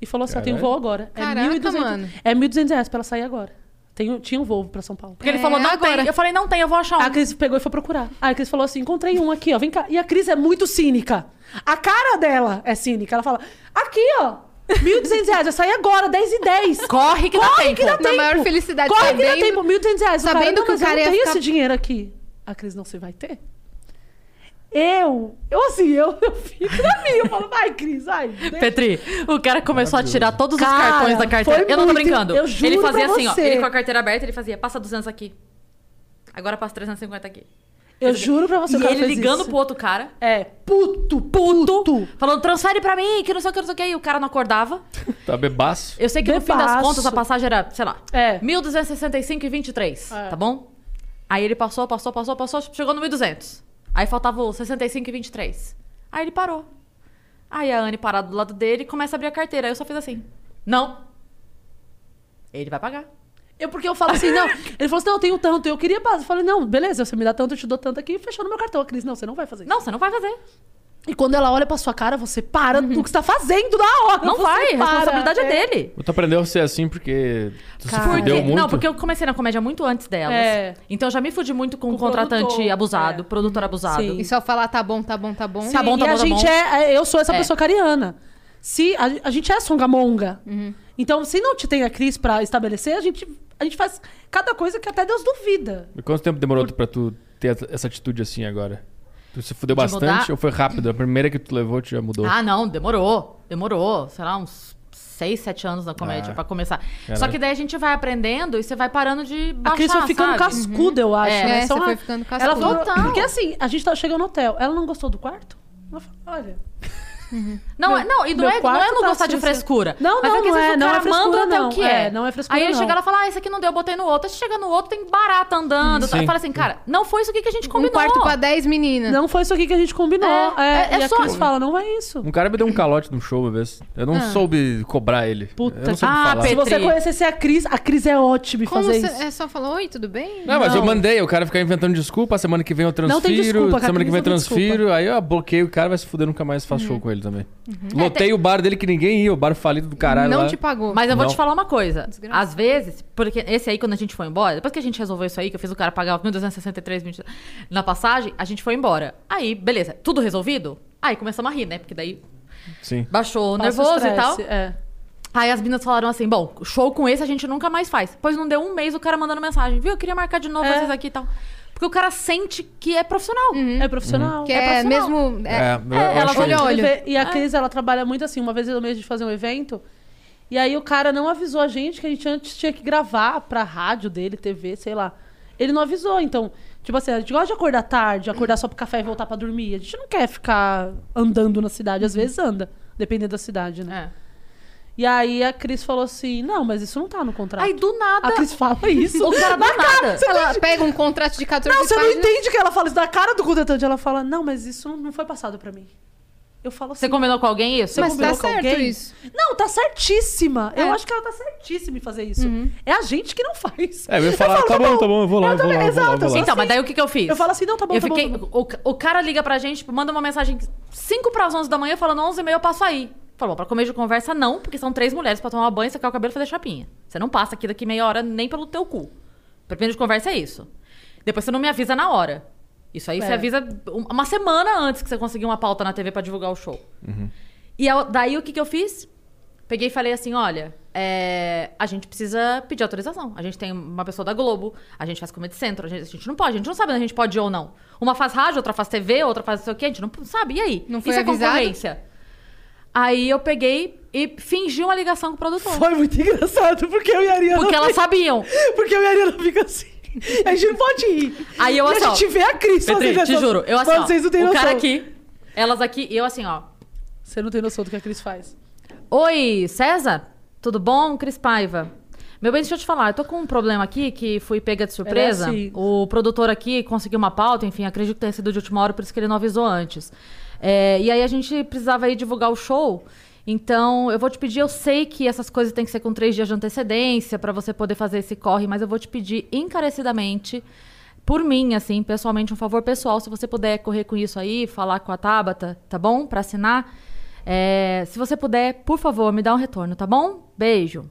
S5: E falou assim: ó, tem um
S4: Caralho.
S5: voo agora. É
S3: Caraca,
S5: 1.200
S3: mano.
S5: É 1.200 reais pra ela sair agora. Tem, tinha um voo pra São Paulo.
S2: Porque ele falou,
S3: É,
S2: não
S3: agora.
S2: tem. Eu falei, não tem, eu vou achar um.
S5: A Cris pegou e foi procurar. Aí a Cris falou assim: encontrei um aqui, ó, vem cá. E a Cris é muito cínica. A cara dela é cínica. Ela fala: aqui, ó, 1.200 reais, vai sair agora, 10 e 10.
S2: Corre que dá
S5: Corre
S2: tempo.
S5: que dá
S3: Na
S5: tempo.
S3: maior felicidade,
S5: Corre que dá
S3: sabendo-
S5: tempo, 1.200 reais. O
S3: sabendo
S5: cara, não,
S3: que o
S5: mas eu
S3: cara
S5: não
S3: ia
S5: tenho
S3: ficar-
S5: esse dinheiro aqui. A Cris, não, você vai ter? Eu, eu assim, eu, eu fico na minha. Eu falo, vai, Cris, vai. deixa.
S2: Petri, o cara começou a tirar todos os
S5: Cara,
S2: cartões da carteira.
S5: foi
S2: Eu não tô
S5: muito,
S2: brincando.
S5: eu juro
S2: ele fazia
S5: pra
S2: assim, ó.
S5: você.
S2: Ele com a carteira aberta, ele fazia, passa 200 aqui. Agora passa 350 aqui.
S5: Eu juro pra
S2: e
S5: você que ela
S2: ele
S5: fez
S2: ligando
S5: isso.
S2: pro outro cara,
S5: É, puto, puto. puto.
S2: falando, transfere pra mim, que não sei o que, não sei o que. E o cara não acordava.
S4: Tá bebaço.
S2: Eu sei que no fim das
S5: Bebaço.
S2: contas a passagem era, sei lá,
S5: É.
S2: 1.265,23, tá bom? Aí ele passou, passou, passou, passou, chegou no 1.200. Aí faltava o 65,23. Aí ele parou. Aí a Anne parada do lado dele começa a abrir a carteira. Aí eu só fiz assim: Não. Ele vai pagar.
S5: Eu, porque eu falo assim, não. Ele falou assim, não, eu tenho tanto. Eu queria passar. Eu falei, não, beleza, você me dá tanto, eu te dou tanto aqui. E fechou no meu cartão. A Cris, não, você não vai fazer isso.
S2: Não, você não vai fazer.
S5: E quando ela olha pra sua cara, você para do que você tá fazendo na hora.
S2: Não
S5: Você
S2: vai. A
S5: para.
S2: responsabilidade é,
S5: É.
S2: dele.
S4: Tu aprendeu a ser assim porque tu se
S2: Porque-
S4: fudeu muito.
S2: Ah. Não, porque eu comecei na comédia muito antes delas.
S5: É.
S2: Então eu já me fudi muito com,
S5: Com o
S2: contratante
S5: produtor,
S2: abusado,
S5: é.
S2: produtor abusado.
S5: Sim.
S3: E só falar tá bom, tá bom, tá bom.
S2: Tá bom, tá
S5: e
S2: bom,
S5: a
S2: tá
S5: gente
S2: bom.
S5: é. Eu sou essa
S2: É.
S5: pessoa cariana. Se, a, a gente é songamonga. Então, se não te tem a Cris pra estabelecer, a gente, a gente faz cada coisa que até Deus duvida.
S4: E Quanto tempo demorou pra tu ter essa- essa atitude assim agora? Tu se fudeu
S2: De
S4: bastante
S2: mudar?
S4: ou foi rápido? A primeira que tu levou, tu já mudou.
S2: Ah, não, demorou. Demorou, sei lá, uns seis, sete anos na comédia
S4: Ah.
S2: pra começar. Só
S4: Caralho.
S2: que daí a gente vai aprendendo e você vai parando de baixar,
S5: a Cris foi ficando
S2: sabe?
S5: cascuda, eu acho.
S2: É.
S5: né?
S3: É, você
S5: Só uma-
S3: foi ficando
S5: Ela
S3: cascuda.
S5: falou,
S2: Total.
S5: Porque assim, a gente tá, chegando no hotel. Ela não gostou do quarto? Ela falou, olha.
S2: Não,
S5: Meu-
S2: é- não, e não
S5: meu
S2: é, não
S5: quarto
S2: é não
S5: tá
S2: gostar de
S5: sujo.
S2: frescura.
S5: Não,
S2: Mas
S5: não,
S2: é que
S5: não
S2: às vezes
S5: é,
S2: o
S5: não é
S2: cara manda
S5: frescura,
S2: até o
S5: não.
S2: que é.
S5: É, não é frescura,
S2: Aí ele
S5: não.
S2: chega lá e fala, ah, esse aqui não deu, eu botei no outro. Aí você chega no outro, tem barata andando.
S4: Sim.
S2: Aí fala assim, cara, não foi isso aqui que a gente combinou.
S3: Um quarto pra 10 meninas.
S5: Não foi isso aqui que a gente combinou.
S2: É,
S5: É,
S2: é- é
S5: e a
S2: só-
S5: Cris fala, não é isso.
S4: Um cara me deu um calote num show uma vez. Eu não soube cobrar ele.
S5: Puta
S4: eu não
S5: que-
S4: soube
S2: Ah,
S4: falar.
S2: Pedro.
S5: Se você
S2: Petri.
S5: conhecesse a Cris, a Cris é ótima em
S3: Como
S5: fazer
S3: você-
S5: isso.
S3: é só falar, oi, tudo bem?
S4: Não, mas eu mandei, o cara ficar inventando desculpa, a semana que vem eu transfiro,
S5: Não tem desculpa, Uhum. cara,
S4: semana que vem eu
S5: não tem
S4: transfiro, aí eu bloqueei o cara, vai se fuder, nunca mais faço show com ele também.
S5: Uhum.
S4: Lotei
S5: É,
S4: o bar dele que ninguém ia, o bar falido do caralho
S3: Não
S4: lá.
S3: te pagou.
S2: Mas eu vou
S4: Não.
S2: te falar uma coisa.
S3: Desgraça.
S2: Às vezes, porque esse aí, quando a gente foi embora, depois que a gente resolveu isso aí, que eu fiz o cara pagar 1.263 na passagem, a gente foi embora. Aí, beleza, tudo resolvido? Aí começamos a rir, né? Porque daí
S4: Sim.
S2: baixou o
S5: Passa o
S2: nervoso e tal.
S5: estresse, É.
S2: Aí as minas falaram assim: bom, show com esse a gente nunca mais faz. Pois não deu um mês o cara mandando mensagem, viu? Eu queria marcar de novo
S5: É.
S2: vocês aqui e tal. Porque o cara sente que é profissional.
S5: É profissional.
S3: Que
S5: É
S3: é,
S2: profissional.
S3: mesmo...
S4: É,
S3: É,
S4: eu
S2: ela
S4: acho
S2: olhou-
S4: isso.
S3: olha, olha.
S5: E a Cris, ela trabalha muito assim. Uma vez eu mesmo de fazer um evento, e aí o cara não avisou a gente que a gente antes tinha que gravar pra rádio dele, TV, sei lá. Ele não avisou, então, tipo assim, a gente gosta de acordar tarde, acordar só pro café e voltar pra dormir. A gente não quer ficar andando na cidade, às vezes anda, dependendo da cidade, né?
S2: É.
S5: E aí a Cris falou assim: não, mas isso não tá no contrato.
S2: Aí do nada.
S5: a Cris fala isso.
S2: O cara do nada.
S3: Ela pega um contrato de 14
S5: Não, você não
S3: páginas.
S5: entende que ela fala isso da cara do contratante. Ela fala, não, mas isso não foi passado pra mim. Eu falo assim.
S2: Você combinou com alguém isso?
S5: Você
S3: Mas
S5: combinou
S3: tá
S5: com
S3: certo
S5: alguém?
S3: isso.
S5: Não, tá certíssima.
S3: É.
S5: Eu acho que ela tá certíssima em fazer isso.
S2: Uhum.
S5: É a gente que não faz.
S4: É, eu ia falar,
S5: falo,
S4: tá bom, tá bom, eu vou lá,
S5: Eu
S4: eu vou lá, eu
S5: também-
S4: vou lá, eu
S5: exato,
S4: vou lá.
S5: eu
S2: Então, mas
S5: assim-
S2: daí o que, que eu fiz?
S5: Eu falo assim, não, tá bom,
S2: eu
S5: tá bom,
S2: fiquei,
S5: tá bom.
S2: O, o cara liga pra gente, tipo, manda uma mensagem 5 para as 11 da manhã falando 11 e meia eu passo aí. Falou, pra comer de conversa não, porque são três mulheres pra tomar banho, secar o cabelo e fazer chapinha. Você não passa aqui daqui meia hora nem pelo teu cu. Primeiro de conversa é isso. Depois você não me avisa na hora. Isso aí você
S5: É.
S2: avisa um- uma semana antes que você conseguir uma pauta na TV pra divulgar o show. E a- daí o que, que eu fiz? Peguei e falei assim: olha, é, a gente precisa pedir autorização. A gente tem uma pessoa da Globo, a gente faz Comedy Centro, a gente, a gente não pode, a gente não sabe se a gente pode ir ou não. Uma faz rádio, outra faz TV, outra faz não sei o quê, a gente não sabe. E aí?
S3: Não foi
S2: Isso
S3: avisado?
S2: é concorrência. Aí eu peguei e fingi uma ligação com o produtor.
S5: Foi muito engraçado, porque eu e a Ariana.
S2: Porque elas sabiam.
S5: Porque eu e a Ariana fica assim. A gente não pode rir.
S2: Aí eu,
S5: e
S2: assim,
S5: a
S2: ó,
S5: gente vê a Cris
S2: Petri,
S5: fazendo
S2: te
S5: essas-
S2: juro. Eu assim,
S5: Mano,
S2: ó,
S5: vocês não têm
S2: o
S5: noção.
S2: cara aqui, elas aqui, e eu assim, ó.
S5: Você não tem noção do que a Cris faz.
S2: Oi, César? Tudo bom? Cris Paiva. Meu bem, deixa eu te falar. Eu tô com um problema aqui que fui pega de surpresa.
S5: Era assim.
S2: O produtor aqui conseguiu uma pauta, enfim, acredito que tenha sido de última hora, por isso que ele não avisou antes. É, e aí a gente precisava aí divulgar o show. Então, eu vou te pedir, eu sei que essas coisas têm que ser com três dias de antecedência pra você poder fazer esse corre, mas eu vou te pedir encarecidamente, por mim, assim, pessoalmente, um favor pessoal, se você puder correr com isso aí, falar com a Tabata, tá bom? Pra assinar. É, se você puder, por favor, me dá um retorno, tá bom? Beijo.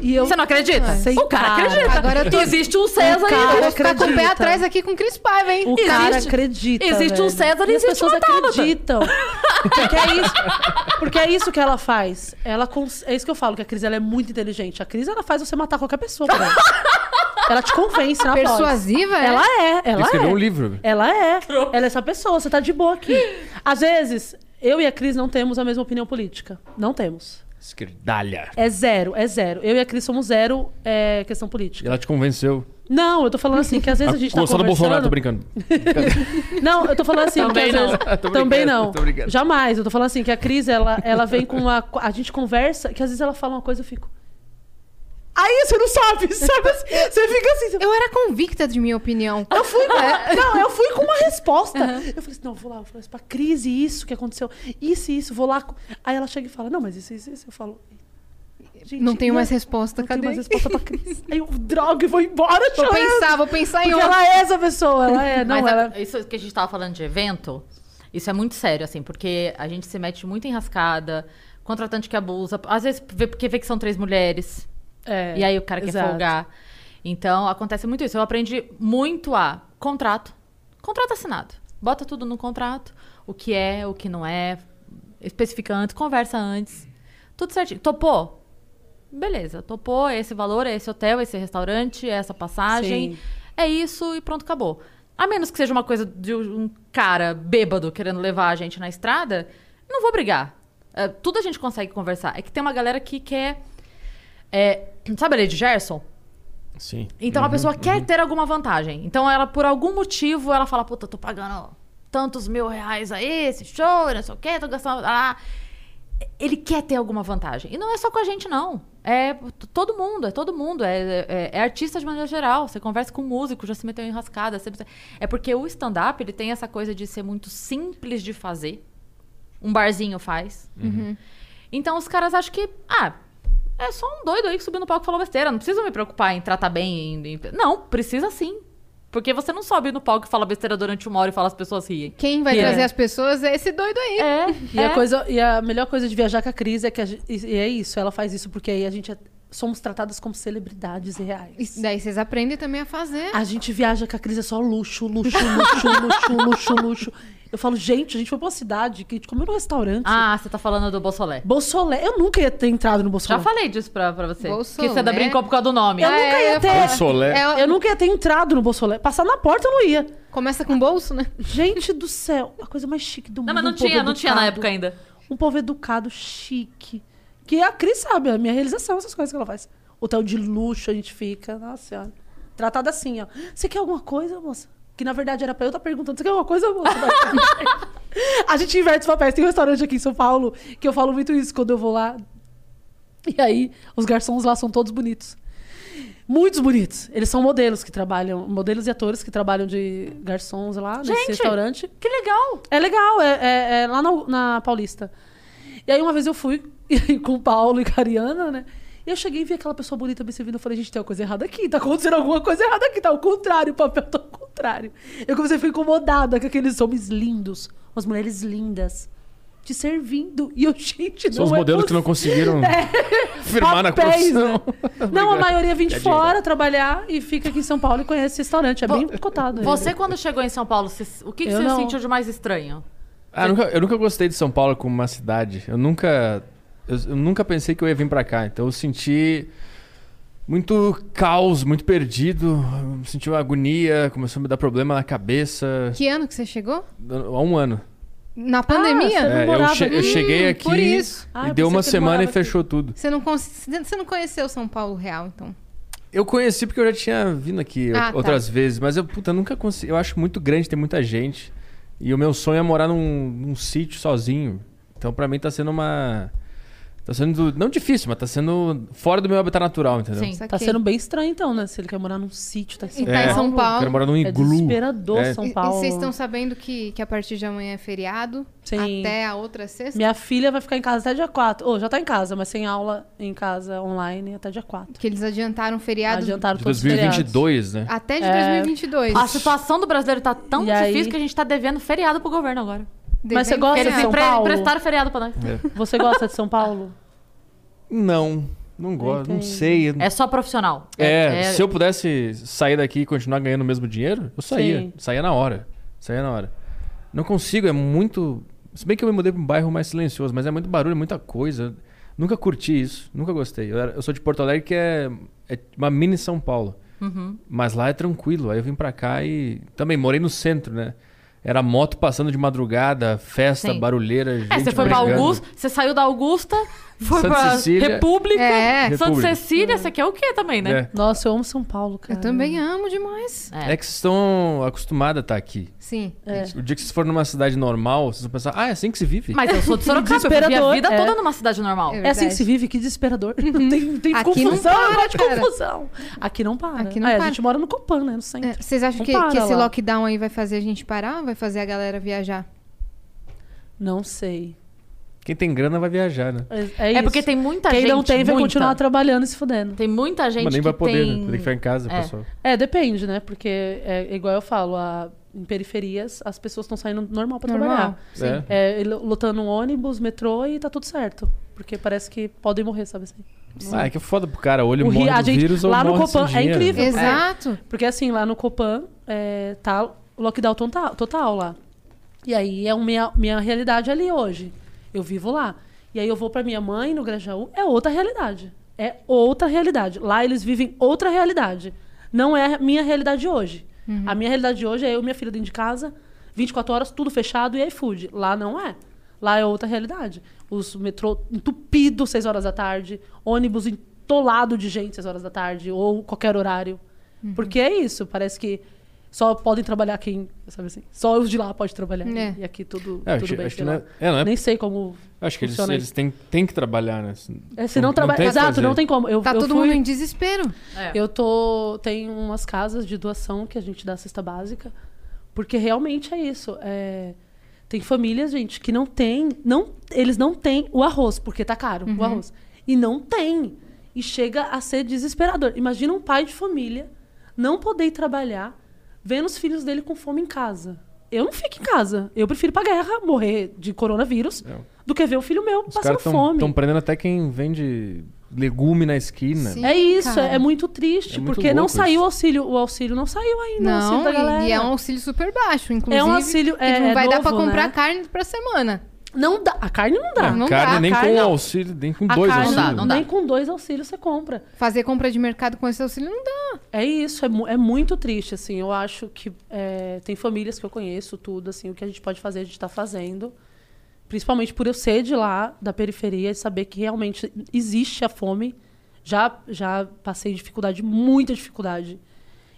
S5: E eu.
S2: Você não acredita?
S5: Sei,
S2: o cara,
S5: cara.
S2: acredita.
S3: Agora eu tô-
S2: Existe um César
S5: O
S2: aí.
S5: cara
S3: Eu ah, vou ficar com o pé
S5: acredita.
S3: atrás aqui com o Cris Paiva, hein?
S5: O cara
S2: Existe-
S5: acredita.
S2: existe um
S5: velho.
S2: César e
S5: as
S2: existe uma
S5: pessoas
S2: Tabata.
S5: acreditam. Porque é isso. Porque é isso que ela faz. Ela cons- É isso que eu falo, que a Cris ela é muito inteligente. A Cris ela faz você matar qualquer pessoa, cara. Ela te convence na voz.
S3: Persuasiva, é?
S5: Ela é, ela
S4: escreveu
S5: é.
S4: um livro.
S5: Ela é. Ela é essa pessoa, você tá de boa aqui. Às vezes, eu e a Cris não temos a mesma opinião política. Não temos.
S4: Esquerdalha.
S5: É zero, é zero. Eu e a Cris somos zero é, questão
S4: E
S5: política.
S4: ela te convenceu.
S5: Não, eu tô falando assim, que às vezes a gente tá
S4: Só do
S5: conversando...
S4: Bolsonaro, tô brincando.
S5: Não, eu tô falando assim.
S2: Também
S5: que às
S2: não.
S5: Vezes,
S4: Tô
S5: também
S4: brincando,
S5: não.
S4: tô brincando.
S5: Jamais. Eu tô falando assim que a Cris, ela, ela vem com uma. A gente conversa, que às vezes ela fala uma coisa e eu fico. Aí você não sabe, sabe? assim? Você fica assim. Você...
S3: Eu era convicta de minha opinião.
S5: Eu fui, com- não, eu fui com uma resposta. Eu falei assim, não, eu vou lá, eu falei assim, pra crise, isso que aconteceu, isso e isso, vou lá. Aí ela chega e fala, não, mas isso, isso, isso. Eu falo, gente,
S3: não tenho
S5: não-
S3: mais resposta,
S5: não tenho
S3: cadê?
S5: mais resposta pra crise. Aí eu droga e vou embora
S3: Vou
S5: chorando.
S3: pensar, vou pensar em
S5: Porque
S3: outra.
S5: ela é essa pessoa, ela é, não,
S2: Mas a-
S5: ela...
S2: isso que a gente tava falando de evento, isso é muito sério, assim, porque a gente se mete muito em rascada, contratante que abusa, às vezes vê- porque vê que são três mulheres,
S5: É,
S2: e aí o cara quer
S5: exato.
S2: folgar. Então, acontece muito isso. Eu aprendi muito a contrato, contrato assinado. Bota tudo no contrato, o que é, o que não é, especifica antes, conversa antes, tudo certinho. Topou? Beleza, topou é esse valor, é esse hotel, é esse restaurante, é essa passagem.
S5: Sim.
S2: É isso e pronto, acabou. A menos que seja uma coisa de um cara bêbado querendo levar a gente na estrada, não vou brigar. É, tudo a gente consegue conversar. É que tem uma galera que quer. é, sabe a Lady Gerson?
S4: Sim.
S2: Então a pessoa quer ter alguma vantagem. Então ela, por algum motivo, ela fala, puta, eu tô pagando tantos mil reais aí, esse show, e não sei o quê, tô gastando. lá, lá." Ele quer ter alguma vantagem. E não é só com a gente, não. É t- todo mundo, é todo mundo. É, é- é artista de maneira geral. Você conversa com músico, já se meteu em rascada. sempre- É porque o stand-up ele tem essa coisa de ser muito simples de fazer. Um barzinho faz.
S3: Uhum.
S2: Então os caras acham que, ah, é só um doido aí que subiu no palco e falou besteira. Não precisa me preocupar em tratar bem. em- em- Não, precisa sim. Porque você não sobe no palco e fala besteira durante uma hora e fala as pessoas riem.
S3: Quem vai
S2: É.
S3: trazer as pessoas é esse doido aí.
S2: É.
S5: E, a coisa, e a melhor coisa de viajar com a Cris é que a gen- e e é isso, ela faz isso porque aí a gente é- somos tratadas como celebridades reais.
S3: Isso daí vocês aprendem também a fazer.
S5: A gente viaja com a Cris é só luxo, luxo, luxo, luxo, luxo, luxo. Eu falo, gente, a gente foi pra uma cidade que a gente comeu num restaurante.
S2: Ah, você tá falando do Bolsolé.
S5: Bolsolé. Eu nunca ia ter entrado no Bolsolé.
S2: Já falei Ah, é, disso pra, pra você.
S3: Bolsolé.
S2: Que você ainda brincou por causa do nome.
S5: né? Eu nunca ia ter.
S4: Bolsolé.
S3: É,
S5: Eu nunca ia ter entrado no Bolsolé. Passar na porta eu não ia.
S3: Começa com bolso, né?
S5: Gente do céu, a coisa mais chique do mundo.
S2: Não, mas não
S5: um povo
S2: tinha, não tinha na
S5: educado.
S2: época ainda.
S5: Um povo educado, chique. Que a Cris sabe, a minha realização, essas coisas que ela faz. Hotel de luxo a gente fica, nossa senhora. Tratada assim, ó. Você quer alguma coisa, moça? Que na verdade era pra eu estar perguntando, você quer alguma coisa, moça? a gente inverte os papéis. Tem um restaurante aqui em São Paulo que eu falo muito isso quando eu vou lá. E aí, os garçons lá são todos bonitos. Muitos bonitos. Eles são modelos que trabalham, modelos e atores que trabalham de garçons lá nesse
S2: Gente!
S5: restaurante.
S2: Que legal.
S5: É legal, é, é- é lá na, na Paulista. E aí uma vez eu fui e aí com o Paulo e com a Ariana, né? E eu cheguei e vi aquela pessoa bonita me servindo. Eu falei, gente, tem uma coisa errada aqui, tá acontecendo alguma coisa errada aqui, tá ao contrário, o papel tá ao contrário. Eu comecei a ficar incomodada com aqueles homens lindos, umas mulheres lindas, te servindo. E eu, gente,
S4: São os
S5: não é
S4: modelos que não
S5: possível.
S4: conseguiram firmar na
S5: Papéis, né?
S4: profissão.
S5: Não, a maioria vem de
S4: Piadinha.
S5: fora trabalhar e fica aqui em São Paulo e conhece esse restaurante. É bem cotado. ele.
S2: Você, quando chegou em São Paulo, você- o que, que
S5: Eu
S2: você
S5: não.
S2: sentiu de mais estranho?
S4: Ah, eu nunca, eu nunca gostei de São Paulo como uma cidade. Eu nunca. Eu, eu nunca pensei que eu ia vir pra cá. Então eu senti muito caos, muito perdido. Eu Senti uma agonia, começou a me dar problema na cabeça.
S3: Que ano que você chegou?
S4: Há um ano.
S3: Na
S5: Ah, você
S3: pandemia?
S5: não
S4: É, eu,
S5: morava
S4: che- eu
S5: aqui.
S4: cheguei
S3: Hum,
S4: aqui
S3: por isso.
S5: Ah,
S4: e
S5: eu
S4: deu
S5: pensei
S4: uma
S5: que ele
S4: semana e
S5: morava aqui.
S4: fechou tudo.
S3: Você não, con- você não conheceu São Paulo real, então.
S4: Eu conheci porque eu já tinha vindo aqui
S3: Ah,
S4: ou-
S3: tá.
S4: outras vezes, mas eu, puta, nunca consegui. Eu acho muito grande, tem muita gente. E o meu sonho é morar num, num sítio sozinho. Então, pra mim, tá sendo uma. Tá sendo. Não difícil, mas tá sendo fora do meu habitat natural, entendeu?
S2: Sim.
S5: Tá
S3: Saquei.
S5: sendo bem estranho, então, né? Se ele quer morar num sítio, tá em São
S3: E tá em São Paulo.
S4: Quero morar num
S5: É
S4: iglu.
S5: desesperador,
S4: É.
S5: São
S3: E-
S5: Paulo.
S3: E vocês estão sabendo que, que a partir de amanhã é feriado?
S5: Sim.
S3: Até a outra sexta?
S5: Minha filha vai ficar em casa até dia 4. Ô, já tá em casa, mas sem aula em casa online até dia 4.
S3: Que eles adiantaram o feriado
S5: Adiantaram
S4: De
S5: todos os feriados.
S4: 2022, né?
S3: até de
S5: É.
S3: 2022.
S2: A situação do brasileiro tá tão
S5: E
S2: difícil
S5: aí?
S2: que a gente tá devendo feriado pro governo agora.
S5: Mas você gosta
S2: Eles
S5: de São
S2: empre-
S5: Paulo?
S2: emprestaram feriado pra
S4: É.
S2: nós.
S5: Você gosta de São Paulo?
S4: Não. Não gosto, não
S5: Entendi.
S4: sei.
S2: É só profissional.
S4: É, se eu pudesse sair daqui e continuar ganhando o mesmo dinheiro, eu saía.
S5: Sim.
S4: Saía na hora. Saía na hora. Não consigo, é muito. Se bem que eu me mudei pra um bairro mais silencioso, mas é muito barulho, é muita coisa. Nunca curti isso, nunca gostei. Eu, era- eu sou de Porto Alegre, que é, é uma mini São Paulo.
S2: uhum.
S4: Mas lá é tranquilo. Aí eu vim pra cá e. Também morei no centro, né? Era moto passando de madrugada, festa,
S2: Sim.
S4: barulheira.
S2: É,
S4: gente
S2: você foi
S4: brigando.
S2: pra Augusta, você saiu da Augusta, foi
S4: Santa
S2: pra
S4: Cecília.
S2: República, Santa
S3: É.
S4: República.
S5: Hum.
S2: Cecília, você quer o quê também, né?
S4: É.
S5: Nossa, eu amo São Paulo, cara.
S3: Eu também amo demais.
S4: É que vocês estão acostumados a estar aqui.
S3: Sim.
S2: É.
S5: É.
S4: O dia que vocês forem numa cidade normal, vocês vão pensar, ah, é assim que se vive.
S2: Mas eu sou de Sorocaba, eu vivi a
S5: Desesperador,
S2: vida
S5: é.
S2: toda numa cidade normal.
S3: É.
S5: É assim que
S3: Verdade. Uhum.
S5: se vive, que desesperador. Não tem, tem
S3: Aqui não
S5: confusão,
S3: para,
S5: eu gosto de
S3: cara.
S5: confusão. Aqui não para.
S3: Aqui não
S5: Ah, é,
S3: para.
S5: A gente mora no Copan, né? No centro.
S3: É, Vocês acham
S5: Não
S3: que,
S5: para
S3: que esse
S5: lá.
S3: lockdown aí vai fazer a gente parar ou vai fazer a galera viajar? É.
S5: Não sei.
S4: Quem tem grana vai viajar, né?
S5: É,
S2: É,
S5: isso.
S2: porque tem muita
S5: Quem
S2: gente.
S5: não tem vai
S2: muita.
S5: continuar trabalhando e se fudendo.
S2: Tem muita gente
S4: Mas nem
S2: que
S4: vai poder,
S2: tem...
S4: né? Tem que ficar em casa,
S2: É.
S4: pessoal.
S5: É, depende, né? Porque é igual eu falo, a- em periferias as pessoas estão saindo normal pra
S3: Normal.
S5: trabalhar.
S4: Sim. É.
S5: É, e lo- lotando um ônibus, metrô e tá tudo certo. Porque parece que podem morrer, sabe assim?
S4: Ah, é que foda pro cara. Ou ele
S5: O ri-
S4: morre
S5: a
S4: do
S5: gente-
S4: vírus ou
S5: lá no
S4: morre sem
S5: Copan é
S4: dinheiro. né?
S5: incrível. É.
S3: Exato.
S5: Porque assim, lá no Copan é, tá lockdown total, total lá. E aí é uma minha, minha realidade ali hoje. Eu vivo lá. E aí eu vou pra minha mãe no Grajaú, é outra realidade. É outra realidade. Lá eles vivem outra realidade. Não é a minha realidade de hoje. A minha realidade de hoje é eu e minha filha dentro de casa, 24 horas, tudo fechado e iFood. Lá não é. Lá é outra realidade. Os metrô entupido 6 horas da tarde, ônibus entolado de gente 6 horas da tarde, ou qualquer horário. Porque é isso, parece que Só podem trabalhar quem, sabe assim? Só os de lá podem trabalhar.
S3: É.
S5: E aqui tudo,
S4: É,
S5: tudo
S4: acho-
S5: bem,
S4: acho
S5: sei
S4: que
S5: lá.
S4: não é- é, não é-
S5: Nem sei como
S4: Acho que eles,
S5: funciona
S4: eles
S5: isso.
S4: têm, têm que trabalhar, né? Se
S5: É, se não, trabalha...
S4: tem o que
S5: Exato,
S4: fazer.
S5: não tem como. Eu,
S3: Tá
S5: eu
S3: todo
S5: fui-
S3: mundo em desespero.
S5: Eu tô. Tem umas casas de doação que a gente dá cesta básica, porque realmente é isso. é, Tem famílias, gente, que não tem. Não, eles não têm o arroz, porque tá caro o arroz. E não tem. E chega a ser desesperador. Imagina um pai de família não poder ir trabalhar, vendo os filhos dele com fome em casa. Eu não fico em casa. Eu prefiro ir pra guerra, morrer de coronavírus, do que ver o filho meu
S4: É. Os
S5: passando
S4: caras tão,
S5: fome.
S4: tão prendendo até quem vende legume na esquina.
S3: Sim.
S5: É isso,
S3: cara.
S5: é, é muito triste,
S4: É muito
S5: porque não
S4: louco
S5: saiu
S4: isso.
S5: o auxílio. O auxílio não saiu ainda, o auxílio da
S3: Não,
S5: galera. É
S3: e, e é um auxílio super baixo, inclusive.
S5: auxílio,
S3: que
S5: é,
S3: não
S5: é
S3: vai dar pra
S5: novo,
S3: comprar
S5: né?
S3: carne pra semana.
S5: Não dá. A carne não dá.
S3: É, não
S4: Ah, carne
S3: dá,
S4: nem
S5: carne
S4: com
S5: não.
S4: auxílio, nem com
S5: A
S4: dois
S5: carne,
S4: auxílios.
S2: não dá.
S5: Nem com dois auxílios você compra.
S3: Fazer compra de mercado com esse auxílio não dá.
S5: É isso, é, mu- é muito triste, assim. Eu acho que é, tem famílias que eu conheço, tudo, assim, o que a gente pode fazer, a gente tá fazendo. Principalmente por eu ser de lá, da periferia, e saber que realmente existe a fome. Já, já passei dificuldade, muita dificuldade.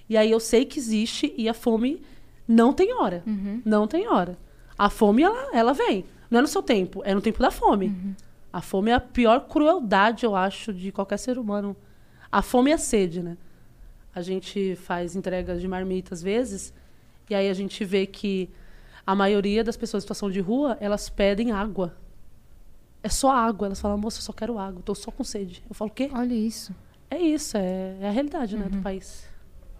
S5: E aí eu sei que existe e a fome não tem hora. Não tem hora. A fome, ela, ela vem. Não é no seu tempo, é no tempo da fome. A fome é a pior crueldade, eu acho, de qualquer ser humano. A fome e a sede, né? A gente faz entregas de marmita às vezes, e aí a gente vê que a maioria das pessoas em situação de rua, elas pedem água. É só água. Elas falam, moça, eu só quero água, tô só com sede. Eu falo, o quê?
S3: Olha isso.
S5: É isso, é, é a realidade, né,
S2: Uhum.
S5: do país.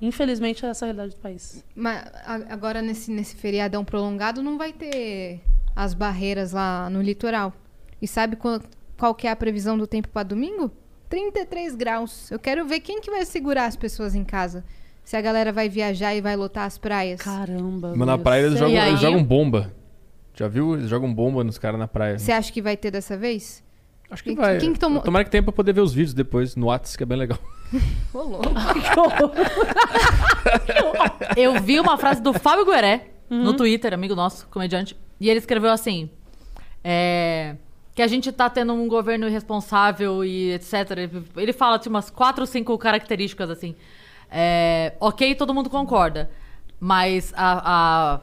S5: Infelizmente, é essa a realidade do país.
S3: Mas a- agora, nesse, nesse feriadão prolongado, não vai ter as barreiras lá no litoral. E sabe qual, qual que é a previsão do tempo pra domingo? 33 graus. Eu quero ver quem que vai segurar as pessoas em casa. Se a galera vai viajar e vai lotar as praias.
S5: Caramba.
S4: Mas na
S5: meu
S4: praia eles
S5: céu.
S4: jogam,
S2: aí?
S4: eles jogam bomba. Já viu? Eles jogam bomba nos caras na praia.
S3: Você acha que vai ter dessa vez?
S4: Acho que
S3: Quem-
S4: vai.
S3: quem que tomou-
S4: Tomara que tenha pra poder ver os vídeos depois no WhatsApp, que é bem legal.
S2: Eu vi uma frase do Fábio Gueré no Twitter, amigo nosso, comediante, e ele escreveu assim: é, que a gente tá tendo um governo irresponsável e etc. Ele fala tipo, umas quatro ou cinco características assim. É, ok, todo mundo concorda, mas a,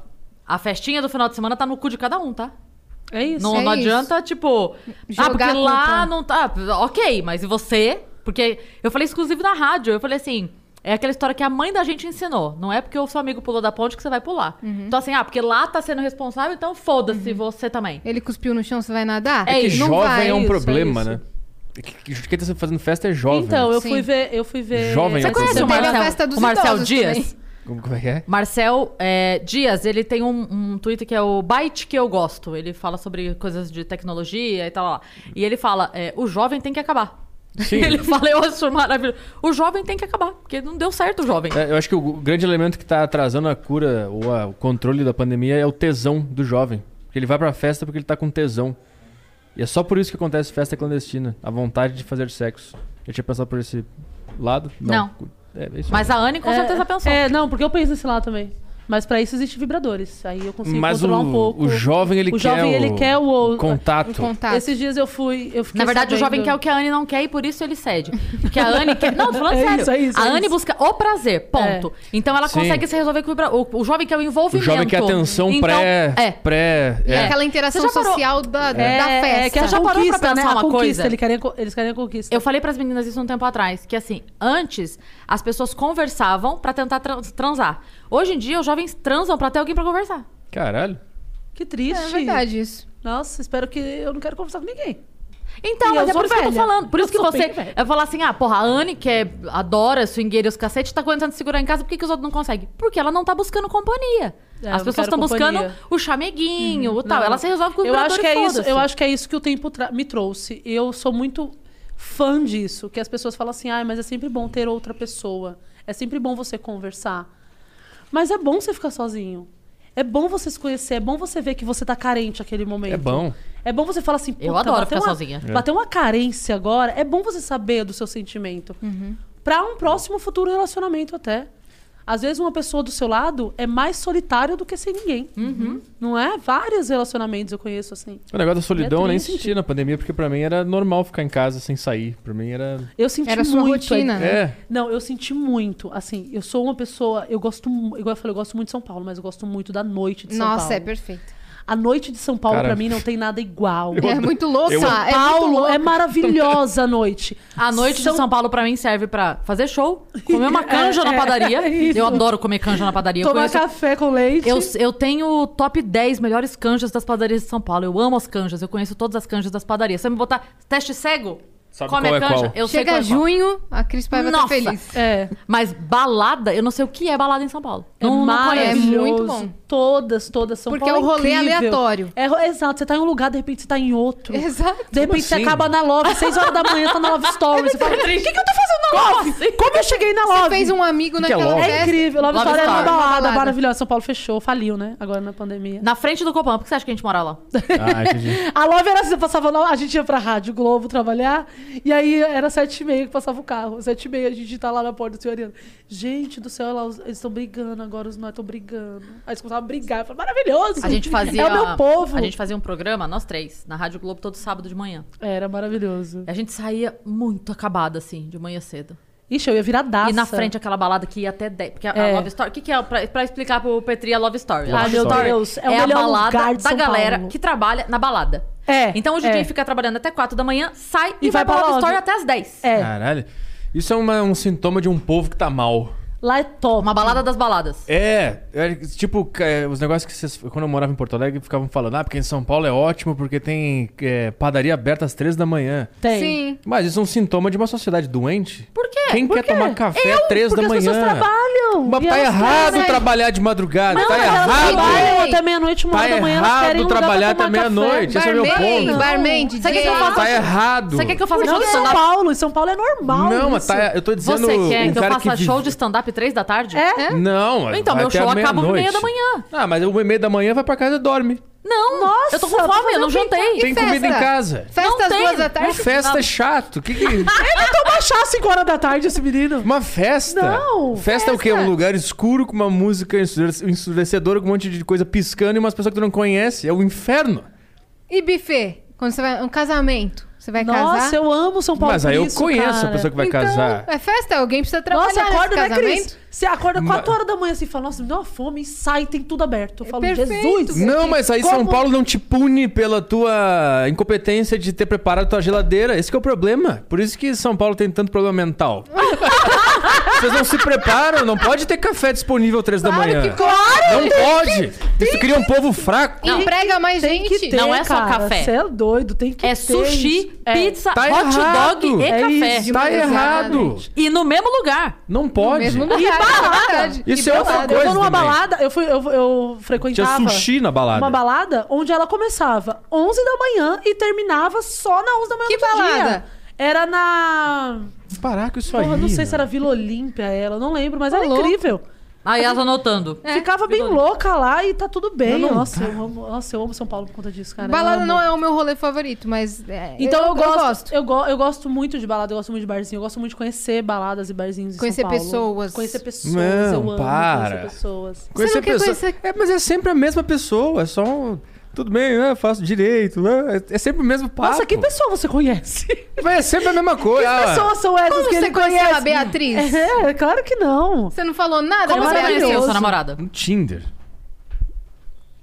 S2: a, a festinha do final de semana tá no cu de cada um, tá?
S5: É isso.
S2: Não,
S3: é
S2: não
S3: isso.
S2: adianta, tipo.
S3: Jogar
S2: ah, porque
S3: a culpa.
S2: lá não tá. Ok, mas e você? Porque eu falei isso, inclusive na rádio. Eu falei assim. É aquela história que a mãe da gente ensinou. Não é porque o seu amigo pulou da ponte que você vai pular.
S3: Uhum.
S2: Então, assim, ah, porque lá tá sendo responsável, então foda-se você também.
S3: Ele cuspiu no chão, você vai nadar?
S2: É
S4: que
S2: isso.
S3: Não
S4: jovem
S3: vai.
S4: é um
S5: isso,
S4: problema,
S5: é isso.
S4: né? É que- que- Quem tá fazendo festa é jovem.
S5: Então, eu
S3: Sim.
S5: fui ver. Eu fui ver.
S4: Jovem
S3: É
S2: Você
S4: Essa
S2: conhece é o
S4: teve a
S2: Marcel,
S3: festa dos
S2: o Marcel
S3: idosos
S2: Dias?
S3: também.
S4: Como, como é que é?
S2: Marcel é, Dias, ele tem um, um tweet que é o Byte que eu gosto. Ele fala sobre coisas de tecnologia e tal. lá. E ele fala: é, o jovem tem que acabar.
S4: Sim.
S2: Ele fala, eu acho maravilhoso. O jovem tem que acabar, porque não deu certo o jovem.
S4: É, Eu acho que o grande elemento que tá atrasando a cura ou a- o controle da pandemia é o tesão do jovem. Porque ele vai pra festa porque ele tá com tesão. E é só por isso que acontece festa clandestina. A vontade de fazer sexo. Eu tinha pensado por esse lado?
S2: Não.
S4: É, é isso
S2: Mas a Anne com
S5: É,
S2: certeza pensou.
S5: É, não, porque eu penso nesse lado também. Mas pra isso existem vibradores. Aí eu consigo
S4: Mas o,
S5: controlar um pouco.
S4: o jovem, ele
S5: O
S4: quer
S5: jovem,
S4: o,
S5: ele quer o-
S4: contato.
S3: Um contato.
S5: Esses dias eu fui. Eu fiquei
S2: Na verdade, o jovem
S5: sabendo-
S2: quer o que a Anne não quer e por isso ele cede. Porque a Anne quer. Não, tô falando
S5: É
S2: sério.
S5: isso, é isso,
S2: a
S5: é
S2: Anne
S5: isso.
S2: busca o prazer, ponto.
S5: É.
S2: Então ela
S4: Sim.
S2: consegue se resolver com o vibra... o, o jovem quer o
S4: O
S2: envolvimento.
S4: jovem quer atenção
S2: Então,
S4: pré...
S2: É.
S4: pré é.
S3: É aquela interação
S2: Você já parou-
S3: social da,
S5: É,
S3: da festa.
S5: É que a
S2: Já parou pra
S5: conquista, né?
S2: pensar
S5: a
S2: uma
S5: conquista.
S2: coisa?
S5: Eles querem, a co- eles querem a conquista.
S2: Eu falei pras meninas isso um tempo atrás, que assim, antes as pessoas conversavam pra tentar trans- transar. Hoje em dia os jovens transam pra ter alguém pra conversar.
S4: Caralho.
S5: Que triste.
S3: É verdade isso.
S5: Nossa, espero que eu não quero conversar com ninguém.
S2: Então,
S5: E
S2: mas
S5: eu
S2: é por
S5: sou
S2: isso que eu tô
S5: velha.
S2: falando. Por
S5: Eu
S2: isso que
S5: sou
S2: você.
S5: bem velha.
S2: Eu falo assim: ah, porra, a Anne, que é- adora swingueira e os cacete, tá tentando segurar em casa, por que, que os outros não conseguem? Porque ela não tá buscando companhia.
S5: É, eu
S2: As
S5: não
S2: pessoas
S5: quero
S2: estão buscando
S5: companhia. Uhum.
S2: o chameguinho, o tal.
S5: Não.
S2: Ela se resolve com o
S5: eu acho
S2: vibrador
S5: que
S2: e
S5: é isso
S2: foda-se.
S5: Eu acho que é isso que o tempo tra- me trouxe. Eu sou muito fã disso. Que as pessoas falam assim, ah, mas é sempre bom ter outra pessoa. É sempre bom você conversar. Mas é bom você ficar sozinho. É bom você se conhecer, é bom você ver que você tá carente naquele momento.
S4: É bom.
S5: É bom você falar assim,
S2: Eu
S5: "Puta,
S2: adoro
S5: bateu
S2: ficar
S5: uma-
S2: sozinha."
S5: Bateu uma carência agora,
S3: Uhum.
S5: é bom você saber do seu sentimento. Pra um próximo futuro relacionamento até. Às vezes uma pessoa do seu lado é mais solitária do que sem ninguém.
S3: Uhum.
S5: Não é? Vários relacionamentos eu conheço assim.
S4: O negócio da solidão eu nem
S5: triste.
S4: senti na pandemia, porque pra mim era normal ficar em casa sem sair. Pra mim era.
S5: Eu senti
S3: Era a
S5: muito.
S3: sua rotina,
S5: aí-
S4: né? É.
S5: Não, eu senti muito. Assim, eu sou uma pessoa. Eu gosto. mu- Igual eu falei, eu gosto muito de São Paulo, mas eu gosto muito da noite de São Paulo.
S3: Nossa, é perfeito.
S5: A noite de São Paulo,
S4: Cara,
S5: pra mim, não tem nada igual.
S3: É muito louca.
S5: São
S3: é muito
S5: Paulo
S3: louca.
S5: é maravilhosa a noite.
S2: A noite de São Paulo pra mim serve pra fazer show, comer uma canja
S5: É,
S2: na
S5: é,
S2: padaria.
S5: é isso.
S2: eu adoro comer canja na padaria. Eu
S5: Tomar
S2: conheço-
S5: café com leite.
S2: Eu, eu tenho o top 10 melhores canjas das padarias de São Paulo. Eu amo as canjas, eu conheço todas as canjas das padarias. Se você me botar teste cego,
S4: Sabe
S2: come
S4: qual
S2: a
S4: é
S2: canja,
S4: qual.
S2: eu sei
S3: Chega
S2: qual é qual.
S3: junho, a Cris Paiva tá
S2: Nossa.
S3: feliz.
S5: É.
S2: Mas balada, eu não sei o que é balada em São Paulo.
S5: É
S2: não, não conheço.
S5: maravilhoso.
S3: É muito bom.
S5: Todas, todas são
S3: Porque é
S5: Paulo
S3: o rolê
S5: incrível.
S3: aleatório.
S5: É, ro- exato, você tá em um lugar, de repente você tá em outro.
S3: Exato.
S5: De repente você
S4: assim?
S5: acaba na Love, seis horas da manhã tá na Love Story. você fala, o que, que eu tô fazendo na Love? Como eu cheguei na Love?
S3: assim? Você fez um amigo
S4: que é
S3: naquela
S4: logo?
S5: É
S3: festa.
S5: incrível, Love,
S2: Love
S5: Story é uma
S2: Story.
S5: balada,
S3: Uma balada.
S5: maravilhosa. São Paulo fechou, faliu, né? Agora na pandemia.
S2: Na frente do Copan, por que você acha que a gente mora lá?
S4: Ah, entendi.
S5: A Love era assim, eu passava na- a gente ia pra Rádio Globo trabalhar, e aí era sete e meia que passava o carro. Sete e meia a gente tá lá na porta do senhor Ariano. Gente do céu, olha lá, os- eles estão brigando agora, os nós estão brigando. Aí eles começavam a brigar, eu falava, maravilhoso.
S2: A gente fazia.
S5: É o meu povo.
S2: A gente fazia um programa, nós três, na Rádio Globo todo sábado de manhã.
S5: Era maravilhoso.
S2: E a gente saía muito acabada, assim, de manhã cedo.
S5: Ixi, eu ia virar daça.
S2: E na frente aquela balada que ia até 10. Porque a, a
S5: É.
S2: Love Story. O que, que é? Pra, pra explicar pro Petri a Love Story.
S4: Ai,
S2: Love
S4: meu
S2: Story
S5: Deus, é o
S2: a
S5: melhor
S2: balada
S5: lugar de
S2: da
S5: São
S2: galera
S5: Paulo.
S2: que trabalha na balada.
S5: É,
S2: Então o
S5: é.
S2: DJ fica trabalhando até 4 da manhã, sai e, vai pra, Love Story até as 10.
S5: É,
S4: Caralho. Isso é uma- um sintoma de um povo que tá mal.
S5: lá é top.
S2: Uma balada das baladas.
S4: É, é, tipo, é, os negócios que vocês. Quando eu morava em Porto Alegre, ficavam falando, ah, porque em São Paulo é ótimo, porque tem é, padaria aberta às três da manhã.
S5: Tem.
S3: Sim.
S4: Mas isso é um sintoma de uma sociedade doente.
S2: Por quê?
S4: Quem
S5: Por
S4: quer
S5: quê?
S4: tomar café às três
S5: porque
S4: da manhã?
S5: as pessoas trabalham.
S4: Mas
S5: E
S4: tá
S5: elas
S4: errado
S3: querem.
S4: trabalhar de madrugada,
S5: Não,
S4: tá
S5: mas elas
S4: errado.
S5: trabalham até meia-noite, uma
S4: Tá
S5: hora da manhã, elas
S4: errado
S5: querem um lugar
S4: trabalhar
S5: pra tomar
S4: até
S5: café.
S4: meia-noite. Esse é o meu
S3: Barman,
S4: ponto.
S3: barman, DJ.
S2: Sabe o que eu faço?
S4: Tá errado.
S2: Sabe o que, é que eu faço?
S5: Não,
S2: Show
S5: em
S2: de
S5: São
S2: stand-up.
S5: Paulo, em São Paulo é normal.
S4: Não, mas
S5: isso.
S4: tá, eu tô dizendo
S2: Você quer
S4: um
S2: que eu
S4: cara
S2: faça
S4: que
S2: show
S4: vive-
S2: de stand-up 3 da tarde?
S5: É?
S4: Não,
S2: Então,
S4: vai
S2: meu
S4: até
S2: show
S4: a
S2: acaba uma e meia da
S4: meia-noite.
S2: manhã.
S4: Ah, mas uma e meia da manhã vai pra casa e dorme.
S2: Não, eu tô com
S5: Nossa,
S2: fome, eu não jantei.
S4: Tem comida em
S3: festa?
S4: casa.
S2: Não
S3: Festa às
S2: tem.
S3: duas da
S4: Uma
S3: tarde.
S4: festa é chato. Que que-
S5: Toma chá às 5 horas da tarde, esse menino.
S4: Uma festa?
S5: Não,
S4: Festa é o quê? Um lugar escuro com uma música ensurdece- ensurdecedora, com um monte de coisa piscando e umas pessoas que tu não conhece. É o inferno.
S3: E buffet? Quando você vai. Um casamento. Você vai
S5: Nossa,
S3: casar?
S5: eu amo São Paulo.
S4: Mas aí
S5: por
S4: eu
S5: isso,
S4: conheço
S5: cara.
S4: a pessoa que vai
S3: então,
S4: casar.
S3: É festa, alguém precisa trabalhar
S5: Nossa,
S3: nesse
S5: acorda, né,
S3: casamento.
S5: Cris? Você acorda
S4: Ma-
S5: 4 horas da manhã assim e fala, nossa, me deu uma fome e sai, tem tudo aberto. Eu falo,
S3: É perfeito.
S5: Jesus.
S4: Não, mas aí São
S5: Como-
S4: Paulo não te pune pela tua incompetência de ter preparado tua geladeira. Esse que é o problema. Por isso que São Paulo tem tanto problema mental. Vocês não se preparam, não pode ter café disponível três da
S3: Claro
S4: manhã.
S3: que claro!
S4: Não pode! Isso cria um povo fraco.
S3: Emprega mais
S5: Tem
S3: gente.
S5: que ter,
S2: Não é só
S5: cara.
S2: café.
S5: Você é doido, tem que
S2: É
S5: ter.
S2: sushi,
S5: isso. É.
S2: pizza,
S4: Tá
S2: hot
S4: errado.
S2: dog e
S4: É
S2: café.
S3: isso.
S4: Tá errado.
S3: Exatamente.
S2: E no mesmo lugar.
S4: Não pode.
S3: Mesmo lugar. é verdade.
S4: Isso
S3: E
S4: é
S3: balada.
S4: outra
S5: Eu
S4: coisa.
S5: vou numa
S4: também.
S5: balada, eu, fui, eu, eu
S4: Tinha
S5: frequentava
S4: sushi na balada.
S5: uma balada onde ela começava 11 da manhã e terminava só na 11 da manhã
S3: Que
S5: do outro
S3: balada?
S5: dia. Era na...
S4: Parar com isso
S5: Porra,
S4: aí.
S5: não sei
S4: mano.
S5: se era Vila Olímpia ela, não lembro, mas
S3: Tá
S5: era
S3: louco.
S5: incrível.
S2: Aí elas anotando.
S3: É.
S5: Ficava bem
S2: Olímpia.
S5: louca lá e tá tudo bem.
S4: Não, não
S5: nossa, eu amo, nossa, eu amo São Paulo por conta disso, cara.
S3: Balada
S5: Eu
S3: não
S5: amo.
S3: é o meu rolê favorito, mas. é,
S5: Então eu, gosto, eu gosto.
S3: gosto.
S5: Eu, gosto muito de balada, eu gosto muito de barzinho, eu gosto muito de conhecer baladas e barzinhos em
S3: Conhecer
S5: São Paulo.
S3: pessoas.
S5: Conhecer pessoas.
S4: Não,
S5: eu amo
S4: para.
S5: conhecer pessoas.
S4: Conhecer
S3: não quer
S4: pessoa-
S3: conhecer-
S4: É, mas é sempre a mesma pessoa. É só um... Tudo bem, né? Eu faço direito. né? É sempre o mesmo papo.
S5: Nossa, que pessoa você conhece?
S4: Mas é sempre a mesma coisa.
S5: Que
S4: Ah,
S5: pessoas são essas
S3: Como
S5: que
S3: você
S5: ele
S3: conheceu
S5: conhece?
S3: a Beatriz?
S5: É, é claro que não.
S3: Você não falou nada
S2: Como
S3: da
S2: você
S5: maravilhoso.
S2: conheceu
S3: Beatriz?
S2: é sua namorada?
S4: No Tinder.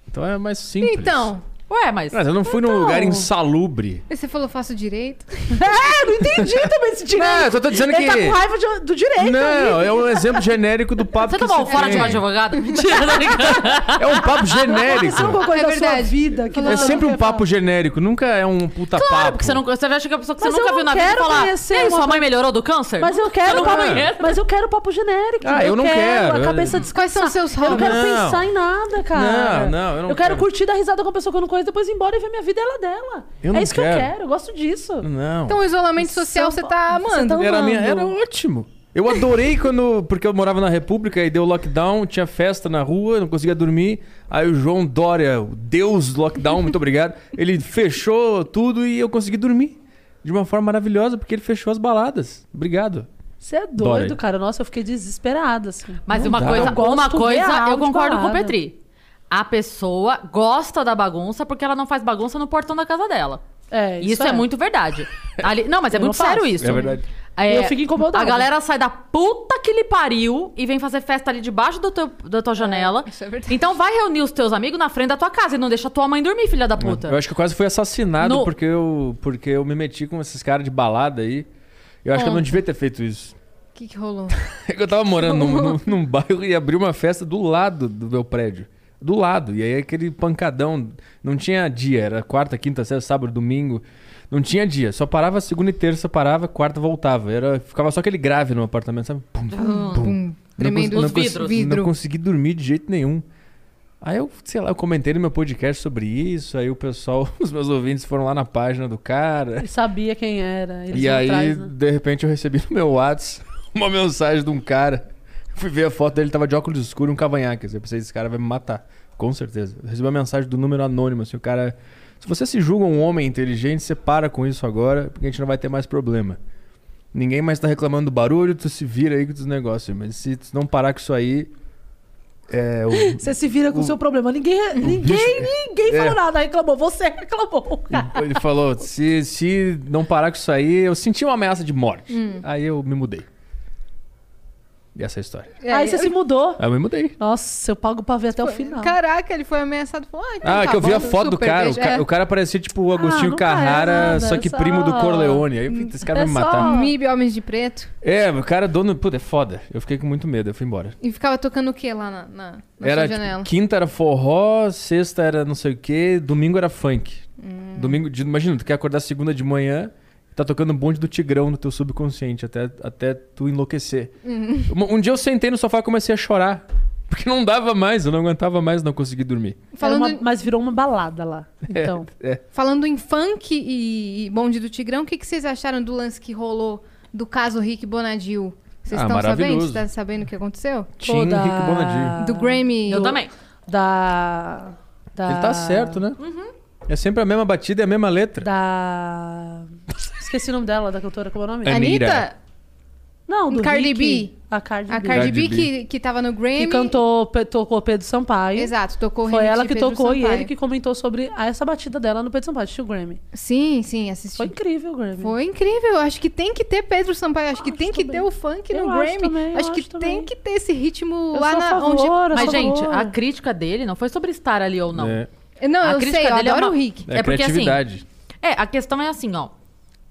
S4: Então é mais simples.
S3: Então,
S2: Ué, mas.
S4: Mas eu não é fui num lugar insalubre.
S3: você falou faço direito.
S5: É, não entendi também esse direito.
S4: Não, eu só tô dizendo
S5: ele
S4: que-
S5: tá com raiva de- do direito.
S4: Não,
S5: ali.
S4: é um exemplo genérico do papo
S2: Você
S4: que
S2: tomou um fora de
S4: tem.
S2: uma advogada? Mentira, tá ligado?
S4: É um papo genérico.
S5: Aconteceu alguma coisa
S3: É
S5: da sua
S3: verdade.
S5: vida que
S4: É
S5: você
S4: sempre
S5: não
S4: um
S5: quer
S4: papo
S5: falar?
S4: genérico, nunca é um puta papo.
S2: Ah, Porque você, não, você acha que a pessoa que
S5: Mas
S2: você
S5: eu
S2: nunca viu
S5: não
S2: na vida
S5: quero
S2: fala.
S5: conhecer
S2: E aí, sua
S5: uma-
S2: mãe melhorou do câncer?
S5: Mas eu quero,
S4: nunca
S5: papo,
S4: conheço.
S5: mas eu quero papo genérico.
S4: Ah, eu não quero.
S5: A cabeça des...
S3: Quais são os seus
S5: Eu não
S3: hobbies?
S5: quero
S4: Não.
S5: pensar em nada, cara.
S4: Não, não, eu não
S5: Eu quero
S4: quero.
S5: curtir, dar risada com a pessoa que eu não conheço, depois ir embora e ver minha vida e ela dela.
S4: Eu
S5: é
S4: não
S5: isso que eu
S4: quero.
S5: quero, eu gosto disso.
S4: Não.
S3: Então, o isolamento social você tá
S5: São-
S3: amando.
S5: Você tá
S4: era, a minha-
S5: amando.
S4: era um- ótimo. Eu adorei quando. Porque eu morava na República e deu lockdown, tinha festa na rua, não conseguia dormir. Aí o João Dória, o deus do lockdown, muito obrigado, ele fechou tudo e eu consegui dormir. De uma forma maravilhosa, porque ele fechou as baladas. Obrigado.
S5: Você é doido,
S4: Adorei.
S5: cara. Nossa, eu fiquei desesperada, assim.
S2: Mas uma coisa, uma coisa eu concordo com o Petri. A pessoa gosta da bagunça porque ela não faz bagunça no portão da casa dela.
S5: É,
S2: isso,
S5: isso
S2: é.
S5: é.
S2: muito verdade. Ali- não, mas é
S5: Eu
S2: muito
S5: não faço.
S2: sério isso.
S4: É verdade.
S2: É,
S5: Eu fico incomodada.
S2: A galera sai da puta que lhe pariu e vem fazer festa ali debaixo do teu, da tua janela.
S3: isso é verdade.
S2: Então vai reunir os teus amigos na frente da tua casa e não deixa tua mãe dormir, filha da puta.
S4: É. Eu acho que eu quase fui assassinado
S2: No-
S4: porque, eu, porque eu me meti com esses caras de balada aí. Eu acho que eu não devia ter feito isso.
S3: O que, que rolou?
S4: É que eu tava morando num, num- num bairro e abriu uma festa do lado do meu prédio. Do lado. E aí aquele pancadão. Não tinha dia, era quarta, quinta, sexta, sábado, domingo. Não tinha dia. Só parava segunda e terça, parava, quarta voltava. Era, ficava só aquele grave no apartamento, sabe? Pum, pum, pum. Não, cons-
S3: Ah, Tremendo
S4: não,
S3: os
S4: cons-
S3: vidros.
S4: não
S3: Vidro.
S4: consegui dormir de jeito nenhum. Aí eu, sei lá, eu comentei no meu podcast sobre isso, aí o pessoal, os meus ouvintes foram lá na página do cara.
S5: Ele sabia quem era. Eles
S4: E
S5: iam
S4: aí,
S5: atrás, né?
S4: de repente, eu recebi no meu WhatsApp uma mensagem de um cara. Fui ver a foto dele, tava de óculos escuros e um cavanhaque. assim, Eu pensei, esse cara vai me matar. Com certeza. Eu recebi uma mensagem do número anônimo, assim, o cara... Se você se julga um homem inteligente, você para com isso agora, porque a gente não vai ter mais problema. Ninguém mais tá reclamando do barulho, tu se vira aí com os negócios. Mas se tu não parar com isso aí... É, o-
S5: Você se vira com o seu problema. Ninguém, ninguém, ninguém
S4: É.
S5: falou nada, reclamou. Você reclamou, cara.
S4: Ele falou: se, se não parar com isso aí, eu senti uma ameaça de morte.
S5: Hum.
S4: Aí eu me mudei. E essa é a história.
S3: É,
S5: aí você se mudou.
S4: Aí eu me mudei.
S5: Nossa, eu pago pra ver até o final.
S3: Caraca, ele foi ameaçado. Falou, ah, então
S4: Ah,
S3: tá
S4: que eu vi
S3: bom,
S4: a foto do
S3: super
S4: cara. O,
S3: beijo.
S4: ca-
S3: É.
S4: o cara parecia tipo o Agostinho
S5: Ah, não parece
S4: Carrara,
S5: nada,
S4: só que
S5: é só-
S4: primo do Corleone. Aí eu falei, esse cara vai me
S5: É só-
S4: matar.
S3: Mib, Homens de Preto.
S4: É, o cara dono. Puta, é foda. Eu fiquei com muito medo, eu fui embora.
S3: E ficava tocando o que lá na, na, na
S4: era
S3: sua
S4: tipo,
S3: janela?
S4: quinta era forró, sexta era não sei o quê, domingo era funk. Domingo, de- imagina, tu quer acordar segunda de manhã, tá tocando um bonde do Tigrão no teu subconsciente até, até tu enlouquecer. Um, um dia eu sentei no sofá e comecei a chorar. Porque não dava mais, eu não aguentava mais, não consegui dormir.
S5: Era
S3: Falando,
S5: uma- mas virou uma balada lá.
S4: É,
S5: Então.
S4: é.
S3: falando em funk e, e bonde do Tigrão, o que, que vocês acharam do lance que rolou do caso Rick Bonadil? Vocês
S4: Ah,
S3: estão sabendo? Vocês
S4: maravilhoso.
S3: tá sabendo o que aconteceu?
S4: Tim
S5: da-
S4: Rick Bonadio.
S3: Do Grammy.
S2: Eu também.
S5: Da. da
S4: Ele tá certo, né? É sempre a mesma batida e a mesma letra.
S5: Da. Esqueci o nome dela, da cantora, como é o nome?
S4: É.
S3: Anitta,
S5: Não, do
S3: Cardi
S5: Rick.
S3: B.
S5: A Cardi
S3: a
S5: B.
S3: Cardi B
S4: Cardi B.
S3: que, que tava no Grammy.
S5: Que cantou, pe- tocou Pedro Sampaio.
S3: Exato, tocou
S5: Foi
S3: Hit
S5: ela
S3: de
S5: que
S3: Pedro
S5: tocou e
S3: Sampaio.
S5: ele que comentou sobre essa batida dela no Pedro Sampaio. Assistiu o Grammy.
S3: Sim, sim, assisti.
S5: Foi incrível o Grammy.
S3: Foi incrível, eu acho que tem que ter Pedro Sampaio, acho que tem que ter o funk no
S5: Eu acho
S3: Grammy,
S5: também, eu
S3: acho que
S5: acho
S3: tem
S5: também.
S3: que ter esse ritmo
S5: Eu
S3: lá
S5: sou a
S3: na
S5: favor,
S3: onde.
S5: eu
S2: Mas,
S5: sou a
S2: gente,
S5: favor.
S2: a crítica dele não foi sobre estar ali ou não.
S4: É,
S3: Não,
S2: A
S3: eu
S2: crítica
S3: sei, eu
S2: dele é
S3: adoro
S2: uma-
S3: o Rick.
S4: é,
S2: É porque, assim,
S4: criatividade.
S2: É, a questão é assim, ó.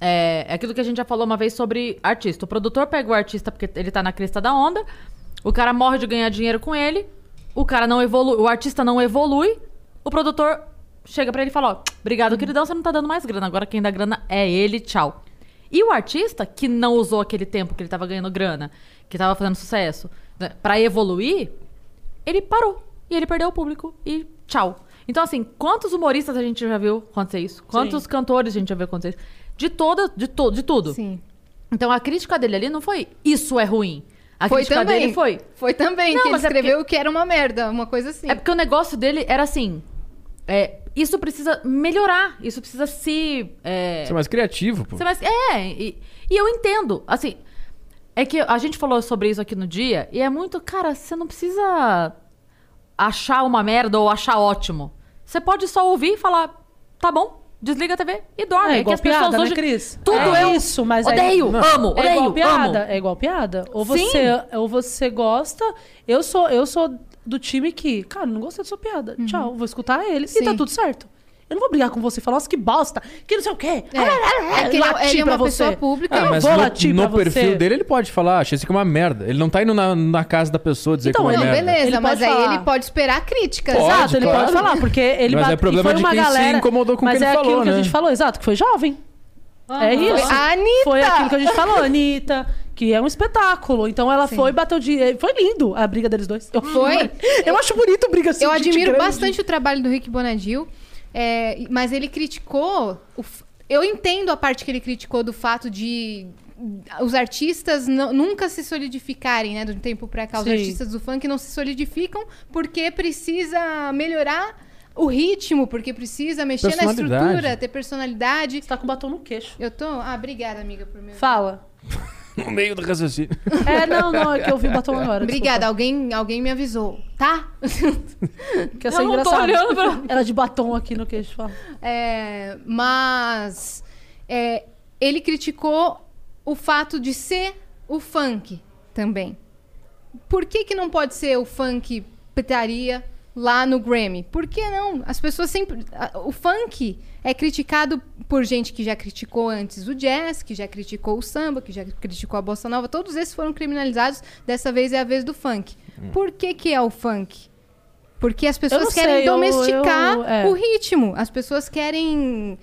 S2: É, é aquilo que a gente já falou uma vez sobre artista. O produtor pega o artista porque ele tá na crista da onda, o cara morre de ganhar dinheiro com ele, o cara não evolui, o artista não evolui, o produtor chega pra ele e fala, ó, obrigado, queridão, você não tá dando mais grana. Agora quem dá grana é ele, tchau. E o artista que não usou aquele tempo que ele tava ganhando grana, que tava fazendo sucesso, né, pra evoluir, ele parou. E ele perdeu o público. E tchau. Então, assim, quantos humoristas a gente já viu acontecer isso? Quantos cantores a gente já viu acontecer isso? De toda, de, to, de tudo.
S3: Sim.
S2: Então, a crítica dele ali não foi isso é ruim. A
S3: Foi
S2: crítica
S3: também.
S2: dele foi.
S3: Foi também,
S2: Não,
S3: que ele
S2: mas é
S3: escreveu que era uma merda, uma coisa assim.
S2: É porque o negócio dele era assim. é, isso precisa melhorar. Isso precisa se. é,
S4: Ser mais criativo, pô.
S2: Você vai- É, e, e eu entendo. Assim, é que a gente falou sobre isso aqui no dia, e é muito. Cara, você não precisa achar uma merda ou achar ótimo. Você pode só ouvir e falar, tá bom, desliga a TV e dorme.
S5: É
S2: que
S5: igual
S2: as pessoas
S5: piada, né,
S2: hoje.
S5: Cris?
S2: Tudo um
S5: É
S2: eu
S5: isso, mas aí-
S2: odeio,
S5: Não.
S2: amo,
S5: É
S2: odeio,
S5: igual piada,
S2: amo.
S5: é igual piada. Ou
S2: Sim.
S5: você, ou você gosta. Eu sou, eu sou do time que, cara, não gostei da sua piada. Tchau, vou escutar ele e
S3: Sim.
S5: tá tudo certo. Eu não vou brigar com você e falar, nossa, que bosta, que não sei o quê.
S3: É. É que ele é-
S5: Latir
S3: ele é
S5: pra
S3: uma pessoa
S5: você.
S3: pública.
S4: Ah,
S5: não
S4: mas
S5: vou
S4: no,
S5: latir
S4: no
S5: é pra você.
S4: perfil dele ele pode falar, "Ah, achei isso aqui uma merda. Ele não tá indo na, na casa da pessoa dizer
S5: Então,
S4: que é
S3: Não,
S4: uma merda.
S3: beleza,
S5: Ele
S3: mas
S5: pode
S3: aí
S5: falar.
S3: ele pode esperar críticas.
S4: Pode,
S5: Exato, ele
S4: claro.
S5: pode falar, porque ele
S4: Mas é
S5: bate-
S4: problema
S5: foi
S4: de
S5: uma
S4: quem se
S5: galera,
S4: incomodou com o que
S5: mas
S4: ele
S5: é aquilo
S4: falou,
S5: que a
S4: né?
S5: gente falou, exato, que foi jovem. É isso.
S3: Foi a Anitta.
S5: Foi aquilo que a gente falou, a Anitta, que é um espetáculo. Então ela foi, bateu de. Foi lindo a briga deles dois. Eu-
S3: Foi.
S5: Eu acho bonito a briga assim.
S3: eu
S5: de gente
S3: admiro
S5: grande.
S3: bastante o trabalho do Rick Bonadil, é, mas ele criticou. o f- eu entendo a parte que ele criticou do fato de os artistas não- nunca se solidificarem, né? Do tempo pra cá, os
S5: Sim.
S3: artistas do funk não se solidificam porque precisa melhorar o ritmo, porque precisa mexer na
S4: Personalidade.
S3: estrutura, ter personalidade.
S5: Você tá com batom no queixo.
S3: Eu tô. Ah, obrigada, amiga, por meu.
S5: Fala.
S4: no meio do raciocínio.
S5: É, não, não, é que eu vi o batom agora.
S3: Obrigada, alguém, alguém me avisou, tá?
S5: Que
S3: Eu
S5: ia ser
S3: não tô
S5: engraçado.
S3: olhando pra-
S5: Ela de batom aqui no queixo. fala.
S3: É, mas é, ele criticou o fato de ser o funk também. Por que, que não pode ser o funk pitaria lá no Grammy? Por que não? As pessoas sempre. a- O funk é criticado por gente que já criticou antes o jazz, que já criticou o samba, que já criticou a bossa nova. Todos esses foram criminalizados. Dessa vez é a vez do funk.
S4: Hum.
S3: Por que, que é o funk? Porque as
S5: Eu
S3: pessoas
S5: não
S3: querem
S5: sei, eu-
S3: domesticar
S5: eu- é.
S3: o ritmo. As pessoas querem.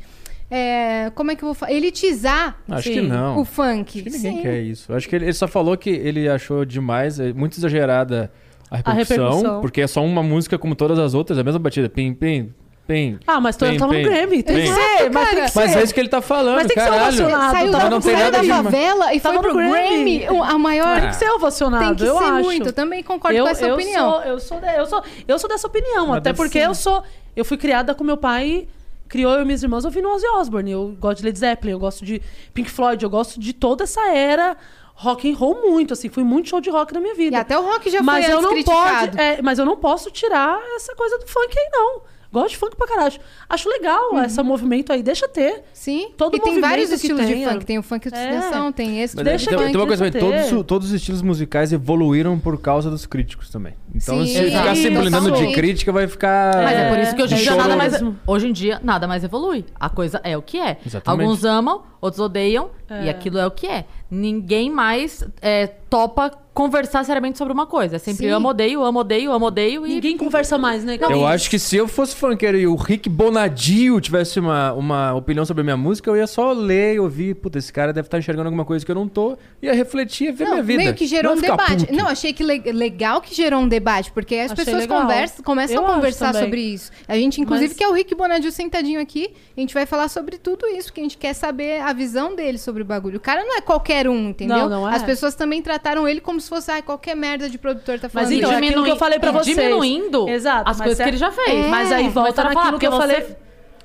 S3: é, como é que eu vou falar? Elitizar
S4: Acho que Ah, não.
S3: o funk.
S4: Acho que ninguém
S3: Sim.
S4: quer isso. Acho que ele, ele só falou que ele achou demais, é, muito exagerada a repercussão,
S5: repercussão.
S4: porque é só uma música como todas as outras, é a mesma batida. Pim, pim, pim.
S5: Ah, mas tô,
S4: pim,
S5: tá no
S4: pim,
S5: Grammy. Tem que
S4: pim.
S5: ser, mas tem que ser.
S4: Mas é isso que ele tá falando,
S5: Mas tem que ser
S4: caralho.
S5: ovacionado,
S3: Saiu
S4: Mas
S3: da,
S4: Ah, não tem
S3: tá? saiu
S4: nada
S3: da
S4: a ver, mas-
S3: favela e
S5: Tava
S3: foi pro
S5: no
S3: Grammy,
S5: Grammy.
S3: o- a maior.
S4: É. Ah.
S5: Tem que ser ovacionado,
S3: Tem que
S5: Ah, eu
S3: ser
S5: acho.
S3: muito. Eu também concordo com essa opinião.
S5: Sou, eu, sou de- eu, sou, eu sou dessa opinião,
S4: Mas
S5: até
S4: deve
S5: porque
S4: ser.
S5: eu sou. Eu fui criada com meu pai, criou eu e minhas irmãs ouvindo Ozzy Osbourne. Eu gosto de Led Zeppelin, eu gosto de Pink Floyd, eu gosto de toda essa era rock and roll muito, assim, fui muito show de rock na minha
S3: E
S5: vida.
S3: até o rock já
S5: mas
S3: foi
S5: eu
S3: antes
S5: não
S3: criticado.
S5: pode, é, mas eu não posso tirar essa coisa do funk aí não. Gosto de funk pra caralho. Acho legal esse movimento aí, deixa ter.
S3: Uhum. Sim.
S5: Todo
S3: e tem vários
S5: movimento que
S3: estilos de
S5: tem,
S3: funk.
S5: é.
S3: Tem o funk de
S5: É.
S3: danção, tem esse. tipo tem
S4: Mas
S5: Deixa
S3: o
S4: então,
S5: quem
S4: tem uma coisa também,
S5: quiser ter.
S4: todos, todos os estilos musicais evoluíram por causa dos críticos também. Então,
S3: Sim,
S4: se ficar se
S3: Exato.
S4: blindando de
S3: totalmente.
S4: crítica, vai ficar.
S2: Mas é, por isso que hoje em
S5: é
S2: dia
S5: isso
S2: nada mais.
S5: mesmo.
S2: Hoje em dia nada mais evolui. A coisa é o que é.
S4: Exatamente.
S2: Alguns amam, outros odeiam, e
S5: É.
S2: aquilo é o que é. Ninguém mais é, topa conversar seriamente sobre uma coisa. É sempre
S3: Sim.
S2: amo, odeio, amo, odeio, amo, odeio e.
S5: Ninguém conversa mais, né? cara?
S4: Eu acho que se eu fosse funkeiro e o Rick Bonadio tivesse uma, uma opinião sobre a minha música, eu ia só ler e ouvir. Puta, esse cara deve estar enxergando alguma coisa que eu não tô. Ia refletir e ver
S3: Não,
S4: minha vida.
S3: meio que gerou
S4: Não
S3: um
S4: ia ficar
S3: debate.
S4: puto.
S3: Não, achei que le- legal que gerou um debate, porque as
S5: Achei
S3: pessoas
S5: legal.
S3: conversam, começam
S5: Eu
S3: a
S5: acho
S3: conversar
S5: também.
S3: sobre isso. A gente, inclusive,
S5: Mas-
S3: que é o Rick Bonadio sentadinho aqui, a gente vai falar sobre tudo isso, que a gente quer saber a visão dele sobre o bagulho. O cara não é qualquer um, entendeu?
S5: Não, não é.
S3: As pessoas também trataram ele como se fosse ah, qualquer merda de produtor tá falando.
S5: Mas então,
S3: isso.
S5: é aquilo que eu falei pra
S2: e
S5: vocês.
S2: Diminuindo
S5: Exato,
S2: as
S5: mas
S2: coisas
S5: é-
S2: que ele já fez.
S3: É.
S5: Mas aí volta
S2: Começaram a falar,
S5: naquilo que eu
S2: porque
S5: falei.
S2: você-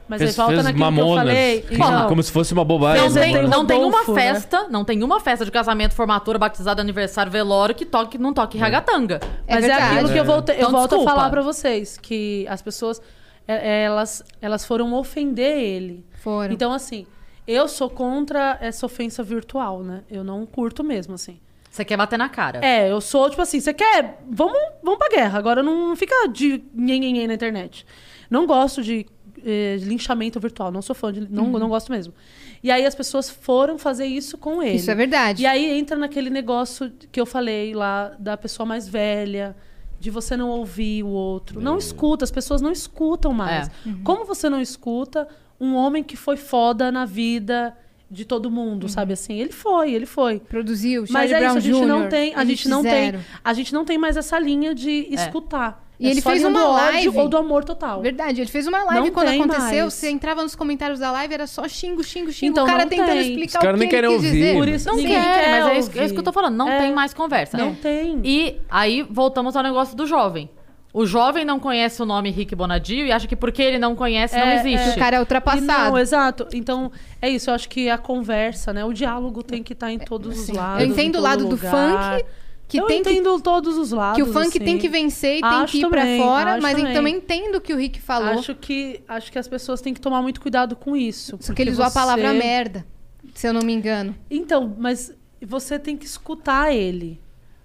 S5: Mas aí
S4: Fez,
S5: volta
S4: fez
S5: naquilo
S4: mamonas.
S5: que eu falei.
S4: que-
S5: Então,
S4: como se fosse uma bobagem.
S2: Não
S5: Mas é
S2: tem,
S5: tem
S2: não tem uma
S5: Rodolfo, né?
S2: festa, não tem uma festa de casamento, formatura, batizado, aniversário, velório que toque, não toque ragatanga.
S3: É
S5: mas é,
S3: verdade.
S5: aquilo que eu volto, eu
S2: Então,
S5: volto a
S2: desculpa.
S5: falar pra vocês. Que as pessoas, é- elas, elas foram ofender ele.
S3: Foram.
S5: Então, assim, eu sou contra essa ofensa virtual, né? Eu não curto mesmo, assim.
S2: Você quer bater na cara.
S5: É, eu sou tipo assim, você quer? Vamos, vamos pra guerra. Agora não fica de nhenhenhen na internet. Não gosto de, eh, de linchamento virtual, não sou fã de.
S3: Uhum.
S5: Não, não gosto mesmo. E aí as pessoas foram fazer isso com ele.
S3: Isso é verdade.
S5: E aí entra naquele negócio que eu falei lá da pessoa mais velha, de você não ouvir o outro.
S3: Uhum.
S5: Não escuta, as pessoas não escutam mais.
S3: É.
S5: Como você não escuta um homem que foi foda na vida de todo
S3: Uhum.
S5: mundo, sabe assim? Ele foi, ele foi.
S3: Produziu, Charlie
S5: Mas é isso,
S3: Brown
S5: a gente não
S3: Jr.,
S5: tem, a
S3: eles
S5: gente não
S3: fizeram.
S5: tem, a gente não tem mais essa linha de escutar.
S3: E
S5: É
S3: ele
S5: só
S3: fez
S5: a linha
S3: uma
S5: do ódio
S3: live.
S5: ou do amor total.
S3: Verdade, ele fez uma live
S5: Não
S3: quando
S5: tem
S3: aconteceu.
S5: mais.
S3: Você entrava nos comentários da live, era só xingo, xingo, xingo.
S5: Então,
S3: o cara
S5: não
S3: tentando
S5: tem.
S3: explicar
S4: Os caras
S3: o que
S4: nem
S3: ele
S4: querem
S3: quis
S4: ouvir.
S3: dizer.
S5: Por isso
S2: Não
S5: ninguém
S2: quer,
S5: quer
S2: mas é isso,
S5: ouvir.
S2: é isso que eu tô falando. Não
S5: É.
S2: tem mais conversa.
S5: Não tem.
S2: E aí voltamos ao negócio do jovem. O jovem não conhece o nome Rick Bonadio e acha que porque ele não conhece, não
S5: É,
S2: existe.
S3: O cara é
S5: E Não,
S3: ultrapassado.
S5: exato. Então, é isso. Eu acho que a conversa, né? O diálogo tem que estar em todos os lados.
S3: Eu entendo
S5: em
S3: o
S5: todo
S3: lado do
S5: lugar.
S3: funk, que
S5: eu
S3: tem que-
S5: entendo todos os lados.
S3: que o funk
S5: assim.
S3: tem que vencer e tem
S5: Acho
S3: que ir
S5: também,
S3: pra fora,
S5: acho
S3: mas eu
S5: também.
S3: também entendo o que o Rick falou.
S5: Acho que, acho que as pessoas têm que tomar muito cuidado com isso.
S3: só que ele usou a
S5: você-
S3: palavra merda, se eu não me engano.
S5: Então, mas você tem que escutar ele.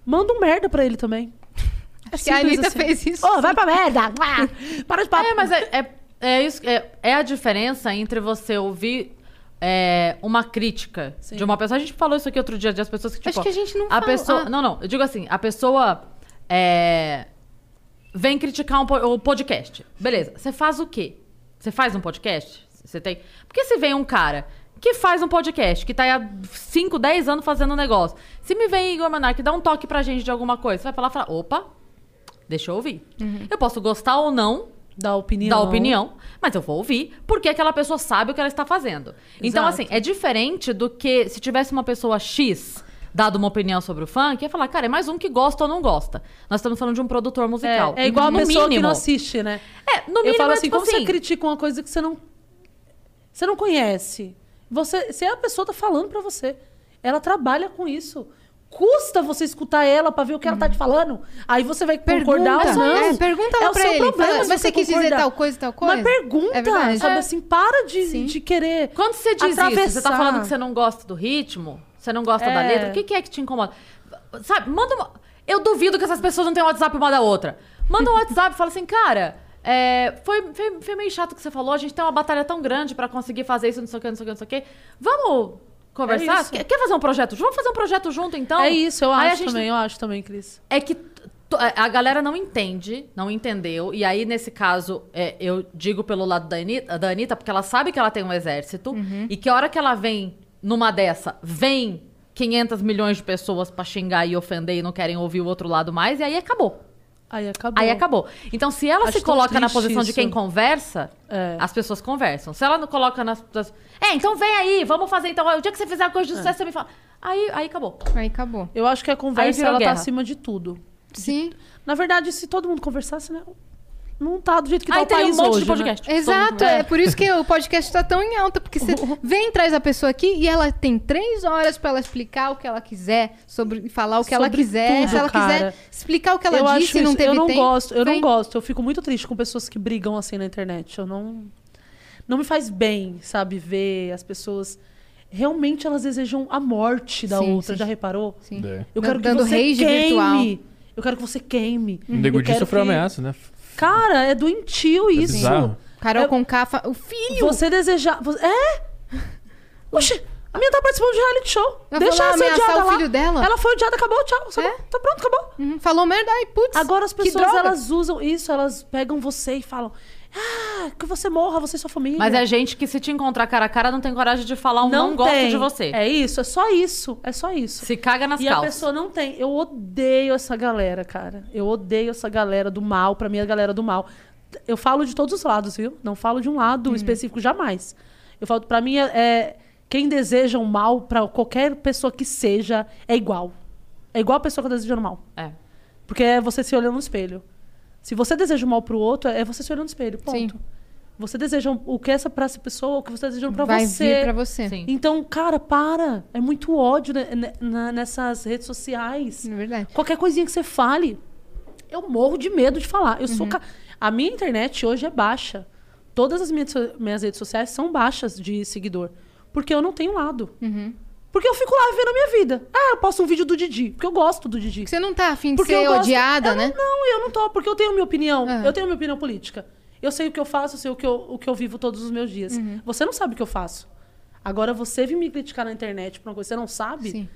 S5: Manda um merda pra ele também. É
S3: Acho que a
S5: simples
S3: Anitta
S5: assim.
S3: fez isso.
S5: Ô, vai pra merda! Ah, Para de papo!
S2: É, mas é, é, é isso, é, é a diferença entre você ouvir é, uma crítica de uma pessoa. A gente falou isso aqui outro dia, de as pessoas que, tipo...
S3: Acho que a gente não
S2: a
S3: fala-
S2: pessoa,
S3: ah.
S2: Não, não. Eu digo assim, a pessoa é, vem criticar um po- o podcast. Beleza. Você faz o quê? Você faz um podcast? Você tem... Porque se vem um cara que faz um podcast, que tá aí há 5, 10 anos fazendo um negócio. Se me vem Igor Monark dá um toque pra gente de alguma coisa, você vai pra lá e fala, opa, deixa eu ouvir.
S3: Uhum.
S2: Eu posso gostar ou não
S5: Dá opinião.
S2: da opinião, mas eu vou ouvir, porque aquela pessoa sabe o que ela está fazendo. Então,
S5: Exato.
S2: assim, é diferente do que se tivesse uma pessoa X dado uma opinião sobre o funk, ia falar, cara, é mais um que gosta ou não gosta. Nós estamos falando de um produtor
S5: É,
S2: musical.
S5: é igual a
S2: no
S5: pessoa
S2: mínimo,
S5: que não assiste, né?
S2: É, no
S5: eu
S2: mínimo
S5: falo
S2: é
S5: assim,
S2: tipo
S5: como
S2: assim,
S5: você critica uma coisa que você não você não conhece? Você, se a pessoa tá falando pra você, é Ela trabalha com isso. Custa você escutar ela pra ver o que ela tá
S2: Uhum.
S5: te falando. Aí você vai concordar ou
S3: Pergunta,
S5: não.
S3: é, pergunta lá
S5: é o
S3: pra
S5: seu
S3: ele.
S5: Problema
S3: Fala,
S5: se
S3: "Mas você quis dizer
S5: concordar."
S3: tal coisa, tal coisa?
S5: Mas pergunta,
S3: É verdade.
S5: sabe
S3: É.
S5: assim, para de,
S3: Sim.
S5: de querer.
S2: Quando você diz isso, você tá
S5: atravessar.
S2: falando que você não gosta do ritmo? Você não gosta da
S5: É.
S2: letra? O que, que é que te incomoda? Sabe, manda uma... Eu duvido que essas pessoas não tenham WhatsApp uma da outra. Manda um WhatsApp e fala assim, cara, é, foi, foi, foi meio chato o que você falou, a gente tem uma batalha tão grande pra conseguir fazer isso, não sei o que, não sei o que, não sei o que. Vamos
S5: É
S2: conversar?
S5: isso.
S2: quer, quer fazer um projeto junto? Vamos fazer um projeto junto, então?
S5: é isso, eu
S2: Aí a
S5: acho
S2: gente-
S5: também, eu acho também, Cris.
S2: é que t- a galera não entende, não entendeu. E aí, nesse caso, é, eu digo pelo lado da Anitta, da Anitta, porque ela sabe que ela tem um exército.
S5: Uhum.
S2: E que a hora que ela vem numa dessa, vem 500 milhões de pessoas pra xingar e ofender e não querem ouvir o outro lado mais. E aí acabou.
S5: Aí acabou.
S2: Aí acabou. Então, se ela
S5: Acho
S2: se
S5: tão
S2: coloca na
S5: triste
S2: posição de
S5: isso.
S2: quem conversa,
S5: É.
S2: as pessoas conversam. Se ela não coloca nas. nas- É, então vem aí, vamos fazer. Então, o dia que você fizer a coisa de
S5: É.
S2: sucesso, você me fala. Aí, aí acabou.
S3: Aí acabou.
S5: Eu acho que a conversa
S2: virou
S5: ela
S2: guerra.
S5: tá acima de tudo.
S3: Sim.
S5: Na verdade, se todo mundo conversasse, né? Não tá do jeito que tá
S2: aí
S5: o país
S2: tem um monte
S5: hoje,
S2: de podcast.
S5: Né?
S3: Exato, é por isso que o podcast tá tão em alta, porque você vem traz a pessoa aqui e ela tem três horas pra ela explicar o que ela quiser, sobre falar o que ela
S5: Sobre
S3: quiser,
S5: tudo,
S3: se ela
S5: cara.
S3: quiser explicar o que ela
S5: eu acho
S3: disse e não
S5: isso-
S3: teve
S5: eu não
S3: tempo,
S5: gosto, eu
S3: vem.
S5: não gosto. Eu fico muito triste com pessoas que brigam assim na internet. Eu não não me faz bem, sabe, ver as pessoas realmente elas desejam a morte da
S3: Sim,
S5: outra,
S3: sim.
S5: já reparou?
S3: Sim.
S4: É.
S5: Eu
S3: Dan-
S5: quero que
S3: dando
S5: você
S3: rage
S5: queime. Eu quero que você queime.
S4: O Nego
S5: Eu
S4: Di
S5: quero
S4: sofreu
S5: que-
S4: ameaça, né?
S5: Cara, é doentio isso.
S4: bizarro.
S3: Carol
S5: Eu-
S3: Conká, fa- o filho.
S5: Você desejar. você- É? Oxi, a minha tá participando de reality show.
S3: Ela
S5: Deixa
S3: foi lá
S5: ela ser
S3: ameaçar
S5: odiada
S3: o
S5: lá.
S3: filho dela.
S5: Ela foi odiada, acabou, tchau. acabou.
S3: É?
S5: Tá pronto, acabou.
S3: Uhum, falou merda, ai putz.
S5: Agora as
S3: que
S5: pessoas
S3: droga.
S5: elas usam isso, elas pegam você e falam: Ah, que você morra, você e sua família.
S2: Mas é gente que se te encontrar cara a cara não tem coragem de falar um não, gosto
S5: tem.
S2: de você.
S5: É isso, é só isso, é só isso.
S2: Se caga nas
S5: E a
S2: calças.
S5: pessoa não tem. Eu odeio essa galera, cara. Eu odeio essa galera do mal. Pra mim, é a galera do mal. Eu falo de todos os lados, viu? Não falo de um
S3: Hum.
S5: lado específico jamais. Eu falo, pra mim, é, é- quem deseja o mal pra qualquer pessoa que seja é igual. É igual a pessoa que tá desejando mal.
S2: É.
S5: Porque é você se olhando no espelho. Se você deseja o mal pro outro, é você se olhando no espelho. Ponto.
S3: Sim.
S5: Você deseja o que essa pra essa pessoa, o que você tá desejando pra
S3: vai
S5: você.
S3: vir pra você.
S2: Sim.
S5: Então, cara, para. É muito ódio né, né, na- nessas redes sociais.
S3: Na é verdade.
S5: Qualquer coisinha que você fale, eu morro de medo de falar. Eu sou ca- A minha internet hoje é baixa. Todas as minhas, so- minhas redes sociais são baixas de seguidor. Porque eu não tenho lado. Porque eu fico lá vivendo a minha vida. Ah, eu posto um vídeo do Didi, porque eu gosto do Didi.
S3: Porque você não tá afim de
S5: Porque
S3: ser
S5: eu gosto-
S3: odiada,
S5: eu
S3: né? Ah.
S5: não- Não, eu não tô, porque eu tenho minha opinião.
S3: Aham.
S5: Eu tenho minha opinião política. Eu sei o que eu faço, eu sei o que eu, o que eu vivo todos os meus dias.
S3: Uhum.
S5: Você não sabe o que eu faço. Agora, você vir me criticar na internet por uma coisa que você não sabe,
S3: Sim.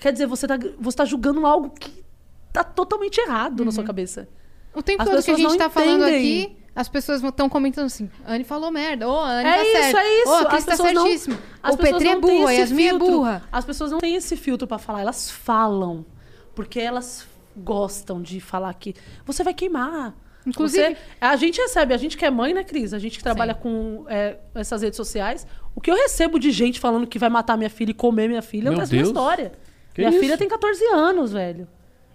S5: quer dizer, você tá, você tá julgando algo que tá totalmente errado
S3: Uhum.
S5: na sua cabeça.
S3: O tempo
S5: As
S3: todo que a
S5: pessoas
S3: gente
S5: não
S3: tá falando
S5: entendem.
S3: aqui, as pessoas estão comentando assim: Anne falou merda. Ô, a Anne
S5: é
S3: tá
S5: isso,
S3: certa.
S5: é isso.
S3: Ô, a Cris
S5: As
S3: tá
S5: pessoas não-
S3: certíssima.
S5: as
S3: o
S5: pessoas
S3: Petri é
S5: não têm
S3: burra, a
S5: esse
S3: Yasmin é
S5: filtro.
S3: burra.
S5: As pessoas não têm esse filtro pra falar, elas falam. Porque elas gostam de falar que você vai queimar.
S3: Inclusive-
S5: Você- a gente recebe, a gente que é mãe, né, Cris? A gente que trabalha com é, essas redes sociais. O que eu recebo de gente falando que vai matar minha filha e comer minha filha
S4: Meu
S5: é outra
S4: Deus.
S5: história.
S4: Que
S5: minha
S4: isso?
S5: filha tem 14 anos, velho.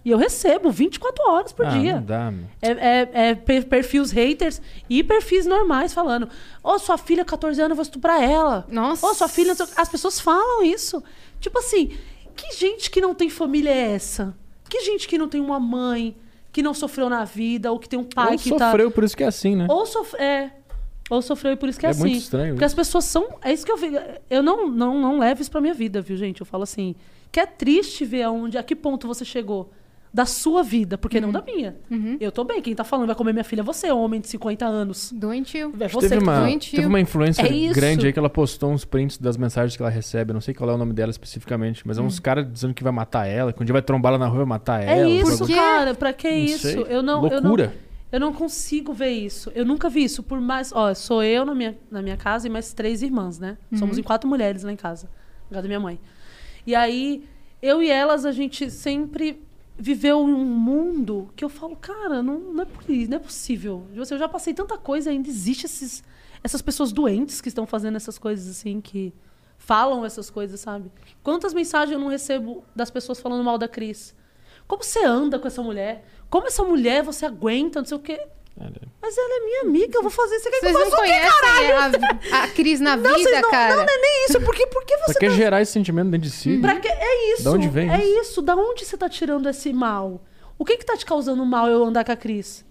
S5: E eu recebo 24 horas por
S4: Ah,
S5: dia.
S4: não dá, meu.
S5: É, é- é per- perfis haters e perfis normais falando. Ô, sua filha, 14 anos, eu vou estuprar ela.
S3: Nossa.
S5: Ô, sua filha. não sei o quê." As pessoas falam isso. Tipo assim, que gente que não tem família é essa? Que gente que não tem uma mãe, que não sofreu na vida, ou que tem um pai
S4: Ou
S5: que
S4: sofreu, por isso que é assim, né?
S5: tá. Ou sofreu. É. Ou sofreu e por isso que é,
S4: É
S5: assim.
S4: muito estranho
S5: Porque
S4: isso.
S5: as pessoas são. É isso que eu vi. Eu não, não, não levo isso pra minha vida, viu, gente? Eu falo assim. Que é triste ver aonde, a que ponto você chegou da sua vida, porque não da minha. Eu tô bem. Quem tá falando vai comer minha filha é você, homem de 50 anos.
S3: Doentio.
S5: É
S4: Teve
S5: você que tá
S4: uma,
S5: falando.
S3: doentio.
S4: teve uma influencer
S5: É isso.
S4: grande aí que ela postou uns prints das mensagens que ela recebe. Eu Não sei qual é o nome dela especificamente, mas é uns caras dizendo que vai matar ela, que um dia vai trombar ela na rua e vai matar
S5: Hum. É
S4: ela. um
S5: isso,
S4: bagulho-
S3: quê?
S5: cara. Pra que
S4: Não
S5: isso?
S4: sei.
S5: Eu não, Eu
S4: Loucura.
S5: não, eu não consigo ver isso. Eu nunca vi isso. Por mais. Ó, sou eu na minha, na minha casa e mais três irmãs, né? Somos em quatro mulheres lá em casa. Por causa da minha mãe. E aí, eu e elas, a gente sempre viveu em um mundo que eu falo, cara, não, não, é, possível, não é possível. Eu já passei tanta coisa, ainda existe esses, essas pessoas doentes que estão fazendo essas coisas assim, que falam essas coisas, sabe? Quantas mensagens eu não recebo das pessoas falando mal da Cris? Como você anda com essa mulher? Como essa mulher você aguenta, não sei o quê?
S4: Cara,
S5: Mas ela é minha amiga, eu vou fazer isso aqui.
S3: Vocês não conhecem a, a Cris na
S5: Não,
S3: vida,
S5: vocês não,
S3: cara.
S5: não, não é nem isso. Por que, por que você
S4: Pra que
S5: tá-
S4: gerar esse sentimento dentro de si?
S5: Pra que... É isso.
S4: é. Da onde vem
S5: É
S4: isso?
S5: isso. Da onde você tá tirando esse mal? O que que tá te causando mal eu andar com a Cris?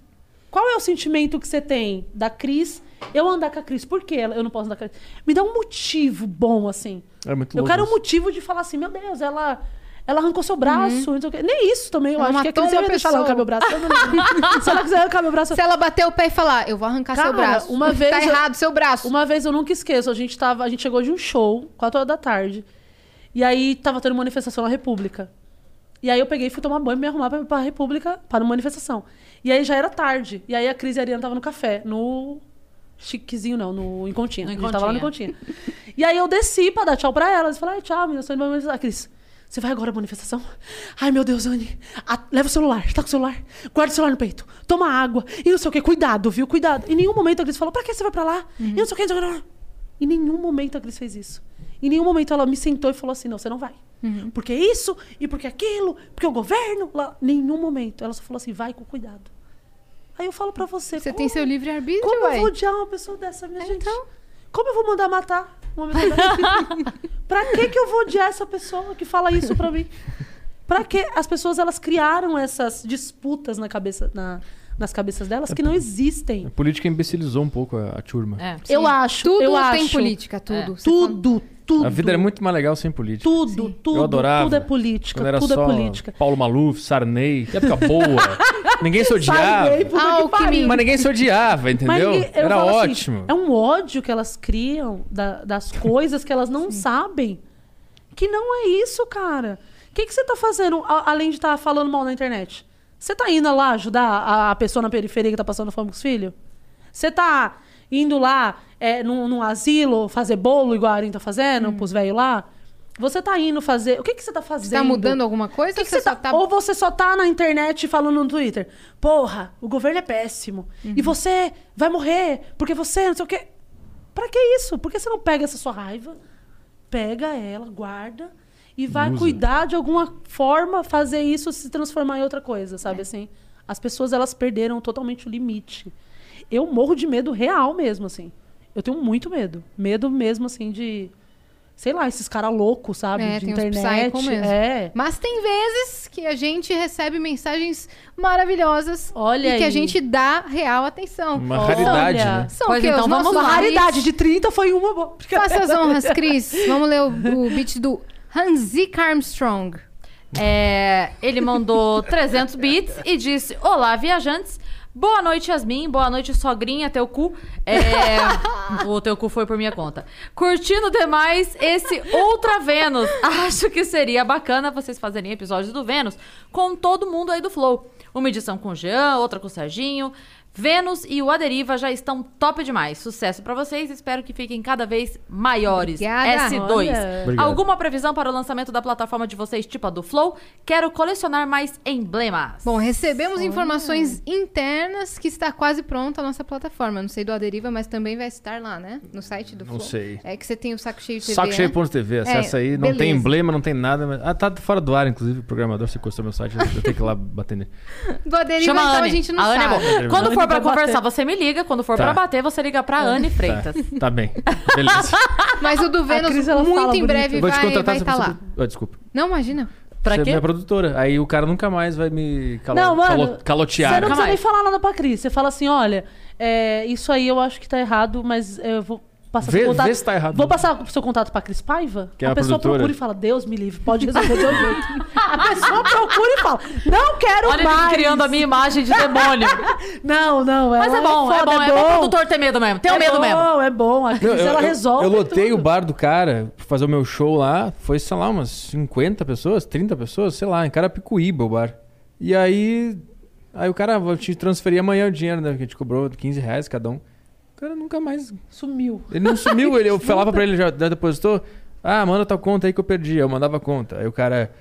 S5: Qual é o sentimento que você tem da Cris? Eu andar com a Cris. Por que ela- eu não posso andar com a Cris? Me dá um motivo bom, assim.
S4: É muito
S5: eu
S4: louco
S5: quero um
S4: isso.
S5: motivo de falar assim, meu Deus, ela... Ela arrancou seu braço. não sei o quê. Nem isso também. Eu
S3: Uhum. Ela
S5: acho que a
S3: matou
S5: Cris ia
S3: uma
S5: deixar ela arrancar meu
S3: pessoa.
S5: braço. eu não lembro. Se ela quiser arrancar meu braço...
S3: Se ela bater o pé e falar, eu vou arrancar seu
S5: Cara,
S3: braço.
S5: Uma vez
S3: tá
S5: eu-
S3: errado, seu braço.
S5: Uma vez eu nunca esqueço, a gente tava, a gente chegou de um show, 4 horas da tarde. E aí tava tendo manifestação na República. E aí eu peguei e fui tomar banho e me arrumar pra, pra República, para manifestação. E aí já era tarde. E aí a Cris e a Ariana tava no café, no Chiquezinho não, no Incontinha.
S2: No
S5: a gente tava lá no
S2: Incontinha.
S5: Incontinha. e aí eu desci pra dar tchau pra elas. Falei, ai, tchau, menina, estou indo pra manifestação. A Cris, você vai agora à manifestação? Ai, meu Deus, Anne. a- leva o celular, tá com o celular. Guarda o celular no peito. Toma água. E não sei o quê. Cuidado, viu? Cuidado. Em nenhum momento a Cris falou, pra que você vai pra lá? E não sei o quê. não sei o quê, não sei o quê. Em nenhum momento a Cris fez isso. Em nenhum momento ela me sentou e falou assim, não, você não vai.
S3: Uhum.
S5: Porque é isso, e porque aquilo, porque é o governo... Lá. Nenhum momento. Ela só falou assim, vai com cuidado. Aí eu falo pra você...
S3: Você
S5: como-
S3: tem seu livre-arbítrio,
S5: como eu
S3: ué.
S5: vou odiar uma pessoa dessa, minha gente?
S3: Então.
S5: Como eu vou mandar matar uma pessoa dessa? pra que que eu vou odiar essa pessoa que fala isso pra mim? Pra que as pessoas elas criaram essas disputas na cabeça, na- nas cabeças delas que não existem?
S4: A política imbecilizou um pouco a, a turma.
S2: É.
S5: Eu acho,
S3: Tudo
S5: eu
S3: tem
S5: acho. É.
S3: política, tudo. Você tá
S5: Tudo, tudo.
S4: A vida era muito mais legal sem política.
S5: tudo, tudo,
S4: Eu adorava.
S5: tudo é
S4: Quando
S5: política,
S4: era
S5: tudo é
S4: só
S5: política.
S4: Paulo Maluf, Sarney, época boa. ninguém se odiava.
S5: Sarney, puta que
S3: Alckmin.
S5: pariu.
S4: Mas ninguém se odiava,
S5: Mas
S4: entendeu?
S5: ninguém- eu
S4: Era
S5: falo assim,
S4: ótimo.
S5: é um ódio que elas criam da- das coisas que elas não sabem. Que não é isso, cara. O que, que você tá fazendo a- além de estar falando mal na internet? Você tá indo lá ajudar a, a pessoa na periferia que tá passando fome com os filhos? Você tá indo lá é, num, num asilo fazer bolo igual a Arin tá fazendo pros velhos lá? Você tá indo fazer. O que, que você tá fazendo?
S3: tá mudando alguma coisa?
S5: Que que você
S3: só
S5: tá-
S3: tá...
S5: Ou você só tá na internet falando no Twitter, porra, o governo é péssimo.
S3: Uhum.
S5: E você vai morrer, porque você não sei o quê. Pra que isso? Por que você não pega essa sua raiva, pega ela, guarda e vai
S4: Usa.
S5: cuidar de alguma forma, fazer isso se transformar em outra coisa, sabe
S3: É.
S5: assim? As pessoas, elas perderam totalmente o limite. Eu morro de medo real mesmo, assim. Eu tenho muito medo. Medo mesmo, assim, de... Sei lá, esses caras loucos, sabe?
S3: É,
S5: de
S3: tem uns
S5: internet.
S3: psycho mesmo.
S5: É.
S3: Mas tem vezes que a gente recebe mensagens maravilhosas
S5: Olha
S3: e que a
S5: aí.
S3: gente dá real atenção.
S4: Uma raridade,
S5: Olha.
S4: né?
S3: São
S2: Pois
S3: o quê?
S2: então,
S3: os
S2: vamos
S3: nossos
S5: Uma
S2: lá.
S3: hits?
S5: raridade de 30 foi uma boa.
S3: Faça as honras, Cris. Vamos ler o, o beat do Hansi Armstrong.
S2: É, ele mandou 300 bits e disse: Olá, viajantes. Boa noite, Yasmin. Boa noite, sogrinha, teu cu. É, o teu cu foi por minha conta. Curtindo demais esse Ultra Vênus. Acho que seria bacana vocês fazerem episódios do Vênus com todo mundo aí do Flow. Uma edição com o Jean, outra com o Serginho. Vênus e o Aderiva já estão top demais. Sucesso pra vocês. Espero que fiquem cada vez maiores.
S3: Obrigada.
S2: S2.
S5: Olha.
S4: Obrigado.
S2: Alguma previsão para o lançamento da plataforma de vocês, tipo a do Flow? Quero colecionar mais emblemas.
S3: Bom, recebemos informações internas que está quase pronta a nossa plataforma. Não sei do Aderiva, mas também vai estar lá, né? No site do
S4: Não
S3: Flow.
S4: sei.
S3: É que você tem o Saco Cheio TV,
S4: Saco
S3: né?
S4: cheio ponto TV, acessa
S3: É,
S4: aí. Não tem
S3: beleza.
S4: emblema, não tem nada. Mas... Ah, tá fora do ar, inclusive. O programador sequestrou meu site. Eu tenho que ir lá bater nele.
S3: Do Aderiva,
S2: Chama
S3: então
S2: a Anne.
S3: a gente não
S2: a Anne é
S3: sabe.
S2: boa. Quando for pra
S5: vai bater.
S2: conversar, você me liga. Quando for
S4: Tá.
S2: pra bater, você liga pra Anne
S4: Tá,
S2: Freitas.
S4: tá bem. Beleza.
S3: Mas o do Vênus,
S5: Cris, ela
S3: muito
S5: fala
S3: em
S5: bonito.
S3: breve,
S4: Eu vou te
S3: vai
S4: contratar
S3: vai
S4: se
S3: estar
S4: você-
S3: lá.
S4: Ah, desculpa.
S3: Não, imagina.
S2: Pra
S4: você é
S2: quê?
S4: minha produtora. Aí o cara nunca mais vai me calo...
S5: Não, mano,
S4: calo- calotear.
S5: Você
S4: né?
S5: não precisa nem
S2: mais.
S5: falar nada pra Cris. Você fala assim: olha, é, isso aí eu acho que tá errado, mas eu vou passar
S4: Vê-
S5: seu contato.
S4: vê se tá errado.
S5: Vou passar o seu contato pra Cris Paiva?
S4: Que é
S5: a
S4: a
S5: pessoa
S4: produtora.
S5: procura e fala: Deus me livre, pode resolver de um jeito. a pessoa procura e fala: não quero
S2: Olha ele
S5: mais.
S2: criando a minha imagem de demônio.
S5: Não, não, é
S2: Mas é
S5: ai,
S2: bom, é
S5: foda,
S2: bom. É bom o produtor ter medo mesmo. Tenho
S5: é
S2: medo
S5: bom,
S2: mesmo.
S5: É bom, a Cris
S4: Não,
S5: ela resolve.
S4: Eu lotei
S5: tudo.
S4: o bar do cara pra fazer o meu show lá. Foi, sei lá, umas 50 pessoas, 30 pessoas, sei lá, em Carapicuíba o bar. E aí. Aí o cara, "Ah, vou te transferir amanhã o dinheiro, né? Que a gente cobrou 15 reais cada um. O cara nunca mais.
S5: Sumiu.
S4: Ele não sumiu, ele, eu falava pra ele, já, já depositou? Ah, manda tua conta aí que eu perdi. Eu mandava a conta. Aí o cara.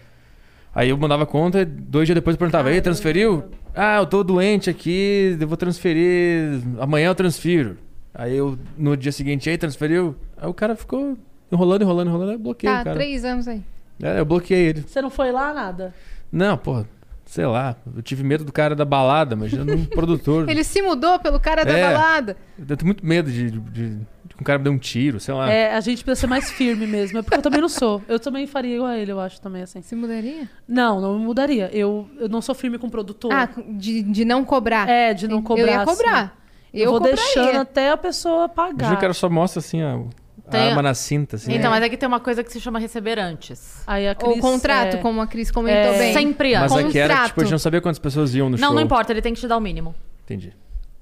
S4: Aí eu mandava a conta, dois dias depois eu perguntava, aí transferiu? Ah, eu tô doente aqui, eu vou transferir. Amanhã eu transfiro. Aí eu, no dia seguinte, aí transferiu. Aí o cara ficou enrolando, enrolando, enrolando, aí eu bloqueei é o
S3: Tá,
S4: cara.
S3: três anos aí.
S4: É, eu bloqueei ele.
S5: Você não foi lá nada?
S4: Não, porra. Sei lá, eu tive medo do cara da balada, imagina um produtor.
S3: Ele se mudou pelo cara da
S4: É.
S3: balada.
S4: Eu tenho muito medo de, de- de- de que um cara me dê um tiro, sei lá.
S5: É, a gente precisa ser mais firme mesmo. É porque eu também não sou. Eu também faria igual a ele, eu acho, também, assim.
S3: Se mudaria?
S5: Não, não mudaria. Eu, eu não sou firme com o produtor.
S3: Ah, de, de não cobrar.
S5: É, de não cobrar.
S3: Eu ia
S5: assim.
S3: cobrar.
S5: Eu,
S3: Eu
S5: vou
S3: cobraria.
S5: deixando até a pessoa
S4: Imagina
S5: pagar.
S4: o cara só mostra assim a, a
S2: Tem-
S4: arma na cinta, assim.
S2: Então, mas aqui tem uma coisa que se chama receber antes.
S5: Aí a
S3: Ou
S5: Cris,
S3: contrato,
S5: é,
S3: como a Cris comentou
S5: É.
S3: bem.
S2: Sempre antes.
S4: Mas aqui era,
S3: contrato.
S4: tipo, a gente não sabia quantas pessoas iam no show.
S2: Não, não importa, ele tem que te dar o mínimo.
S4: Entendi.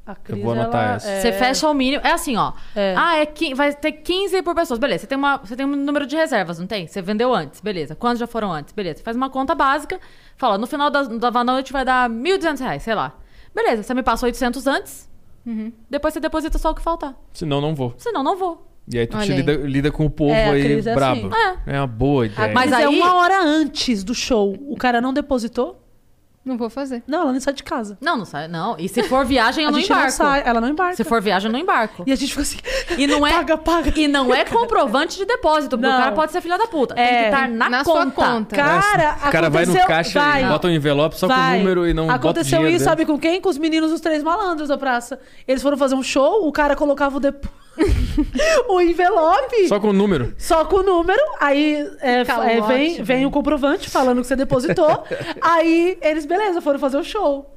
S5: a Cris,
S4: vou anotar
S5: ela
S4: essa.
S5: é-
S2: Você fecha o mínimo. É assim, ó.
S5: É.
S2: Ah, é qui- vai ter 15 por pessoas. Beleza, você tem, uma, você tem um número de reservas, não tem? Você vendeu antes, beleza. Quantos já foram antes? Beleza. Você faz uma conta básica, fala, no final da, da noite vai dar 1.200 reais, sei lá. Beleza, você me passa 800 antes,
S5: Uhum.
S2: depois você deposita só o que faltar.
S4: Senão, não vou.
S2: Senão, não vou.
S4: E aí tu
S3: Olha
S4: te
S3: aí.
S4: lida, lida com o povo
S5: É, a
S4: aí
S5: Cris é
S4: brabo.
S2: assim.
S4: É. uma boa ideia.
S2: Mas
S5: Mas é
S2: aí-
S5: uma hora antes do show. O cara não depositou?
S3: Não vou fazer.
S5: Não, ela nem sai de casa.
S2: Não, não sai. Não. E se for viagem, eu
S5: a
S2: não
S5: gente não
S2: embarco.
S5: sai, ela não embarca.
S2: Se for viagem, eu não embarco.
S5: E a gente fica assim.
S2: E não é,
S5: Paga, paga.
S2: E não é comprovante de depósito, porque
S5: Não.
S2: o cara pode ser filha da puta. Tem
S5: É.
S2: que estar na,
S3: Na
S2: conta.
S3: sua conta.
S5: Cara,
S4: assim, o cara vai no
S5: aconteceu-
S4: caixa
S5: vai.
S4: e bota um envelope só com
S5: Vai.
S4: o número e não bota o
S5: Aconteceu
S4: dinheiro
S5: isso,
S4: dentro.
S5: sabe com quem? Com os meninos dos três malandros da praça. Eles foram fazer um show, o cara colocava o depo... o envelope só...
S4: Só com o número.
S5: com o número, aí é,
S3: Calote,
S2: um
S5: é, vem, vem
S3: velho.
S5: o comprovante falando que você depositou. aí eles, beleza, foram fazer o show.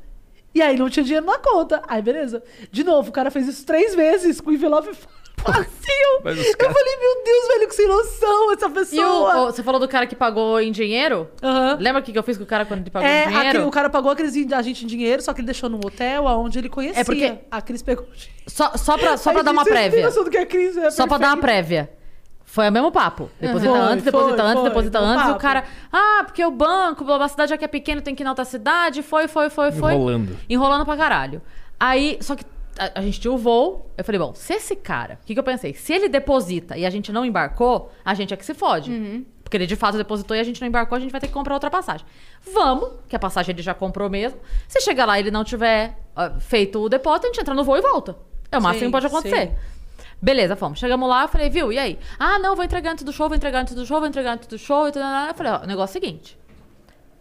S5: E aí não tinha dinheiro na conta. Aí, beleza. De novo, o cara fez isso três vezes com o envelope vazio.
S4: Mas os
S5: Eu
S4: caras-
S5: falei, meu Deus, velho, que sem noção essa
S2: E o- o-
S5: pessoa.
S2: você falou do cara que pagou em dinheiro?
S5: Aham.
S2: Lembra o que que eu fiz com o cara quando ele pagou
S5: É,
S2: em
S5: a Cris-
S2: dinheiro?
S5: o cara pagou a Cris em- a gente em dinheiro, só que ele deixou num hotel aonde ele conhecia.
S2: É porque-
S5: a Cris pegou.
S2: Só, só pra, só pra
S5: Ai,
S2: dar uma
S5: gente, vocês têm
S2: prévia.
S5: noção do que a Cris é
S2: Só pra dar uma
S5: perfeita.
S2: prévia. Foi o mesmo papo. Deposita
S5: Foi,
S2: antes, deposita
S5: foi,
S2: antes,
S5: foi,
S2: deposita
S5: foi o
S2: antes. E o
S5: papo.
S2: cara, ah, porque o banco, a cidade aqui é pequena, tem que ir na outra cidade. Foi, foi, foi, foi.
S4: Enrolando.
S2: Enrolando pra caralho. Aí, só que a, a gente tinha o voo. Eu falei, bom, se esse cara, o que, que eu pensei? Se ele deposita e a gente não embarcou, a gente é que se fode.
S5: Uhum.
S2: Porque ele de fato depositou e a gente não embarcou, a gente vai ter que comprar outra passagem. Vamos, que a passagem ele já comprou mesmo. Se chegar lá e ele não tiver ah, feito o depósito, a gente entra no voo e volta. É o máximo
S5: Sim,
S2: que pode acontecer.
S5: sim.
S2: Beleza, fomos. Chegamos lá, eu falei, viu, e aí? Ah, não, vou entregar antes do show, vou entregar antes do show, vou entregar antes do show. E tal, tal, tal. Eu falei, ó, o negócio é o seguinte.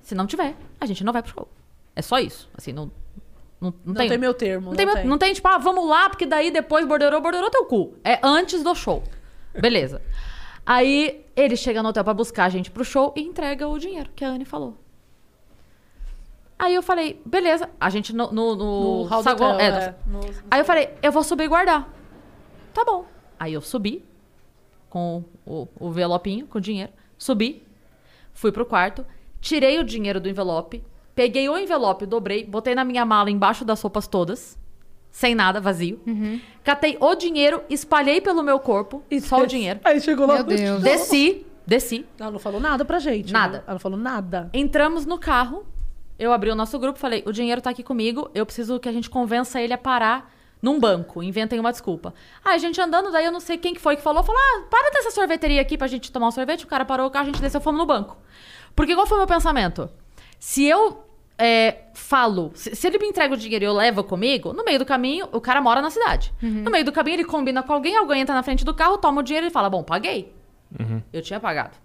S2: Se não tiver, a gente não vai pro show. É só isso. Assim, não, não, não,
S5: Não tem meu termo.
S2: não tem, meu- não tem, tipo, ah, vamos lá, porque daí depois borderou, borderou teu cu. É antes do show. Beleza. Aí ele chega no hotel pra buscar a gente pro show e entrega o dinheiro que a Anne falou. Aí eu falei, beleza. A gente no, no, no
S5: No hall do
S2: saguão-
S5: hotel,
S2: é,
S5: é.
S2: no-
S5: No-
S2: Aí eu falei, eu vou subir e guardar. Tá bom. Aí eu subi com o, o envelopinho, com o dinheiro. Subi, fui pro quarto, tirei o dinheiro do envelope, peguei o envelope, dobrei, botei na minha mala embaixo das roupas todas, sem nada, vazio. Catei o dinheiro, espalhei pelo meu corpo, só o dinheiro.
S5: Aí chegou lá.
S3: Meu Deus.
S2: Desci, desci.
S5: Ela não falou nada pra gente. né?
S2: Nada.
S5: Ela não falou nada.
S2: Entramos no carro, eu abri o nosso grupo, falei: o dinheiro tá aqui comigo, eu preciso que a gente convença ele a parar num banco, inventem uma desculpa. Aí a gente andando, daí eu não sei quem que foi que falou, falou: ah, para dessa sorveteria aqui pra gente tomar um sorvete. O cara parou o carro, a gente desceu, fomos no banco. Porque qual foi o meu pensamento? Se eu é, falo, se, se ele me entrega o dinheiro e eu levo comigo, no meio do caminho, o cara mora na cidade. No meio do caminho, ele combina com alguém, alguém entra na frente do carro, toma o dinheiro e fala: bom, paguei. Eu tinha pagado.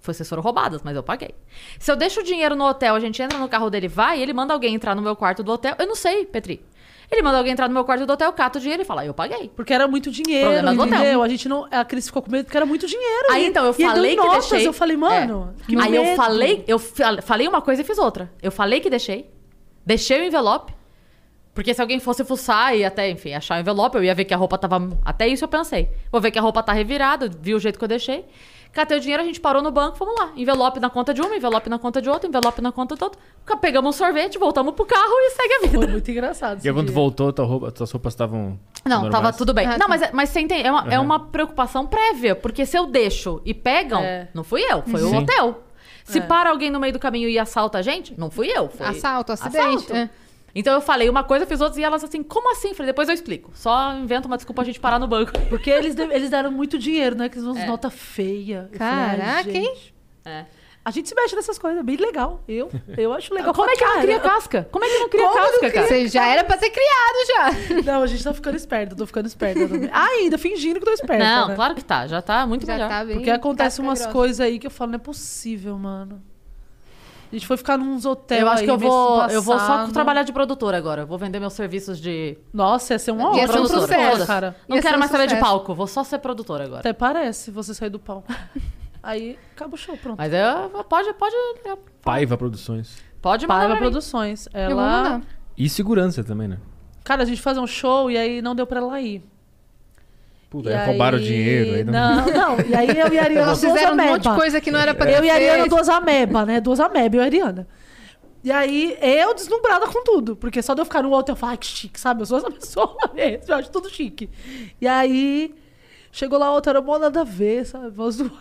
S2: Foi- Vocês foram roubadas, mas eu paguei. Se eu deixo o dinheiro no hotel, a gente entra no carro dele, vai, ele manda alguém entrar no meu quarto do hotel. Eu não sei, Petri. Ele manda alguém entrar no meu quarto do hotel, cata o dinheiro e fala, "Ah, eu paguei.
S5: Porque era muito dinheiro,
S2: Problema do hotel.
S5: entendeu? A gente não. A Cris ficou com medo porque era muito dinheiro.
S2: Aí
S5: E-
S2: então eu
S5: e ele deu
S2: falei que
S5: notas,
S2: deixei.
S5: Eu falei, mano.
S2: É.
S5: que
S2: Aí eu
S5: medo.
S2: falei, eu fa- falei uma coisa e fiz outra. Eu falei que deixei. Deixei o envelope. Porque se alguém fosse fuçar e até, enfim, achar o envelope, eu ia ver que a roupa tava. Até isso eu pensei. Vou ver que a roupa tá revirada, vi o jeito que eu deixei. Catei o dinheiro, a gente parou no banco, fomos lá. Envelope na conta de uma, envelope na conta de outra, envelope na conta de outra. Ca- Pegamos um sorvete, voltamos pro carro e segue a
S5: Foi
S2: vida.
S5: muito engraçado.
S4: E aí,
S5: esse
S4: quando
S5: dia.
S4: voltou, tua roupa, tuas roupas estavam.
S2: Não,
S4: normais?
S2: tava tudo bem.
S3: Ah,
S2: não,
S3: tá.
S2: mas, é- mas você entende, é uma, é
S4: Aham.
S2: uma preocupação prévia, porque se eu deixo e pegam,
S5: É.
S2: não fui eu, foi o
S4: Sim.
S2: hotel. Se para alguém no meio do caminho e assalta a gente, não fui eu, foi
S3: Assalto, acidente. é.
S2: Então eu falei uma coisa, fiz outra e elas assim, como assim? Falei, depois eu explico. Só inventa uma desculpa a gente parar no banco.
S5: Porque eles, de- eles deram muito dinheiro, né? Que eles é. nota feia. Eu falei, ai,
S3: Caraca,
S5: gente.
S3: hein?
S2: É.
S5: A gente se mexe nessas coisas, é bem legal. Eu, eu acho legal.
S2: Como
S5: pra
S2: é que não
S5: caramba.
S2: cria casca? Como é que não cria casca, cara?
S3: Você já era pra ser criado já.
S5: Não, a gente tá ficando esperto, eu tô ficando esperta também. Ah, ainda fingindo que tô esperta.
S2: não,
S5: né?
S2: claro que tá, já tá muito
S3: Já
S2: melhor.
S3: tá bem.
S5: Porque acontece
S3: casca
S5: umas
S3: grossa.
S5: coisas aí que eu falo, não é possível, mano. A gente foi ficar nos hotéis.
S4: Então,
S2: Eu acho que eu vou, eu vou só
S5: trabalhar.
S2: trabalhar de produtora agora. Eu Vou vender meus serviços de.
S5: Nossa, ia ser um
S2: Não,
S5: honra.
S2: produtora.
S5: Foda,
S2: Foda-se.
S5: cara.
S2: Não quero mais saber de palco, vou só ser produtora agora.
S5: Até parece você sair do palco. Aí acaba o show, pronto.
S2: Mas eu, pode, pode,
S4: Paiva Produções.
S2: pode mandar.
S5: Paiva
S2: pra mim.
S5: Produções.
S2: vou
S5: Ela.
S2: mandar.
S4: E segurança também, né?
S5: Cara, a gente fazia um show e aí não deu pra ela ir.
S4: Puta,
S5: E
S4: aí roubaram o
S5: aí-
S4: dinheiro. Aí
S5: Não, não. E aí eu e a Ariana.
S3: Elas fizeram um monte de coisa que não era pra ter
S5: É Eu e a Ariana,
S3: feito.
S5: duas ameba, né? Duas ameba, eu e a Ariana. E aí, eu desnumbrada com tudo. Porque só de eu ficar no hotel, eu falo, ai, que chique, sabe? Eu sou essa pessoa mesmo, eu acho tudo chique. E aí, chegou lá o hotel, era mó nada a ver, sabe? Mó zoado.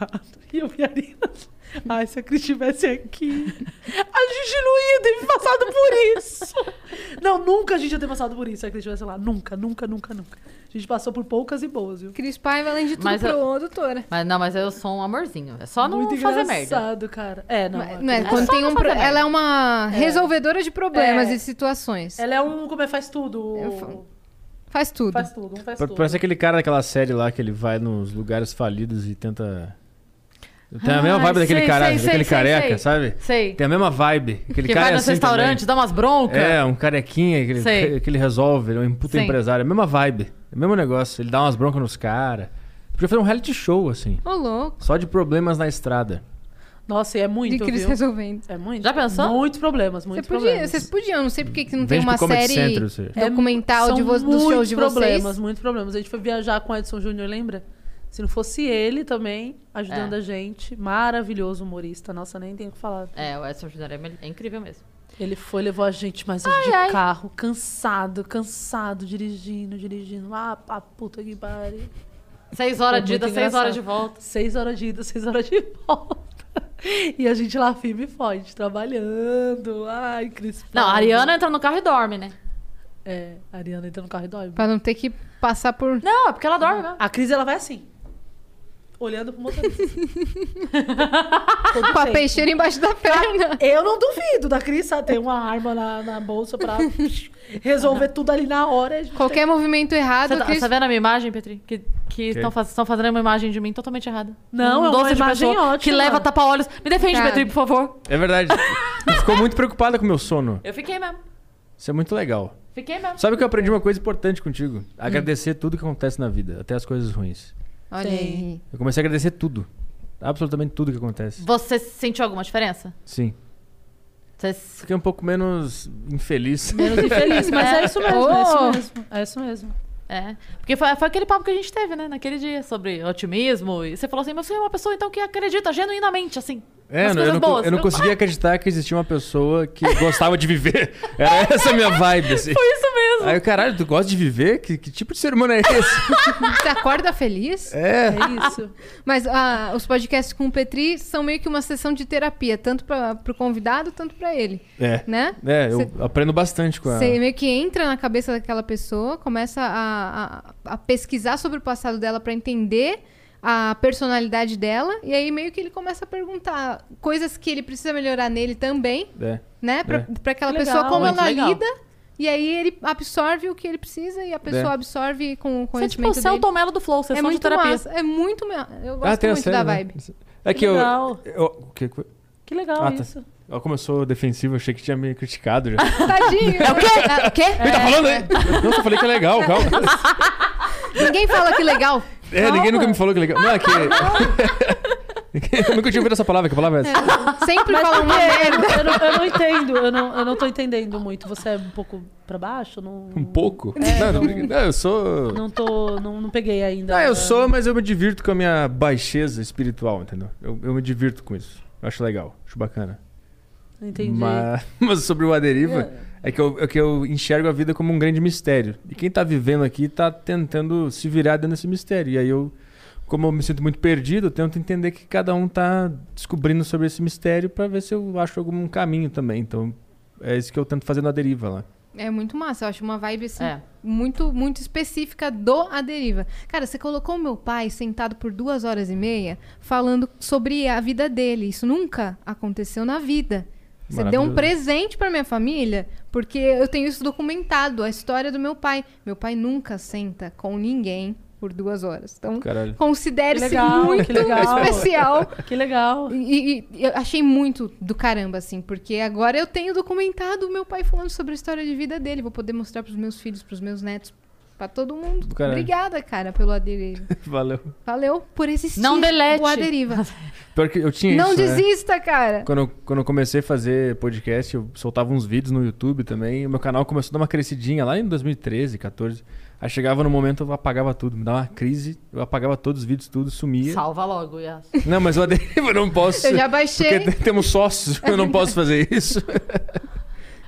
S5: E eu e a Ariana... Ai, se a Cris estivesse aqui, a gente não ia ter passado por isso. Não, nunca a gente ia ter passado por isso se a Cris estivesse lá. Nunca, nunca, nunca, nunca. A gente passou por poucas e boas, viu?
S3: Cris Paiva, além de tudo,
S2: Mas eu-
S3: produtora.
S2: Mas não, mas eu sou um amorzinho. É só não
S5: Muito
S2: fazer merda.
S5: engraçado, cara. É, não.
S3: Não é,
S5: Cris-
S3: quando
S2: só
S3: tem
S2: não
S3: um
S2: fazer
S3: pro-
S2: merda.
S3: Ela é uma resolvedora de problemas
S5: É.
S3: e situações.
S5: Ela é um como é faz tudo.
S3: Eu falo. Faz tudo.
S5: Faz tudo, um faz
S4: Pra-
S5: tudo.
S4: Parece aquele cara daquela série lá que ele vai nos lugares falidos e tenta. Tem a
S2: Ah,
S4: mesma vibe daquele
S2: sei,
S4: cara,
S2: sei, sei,
S4: daquele
S2: sei,
S4: careca,
S2: sei.
S4: sabe?
S2: Sei.
S4: Tem a mesma vibe. Aquele
S2: Que
S4: cara
S2: vai
S4: é
S2: nos
S4: assim
S2: restaurantes,
S4: também.
S2: dá umas broncas.
S4: É, um carequinha que ele,
S2: Sei.
S4: que ele resolve, ele é um puta
S2: Sim.
S4: empresário. É a mesma vibe. É o mesmo negócio. Ele dá umas broncas nos caras. Podia fazer um reality show, assim.
S3: Ô, louco.
S4: Só de problemas na estrada.
S5: Nossa, e é muito,
S3: De Cris
S5: viu?
S3: resolvendo.
S5: É muito.
S2: Já pensou?
S5: Muitos problemas,
S3: Você
S5: muitos
S3: podia,
S5: problemas.
S3: vocês podiam, não sei por que que não tem
S4: Vende pro
S3: uma
S4: Comedy
S3: série
S4: Central, você.
S5: É,
S3: documental
S5: são
S3: de vo- dos
S5: muitos
S3: shows de
S5: problemas,
S3: vocês.
S5: muitos problemas. A gente foi viajar com o Edson Júnior, lembra? Se não fosse ele também ajudando a gente, maravilhoso humorista, nossa, nem tenho o que falar.
S2: É, o Edson Júnior é incrível mesmo.
S5: Ele foi, levou a gente, mas a gente de carro, cansado, cansado, dirigindo, dirigindo. Ah, pra puta que pariu.
S2: Seis horas de
S5: muito
S2: ida, seis horas
S5: engraçado.
S2: de volta.
S5: Seis horas de ida, seis horas de volta. E a gente lá firme e forte, trabalhando. Ai, Cris.
S2: Não, a
S5: Paiva.
S2: Ariana entra no carro e dorme, né?
S5: É, a Ariana entra no carro e dorme.
S3: Pra não ter que passar por...
S2: Não, é porque ela dorme mesmo.
S5: A Cris, ela vai assim. Olhando pro motorista.
S3: com a peixeira embaixo da perna.
S5: Eu não duvido da Cris sabe, ter uma arma na, na bolsa pra resolver tudo ali na hora. A gente
S3: Qualquer movimento errado,
S2: Você tá,
S3: Cris...
S2: tá vendo a minha imagem, Petri? Que que estão faz- estão fazendo uma imagem de mim totalmente errada. Um
S5: Não, é uma
S2: doce de
S5: imagem
S2: pessoa Que
S5: ótima.
S2: leva tapa-olhos. Me defende,
S3: Cara.
S2: Petri, por favor.
S4: É verdade. Ele ficou muito preocupada com o meu sono.
S2: Eu fiquei mesmo.
S4: Isso é muito legal.
S2: Fiquei mesmo.
S4: Sabe que eu aprendi uma coisa importante
S2: Hum.
S4: contigo? Agradecer tudo que acontece na vida, até as coisas ruins.
S3: Olha aí.
S4: Eu comecei a agradecer tudo. Absolutamente tudo que acontece.
S2: Você sentiu alguma diferença?
S4: Sim.
S2: Você s-
S4: Fiquei um pouco menos infeliz.
S5: Menos infeliz, mas é isso mesmo, é isso
S3: Oh.
S5: mesmo. É isso mesmo.
S2: É. Porque foi, foi aquele papo que a gente teve, né? Naquele dia, sobre otimismo. E você falou assim, mas você é uma pessoa, então, que acredita genuinamente, assim.
S4: É,
S2: nas
S4: eu
S2: coisas
S4: não,
S2: boas.
S4: eu não conseguia acreditar que existia uma pessoa que gostava de viver. Era essa a minha vibe, assim.
S2: Foi isso mesmo.
S4: Aí eu, caralho, tu gosta de viver? Que, que tipo de ser humano é esse?
S3: Você acorda feliz?
S4: É.
S5: É isso.
S3: Mas ah, os podcasts com o Petri são meio que uma sessão de terapia, tanto pra, pro convidado, tanto pra ele,
S4: É.
S3: né?
S4: É, eu
S3: Cê-
S4: aprendo bastante com a.
S3: Você meio que entra na cabeça daquela pessoa, começa a, a- a pesquisar sobre o passado dela pra entender a personalidade dela, e aí meio que ele começa a perguntar coisas que ele precisa melhorar nele também,
S4: É.
S3: né? Pra, pra aquela
S5: Que legal,
S3: pessoa, como
S5: muito
S3: ela
S5: legal.
S3: lida, e aí ele absorve o que ele precisa e a pessoa
S4: É.
S3: absorve com
S2: Você é
S3: o
S2: tipo o
S3: conhecimento
S2: Celton
S3: dele.
S2: Mello do Flow, sessão
S3: É
S2: de
S3: muito
S2: terapia.
S3: massa, é muito... ma- Eu
S4: Ah,
S3: gosto
S4: tem a
S3: muito
S4: série,
S3: da
S4: né?
S3: vibe.
S4: É que eu.
S5: Legal.
S4: eu o que que foi?
S5: Que legal
S4: Ah, tá.
S5: isso.
S4: Ela começou defensiva, achei que tinha me criticado já.
S3: Tadinho. É o quê? o quê?
S4: Ele tá falando aí? Não, só falei que é legal, calma.
S3: Ninguém fala que legal.
S4: É, ninguém nunca me falou que é legal. Não, é que. eu nunca tinha ouvido essa palavra, que palavra é essa?
S3: Sempre fala uma merda.
S5: É. Eu não, eu não entendo, eu não, eu não tô entendendo muito. Você é um pouco pra baixo? Não,
S4: Um pouco? não, não, não, eu sou.
S5: Não tô. Não, não peguei ainda.
S4: Não, Ah, eu sou, mas eu me divirto com a minha baixeza espiritual, entendeu? Eu, eu me divirto com isso. Eu acho legal, acho bacana.
S5: Entendi.
S4: Mas, mas sobre o A Deriva, é que, eu, é que eu enxergo a vida como um grande mistério. E quem tá vivendo aqui tá tentando se virar dentro desse mistério. E aí eu, como eu me sinto muito perdido, eu tento entender que cada um tá descobrindo sobre esse mistério pra ver se eu acho algum caminho também. Então é isso que eu tento fazer no A Deriva lá.
S3: É muito massa, eu acho uma vibe assim
S2: É.
S3: muito muito específica do A Deriva. Cara, você colocou o meu pai sentado por duas horas e meia falando sobre a vida dele. Isso nunca aconteceu na vida. Você deu um
S4: Maravilhoso.
S3: presente pra minha família, porque eu tenho isso documentado, a história do meu pai. Meu pai nunca senta com ninguém por duas horas. Então,
S4: Caralho.
S3: considere-se
S5: Legal,
S3: muito
S5: que legal.
S3: especial.
S5: Que legal.
S3: E, e- e eu achei muito do caramba, assim, porque agora eu tenho documentado o meu pai falando sobre a história de vida dele. Vou poder mostrar pros meus filhos, pros meus netos, pra todo mundo.
S4: Do caralho.
S3: Obrigada, cara, pelo aderir.
S4: Valeu.
S3: Valeu por existir.
S2: Não delete.
S3: O Aderiva.
S4: Pior que eu tinha
S3: Não
S4: isso, né?
S3: desista, cara.
S4: Quando, eu- quando eu comecei a fazer podcast, eu soltava uns vídeos no YouTube também. E o meu canal começou a dar uma crescidinha lá em 2013, 14. Aí chegava no momento, eu apagava tudo. Me dava uma crise, eu apagava todos os vídeos, tudo, sumia.
S2: Salva logo, é assim. Yas.
S4: Não, mas eu aderivo, eu não posso.
S3: Eu já baixei.
S4: Porque tem- temos sócios, eu não posso fazer isso.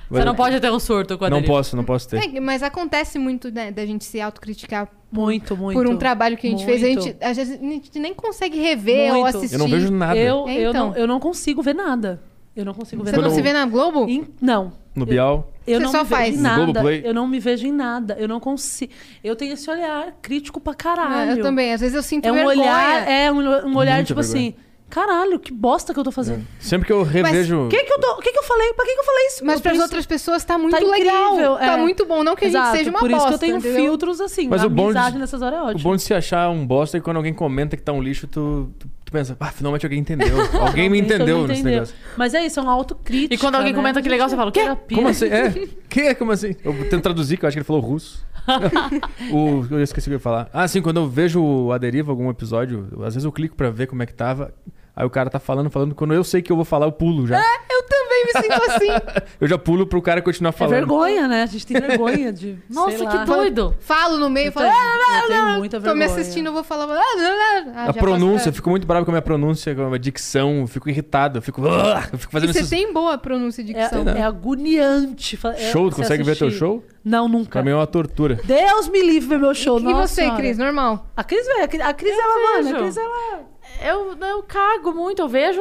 S2: Você não pode ter um surto com a
S4: Não
S2: deriva.
S4: posso, não posso ter.
S3: É, mas acontece muito, né, da gente se autocriticar
S5: Muito, muito.
S3: por um trabalho que a gente fez. A
S5: Muito.
S3: gente, às vezes, a gente nem consegue rever ou
S5: Muito.
S3: assistir.
S4: Eu não vejo nada.
S5: Eu,
S3: É,
S5: eu,
S3: então.
S5: não, eu não consigo ver nada. Eu não consigo ver
S3: Você não
S4: Quando-
S3: se vê
S5: nada.
S3: na Globo?
S5: Em- Não.
S4: No Bial.
S5: Eu
S3: Você
S5: não
S3: só
S5: me
S3: faz.
S5: vejo em
S4: No
S5: nada.
S4: Globoplay?
S5: Eu não me vejo em nada. Eu não consigo. Eu tenho esse olhar crítico pra caralho.
S3: Ah, Eu também. Às vezes eu sinto
S5: É um
S3: vergonha.
S5: olhar, é um, um olhar
S4: Muita
S5: tipo
S4: vergonha. É.
S5: assim, caralho, que bosta que eu tô fazendo.
S4: Sempre que eu revejo.
S5: O que que eu tô, o que que eu falei? Pra que que eu falei isso?
S3: Mas
S5: Eu
S3: para as
S5: penso-
S3: outras pessoas tá muito
S5: tá
S3: legal.
S5: incrível,
S3: Tá
S5: é.
S3: muito bom. Não que a gente
S5: Exato,
S3: seja uma
S5: Por isso que eu
S3: bosta,
S5: tenho
S3: entendeu?
S5: filtros assim.
S4: Mas
S5: a
S4: o bom de-
S5: amizade nessas horas é
S4: O
S5: ótima.
S4: bom de se achar um bosta é que quando alguém comenta que tá um lixo, tu, tu, tu pensa, ah, finalmente alguém entendeu. Alguém me
S5: Então,
S4: entendeu
S5: não
S4: nesse
S5: entendeu.
S4: negócio.
S5: Mas é isso, é uma autocrítica.
S2: E quando alguém
S5: né?
S2: comenta que é legal, você fala, o quê?
S5: Terapia.
S4: Como assim? É? Que? Como assim? Eu tento traduzir, que eu acho que ele falou russo. o, eu esqueci o que eu ia falar. Ah, sim, quando eu vejo a deriva, algum episódio, eu- às vezes eu clico pra ver como é que tava. Aí o cara tá falando, falando. Quando eu sei que eu vou falar, eu pulo já.
S3: Eu também me sinto assim.
S4: Eu já pulo pro cara continuar
S5: É
S4: falando.
S5: vergonha, né? A gente tem vergonha de.
S2: Nossa,
S5: sei
S2: que
S5: lá.
S2: doido.
S3: Falo no meio,
S5: Eu
S3: falo.
S5: tenho-
S3: "Ah,
S5: eu tenho muita
S3: Tô me
S5: vergonha.
S3: assistindo, eu vou falar. "Ah, ah, ah". Ah, já
S4: A
S3: posso-
S4: pronúncia, eu fico muito bravo com a minha pronúncia, com a minha dicção, eu fico irritado, eu fico, eu fico
S3: E
S4: fazendo
S3: você
S4: esses...
S3: tem boa pronúncia de dicção.
S5: É, é agoniante. fa- é,
S4: Show, tu
S5: você
S4: consegue ver teu
S5: assistir.
S4: show?
S5: Não,
S4: Pra
S5: nunca.
S4: mim é uma tortura.
S5: Deus me livre ver meu show,
S3: e
S5: nossa.
S3: você,
S5: senhora.
S3: Cris? Normal?
S5: A Cris, velho, a Cris, a Cris, ela, mano,
S2: vejo.
S5: a Cris, ela.
S2: Eu, eu cago muito, eu vejo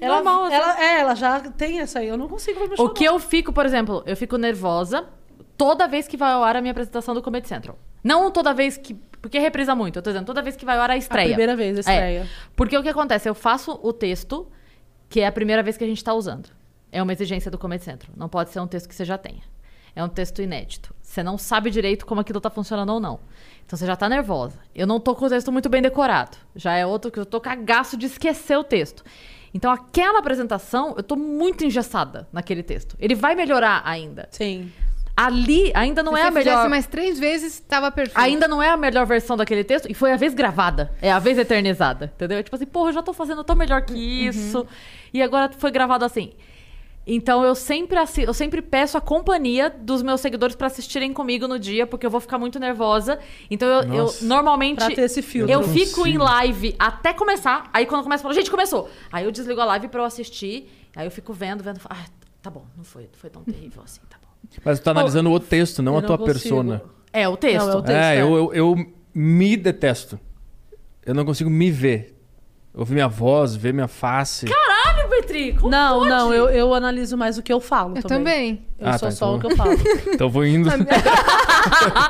S5: Ela,
S2: normal. assim.
S5: ela, é, ela já tem essa aí. Eu não consigo ver meu show.
S2: O que é eu fico, por exemplo, eu fico nervosa toda vez que vai ao ar a minha apresentação do Comedy Central. Não toda vez que. Porque reprisa muito, eu tô dizendo, toda vez que vai ao ar a estreia.
S5: primeira vez, a estreia.
S2: É. porque o que acontece? Eu faço o texto, que é a primeira vez que a gente tá usando. É uma exigência do Comedy Central. Não pode ser um texto que você já tenha. É um texto inédito. Você não sabe direito como aquilo tá funcionando ou não. Então você já tá nervosa. Eu não tô com o texto muito bem decorado. Já é outro que eu tô cagaço de esquecer o texto. Então aquela apresentação, eu tô muito engessada naquele texto. Ele vai melhorar ainda.
S5: Sim.
S2: Ali ainda não
S3: Se
S2: é
S3: você
S2: a melhor.
S3: fizesse mais três vezes, tava perfeito.
S2: Ainda não é a melhor versão daquele texto, e foi a vez gravada, é a vez eternizada, entendeu? É tipo assim, porra, eu já tô fazendo tão melhor que isso, e agora foi gravado assim. Então eu sempre, assi- eu sempre peço a companhia dos meus seguidores pra assistirem comigo no dia, porque eu vou ficar muito nervosa. Então eu, eu
S4: Nossa.
S2: normalmente.
S5: Pra ter esse filtro.
S2: Eu
S5: Não
S2: fico em
S4: consigo.
S2: live até começar, aí quando começa, eu falo, gente, começou. Aí eu desligo a live pra eu assistir, aí eu fico vendo, vendo, falo, ah, tá bom, não foi, não foi tão terrível assim, tá bom.
S4: Mas tu tá analisando o texto, não
S5: eu
S4: a
S5: não
S4: tua
S5: consigo.
S4: persona.
S2: É o texto.
S5: Não, é o texto,
S4: É,
S5: é.
S4: eu, eu, eu me detesto. Eu não consigo me ver. Ouvir minha voz, ver minha face.
S2: Caralho, Petri, como
S5: Não,
S2: pode?
S5: não, eu, eu analiso mais o que eu falo.
S3: Eu
S5: também.
S3: também.
S5: Eu
S4: Ah,
S5: sou
S4: tá,
S5: só
S4: então-
S5: o que eu falo.
S4: Então vou indo.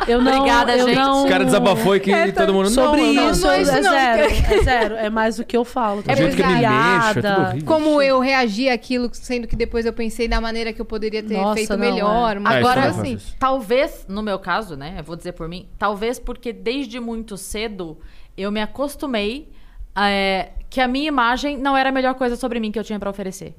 S5: Eu não,
S2: Obrigada,
S5: eu
S2: gente.
S5: Não...
S4: O cara desabafou aqui e todo mundo.
S5: Sobre
S4: não, eu não.
S5: isso,
S3: não é
S5: é
S3: isso não,
S5: zero. É zero. É mais o que eu falo.
S4: O jeito que eu me mexo, é tudo horrível.
S3: Como eu reagi àquilo, sendo que depois eu pensei da maneira que eu poderia ter
S5: Nossa,
S3: feito
S5: não,
S3: melhor.
S5: é.
S3: mas
S4: Ah, isso
S3: agora,
S4: eu não faço
S3: assim,
S4: isso.
S2: Talvez, no meu caso, né? Eu vou dizer por mim, talvez porque desde muito cedo eu me acostumei é, que a minha imagem não era a melhor coisa sobre mim que eu tinha pra oferecer.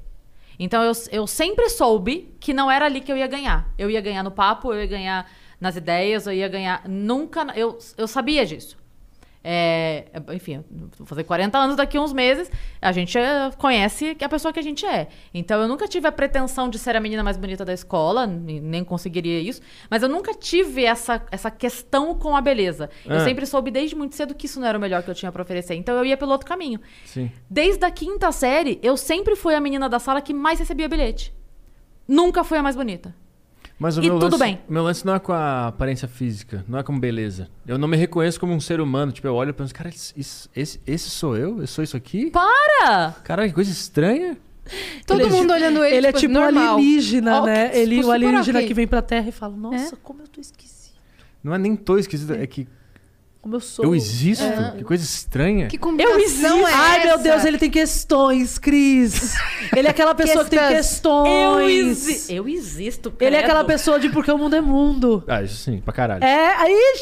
S2: Então eu, eu sempre soube que não era ali que eu ia ganhar. Eu ia ganhar no papo, eu ia ganhar nas ideias, eu ia ganhar. Nunca. na- Eu, eu sabia disso. É, enfim, vou fazer 40 anos daqui a uns meses, a gente eh, conhece a pessoa que a gente é. Então eu nunca tive a pretensão de ser a menina mais bonita da escola, nem nem conseguiria isso, mas eu nunca tive essa, essa questão com a beleza. Eu
S4: Ah.
S2: sempre soube desde muito cedo que isso não era o melhor que eu tinha pra oferecer, então eu ia pelo outro caminho.
S4: Sim.
S2: Desde a quinta série, eu sempre fui a menina da sala que mais recebia bilhete. Nunca fui a mais bonita.
S4: Mas o
S2: E
S4: meu
S2: tudo
S4: lance,
S2: bem.
S4: Meu lance não é com a aparência física, não é com beleza. Eu não me reconheço como um ser humano. Tipo, eu olho e penso, cara, isso- isso- esse, esse sou eu? Eu sou isso aqui?
S2: Para!
S4: Caralho, que coisa estranha.
S3: todo
S5: Ele é
S3: mundo olhando ele,
S5: Ele é tipo um
S3: normal.
S5: alienígena,
S3: Ó,
S5: né?
S3: tipo,
S5: Ele, o
S3: super
S5: alienígena
S3: ok.
S5: que vem pra Terra e fala: Nossa, como eu tô esquisito.
S4: Não é nem tão esquisito, é que
S5: Como eu sou.
S4: Eu existo?
S5: É.
S4: Que coisa estranha.
S3: Que
S5: Eu
S3: combinação
S5: existo.
S3: é
S5: Ai, meu
S3: essa?
S5: Deus, ele tem questões, Cris. Ele é aquela pessoa que tem
S3: Questões.
S5: questões.
S2: Eu, exi eu existo,
S5: Ele é
S2: credo.
S5: aquela pessoa de porque o mundo é mundo.
S4: Ah, isso sim, pra caralho.
S5: É, aí.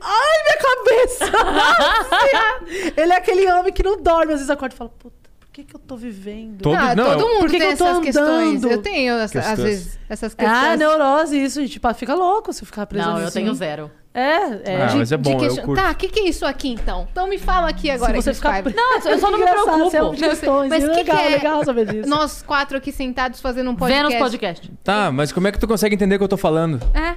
S5: Ai, minha cabeça! Nossa! Ele é aquele homem que não dorme, às vezes acorda e fala, puta, por que, que eu tô vivendo?
S4: Todo-
S3: Ah,
S4: não, é
S3: todo
S4: eu-
S3: mundo
S5: Por que
S3: tem
S5: que eu tô
S3: essas questões.
S5: andando?
S3: Eu tenho, essa- às
S4: Questões.
S3: vezes, essas questões.
S5: Ah, neurose, isso, gente. Pá, fica louco se ficar preso
S2: Não,
S5: nisso.
S2: eu tenho zero.
S5: É, é.
S4: Ah,
S5: de-
S4: mas é bom, eu
S3: question-
S4: curto.
S3: Tá, o que, que é isso aqui então? Então me fala aqui agora.
S5: se você
S3: Cris
S5: ficar
S3: Paiva.
S5: preso. Não,
S2: eu só não me preocupo.
S3: Não,
S5: questões.
S3: mas que
S5: Mas é legal,
S3: que é-
S5: legal saber disso.
S3: Nós quatro aqui sentados fazendo um podcast.
S2: Vênus Podcast.
S4: Tá, mas como é que tu consegue entender o que eu tô falando?
S3: É.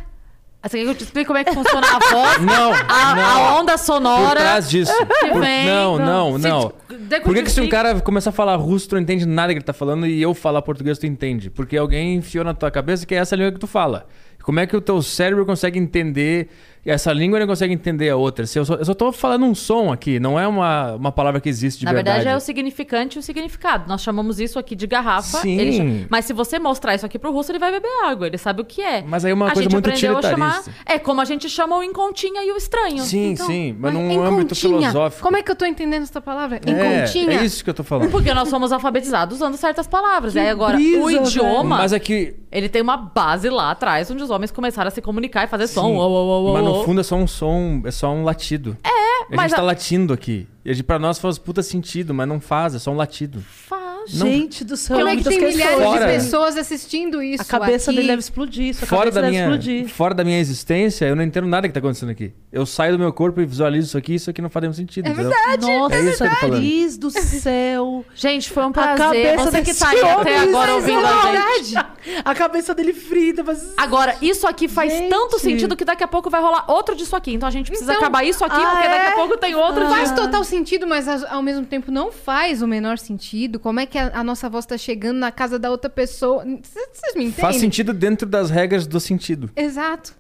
S2: Ah, Você quer que eu te explique como é que funciona a voz?
S4: Não,
S2: A,
S4: não.
S2: a onda
S4: Por
S2: sonora.
S4: trás disso. Por-
S2: vem,
S4: Não, não,
S2: Se-
S4: não.
S2: decortifica-
S4: Por que, que se um cara começar a falar russo, tu não entende nada que ele tá falando e eu falar português, tu entende? Porque alguém enfiou na tua cabeça que é essa língua que tu fala. Como é que o teu cérebro consegue entender essa língua e não consegue entender a outra? Se eu, só, eu só tô falando um som aqui, não é uma, uma palavra que existe de
S2: Na
S4: verdade.
S2: verdade, é o significante e o significado. Nós chamamos isso aqui de garrafa.
S4: Sim.
S2: Ele cha- Mas se você mostrar isso aqui pro russo, ele vai beber água. Ele sabe o que é.
S4: Mas aí é uma
S2: a
S4: coisa
S2: gente
S4: muito
S2: aprendeu a chamar.
S4: utilitarista.
S2: É como a gente chama o incontinha e o estranho.
S4: Sim,
S2: Então,
S4: sim, mas
S3: em
S4: num âmbito
S3: continha.
S4: filosófico.
S3: Como é que eu tô entendendo essa palavra?
S4: é,
S3: Incontinha.
S4: é isso que eu tô falando.
S2: Porque nós somos alfabetizados usando certas palavras. E aí agora, é o
S5: brisa,
S2: idioma,
S4: Mas é aqui,
S2: ele tem uma base lá atrás, onde os homens começaram a se comunicar e fazer som.
S4: Sim,
S2: Oh, oh, oh, oh,
S4: mas
S2: oh.
S4: no fundo é só um som, é só um latido. É, A
S2: mas
S4: gente tá
S2: a-
S4: latindo aqui. E a gente, pra nós faz puta sentido, mas não faz, é só um latido.
S2: Faz.
S4: Não-
S5: Gente do céu,
S3: Como é que
S5: muitas
S3: tem milhares
S5: questões.
S4: Fora.
S3: de pessoas assistindo isso?
S5: A cabeça
S3: aqui?
S5: dele deve explodir. Sua
S4: Fora
S5: cabeça
S4: da,
S5: deve
S4: minha,
S5: explodir.
S4: fora da minha existência, eu não entendo nada que tá acontecendo aqui. Eu saio do meu corpo e visualizo isso aqui, isso aqui não faz nenhum sentido. É verdade.
S5: Nossa,
S4: É isso que eu tô falando.
S5: Cris do céu.
S2: Gente, foi um
S5: A
S2: prazer.
S5: cabeça
S2: Você que
S5: desse
S2: tá aí até
S5: homem,
S2: agora
S5: mas é
S2: ouvindo a gente.
S5: A cabeça dele frita, mas.
S2: Agora, isso aqui faz
S5: Gente.
S2: tanto sentido que daqui a pouco vai rolar outro disso aqui. Então a gente precisa
S3: Então- Ah.
S2: acabar isso aqui,
S5: Ah,
S2: porque daqui a
S5: é?
S2: pouco tem outro disso.
S3: Faz total sentido, mas ao- ao mesmo tempo não faz o menor sentido. Como é que a, a nossa voz tá chegando na casa da outra pessoa? C- Vocês me entendem?
S4: Faz sentido dentro das regras do sentido.
S3: Exato.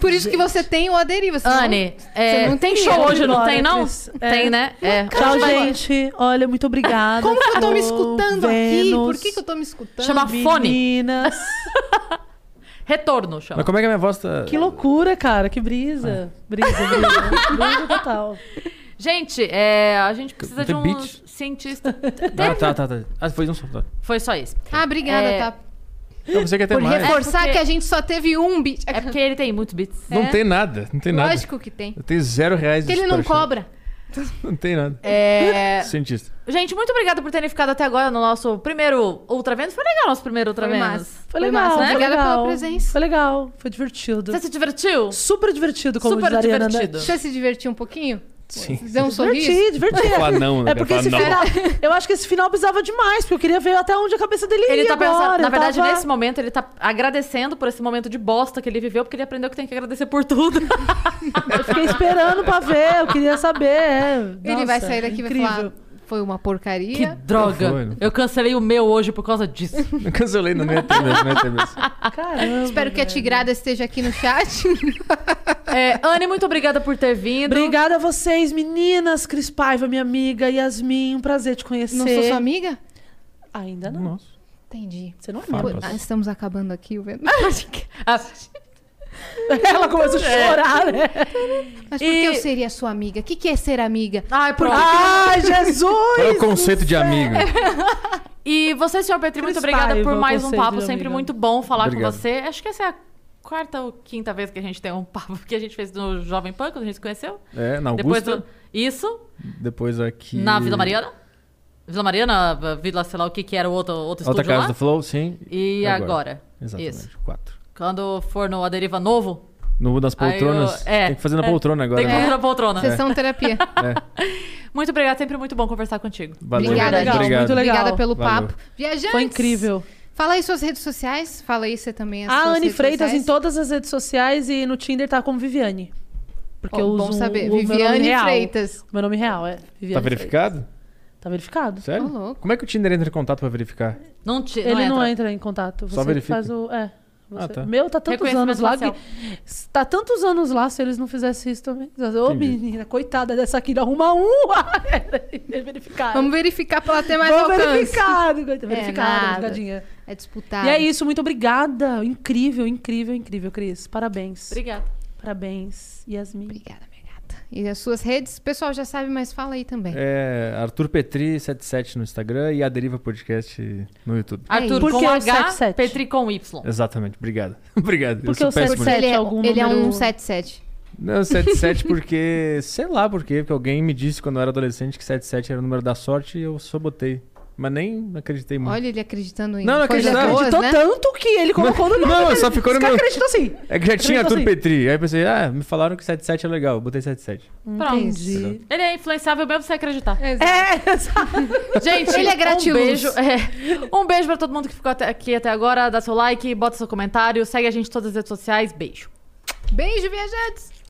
S3: Por isso que você tem o aderiva. senão-
S2: Anne, é,
S3: Você não
S2: tem
S3: tem
S2: show
S5: Ah,
S3: medo.
S2: hoje, não
S5: Bora,
S2: tem, não?
S5: Cris. É.
S2: Tem, né? É.
S5: Tchau,
S2: Vai-
S5: gente. Olha, muito obrigada.
S3: Como que eu tô me
S5: por
S3: escutando aqui?
S5: Vênus.
S3: Por que, que eu tô me escutando?
S2: Chama fone.
S5: Meninas.
S2: Retorno,
S4: Mas
S2: chama.
S4: como é que a minha voz tá.
S5: Que loucura, cara. Que brisa. Brisa, brisa. brisa total.
S2: Gente, é, a gente precisa de
S4: The
S2: um
S4: Beach.
S2: cientista.
S4: Ah, tá, tá, tá. Ah, foi um só. Tá.
S2: Foi só isso.
S3: Ah, obrigada,
S2: É.
S3: tá?
S4: Não, você quer ter
S3: Por
S4: mais.
S3: reforçar
S2: É porque-
S3: que a gente só teve um beat.
S2: É porque ele tem muito beats.
S4: Não
S3: É.
S4: tem nada, não tem nada.
S3: Lógico que tem.
S4: Eu tenho zero reais.
S3: Porque ele não
S4: para chegar.
S3: cobra.
S4: Não tem nada.
S2: É,
S4: Cientista.
S2: gente, muito obrigada por terem ficado até agora no nosso primeiro Ultra Vênus. Foi legal nosso primeiro Ultra
S3: Foi
S2: Vênus.
S3: massa.
S5: Foi legal,
S3: massa.
S2: né?
S3: né?
S5: foi
S3: Obrigada
S5: legal.
S3: pela presença.
S5: Foi legal. Foi divertido.
S2: Você se divertiu?
S5: Super divertido, como
S2: Super
S5: diz a Ariana, né?
S2: divertido.
S3: Você se divertiu um pouquinho?
S4: Sim.
S3: Deu um sorriso?
S5: Diverti, diverti.
S4: Falar não, né?
S5: É porque
S4: Falar
S5: esse
S4: não.
S5: final. Eu acho que esse final precisava demais, porque eu queria ver até onde a cabeça dele
S2: Ele
S5: ia
S2: tá
S5: agora.
S2: pensando, na
S5: eu
S2: verdade,
S5: tava-
S2: nesse momento, ele tá agradecendo por esse momento de bosta que ele viveu, porque ele aprendeu que tem que agradecer por tudo.
S5: Eu fiquei esperando pra ver, eu queria saber. é.
S3: Ele
S5: Nossa,
S3: vai sair daqui e vai
S5: incrível.
S3: falar. Foi uma porcaria.
S2: Que droga!
S4: Foi, né?
S2: Eu cancelei o meu hoje por causa disso.
S4: Não cancelei, não ia ter mesmo, não ia ter mesmo.
S5: Caramba.
S3: Espero que a Tigrada esteja aqui no chat.
S2: É, Anne, muito obrigada por ter vindo.
S5: Obrigada a vocês, meninas. Cris Paiva, minha amiga. Yasmin, um prazer te conhecer.
S3: Não sou sua amiga?
S5: Ainda não.
S4: Nossa.
S3: Entendi.
S5: Você não é
S4: Fala.
S5: amiga.
S3: Pô,
S4: Nossa.
S3: ah, estamos acabando aqui o Vênus.
S2: Ah,
S5: Ela começou a chorar, né?
S3: Mas por que eu seria sua amiga? O que, que é ser amiga?
S2: Ai, pronto.
S5: Ai,
S4: Qual é o
S5: Jesus!
S4: conceito de amigo?
S2: E você, senhor Petri, muito
S5: Cris
S2: obrigada por
S5: Paiva,
S2: mais um
S5: conselho,
S2: papo. Sempre
S5: amiga.
S2: muito bom falar
S4: Obrigado.
S2: com você. Acho que essa é a quarta ou quinta vez que a gente tem um papo que a gente fez no Jovem Pan, quando a gente se conheceu.
S4: É, na
S2: Depois
S4: Augusta.
S2: do... Isso,
S4: Depois aqui.
S2: na Vila Mariana. Vila Mariana, Vila, sei lá o que que era o outro, outro
S4: Outra
S2: estúdio
S4: casa
S2: lá.
S4: do É Flow, sim.
S2: E agora?
S4: Exatamente.
S2: Isso.
S4: Quatro.
S2: Quando for no Aderiva Novo,
S4: No das
S2: Aí eu-
S4: poltronas.
S2: é,
S4: tem que fazer na
S2: é.
S4: poltrona agora.
S2: tem que
S4: né?
S2: comprar
S5: É.
S2: poltrona.
S3: Sessão terapia.
S2: Muito obrigada, sempre muito bom conversar contigo.
S4: Valeu.
S3: Obrigada,
S4: obrigado.
S3: gente.
S5: Muito legal.
S3: Obrigada pelo
S4: Valeu.
S3: papo. Viajantes!
S5: Foi incrível.
S3: Fala aí suas redes sociais. Fala aí você também. As
S5: A
S3: suas
S5: Anne
S3: redes
S5: Freitas
S3: sociais.
S5: em todas as redes sociais e no Tinder tá como Viviane. Porque eu
S3: Bom, bom
S5: uso
S3: saber.
S5: o- o meu nome
S3: Viviane
S5: real.
S3: Freitas.
S5: Meu nome real é Viviane.
S4: Tá
S5: Freitas.
S4: verificado?
S5: Tá verificado.
S4: Sério?
S3: Ô, louco.
S4: Como é que o Tinder entra em contato pra verificar?
S2: Não te,
S5: Ele não
S2: entra.
S5: entra em contato. Você
S4: Só
S5: que
S4: verifica.
S5: faz o. É. você-
S4: Ah, tá.
S5: Meu, tá tantos
S2: Reconhecimento
S5: anos lá
S2: facial.
S5: que. Tá tantos anos lá, se eles não fizessem isso também. Ô,
S4: Entendi.
S5: menina, coitada dessa aqui, não arruma um! É verificado.
S3: Vamos verificar pra ela ter mais
S5: Vamos
S3: alcance.
S5: verificado, verificado,
S3: nada.
S5: verificadinha.
S3: É disputado.
S5: E é isso, muito obrigada. Incrível, incrível, incrível, Cris. Parabéns.
S2: Obrigada.
S5: Parabéns, Yasmin.
S3: Obrigada, obrigada. E as suas redes, o pessoal já sabe, mas fala aí também.
S4: É Arthur Petri77 no Instagram e a Deriva Podcast no YouTube.
S3: É
S2: Arthur
S5: Por
S2: com
S5: que o
S2: H,
S5: 77?
S2: Petri com Y.
S4: Exatamente, obrigado. obrigado.
S5: Porque
S4: eu sou
S5: o
S4: péssimo.
S5: 77
S4: nisso.
S3: ele é,
S5: algum
S3: ele é
S5: número-
S3: um 77.
S4: Não, 77 porque. Sei lá por quê. Porque alguém me disse quando eu era adolescente que 77 era o número da sorte e eu só botei. Mas nem acreditei muito.
S3: Olha ele acreditando em
S4: Não, não
S3: coisas
S4: acreditava.
S3: boas,
S5: Acreditou
S3: né?
S5: tanto que ele colocou no
S4: Não,
S5: nome.
S4: só ficou no
S5: Esse cara
S4: meu-
S5: acreditou assim.
S4: É que já tinha
S5: Acreditou
S4: Arthur
S5: assim.
S4: Petri. Aí eu pensei, ah, me falaram que 77 é legal. Eu botei 77.
S2: Pronto.
S3: Entendi.
S2: Ele é influenciável mesmo sem acreditar.
S5: É, sabe?
S2: Gente,
S3: Ele é gratiluz.
S2: Um beijo, é. um beijo pra todo mundo que ficou até aqui até
S5: É.
S2: agora. Dá seu like, bota seu comentário, segue a gente em todas as redes sociais. Beijo.
S3: Beijo, viajantes!